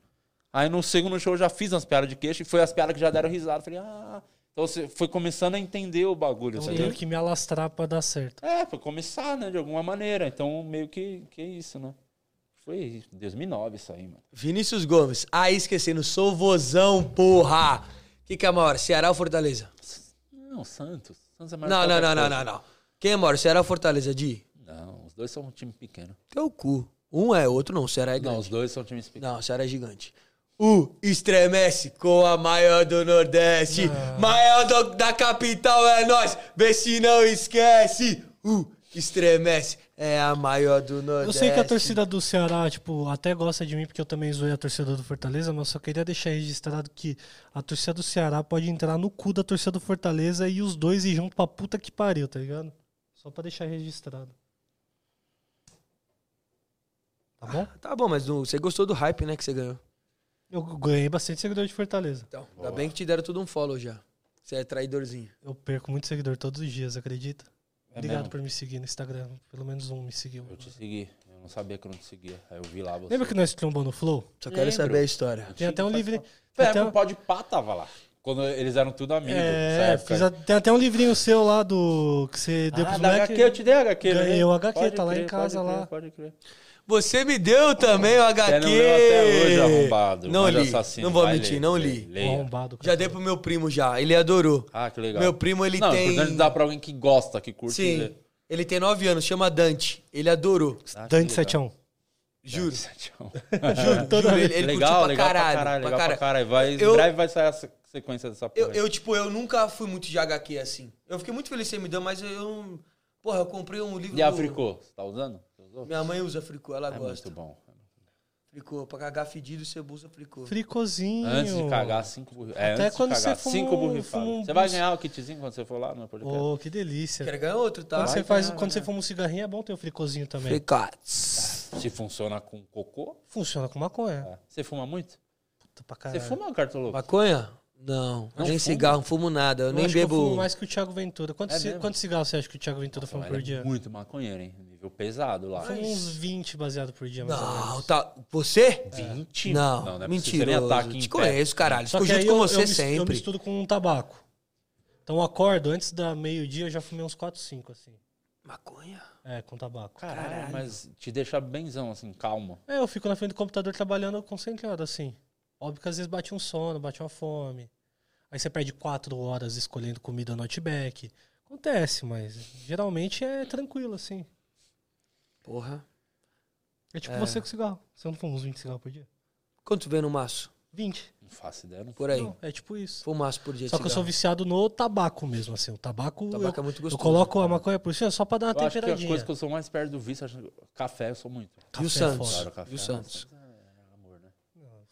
Speaker 3: Aí no segundo show eu já fiz umas piadas de queixo e foi as piadas que já deram risada. Falei, ah. Então você foi começando a entender o bagulho,
Speaker 1: Então
Speaker 3: sabe?
Speaker 1: tenho que me alastrar pra dar certo.
Speaker 3: É, foi começar, né, de alguma maneira. Então meio que, que é isso, né? Foi em 2009 isso aí, mano.
Speaker 2: Vinícius Gomes. Ah, esquecendo. Sou vozão, porra. O que, que é maior, Ceará ou Fortaleza?
Speaker 3: Não, Santos. Santos é maior
Speaker 2: Não,
Speaker 3: que
Speaker 2: não,
Speaker 3: qualquer
Speaker 2: não, não, não,
Speaker 3: coisa.
Speaker 2: não. Quem é maior, Ceará ou Fortaleza, Di?
Speaker 3: Não, os dois são um time pequeno.
Speaker 2: Teu cu. Um é outro, não. O Ceará é
Speaker 3: Não,
Speaker 2: grande.
Speaker 3: os dois são times pequenos.
Speaker 2: Não, o Ceará é gigante. O estremece com a maior do Nordeste. Maior do- da capital é nós. Vê se não esquece. O estremece. É a maior do Nordeste.
Speaker 1: Eu sei que a torcida do Ceará, tipo, até gosta de mim porque eu também zoei a torcida do Fortaleza, mas eu só queria deixar registrado que a torcida do Ceará pode entrar no cu da torcida do Fortaleza e os dois ir junto pra puta que pariu, tá ligado? Só pra deixar registrado. Tá bom?
Speaker 2: Tá bom, mas não- você gostou do hype, né, que você ganhou.
Speaker 1: Eu ganhei bastante seguidor de Fortaleza.
Speaker 2: Então, ainda bem que te deram tudo um follow já. Você é traidorzinho.
Speaker 1: Eu perco muito seguidor todos os dias, acredita?
Speaker 3: É
Speaker 1: Obrigado
Speaker 3: mesmo?
Speaker 1: por me seguir no Instagram. Pelo menos um me seguiu.
Speaker 3: Eu te segui. Eu não sabia que eu não te seguia. Aí eu vi lá você.
Speaker 1: Lembra que nós trombou no Flow?
Speaker 2: Só quero
Speaker 3: Lembro.
Speaker 2: saber a história.
Speaker 1: Tem até um livrinho.
Speaker 3: É,
Speaker 1: até
Speaker 3: o pode pá tava lá. Quando eles eram tudo amigos. essa
Speaker 1: É,
Speaker 3: época
Speaker 1: fiz
Speaker 3: aí.
Speaker 1: a- tem até um livrinho seu lá do. que você deu
Speaker 3: Ah,
Speaker 1: pros
Speaker 3: da HQ, eu
Speaker 1: moleques.
Speaker 3: te dei a HQ.
Speaker 1: Ganhei
Speaker 3: né?
Speaker 1: o HQ,
Speaker 3: Pode
Speaker 1: tá lá em
Speaker 3: crer,
Speaker 1: casa,
Speaker 3: pode crer,
Speaker 1: lá.
Speaker 3: Pode crer.
Speaker 2: Você me deu também o HQ.
Speaker 3: Você não leu até hoje, é arrombado.
Speaker 2: Não
Speaker 3: mas
Speaker 2: li.
Speaker 3: assassino.
Speaker 2: Não vou
Speaker 3: Vai
Speaker 2: mentir,
Speaker 3: ler,
Speaker 2: não
Speaker 3: lê,
Speaker 2: li.
Speaker 3: leia.
Speaker 1: Arrombado,
Speaker 2: Já
Speaker 1: cara.
Speaker 2: dei pro meu primo já, ele adorou.
Speaker 3: Ah, que legal.
Speaker 2: Meu primo, ele
Speaker 3: não,
Speaker 2: tem-
Speaker 3: Não, dá pra alguém que gosta, que curte.
Speaker 2: Sim.
Speaker 3: ler.
Speaker 2: Ele tem 9 anos, chama Dante. Ele adorou.
Speaker 3: Ah, que
Speaker 1: Dante
Speaker 3: legal.
Speaker 1: 7 a 1.
Speaker 2: Juro.
Speaker 3: Tchau.
Speaker 2: Juro, juro, ele, ele
Speaker 3: legal,
Speaker 2: curtiu pra caralho.
Speaker 3: legal pra caralho,
Speaker 2: pra
Speaker 3: legal pra
Speaker 2: caralho.
Speaker 3: caralho. Vai,
Speaker 2: Eu-
Speaker 3: Em breve vai sair a se- sequência dessa porra.
Speaker 2: Eu, eu, tipo, eu nunca fui muito de HQ assim. Eu fiquei muito feliz que você me deu, mas eu. não- Porra, eu comprei um livro.
Speaker 3: E
Speaker 2: do-
Speaker 3: a Fricô, você tá usando? Você usou?
Speaker 2: Minha mãe usa fricô, ela
Speaker 3: É
Speaker 2: gosta.
Speaker 3: muito bom.
Speaker 2: Fricô, pra cagar fedido, você usa fricô.
Speaker 1: Fricozinho.
Speaker 3: Antes de cagar, cinco burrifadas. É,
Speaker 1: Até
Speaker 3: antes
Speaker 1: quando
Speaker 3: de cagar,
Speaker 1: você fuma
Speaker 3: cinco
Speaker 1: um-
Speaker 3: burrifadas.
Speaker 1: fuma um
Speaker 3: você vai
Speaker 1: bus-
Speaker 3: ganhar o kitzinho quando você for lá no podcast?
Speaker 1: Ô, que delícia.
Speaker 2: Quer ganhar outro, tá?
Speaker 1: Quando, você,
Speaker 2: Vai
Speaker 1: faz,
Speaker 2: ganhar,
Speaker 1: quando você
Speaker 2: né?
Speaker 1: fuma um cigarrinho é bom ter o fricozinho também.
Speaker 2: Fricotes.
Speaker 3: Se funciona com cocô,
Speaker 1: Funciona com maconha.
Speaker 3: tá. você fuma muito?
Speaker 1: Puta pra caralho.
Speaker 3: Você fuma, Cartoloco?
Speaker 2: Maconha? Não.
Speaker 3: Tá. Não
Speaker 2: nem
Speaker 3: fuma?
Speaker 2: cigarro, não fumo nada. Eu,
Speaker 1: Eu
Speaker 2: nem
Speaker 1: acho que eu fumo
Speaker 2: bebo.
Speaker 1: mais que o Thiago Ventura. Quantos,
Speaker 3: É
Speaker 1: ci-
Speaker 3: mesmo?
Speaker 1: quantos cigarros você acha que o Thiago Ventura fuma
Speaker 3: Ele
Speaker 1: por
Speaker 3: é
Speaker 1: dia?
Speaker 3: muito maconheiro, hein? Nível pesado lá.
Speaker 1: Eu fumo uns 20 baseado por dia, mais ou
Speaker 2: Não,
Speaker 1: menos.
Speaker 2: tá. Você?
Speaker 3: 20?
Speaker 2: Não,
Speaker 3: Não, não é possível,
Speaker 2: mentira.
Speaker 3: seria ataque em
Speaker 2: Te
Speaker 3: pé.
Speaker 2: conheço, caralho.
Speaker 1: Só
Speaker 2: Fico
Speaker 1: que
Speaker 2: junto
Speaker 1: aí
Speaker 2: com
Speaker 1: eu,
Speaker 2: você
Speaker 1: eu mis- Eu
Speaker 2: sempre.
Speaker 1: misturo com um tabaco. Então eu acordo, antes da meio-dia eu já fumei uns 4, 5, assim.
Speaker 2: Maconha?
Speaker 1: É, com tabaco.
Speaker 3: Caralho,
Speaker 2: Caralho.
Speaker 3: mas te deixa benzão, assim, calmo.
Speaker 1: É, eu fico na frente do computador trabalhando concentrado, assim. Óbvio que às vezes bate um sono, bate uma fome. Aí você perde quatro horas escolhendo comida no Outback. Acontece, mas geralmente é tranquilo, assim.
Speaker 2: Porra.
Speaker 1: É tipo
Speaker 2: É.
Speaker 1: você com cigarro. Você não fuma uns 20 cigarros por dia?
Speaker 2: Quanto vê no maço?
Speaker 1: 20.
Speaker 3: Não faço ideia, não
Speaker 2: Por aí.
Speaker 1: Não, é tipo isso.
Speaker 2: Fumaço por dia. de
Speaker 1: Só que eu sou
Speaker 2: cigarro.
Speaker 1: viciado no tabaco mesmo, assim. O tabaco,
Speaker 2: Tabaco
Speaker 1: eu,
Speaker 2: é muito
Speaker 1: eu
Speaker 2: gostoso.
Speaker 1: coloco a maconha por cima só pra dar uma
Speaker 3: Eu acho que a
Speaker 1: temperadinha.
Speaker 3: coisa que eu sou mais perto do vício, acho que café eu sou muito.
Speaker 1: Café
Speaker 2: E
Speaker 1: é
Speaker 2: o Santos?
Speaker 1: foda.
Speaker 3: Claro, café.
Speaker 2: E o Santos?
Speaker 3: Amor, né?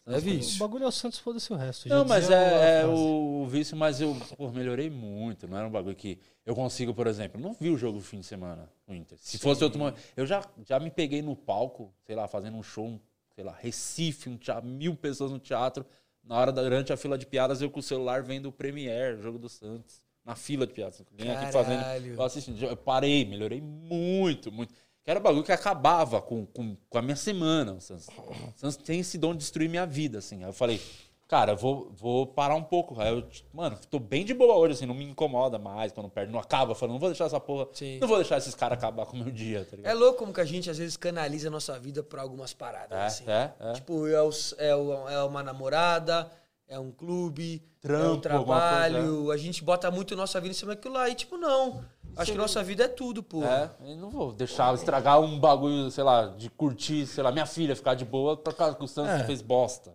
Speaker 2: É
Speaker 1: O
Speaker 2: vício.
Speaker 1: bagulho é o Santos, foda-se o resto. Já
Speaker 3: Não, mas
Speaker 1: dizia
Speaker 3: é, é
Speaker 1: a frase.
Speaker 3: o vício, mas eu pô, melhorei muito. Não era um bagulho que eu consigo, por exemplo, não vi o jogo do fim de semana, o Inter. Se fosse outro momento, eu já, já me peguei no palco, sei lá, fazendo um show, um, sei lá, Recife, um teatro, mil pessoas no teatro. Na hora, da- durante a fila de piadas, eu com o celular vendo o Premier, jogo do Santos. Na fila de piadas. Vem aqui fazendo.
Speaker 2: Caralho.
Speaker 3: Eu assistindo. Eu parei, melhorei muito, muito. Que era um bagulho que acabava com, com, com a minha semana. O Santos. O Santos tem esse dom de destruir minha vida, assim. Aí eu falei, cara, eu vou, vou parar um pouco. Aí eu, tipo, mano, tô bem de boa hoje, assim, não me incomoda mais quando perde. Não acaba falando, não vou deixar essa porra.
Speaker 2: Sim.
Speaker 3: Não vou deixar esses caras acabar com o meu dia, tá
Speaker 2: É
Speaker 3: ligado?
Speaker 2: louco como que a gente às vezes canaliza a nossa vida pra algumas paradas. assim.
Speaker 3: é, é.
Speaker 2: Tipo, é, os- é o- é uma namorada, é um clube, é um
Speaker 3: Trampo, alguma é.
Speaker 2: trabalho. A gente bota muito nossa vida em cima daquilo lá. E, tipo, não. Acho que nossa vida é tudo, pô.
Speaker 3: É, eu não vou deixar estragar um bagulho, sei lá, de curtir, sei lá, minha filha ficar de boa por causa que o Santos
Speaker 1: É.
Speaker 3: fez bosta.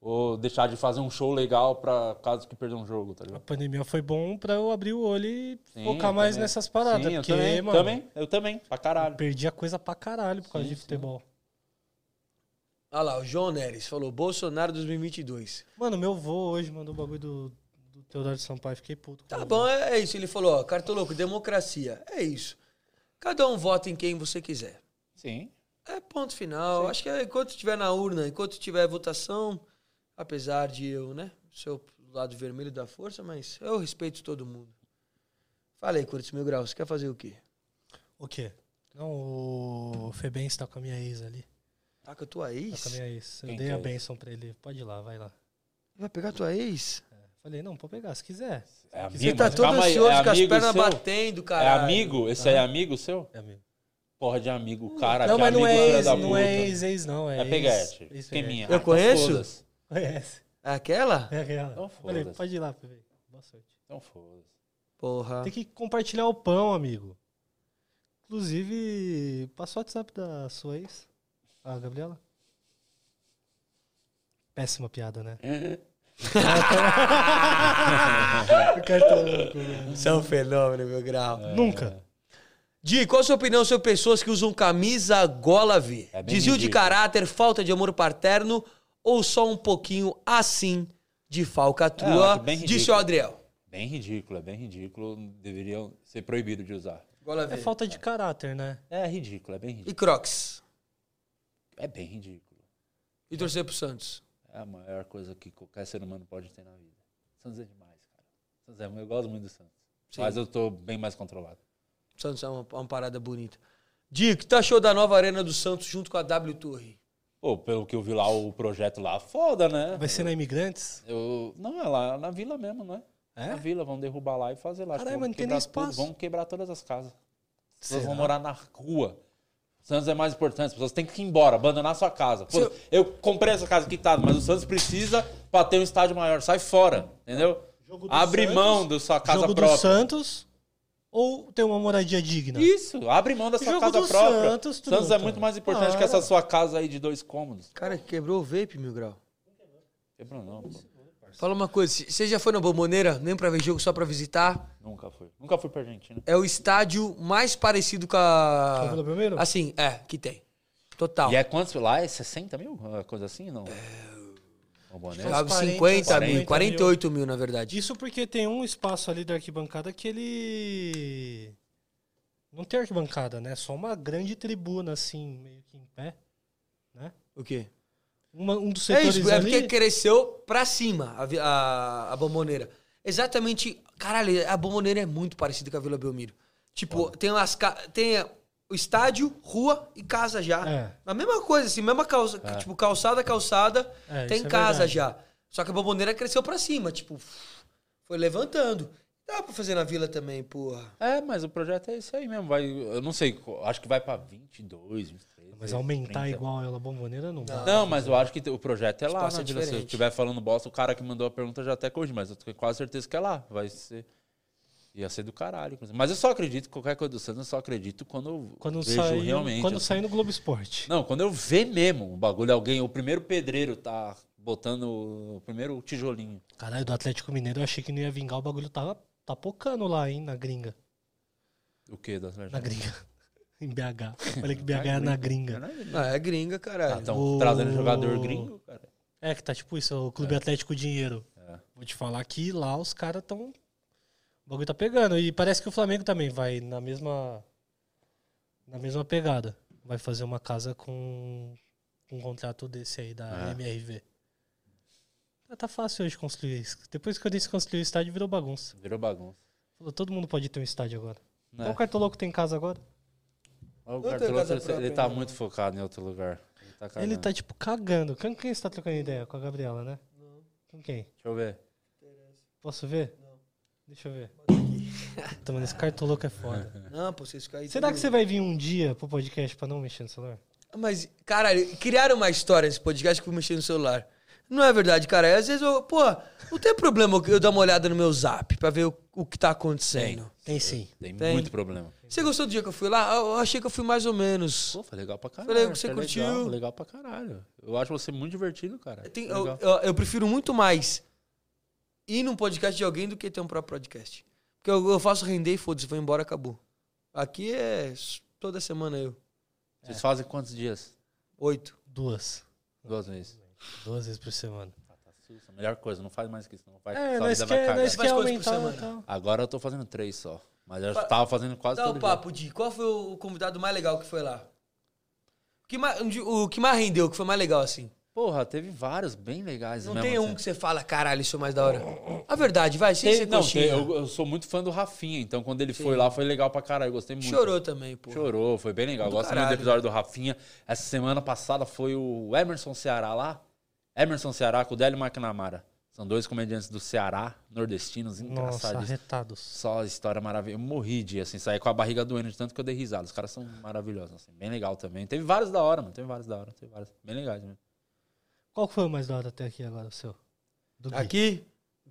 Speaker 3: Ou deixar de fazer um show legal pra caso que perdeu um jogo, tá
Speaker 1: A
Speaker 3: ligado?
Speaker 1: pandemia foi bom pra eu abrir o olho e
Speaker 3: Sim,
Speaker 1: focar
Speaker 3: eu
Speaker 1: mais
Speaker 3: também.
Speaker 1: nessas paradas.
Speaker 3: Sim, eu
Speaker 1: porque,
Speaker 3: também,
Speaker 1: mano,
Speaker 3: também, eu também, pra caralho.
Speaker 1: perdi a coisa pra caralho por causa
Speaker 3: Sim,
Speaker 1: de futebol.
Speaker 2: Olha lá, o João Neres falou: Bolsonaro 2022.
Speaker 1: Mano, meu vô hoje mandou o bagulho do, do Teodoro Sampaio. Fiquei puto. com
Speaker 2: Tá
Speaker 1: ele.
Speaker 2: bom, é é isso. Ele falou: ó, cartoloco, democracia. É isso. Cada um vota em quem você quiser.
Speaker 3: Sim.
Speaker 2: É ponto final. Acho que é, enquanto tiver na urna, enquanto tiver votação, apesar de eu, né, ser o lado vermelho da força, mas eu respeito todo mundo. Falei, Curtis Mil Graus, quer fazer o quê?
Speaker 1: O quê? Não, o Febens tá com a minha ex ali.
Speaker 2: Tá com a tua
Speaker 1: Tá
Speaker 2: ex?
Speaker 1: com a minha ex. Eu
Speaker 3: Quem
Speaker 1: dei
Speaker 3: que
Speaker 1: a
Speaker 3: é
Speaker 1: benção pra ele. Pode ir lá, vai lá.
Speaker 2: Vai pegar a tua ex?
Speaker 1: Falei, não, pode pegar, se quiser.
Speaker 3: É amigo,
Speaker 2: Você tá
Speaker 3: mas
Speaker 2: todo
Speaker 3: calma aí,
Speaker 2: ansioso
Speaker 3: é
Speaker 2: com as
Speaker 3: amigo
Speaker 2: pernas
Speaker 3: seu?
Speaker 2: batendo, cara.
Speaker 3: É amigo? Esse aí é amigo seu?
Speaker 1: É amigo.
Speaker 3: Porra de amigo, cara,
Speaker 1: não,
Speaker 3: que
Speaker 1: mas
Speaker 3: amigo
Speaker 1: não é
Speaker 3: filha
Speaker 1: ex,
Speaker 3: da
Speaker 1: não
Speaker 3: puta.
Speaker 1: é ex, ex, não. É,
Speaker 3: É peguete.
Speaker 1: ex- ex-
Speaker 3: Quem minha? Então
Speaker 2: Eu conheço?
Speaker 3: foda-se.
Speaker 1: Conhece.
Speaker 2: Aquela?
Speaker 1: É aquela.
Speaker 3: Então
Speaker 1: Falei,
Speaker 3: foda-se.
Speaker 1: pode ir lá, Febens. Boa sorte.
Speaker 3: Então foda-se.
Speaker 2: Porra.
Speaker 1: Tem que compartilhar o pão, amigo. Inclusive, passa o WhatsApp da sua ex, a Gabriela. Péssima piada, né? Cartão louco, velho.
Speaker 2: Você é um fenômeno, meu grau.
Speaker 1: Nunca.
Speaker 2: Di, qual a sua opinião sobre pessoas que usam camisa gola V?
Speaker 3: É bem
Speaker 2: Desvio de
Speaker 3: ridículo.
Speaker 2: caráter, falta de amor paterno ou só um pouquinho assim de
Speaker 3: É, eu
Speaker 2: falcatrua?
Speaker 3: acho bem
Speaker 2: Disse o
Speaker 3: ridículo.
Speaker 2: Adriel.
Speaker 3: Bem ridículo, é bem ridículo. Deveriam ser proibido de usar.
Speaker 2: Gola V.
Speaker 1: É falta de caráter, né?
Speaker 3: É ridículo, é bem ridículo.
Speaker 2: E Crocs.
Speaker 3: É bem ridículo.
Speaker 2: E torcer pro Santos.
Speaker 3: É a maior coisa que qualquer ser humano pode ter na vida. Santos é demais, cara. Santos é, eu gosto muito do Santos.
Speaker 2: Sim.
Speaker 3: Mas eu tô bem mais controlado.
Speaker 2: Santos é uma, uma parada bonita. Di, o que tu achou da nova Arena do Santos junto com a W Torre?
Speaker 3: Pô, pelo que eu vi lá, o projeto lá, foda, né?
Speaker 1: Vai ser na Imigrantes?
Speaker 3: Eu, não, é lá na vila mesmo, não é?
Speaker 1: É?
Speaker 3: Na vila, vão derrubar lá e fazer lá. Acho
Speaker 1: Caralho,
Speaker 3: que vão
Speaker 1: mas não tem nem
Speaker 3: quebrar tudo,
Speaker 1: espaço.
Speaker 3: Vão quebrar todas as casas. As pessoas
Speaker 1: Será?
Speaker 3: vão morar na rua. Santos é mais importante, as pessoas têm que ir embora, abandonar sua casa. Pô,
Speaker 2: Seu-
Speaker 3: Eu comprei essa casa quitada, mas o Santos precisa pra ter um estádio maior. Sai fora, entendeu?
Speaker 1: Jogo do
Speaker 3: Abre
Speaker 1: Santos,
Speaker 3: mão da sua casa
Speaker 1: Jogo
Speaker 3: própria.
Speaker 1: do Santos ou ter uma moradia digna?
Speaker 3: Isso, abre mão da sua
Speaker 1: Jogo
Speaker 3: casa
Speaker 1: do
Speaker 3: própria.
Speaker 1: Santos, tu
Speaker 3: Santos
Speaker 1: não
Speaker 3: é
Speaker 1: tá.
Speaker 3: muito mais importante
Speaker 1: Ah,
Speaker 3: que essa
Speaker 1: era.
Speaker 3: sua casa aí de dois cômodos.
Speaker 2: Cara, quebrou o vape, Mil Grau.
Speaker 3: Quebrou não, pô.
Speaker 2: Fala uma coisa, c- você já foi na Bomboneira? Nem pra ver jogo, só pra visitar?
Speaker 3: Nunca fui. Nunca fui pra Argentina.
Speaker 2: É o estádio mais parecido com a...
Speaker 1: Com a Vila Belmiro?
Speaker 2: Assim, é, que tem. Total.
Speaker 3: E é quantos lá? É 60 mil? Uma Coisa assim, não? Bombonera?
Speaker 2: Tava
Speaker 1: Uns 40,
Speaker 2: 50
Speaker 1: 40 mil.
Speaker 2: mil, 48 mil, na verdade.
Speaker 1: Isso porque tem um espaço ali da arquibancada que ele. Não tem arquibancada, né? Só uma grande tribuna, assim, meio que em pé.
Speaker 2: O quê?
Speaker 1: Uma- um dos
Speaker 2: É
Speaker 1: setores
Speaker 2: isso, é
Speaker 1: ali.
Speaker 2: porque cresceu pra cima a, vi- a, a bomboneira. Exatamente. Caralho, a bomboneira é muito parecida com a Vila Belmiro. Tipo, tem, umas, ca- tem o estádio, rua e casa já.
Speaker 1: É.
Speaker 2: A mesma coisa, assim, mesma calça, tipo, calçada, calçada,
Speaker 1: É,
Speaker 2: tem
Speaker 1: isso é
Speaker 2: casa
Speaker 1: verdade.
Speaker 2: já. Só que a bomboneira cresceu pra cima, tipo, foi levantando. Dá pra fazer na vila também, porra.
Speaker 3: É, mas o projeto é isso aí mesmo. Vai, eu não sei, co- acho que vai pra 22, 23.
Speaker 1: Mas aumentar
Speaker 3: 30.
Speaker 1: igual ela bomboneira não dá.
Speaker 3: então. Não, mas eu acho que o projeto é lá.
Speaker 2: Espaço
Speaker 3: Na
Speaker 2: é
Speaker 3: Vila. Se eu
Speaker 2: diferente.
Speaker 3: estiver falando bosta, o cara que mandou a pergunta já até corrigiu, mas eu tenho quase certeza que é lá. Vai ser. Ia ser do caralho. inclusive. Mas eu só acredito, em qualquer coisa do Santos, eu só acredito quando eu
Speaker 1: Quando
Speaker 3: vejo
Speaker 1: sai,
Speaker 3: realmente.
Speaker 1: quando
Speaker 3: assim.
Speaker 1: sair no Globo Esporte.
Speaker 3: Não, quando eu ver mesmo o bagulho, alguém, o primeiro pedreiro tá botando o primeiro tijolinho.
Speaker 1: Caralho, do Atlético Mineiro eu achei que não ia vingar, o bagulho tava tapocando lá, hein, na gringa.
Speaker 3: O quê? Da
Speaker 1: Na gringa. em BH. Olha que BH é na gringa.
Speaker 2: Ah, é gringa, caralho.
Speaker 3: Então,
Speaker 1: O-
Speaker 3: trazendo jogador gringo, cara.
Speaker 1: É que tá tipo isso, o Clube Atlético Dinheiro.
Speaker 3: É.
Speaker 1: Vou te falar que lá os caras tão. O bagulho tá pegando. E parece que o Flamengo também vai na mesma. Na mesma pegada. Vai fazer uma casa com com um contrato desse aí da
Speaker 3: É.
Speaker 1: MRV. Ah, Tá fácil hoje construir isso. Depois que eu disse construir o estádio, virou bagunça.
Speaker 3: Virou bagunça.
Speaker 1: Falou, todo mundo pode ter um estádio agora.
Speaker 3: É.
Speaker 1: Então o cartoloco tem casa agora?
Speaker 3: Olha O
Speaker 2: tenho
Speaker 3: Bartolomeu,
Speaker 2: casa
Speaker 3: ele-
Speaker 2: própria
Speaker 3: ele tá
Speaker 2: ainda,
Speaker 3: muito focado em outro lugar. Ele tá,
Speaker 1: Ele
Speaker 3: cagando.
Speaker 1: tá tipo cagando. Com quem você tá trocando ideia? Com a Gabriela, né? Com quem?
Speaker 3: Deixa eu ver.
Speaker 1: Posso ver? Não. Deixa eu ver. Então, mano, esse cartoloco é foda.
Speaker 2: Não, pô, vocês caíram.
Speaker 1: Será que você vai vir um dia pro podcast pra não mexer no celular?
Speaker 2: Mas, caralho, criaram uma história nesse podcast que eu fui mexer no celular. Não é verdade, cara. Às vezes eu, pô, não tem problema eu dar uma olhada no meu zap pra ver o, o que tá acontecendo.
Speaker 1: Tem sim.
Speaker 3: Tem,
Speaker 2: Tem.
Speaker 3: muito problema.
Speaker 2: Você gostou do dia que eu fui lá? Eu achei que eu fui mais ou menos.
Speaker 3: Pô, foi legal pra caralho.
Speaker 2: Falei que você
Speaker 3: foi
Speaker 2: curtiu.
Speaker 3: Legal, legal pra caralho. Eu acho você muito divertido, cara.
Speaker 2: Eu, tenho-
Speaker 3: Foi
Speaker 2: eu-
Speaker 3: legal.
Speaker 2: eu- eu prefiro muito mais ir num podcast de alguém do que ter um próprio podcast. Porque eu, eu faço render e foda-se, vou embora, acabou. Aqui é s- toda semana eu.
Speaker 3: Vocês fazem quantos dias?
Speaker 2: Oito.
Speaker 1: Duas.
Speaker 3: Duas vezes.
Speaker 1: Duas vezes por semana.
Speaker 3: Tá sussa, Melhor coisa, não faz mais que isso. Não. Vai,
Speaker 1: É,
Speaker 3: sua
Speaker 1: nós
Speaker 3: vida vai
Speaker 1: quer,
Speaker 3: cagar.
Speaker 1: nós
Speaker 2: Faz
Speaker 1: quer
Speaker 2: quantos por
Speaker 1: aumentar o
Speaker 2: semana?
Speaker 1: tal.
Speaker 3: Agora eu tô fazendo três só. Mas eu
Speaker 2: Fa-
Speaker 3: tava fazendo quase
Speaker 2: Dá o
Speaker 3: todo dia.
Speaker 2: papo, Di. Qual foi o convidado mais legal que foi lá? O que mais, o que mais rendeu, que foi mais legal, assim?
Speaker 3: Porra, teve vários bem legais
Speaker 2: Não
Speaker 3: mesmo,
Speaker 2: tem
Speaker 3: assim.
Speaker 2: um que você fala, caralho, isso é mais da hora. A verdade, vai, sem
Speaker 3: Tem-
Speaker 2: ser
Speaker 3: não,
Speaker 2: coxinha.
Speaker 3: tem- eu, eu sou muito fã do Rafinha, então quando ele foi lá foi legal pra caralho, eu gostei muito.
Speaker 2: Chorou também, pô.
Speaker 3: Chorou, foi bem legal.
Speaker 2: Do
Speaker 3: Gosto muito
Speaker 2: caralho.
Speaker 3: do episódio do Rafinha. Essa semana passada foi o Emerson Ceará lá. Emerson Ceará com o Délio McNamara. São dois comediantes do Ceará, nordestinos,
Speaker 1: Nossa,
Speaker 3: engraçadíssimos.
Speaker 1: arretados.
Speaker 3: Só história maravilhosa. Eu morri de assim, sair com a barriga doendo de tanto que eu dei risada. Os caras são maravilhosos, assim, bem legal também. Teve vários da hora, mano. Teve vários da hora. Teve vários. Bem legais mesmo.
Speaker 1: Qual que foi o mais da hora até aqui agora, o seu? Do Gui.
Speaker 2: Aqui,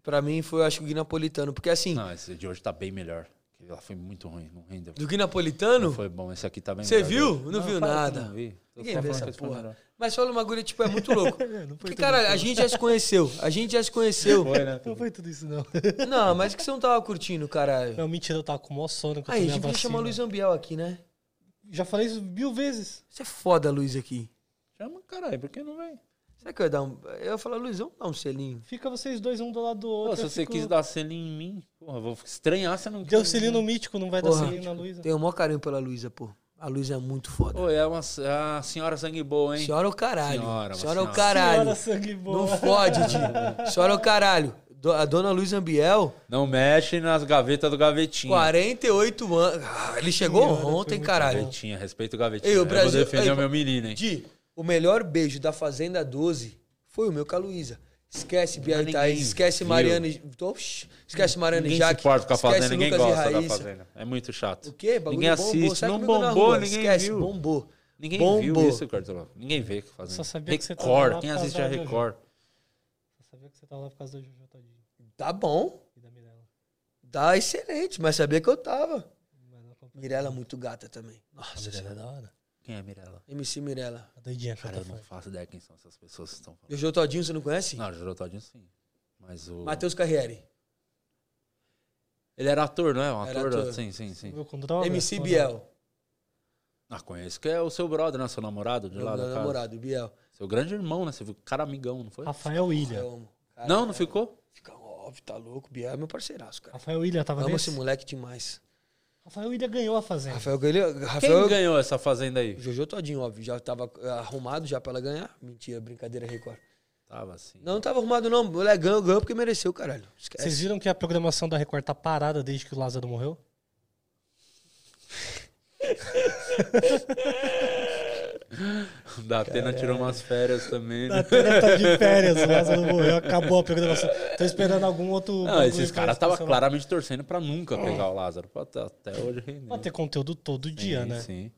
Speaker 2: pra mim, foi, eu acho, o Gui Napolitano. Porque, assim,
Speaker 3: Não, esse de hoje tá bem melhor. Aquele lá foi muito ruim, não rendeu.
Speaker 2: Do que napolitano?
Speaker 3: Não foi bom, esse aqui tá bem
Speaker 2: Você
Speaker 3: melhor
Speaker 2: viu?
Speaker 3: hoje.
Speaker 2: Não viu
Speaker 3: claro que
Speaker 2: nada.
Speaker 3: Não vi. Tô
Speaker 2: Ninguém
Speaker 3: só
Speaker 2: vê
Speaker 3: falando
Speaker 2: essa
Speaker 3: que esse foi
Speaker 2: porra.
Speaker 3: melhor.
Speaker 2: Mas fala uma agulha, tipo, é muito louco.
Speaker 1: não foi tudo
Speaker 2: Porque, cara, a gente já se conheceu. A gente já se conheceu.
Speaker 3: Foi, né?
Speaker 1: Não foi tudo isso, não.
Speaker 2: Não, mas que você não tava curtindo, caralho.
Speaker 1: Não, mentira, eu tava com o maior sono. Que eu
Speaker 2: Aí, a
Speaker 1: tomei
Speaker 2: gente podia
Speaker 1: vacina.
Speaker 2: chamar o Luiz Ambiel aqui, né?
Speaker 1: Já falei isso mil vezes.
Speaker 2: Você é foda, Luiz, aqui.
Speaker 3: Chama, caralho, por que não vem?
Speaker 2: Será que eu ia dar um. Eu ia falar, Luiz, vamos dar um selinho.
Speaker 1: Fica vocês dois um do lado do outro.
Speaker 3: Pô, se
Speaker 1: eu
Speaker 3: você
Speaker 1: fico-
Speaker 3: quis dar um selinho em mim, porra, vou estranhar se não quis.
Speaker 1: Deu selinho no mítico, não vai
Speaker 2: Porra.
Speaker 1: dar selinho na Luísa.
Speaker 2: Tenho o maior carinho pela Luísa, pô. A Luísa é muito foda.
Speaker 3: Pô, é uma a senhora sangue boa, hein?
Speaker 2: Senhora é o caralho.
Speaker 3: Senhora, uma
Speaker 2: Senhora é o
Speaker 3: senhora.
Speaker 2: caralho.
Speaker 1: Senhora sangue boa.
Speaker 2: Não fode, tio. Senhora é o caralho. Do- A dona Luiz Ambiel,
Speaker 3: Não mexe nas gavetas do gavetinho.
Speaker 2: 48 anos. Ah, Ele chegou
Speaker 1: Senhora, foi
Speaker 2: ontem,
Speaker 1: muito
Speaker 2: caralho.
Speaker 3: Gavetinha, respeita o gavetinho.
Speaker 2: Ei, o
Speaker 3: Eu
Speaker 2: Brasil-
Speaker 3: vou defender
Speaker 2: ei,
Speaker 3: o meu menino, hein?
Speaker 2: Di, o melhor beijo da Fazenda 12 foi o meu com a Luísa. Esquece Bia
Speaker 3: Mas
Speaker 2: Itaís,
Speaker 3: ninguém
Speaker 2: esquece
Speaker 3: viu. Hum.
Speaker 2: Mariana. e- Oxi, Esquece Mariana e
Speaker 3: Ninguém se
Speaker 2: Jaque.
Speaker 3: importa com a
Speaker 2: esquece
Speaker 3: fazenda, ninguém
Speaker 2: Lucas e
Speaker 3: gosta da
Speaker 2: Raíssa.
Speaker 3: fazenda. É muito chato.
Speaker 2: O quê? Bagulho
Speaker 3: ninguém
Speaker 2: bombou.
Speaker 3: assiste,
Speaker 2: Sai
Speaker 3: não
Speaker 2: comigo na
Speaker 3: bombou,
Speaker 2: rua.
Speaker 3: ninguém
Speaker 2: Esquece,
Speaker 3: viu.
Speaker 2: bombou.
Speaker 3: Ninguém
Speaker 2: Bombou.
Speaker 3: viu isso, Cartola. Ninguém vê o que fazenda.
Speaker 1: Só sabia que você tava
Speaker 3: Record,
Speaker 1: lá
Speaker 3: quem
Speaker 1: por
Speaker 3: assiste a
Speaker 1: causa da
Speaker 3: Record.
Speaker 1: Eu sabia que você tava lá por causa da Jojo Todinho
Speaker 2: Tá bom,
Speaker 1: e da Mirella.
Speaker 2: tá excelente, mas sabia que eu tava.
Speaker 1: Mas não acompanhei.
Speaker 2: Mirella é muito gata também.
Speaker 1: A
Speaker 2: Nossa,
Speaker 1: Mirella é da hora.
Speaker 3: Quem é a Mirella?
Speaker 2: MC Mirella.
Speaker 1: A doidinha que
Speaker 3: Cara,
Speaker 1: ela
Speaker 3: eu não
Speaker 1: foi.
Speaker 3: faço ideia quem são essas pessoas que estão falando.
Speaker 2: Jojo Todinho, você não conhece?
Speaker 3: Não, o Juro Todinho sim. Mas o.
Speaker 2: Matheus Carriere.
Speaker 3: Ele era ator, não é? Um
Speaker 2: Era
Speaker 3: ator,
Speaker 2: ator.
Speaker 3: Sim, sim, sim.
Speaker 1: Viu com droga?
Speaker 2: MC
Speaker 1: Ou não?
Speaker 2: Biel.
Speaker 3: Ah, conheço que é o seu brother, né? Seu namorado de
Speaker 2: Meu
Speaker 3: lá da
Speaker 2: meu
Speaker 3: casa.
Speaker 2: namorado, Biel.
Speaker 3: Seu grande irmão, né? Você viu? Cara amigão, não foi?
Speaker 1: Rafael Ilha.
Speaker 2: Eu amo. Cara,
Speaker 3: não, não ficou?
Speaker 2: Fica óbvio, tá louco. Biel é meu parceiraço, cara.
Speaker 1: Rafael Ilha tava
Speaker 2: Amo
Speaker 1: nesse?
Speaker 2: esse moleque demais.
Speaker 1: Rafael Ilha ganhou a fazenda.
Speaker 2: Rafael ganhou.
Speaker 3: É. Quem
Speaker 2: Rafael
Speaker 3: ganhou essa fazenda aí?
Speaker 2: Jojo todinho, óbvio. Já tava eh, arrumado já pra ela ganhar. Mentira, brincadeira, Record.
Speaker 3: Tava assim.
Speaker 2: Não, não tava arrumado, não. Moleque ganhou, ganhou porque mereceu, caralho. Esquece.
Speaker 1: Vocês viram que a programação da Record tá parada desde que o Lázaro morreu?
Speaker 3: Da Atena tirou umas férias também, né?
Speaker 1: A Tânia tá de férias, o Lázaro morreu, acabou a programação. Tô esperando algum outro.
Speaker 3: Não,
Speaker 1: um bagulho
Speaker 3: esses
Speaker 1: pra
Speaker 3: caras estavam
Speaker 1: cancelar.
Speaker 3: claramente torcendo pra nunca pegar o Lázaro. Pô, Até, até hoje rendeu.
Speaker 1: Vai ter conteúdo todo dia,
Speaker 3: Sim,
Speaker 1: né?
Speaker 3: Sim.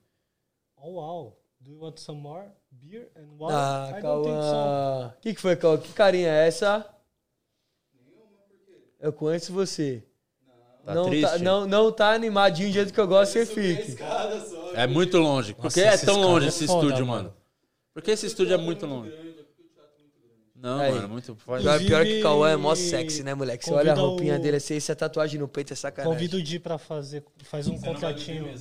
Speaker 1: Oh, wow. Do you want some more beer and water?
Speaker 2: Ah,
Speaker 1: I don't think so.
Speaker 2: Cauã. O que, que foi, Cauã? Que carinha é essa? Eu conheço você.
Speaker 3: Tá
Speaker 2: não,
Speaker 3: triste?
Speaker 2: tá, não, não tá animadinho do jeito que eu gosto que você fique.
Speaker 3: É muito longe. Por
Speaker 1: Nossa,
Speaker 3: que é
Speaker 1: esses
Speaker 3: tão
Speaker 1: caras
Speaker 3: longe
Speaker 1: é
Speaker 3: esse
Speaker 1: foda,
Speaker 3: estúdio,
Speaker 1: mano.
Speaker 3: mano? Por que esse estúdio é muito longe? Não,
Speaker 2: Aí.
Speaker 3: mano, é muito. faz-
Speaker 2: Pior, pior que
Speaker 1: Inclusive,
Speaker 2: o Cauã é mó sexy, né, moleque? Você olha a
Speaker 1: convida
Speaker 2: roupinha
Speaker 1: o-
Speaker 2: dele assim, essa tatuagem no peito é sacanagem.
Speaker 1: Convida o Di pra fazer. Faz um contratinho.
Speaker 4: né?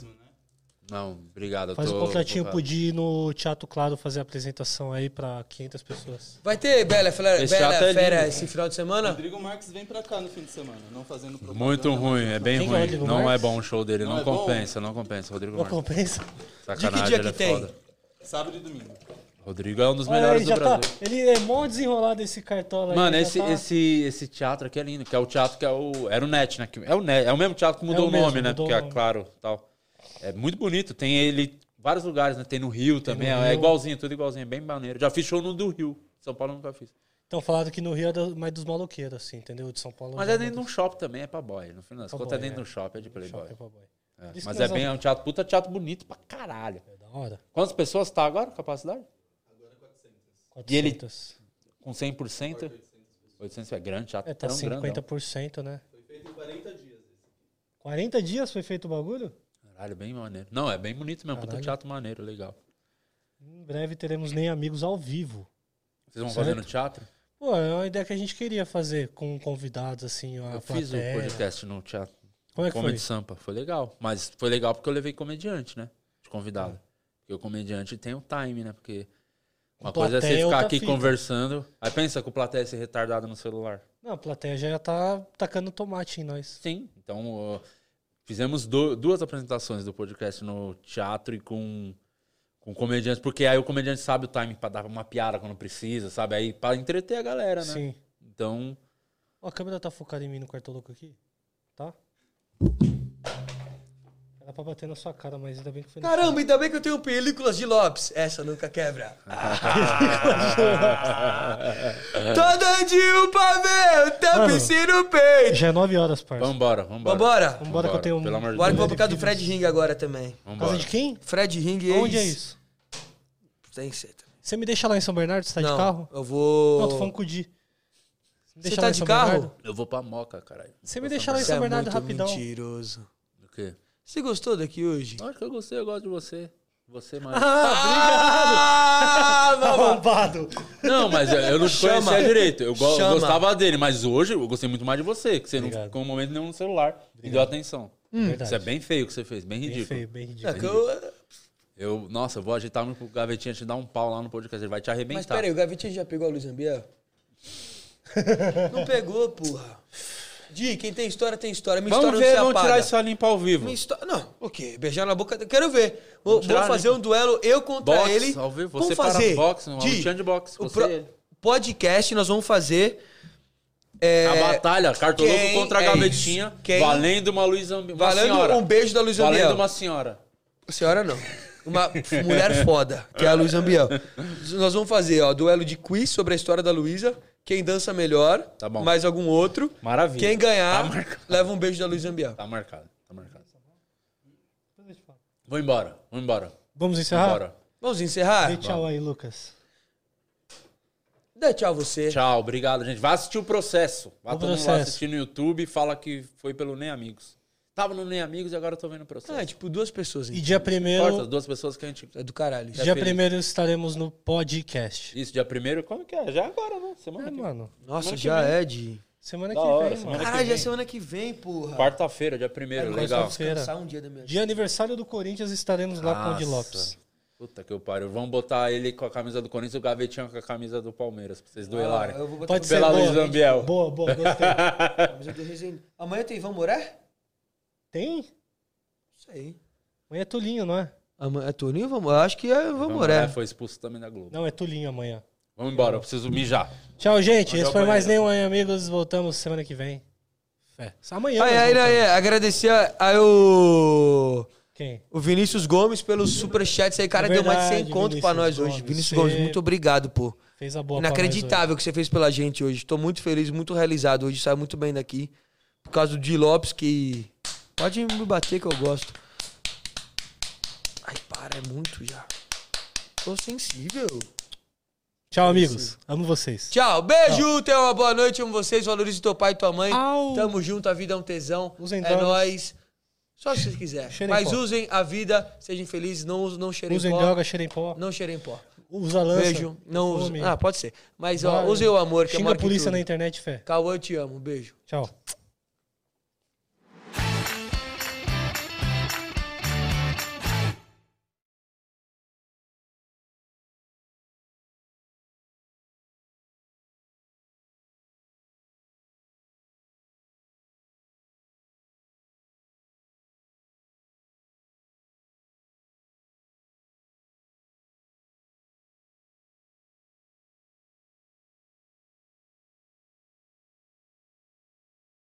Speaker 3: Não, obrigado. eu
Speaker 1: Faz um
Speaker 3: tô-
Speaker 1: contratinho
Speaker 3: tô-
Speaker 1: pro Di ir no Teatro Claro fazer a apresentação aí pra 500 pessoas.
Speaker 2: Vai ter Bela, Fera,
Speaker 3: Esse chato
Speaker 2: Bela
Speaker 3: é
Speaker 2: Fera
Speaker 3: lindo.
Speaker 2: esse final de semana?
Speaker 4: Rodrigo Marques vem pra cá no fim de semana, não fazendo propaganda.
Speaker 3: Muito ruim, é bem
Speaker 1: Quem que é o
Speaker 3: ruim.
Speaker 1: Rodrigo
Speaker 3: Não é
Speaker 1: Marques?
Speaker 3: bom o show dele, não,
Speaker 4: é bom?
Speaker 3: compensa, não compensa. Rodrigo
Speaker 1: Não
Speaker 3: Marques.
Speaker 1: compensa?
Speaker 2: De que
Speaker 3: Sacanagem,
Speaker 2: dia
Speaker 3: ele
Speaker 2: que
Speaker 3: é
Speaker 2: tem?
Speaker 3: foda.
Speaker 4: Sábado e domingo.
Speaker 3: Rodrigo é um dos
Speaker 1: Olha, ele
Speaker 3: melhores
Speaker 1: já
Speaker 3: do
Speaker 1: tá.
Speaker 3: Brasil.
Speaker 1: Ele é mó desenrolado esse cartola aí.
Speaker 3: Mano,
Speaker 1: já
Speaker 3: esse,
Speaker 1: tá-
Speaker 3: esse, esse teatro aqui é lindo, que é o teatro que é o. Era o NET, né? que É o, NET, é o mesmo teatro que mudou
Speaker 1: É o
Speaker 3: o,
Speaker 1: mesmo,
Speaker 3: nome, né?
Speaker 1: mudou
Speaker 3: Porque
Speaker 1: o
Speaker 3: é
Speaker 1: nome.
Speaker 3: claro tal. É muito bonito. Tem ele em vários lugares, né? Tem no Rio também.
Speaker 1: no
Speaker 3: é
Speaker 1: Rio.
Speaker 3: igualzinho, tudo igualzinho, é bem maneiro. Já fiz show no do Rio. São Paulo eu nunca fiz.
Speaker 1: Então, falaram que no Rio é do- mais dos maloqueiros, assim, entendeu? De São Paulo.
Speaker 3: Mas
Speaker 1: já
Speaker 3: é
Speaker 1: não-
Speaker 3: dentro de um shopping também, é pra boy. No final das
Speaker 1: Pra
Speaker 3: contas, é
Speaker 1: boy,
Speaker 3: dentro de
Speaker 1: é.
Speaker 3: um shopping, é de playboy.
Speaker 1: shopping pra boy.
Speaker 3: É,
Speaker 1: Isso
Speaker 3: Mas
Speaker 1: que
Speaker 3: é
Speaker 1: nós
Speaker 3: bem, é um teatro puta, teatro bonito pra caralho.
Speaker 1: É da hora.
Speaker 3: Quantas pessoas tá agora, a capacidade? E ele-
Speaker 1: 400.
Speaker 3: Com 100%? 800 é grande, teatro
Speaker 1: É, tá
Speaker 3: tão grandão.
Speaker 1: 50%, né? Foi feito em 40 dias. 40 dias foi feito o bagulho?
Speaker 3: Caralho, bem maneiro. Não, é bem bonito mesmo, puta
Speaker 1: Caralho.
Speaker 3: teatro maneiro, legal.
Speaker 1: Em breve teremos nem amigos ao vivo.
Speaker 3: Vocês vão
Speaker 1: Certo.
Speaker 3: fazer no teatro?
Speaker 1: Pô, é uma ideia que a gente queria fazer com convidados, assim, a
Speaker 3: Eu fiz o
Speaker 1: plateia.
Speaker 3: podcast no teatro.
Speaker 1: Como é que
Speaker 3: Comedy
Speaker 1: foi?
Speaker 3: Sampa, foi legal. Mas foi legal porque eu levei comediante, né? De convidado. Porque o comediante tem o time, né? Porque uma
Speaker 1: Ah. Com
Speaker 3: coisa
Speaker 1: plateia
Speaker 3: é você
Speaker 1: é
Speaker 3: ficar
Speaker 1: outra
Speaker 3: aqui
Speaker 1: fita.
Speaker 3: conversando. Aí pensa que o plateia ia ser retardado no celular.
Speaker 1: Não, a plateia já tá tacando tomate em nós.
Speaker 3: Sim. Então, ó, fizemos du- duas apresentações do podcast no teatro e com, com comediantes. Porque aí o comediante sabe o time pra dar uma piada quando precisa, sabe? Aí pra entreter a galera, né?
Speaker 1: Sim.
Speaker 3: Então,
Speaker 1: Ó, a câmera tá focada em mim no cartão louco aqui? Tá? Era pra bater na sua cara, mas ainda bem que foi na
Speaker 2: Caramba, ainda bem que eu tenho películas de Lopes. Essa nunca quebra. Todo dia o um pavê, o
Speaker 1: Mano.
Speaker 2: tapice no peito.
Speaker 1: Já é 9 horas, parça.
Speaker 3: vambora, vambora.
Speaker 2: Vambora.
Speaker 1: Vambora que eu tenho um-
Speaker 3: Pelo amor de
Speaker 2: Bora que eu vou
Speaker 3: Deus.
Speaker 2: por causa do Fred Ring agora também.
Speaker 1: Casa
Speaker 3: Vambora.
Speaker 1: de quem?
Speaker 2: Fred Ring
Speaker 1: Onde é isso?
Speaker 2: Tem seta.
Speaker 1: Você me deixa lá em São Bernardo? Você tá
Speaker 2: Não,
Speaker 1: de carro?
Speaker 2: Eu
Speaker 1: Não, tô
Speaker 2: vou.
Speaker 1: falando com o Di. Me deixa
Speaker 2: tá
Speaker 1: lá em
Speaker 2: de
Speaker 1: São
Speaker 2: carro?
Speaker 1: Bernardo?
Speaker 3: Eu vou pra Moca, caralho.
Speaker 1: Você me deixa lá em
Speaker 2: Você
Speaker 1: São
Speaker 2: é
Speaker 1: Bernardo
Speaker 2: muito
Speaker 1: rapidão.
Speaker 2: mentiroso.
Speaker 3: quê?
Speaker 2: Você gostou daqui hoje?
Speaker 3: Acho que eu gostei, eu gosto de você. Você mais.
Speaker 2: Ah, não.
Speaker 1: Arrombado!
Speaker 3: Não, mas eu eu não te
Speaker 2: Chama.
Speaker 3: conhecia direito. Eu go-
Speaker 2: Chama.
Speaker 3: gostava dele, mas hoje eu gostei muito mais de você, que você não
Speaker 1: Obrigado.
Speaker 3: ficou um momento nenhum no celular e deu atenção.
Speaker 1: Verdade.
Speaker 3: Isso é bem feio que você fez, bem
Speaker 1: Bem
Speaker 3: ridículo.
Speaker 1: feio, bem
Speaker 2: É
Speaker 1: ridículo.
Speaker 2: que eu-
Speaker 3: Eu, nossa, eu vou ajeitar muito pro gavetinha te dar um pau lá no podcast. Ele vai te arrebentar.
Speaker 2: Mas peraí, o Gavitinho já pegou a Luiz Ambiel? não pegou, porra. Di, quem tem história tem história. Minha
Speaker 3: vamos
Speaker 2: história
Speaker 3: ver,
Speaker 2: não se
Speaker 3: vamos
Speaker 2: apaga.
Speaker 3: tirar isso a limpa ao vivo.
Speaker 2: Minha histó- Não, o quê? Beijar na boca. Quero ver. Vou,
Speaker 3: Vamos tirar,
Speaker 2: vou fazer
Speaker 3: né?
Speaker 2: um duelo eu contra
Speaker 3: Boxe,
Speaker 2: ele.
Speaker 3: ao vivo,
Speaker 2: vamos
Speaker 3: você para
Speaker 2: fazer.
Speaker 3: boxe, uma
Speaker 2: Di,
Speaker 3: lutinha de boxe,
Speaker 2: o
Speaker 3: você
Speaker 2: pro-
Speaker 3: e ele.
Speaker 2: Podcast nós vamos fazer. é,
Speaker 3: A batalha, cartoloco
Speaker 2: quem
Speaker 3: contra a
Speaker 2: é
Speaker 3: gavetinha,
Speaker 2: isso? Quem-
Speaker 3: valendo uma Luiz Ambi... uma
Speaker 2: Valendo
Speaker 3: senhora.
Speaker 2: um beijo da Luiz
Speaker 3: Valendo
Speaker 2: Ambiel.
Speaker 3: uma senhora.
Speaker 2: Senhora não. Uma mulher foda, que é a Luísa Ambiel. Nós vamos fazer, ó, duelo de quiz sobre a história da Luísa. Quem dança melhor,
Speaker 3: Tá bom.
Speaker 2: mais algum outro.
Speaker 3: Maravilha.
Speaker 2: Quem
Speaker 3: Tá
Speaker 2: ganhar,
Speaker 3: marcado.
Speaker 2: leva um beijo da Luísa Ambiel.
Speaker 3: Tá marcado, tá marcado. Vou embora, vou embora.
Speaker 1: Vamos
Speaker 2: Tá.
Speaker 3: Vou
Speaker 1: encerrar?
Speaker 3: embora.
Speaker 2: Vamos encerrar?
Speaker 1: Dê tchau aí, Lucas.
Speaker 2: Dá tchau você.
Speaker 3: Tchau, obrigado, gente. Vai assistir o processo. Vai
Speaker 1: O
Speaker 3: todo mundo lá
Speaker 1: processo.
Speaker 3: assistir no YouTube e fala que foi pelo Nem Amigos. Tava no Nem Amigos e agora eu tô vendo o processo.
Speaker 2: Ah, tipo, duas pessoas.
Speaker 1: E
Speaker 2: hein?
Speaker 1: dia
Speaker 3: Corta
Speaker 1: 1
Speaker 3: as duas pessoas que a gente.
Speaker 2: É do caralho. isso.
Speaker 1: dia
Speaker 3: feliz.
Speaker 1: primeiro estaremos no podcast.
Speaker 3: Isso, dia primeiro. Como que é? Já agora, né? Semana
Speaker 1: É,
Speaker 3: que vem.
Speaker 1: mano.
Speaker 2: Nossa,
Speaker 3: Semana que
Speaker 2: já
Speaker 3: vem.
Speaker 2: é de...
Speaker 1: Semana
Speaker 3: Da
Speaker 1: que
Speaker 3: hora,
Speaker 1: vem,
Speaker 3: semana
Speaker 1: mano.
Speaker 3: que
Speaker 2: Caralho, já é
Speaker 3: vem.
Speaker 2: semana que vem, porra.
Speaker 3: Quarta-feira, dia
Speaker 2: É,
Speaker 3: primeiro.
Speaker 1: agora
Speaker 3: legal.
Speaker 1: só- Quarta-feira.
Speaker 2: Descansar um dia da minha vida.
Speaker 1: Dia aniversário do Corinthians estaremos lá com o de
Speaker 3: Nossa.
Speaker 1: Lopes.
Speaker 3: Puta que eu pariu. Vamos botar ele com a camisa do Corinthians e o Gavetinho com a camisa do Palmeiras, pra vocês duelarem.
Speaker 2: Ah, eu vou botar
Speaker 1: Pode
Speaker 2: a
Speaker 1: ser
Speaker 3: Pela
Speaker 1: boa.
Speaker 3: Luiz Ambiel.
Speaker 1: Boa, boa, gostei.
Speaker 2: camisa do Resende. Amanhã tem Vamos Morar?
Speaker 1: Tem?
Speaker 2: Isso aí.
Speaker 1: Amanhã é Tulinho, não é?
Speaker 2: Amanhã é Toninho ou Vamos? Eu acho que é Vamos Morar.
Speaker 3: Então, Foi expulso também da Globo.
Speaker 1: Não, é Tulinho amanhã.
Speaker 3: Vamos embora, eu preciso mijar.
Speaker 1: Tchau, gente.
Speaker 3: Valeu,
Speaker 1: Esse foi mais
Speaker 3: banheiro.
Speaker 1: nenhum aí, amigos. Voltamos semana que vem. Fé. Só Amanhã.
Speaker 2: Aí,
Speaker 1: nós
Speaker 2: aí,
Speaker 1: voltamos.
Speaker 2: aí, agradecer aí o,
Speaker 1: Quem?
Speaker 2: o Vinícius Gomes pelos superchats aí, cara,
Speaker 1: É
Speaker 2: deu mais de 100
Speaker 1: verdade,
Speaker 2: conto pra nós
Speaker 1: Vinícius
Speaker 2: hoje.
Speaker 1: Gomes,
Speaker 2: Vinícius
Speaker 1: você-
Speaker 2: Gomes, muito obrigado, pô.
Speaker 1: Fez a boa pra nós
Speaker 2: Inacreditável o que você fez pela gente hoje. Tô muito feliz, muito realizado hoje, saio muito bem daqui. Por causa do Di Lopes, que pode me bater que eu gosto. Ai, para, é muito já. Tô sensível.
Speaker 1: hoje. Tchau, amigos. Amo vocês.
Speaker 2: Tchau, beijo, tenha uma boa noite, amo vocês, valorize teu pai e tua mãe.
Speaker 1: Au.
Speaker 2: Tamo junto, a vida é um tesão.
Speaker 1: Usem
Speaker 2: é
Speaker 1: drogas.
Speaker 2: nóis. Só se vocês quiserem.
Speaker 1: Cheirem
Speaker 2: Mas
Speaker 1: pó.
Speaker 2: usem a vida, sejam felizes, não, us- não cheirem
Speaker 1: Usem
Speaker 2: pó.
Speaker 1: droga, cheirem pó.
Speaker 2: Não cheirem pó.
Speaker 1: Usa lança.
Speaker 2: Beijo, não usem.
Speaker 1: Come.
Speaker 2: Ah, pode ser. Mas ó,
Speaker 1: Vai.
Speaker 2: usem o amor, que é
Speaker 1: Xinga
Speaker 2: maior
Speaker 1: a polícia
Speaker 2: que
Speaker 1: na
Speaker 2: tudo.
Speaker 1: internet, fé.
Speaker 2: Cauã, eu te amo. Beijo.
Speaker 1: Tchau.